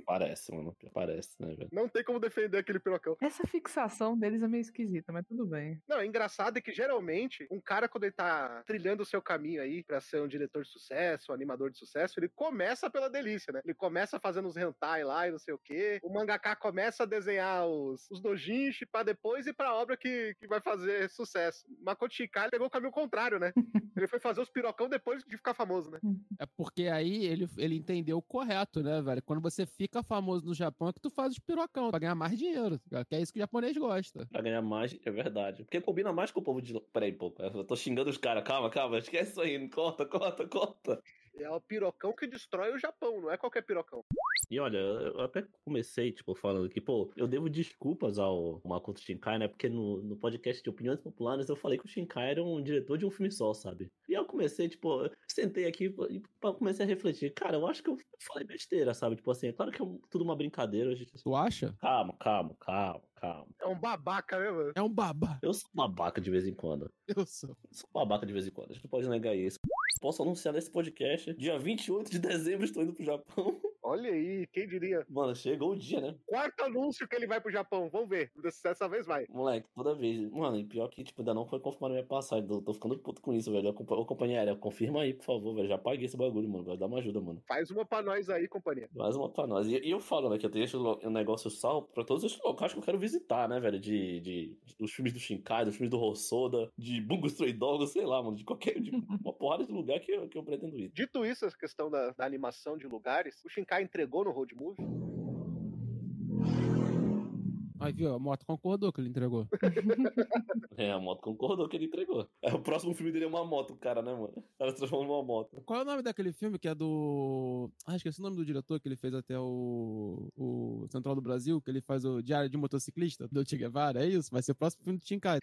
Speaker 4: Parece, mano. Parece, né, velho?
Speaker 1: Não tem como defender aquele pirocão.
Speaker 3: Essa fixação deles é meio esquisita, mas tudo bem.
Speaker 1: Não, o engraçado é que geralmente, um cara, quando ele tá trilhando o seu caminho aí pra ser um diretor de sucesso, um animador de sucesso, ele começa pela delícia, né? Ele começa fazendo os hentai lá e não sei o quê. O mangaká começa a desenhar os, os dojinshi pra depois ir pra obra que, que vai fazer sucesso. Makoto Shinkai pegou o caminho contrário, né? ele foi fazer os pirocão depois de ficar famoso, né?
Speaker 13: É porque aí ele, ele entendeu o correto, né, velho? Quando você fica famoso no Japão é que tu faz os pirocão pra ganhar mais dinheiro, cara, que é isso que o japonês gosta.
Speaker 4: Pra ganhar mais, é verdade. Porque combina mais com o povo de lá. Peraí, pô, eu tô xingando os caras. Calma, calma, esquece isso aí. Corta, corta, corta.
Speaker 1: É o pirocão que destrói o Japão, não é qualquer pirocão.
Speaker 4: E olha, eu até comecei, tipo, falando que, pô, eu devo desculpas ao Makoto Shinkai, né? Porque no, no podcast de Opiniões Populares eu falei que o Shinkai era um diretor de um filme só, sabe? E eu comecei, tipo, eu sentei aqui e pá, comecei a refletir. Cara, eu acho que eu falei besteira, sabe? Tipo assim, é claro que é um- tudo uma brincadeira. a Gente...
Speaker 13: Tu acha?
Speaker 4: Calma, calma, calma, calma.
Speaker 1: É um babaca, né, mano?
Speaker 13: É um babaca.
Speaker 4: Eu sou babaca de vez em quando.
Speaker 13: Eu sou.
Speaker 4: Sou um babaca de vez em quando. A gente não pode negar isso. Posso anunciar nesse podcast, dia 28 de dezembro estou indo pro Japão.
Speaker 1: Olha aí, quem diria?
Speaker 4: Mano, chegou o dia, né?
Speaker 1: Quarto anúncio que ele vai pro Japão, vamos ver. Dessa vez vai.
Speaker 4: Moleque, toda vez. Mano, e pior que, tipo, ainda não foi confirmada a minha passagem. Tô, tô ficando puto com isso, velho. Ô, compa- ô, companhia aérea, confirma aí, por favor, velho. Já paguei esse bagulho, mano. Vai dar uma ajuda, mano.
Speaker 1: Faz uma pra nós aí, companhia.
Speaker 4: Mais uma pra nós. E, e eu falo, né, que eu tenho esse lo- um negócio salvo pra todos os locais que eu quero visitar, né, velho? De, de, de- dos filmes do Shinkai, dos filmes do Rossoda, de Bungo Stray Dogs, sei lá, mano. De qualquer. De uma porrada de lugar que eu, que eu pretendo ir.
Speaker 1: Dito isso, essa questão da, da animação de lugares, o Shinkai entregou no Road Movie.
Speaker 13: Aí, viu? A moto concordou que ele entregou.
Speaker 4: É, a moto concordou que ele entregou. É, o próximo filme dele é uma moto, cara, né, mano? O cara se transforma numa moto.
Speaker 13: Qual é o nome daquele filme que é do. Ah, esqueci o nome do diretor que ele fez até o. o Central do Brasil, que ele faz o Diário de um Motociclista do Che Guevara. É isso? Vai ser o próximo filme do Shinkai.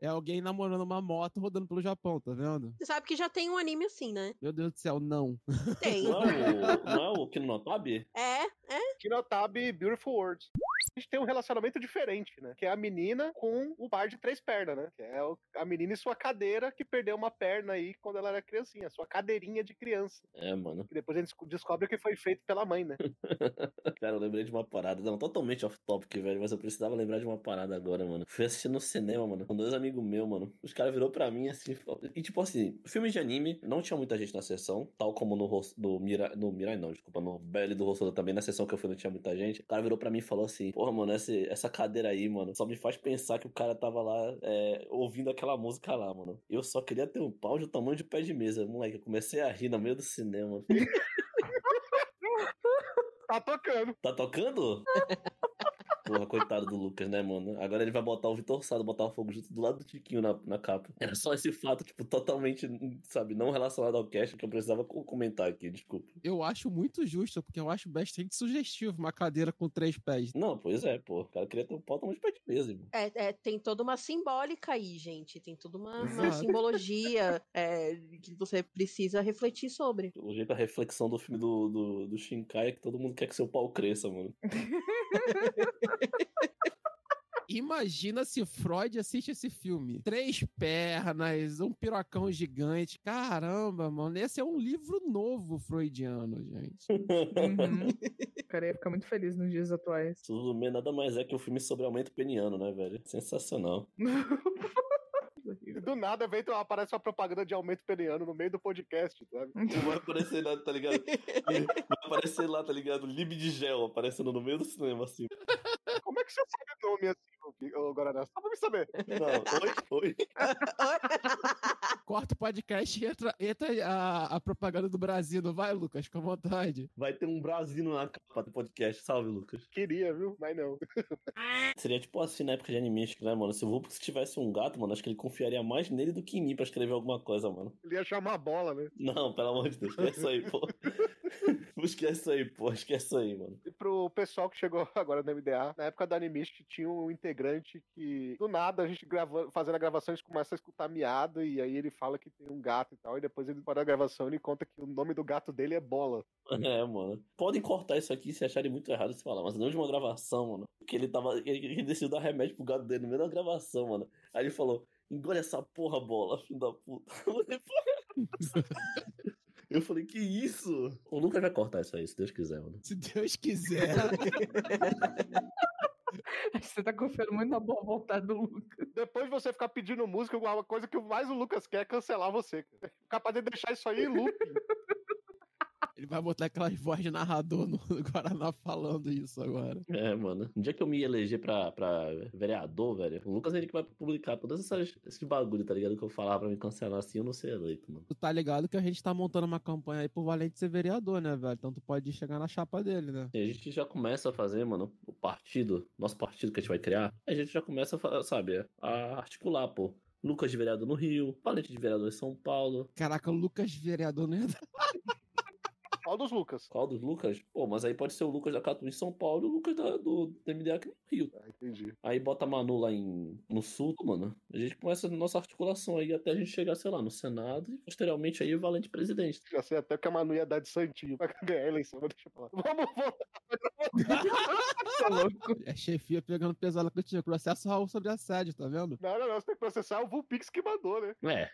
Speaker 13: é alguém namorando uma moto rodando pelo Japão, tá vendo?
Speaker 28: Você sabe que já tem um anime assim, né?
Speaker 13: Meu Deus do céu, não.
Speaker 28: Tem.
Speaker 4: Não é o, não é o Kinonotabi?
Speaker 28: É, é.
Speaker 1: Kinotab e Beautiful Words. A gente tem um relacionamento diferente, né? Que é a menina com o par de três pernas, né? Que é o- a menina e sua cadeira que perdeu uma perna aí quando ela era criancinha, sua cadeirinha de criança.
Speaker 4: É, mano.
Speaker 1: Que depois a gente desco- descobre que foi feito pela mãe, né?
Speaker 4: Cara, eu lembrei de uma parada, não, totalmente off-topic, velho, mas eu precisava lembrar de uma parada agora, mano. Fui assistir no cinema, mano, com dois amigos meus, mano. Os caras virou pra mim, assim, fal- e tipo assim, filmes de anime, não tinha muita gente na sessão, tal como no, Ros- do Mira, no Mirai não, desculpa, no Belly do Rossoda também, na sessão que eu fui não tinha muita gente. O cara virou pra mim e falou assim, porra, mano, essa, essa cadeira aí, mano, só me faz pensar que o cara tava lá, é, ouvindo aquela música lá, mano. Eu só queria ter um pau do tamanho de pé de mesa, moleque, eu comecei a rir no meio do cinema.
Speaker 1: Tá tocando.
Speaker 4: Tá tocando? Porra, coitado do Lucas, né, mano? Agora ele vai botar o Vitor Sado, botar o fogo junto do lado do Tiquinho na, na capa. Era só esse fato, tipo, totalmente, sabe, não relacionado ao cast que eu precisava co- comentar aqui, desculpa.
Speaker 13: Eu acho muito justo, porque eu acho bastante sugestivo uma cadeira com três pés.
Speaker 4: Não, pois é, pô. O cara queria ter um pau tamanho de pé de mesa, irmão.
Speaker 28: É, é, tem toda uma simbólica aí, gente. Tem toda uma, uma
Speaker 4: Exato.
Speaker 28: simbologia é, que você precisa refletir sobre.
Speaker 4: O jeito da reflexão do filme do, do, do Shinkai é que todo mundo quer que seu pau cresça, mano.
Speaker 13: Imagina se Freud assiste esse filme. Três pernas, um pirocão gigante. Caramba, mano. Esse é um livro novo freudiano, gente.
Speaker 30: cara. Eu ia ficar muito feliz nos dias atuais.
Speaker 4: Suzumê nada mais é que um filme sobre aumento peniano, né, velho? Sensacional.
Speaker 1: E do nada vem, então, aparece uma propaganda de aumento peniano no meio do podcast, sabe?
Speaker 4: Vai aparecer lá, tá ligado? Vai aparecer lá, tá ligado? Lib de gel aparecendo no meio do cinema, assim.
Speaker 1: Como é que você sabe o nome assim, ô, ô, Guaraná? Só pra me saber.
Speaker 4: Não, oi, oi.
Speaker 22: Corta o podcast e entra, entra a, a propaganda do Brasil, não vai, Lucas? Com vontade.
Speaker 4: Vai ter um brasino na capa do podcast. Salve, Lucas.
Speaker 1: Queria, viu? Mas não.
Speaker 4: Seria tipo assim na época de Animistic, né, mano? Se o Vulpix tivesse um gato, mano, acho que ele confiaria mais nele do que em mim pra escrever alguma coisa, mano.
Speaker 1: Ele ia chamar a bola, né?
Speaker 4: Não, pelo amor de Deus, esquece isso aí, pô. Esquece isso aí, pô. Esquece isso aí, mano.
Speaker 1: E pro pessoal que chegou agora no MDA, na época da Animist tinha um integrante que, do nada, a gente gravando, fazendo a gravação, a gente começa a escutar miado e aí ele fala que tem um gato e tal, e depois ele para a gravação ele conta que o nome do gato dele é Bola.
Speaker 4: É, mano. Podem cortar isso aqui se acharem muito errado se falar, mas não de uma gravação, mano. Que ele tava. Ele, ele decidiu dar remédio pro gato dele no meio da gravação, mano. Aí ele falou: engole essa porra, bola, filho da puta. Eu falei, que isso? O Lucas vai cortar isso aí, se Deus quiser, mano.
Speaker 22: Se Deus quiser.
Speaker 30: Você tá confiando muito na boa vontade do Lucas.
Speaker 1: Depois de você ficar pedindo música, alguma coisa que mais o Lucas quer é cancelar você. cara. Capaz de deixar isso aí em loop.
Speaker 22: Ele vai botar aquela voz de narrador no Guaraná falando isso agora.
Speaker 4: É, mano. No dia que eu me eleger pra, pra vereador, velho, o Lucas é ele que vai publicar todas essas esses bagulho, tá ligado? Que eu falava pra me cancelar assim, eu não ser eleito, mano.
Speaker 22: Tu tá ligado que a gente tá montando uma campanha aí pro Valente ser vereador, né, velho? Então tu pode chegar na chapa dele, né?
Speaker 4: E a gente já começa a fazer, mano, o partido, nosso partido que a gente vai criar, a gente já começa a, fa- sabe, a articular, pô. Lucas de vereador no Rio, Valente de vereador em São Paulo.
Speaker 22: Caraca, o Lucas vereador
Speaker 13: né?
Speaker 22: não ia dar.
Speaker 1: Qual dos Lucas?
Speaker 4: Qual dos Lucas? Pô, mas aí pode ser o Lucas da Catu em São Paulo e o Lucas da- do, do MDA aqui no Rio.
Speaker 1: Ah, entendi.
Speaker 4: Aí bota a Manu lá em, no sul, mano. A gente começa a nossa articulação aí até a gente chegar, sei lá, no Senado e posteriormente aí o Valente presidente.
Speaker 1: Já sei até que a Manu ia dar de santinho pra ganhar a eleição, mas deixa eu falar. Vamos voltar.
Speaker 13: Tá
Speaker 22: É chefia pegando pesado que eu tinha. Processo Raul sobre assédio, tá vendo?
Speaker 1: Não, não, não. Você tem que processar o Vulpix que mandou, né?
Speaker 4: É,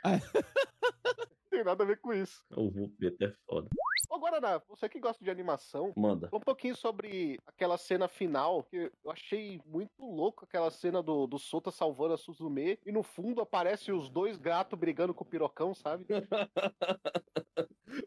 Speaker 1: Tem nada a ver com isso.
Speaker 4: o Vulpeta é foda.
Speaker 1: Ô, Guaraná, você que gosta de animação,
Speaker 4: Manda.
Speaker 1: fala um pouquinho sobre aquela cena final, que eu achei muito louco aquela cena do, do Sota salvando a Suzume, e no fundo aparecem os dois gatos brigando com o pirocão, sabe?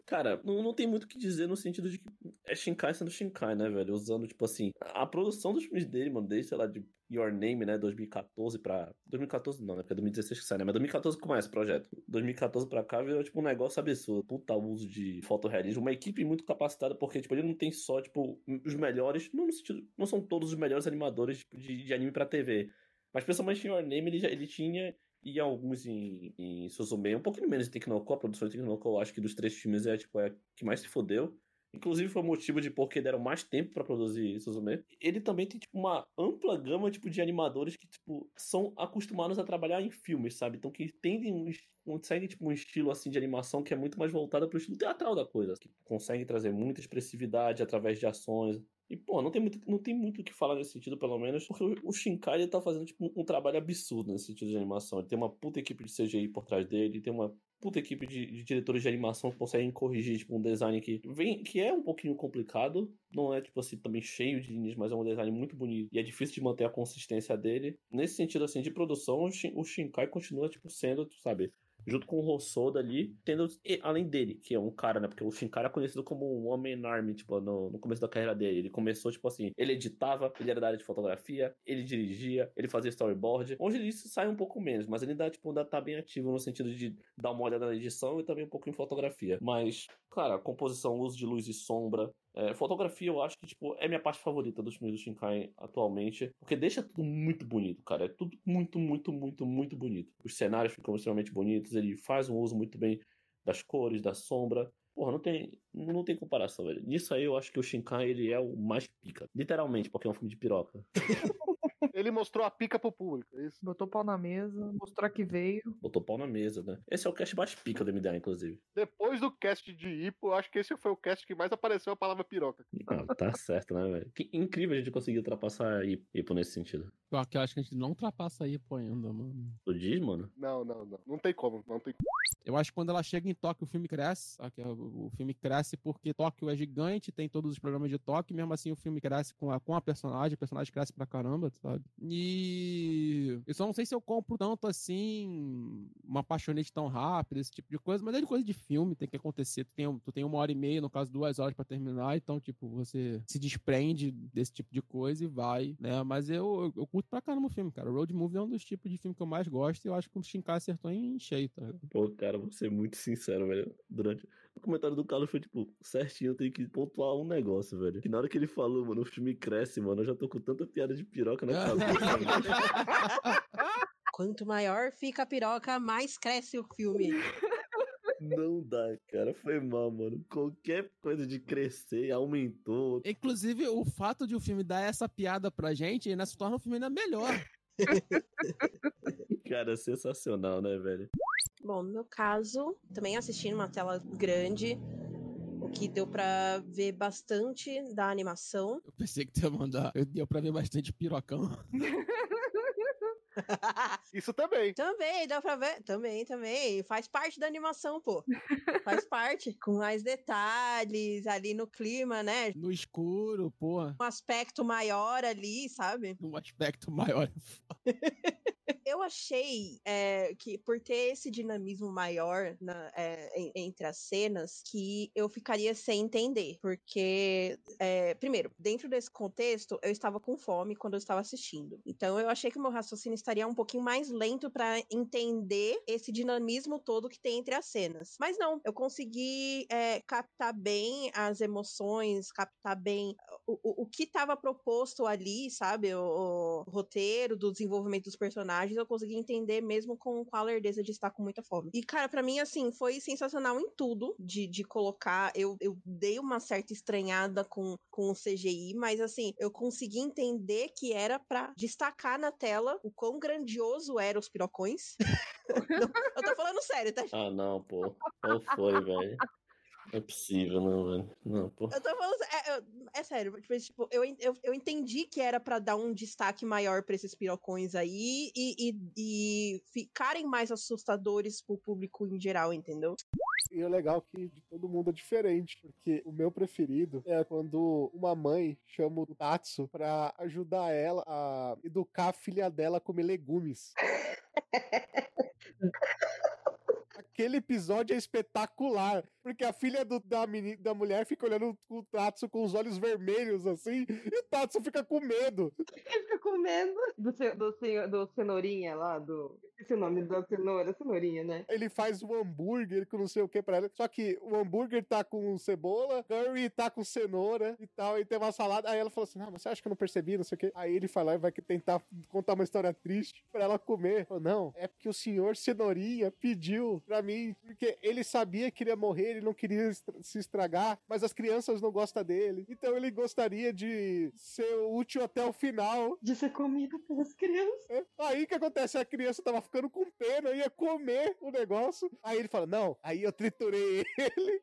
Speaker 4: Cara, não, não tem muito o que dizer no sentido de que é Shinkai sendo Shinkai, né, velho? Usando, tipo assim, a a produção dos filmes dele, mano, desde, sei lá, de Your Name, né, 2014 pra... 2014 não, né, porque é 2016 que sai, né? Mas 2014 começa o projeto. 2014 pra cá virou, tipo, um negócio absurdo. Puta uso de fotorrealismo. Uma equipe muito capacitada, porque, tipo, ele não tem só, tipo, os melhores... Não no sentido... Não são todos os melhores animadores tipo, de, de anime pra TV. Mas, principalmente, em Your Name, ele, já- ele tinha e alguns em, em Suzume, um pouquinho menos em Tecnocó, a produção de Tecnocó, eu acho que dos três times é, tipo, é a que mais se fodeu. Inclusive foi o motivo de porque deram mais tempo pra produzir Suzume. Ele também tem tipo uma ampla gama tipo de animadores que tipo são acostumados a trabalhar em filmes, sabe? Então que tendem um, es- conseguem tipo um estilo assim de animação que é muito mais voltada pro estilo teatral da coisa, que consegue trazer muita expressividade através de ações. E, pô, não tem muito não tem muito o que falar nesse sentido, pelo menos, porque o- o Shinkai ele tá fazendo tipo, um trabalho absurdo nesse sentido de animação. Ele tem uma puta equipe de CGI por trás dele, tem uma puta equipe de, de diretores de animação que conseguem corrigir tipo, um design que vem que é um pouquinho complicado, não é tipo assim também cheio de linhas, mas é um design muito bonito e é difícil de manter a consistência dele. Nesse sentido assim de produção, o, Shin- o Shinkai continua tipo sendo, sabe, junto com o Rossoda ali, tendo, e, além dele, que é um cara, né? Porque o Shinkara é conhecido como um homem enorme, tipo, no, no começo da carreira dele. Ele começou, tipo assim, ele editava, ele era da área de fotografia, ele dirigia, ele fazia storyboard. Hoje isso sai um pouco menos, mas ele ainda, tipo, ainda tá bem ativo no sentido de dar uma olhada na edição e também um pouco em fotografia. Mas, cara, composição, uso de luz e sombra, é, fotografia eu acho que, tipo, é minha parte favorita dos filmes do Shinkai atualmente, porque deixa tudo muito bonito, cara. É tudo muito, muito, muito, muito bonito. Os cenários ficam extremamente bonitos, ele faz um uso muito bem das cores, da sombra. Porra, não tem, não tem comparação, velho. Nisso aí eu acho que o Shinkai, ele é o mais pica. Literalmente, porque é um filme de piroca.
Speaker 35: Ele mostrou a pica pro público, é isso?
Speaker 36: Botou pau na mesa, mostrou que veio.
Speaker 4: Botou pau na mesa, né? Esse é o cast mais pica do MDA, inclusive.
Speaker 35: Depois do cast de Ipo, eu acho que esse foi o cast que mais apareceu a palavra piroca.
Speaker 4: Ah, tá certo, né, velho? Que incrível a gente conseguir ultrapassar a Ipo nesse sentido.
Speaker 13: Pior que eu acho que a gente não ultrapassa a Ipo ainda, mano.
Speaker 4: Tu diz, mano?
Speaker 35: Não, não, não. Não tem como, não tem
Speaker 13: Eu acho que quando ela chega em Tóquio, o filme cresce. tá? Que é O o filme cresce porque Tóquio é gigante, tem todos os programas de Tóquio, mesmo assim o filme cresce com a, com a personagem, a personagem cresce pra caramba, sabe? E eu só não sei se eu compro tanto assim, uma apaixonante tão rápida, esse tipo de coisa, mas é de coisa de filme, tem que acontecer. Tu tem, tu tem uma hora e meia, no caso, duas horas pra terminar, então, tipo, você se desprende desse tipo de coisa e vai, né? Mas eu, eu, eu curto pra caramba o filme, cara. Road Movie é um dos tipos de filme que eu mais gosto e eu acho que o Shinkai acertou em cheio, tá? ligado?
Speaker 4: Pô, cara, vou ser muito sincero, velho. Durante. O comentário do Carlos foi, tipo, certinho, eu tenho que pontuar um negócio, velho. Que na hora que ele falou, mano, o filme cresce, mano, eu já tô com tanta piada de piroca na cabeça. velho.
Speaker 37: Quanto maior fica a piroca, mais cresce o filme.
Speaker 4: Não dá, cara. Foi mal, mano. Qualquer coisa de crescer aumentou.
Speaker 13: Inclusive, o fato de o filme dar essa piada pra gente, ainda se torna o filme ainda melhor.
Speaker 4: Cara, é sensacional, né, velho?
Speaker 28: Bom, no meu caso, também assisti numa tela grande, o que deu pra ver bastante da animação.
Speaker 13: Eu pensei que tu ia mandar. Eu deu pra ver bastante pirocão.
Speaker 35: Isso também.
Speaker 28: Também, dá pra ver. Também, também. Faz parte da animação, pô. Faz parte. Com mais detalhes ali no clima, né?
Speaker 13: No escuro, porra.
Speaker 28: Um aspecto maior ali, sabe?
Speaker 13: Um aspecto maior.
Speaker 28: Tipo, Eu achei é, que por ter esse dinamismo maior na- é, en- entre as cenas, que eu ficaria sem entender. Porque, é, primeiro, dentro desse contexto, eu estava com fome quando eu estava assistindo. Então eu achei que o meu raciocínio estaria um pouquinho mais lento para entender esse dinamismo todo que tem entre as cenas. Mas não, eu consegui é, captar bem as emoções, captar bem o, o- o que estava proposto ali, sabe? O, o roteiro do desenvolvimento dos personagens, eu consegui entender mesmo com, com a lerdeza de estar com muita fome. E, cara, pra mim, assim, foi sensacional em tudo de, de colocar. Eu, eu dei uma certa estranhada com, com o CGI, mas, assim, eu consegui entender que era pra destacar na tela o quão grandioso eram os pirocões. eu tô falando sério, tá?
Speaker 4: Ah, não, pô. Qual foi, velho? Não é possível, não, velho. Não, pô.
Speaker 28: Eu tô falando. sé- É, eu- é sério, tipo, tipo, eu, en- eu, eu entendi que era pra dar um destaque maior pra esses pirocões aí e, e- e ficarem mais assustadores pro público em geral, entendeu?
Speaker 1: E o legal é que de todo mundo é diferente, porque o meu preferido é quando uma mãe chama o Tatsu pra ajudar ela a educar a filha dela a comer legumes. Aquele episódio é espetacular, porque a filha do- da, meni- da mulher fica olhando o Tatsu com os olhos vermelhos assim, e o Tatsu fica com medo.
Speaker 8: Ele fica comendo do, ce- do, senhor- do cenourinha lá, do. Esse é o nome da cenoura, cenourinha, né?
Speaker 1: Ele faz um hambúrguer com não sei o que pra ela. Só que o hambúrguer tá com cebola, curry tá com cenoura e tal. E tem uma salada. Aí ela falou assim: Não, mas você acha que eu não percebi? Não sei o que. Aí ele fala e vai que tentar contar uma história triste pra ela comer. Falou, não, é porque o senhor cenourinha pediu pra mim. Porque ele sabia que ele ia morrer, ele não queria estra- se estragar, mas as crianças não gostam dele. Então ele gostaria de ser útil até o final. É.
Speaker 8: De ser comida pelas crianças.
Speaker 1: Aí o que acontece? A criança tava ficando com pena, ia comer o negócio. Aí ele fala: Não, aí eu triturei ele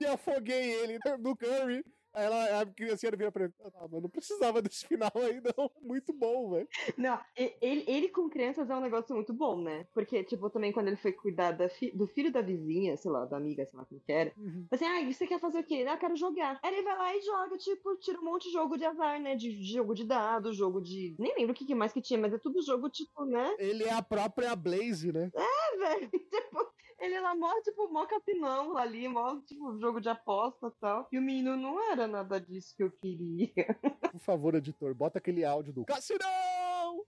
Speaker 1: e afoguei ele no curry. Aí ela, a criancinha vira pra ele: Ah, mas não precisava desse final aí, não. Muito bom, velho.
Speaker 8: Não, e- ele, ele com crianças é um negócio muito bom, né? Porque, tipo, também quando ele foi cuidar da fi- do filho da vizinha, sei lá, da amiga, sei lá como que era.
Speaker 1: Uhum.
Speaker 8: Assim, ah, você quer fazer o quê? Ah, quero jogar. Aí ele vai lá e joga, tipo, tira um monte de jogo de azar, né? De, de jogo de dado, jogo de. Nem lembro o que que mais que tinha, mas é tudo jogo, tipo, né?
Speaker 1: Ele é a própria Blaze, né?
Speaker 8: É, velho. Tipo, ele lá mó, tipo, mó capinão ali, mó, tipo, jogo de aposta e tal. E o menino não era nada disso que eu queria.
Speaker 1: Por favor, editor, bota aquele áudio do Cassinão!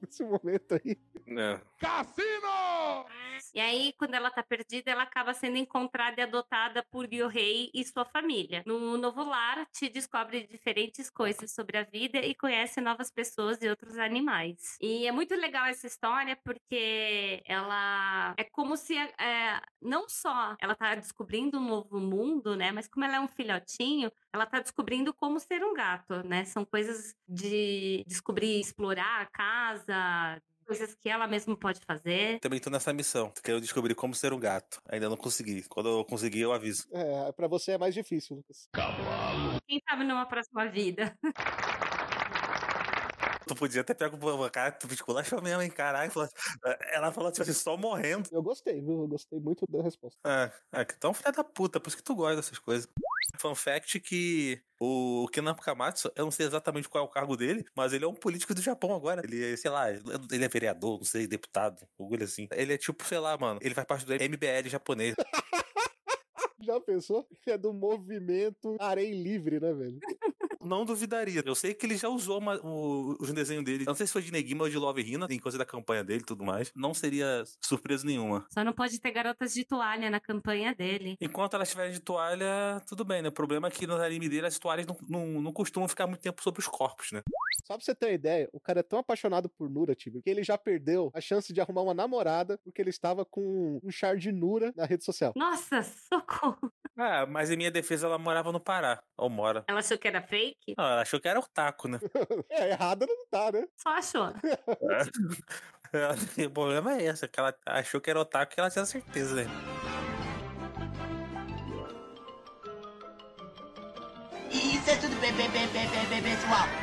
Speaker 1: Nesse momento aí.
Speaker 10: Não.
Speaker 1: Cassino!
Speaker 10: E aí, quando ela tá perdida, ela acaba sendo encontrada e adotada por Rei e sua família. No novo lar, te descobre diferentes coisas sobre a vida e conhece novas pessoas e outros animais. E é muito legal essa história porque ela é como se é, não só ela tá descobrindo um novo mundo, né? Mas como ela é um filhotinho, ela tá descobrindo como ser um gato, né? São coisas de descobrir, explorar a casa, coisas que ela mesma pode fazer.
Speaker 5: Também tô nessa missão. Quero descobrir como ser um gato. Ainda não consegui. Quando eu conseguir, eu aviso.
Speaker 1: É, pra você é mais difícil, Lucas.
Speaker 5: Cavalo.
Speaker 10: Quem sabe numa próxima vida.
Speaker 5: Tu podia ter pego uma cara, tu esculachou mesmo, hein? Caralho. falou- Ela falou, tipo assim, só morrendo.
Speaker 1: Eu gostei, viu? Eu gostei muito da resposta.
Speaker 5: Ah, é que tu é um filho da puta, por isso que tu gosta dessas coisas. Fun fact que o Kenan Kamatsu, eu não sei exatamente qual é o cargo dele, mas ele é um político do Japão agora. Ele, é, sei lá, ele é vereador, não sei, deputado, orgulho assim. Ele é tipo, sei lá, mano, ele faz parte do MBL japonês.
Speaker 1: Já pensou? É do movimento Arém Livre, né, velho?
Speaker 5: Não duvidaria. Eu sei que ele já usou uma, o, o desenho dele. Eu Não sei se foi de Negima ou de Love Hina, em coisa da campanha dele e tudo mais. Não seria surpresa nenhuma.
Speaker 10: Só não pode ter garotas de toalha na campanha dele.
Speaker 5: Enquanto elas estiverem de toalha, tudo bem, né? O problema é que no anime dele as toalhas não, não, não costumam ficar muito tempo sobre os corpos, né?
Speaker 1: Só pra você ter uma ideia, o cara é tão apaixonado por Nura, Tibio, que ele já perdeu a chance de arrumar uma namorada porque ele estava com um char de Nura na rede social.
Speaker 10: Nossa, socorro!
Speaker 5: Ah, mas em minha defesa ela morava no Pará. Ou mora.
Speaker 10: Ela achou que era fake?
Speaker 5: Não, ela achou que era o taco, né?
Speaker 1: É, errada não tá, né?
Speaker 10: Só achou.
Speaker 5: o problema é esse, que ela achou que era o taco e ela tinha certeza, né?
Speaker 13: Isso é tudo bem, bem, bem, bem, bem, bem, pessoal.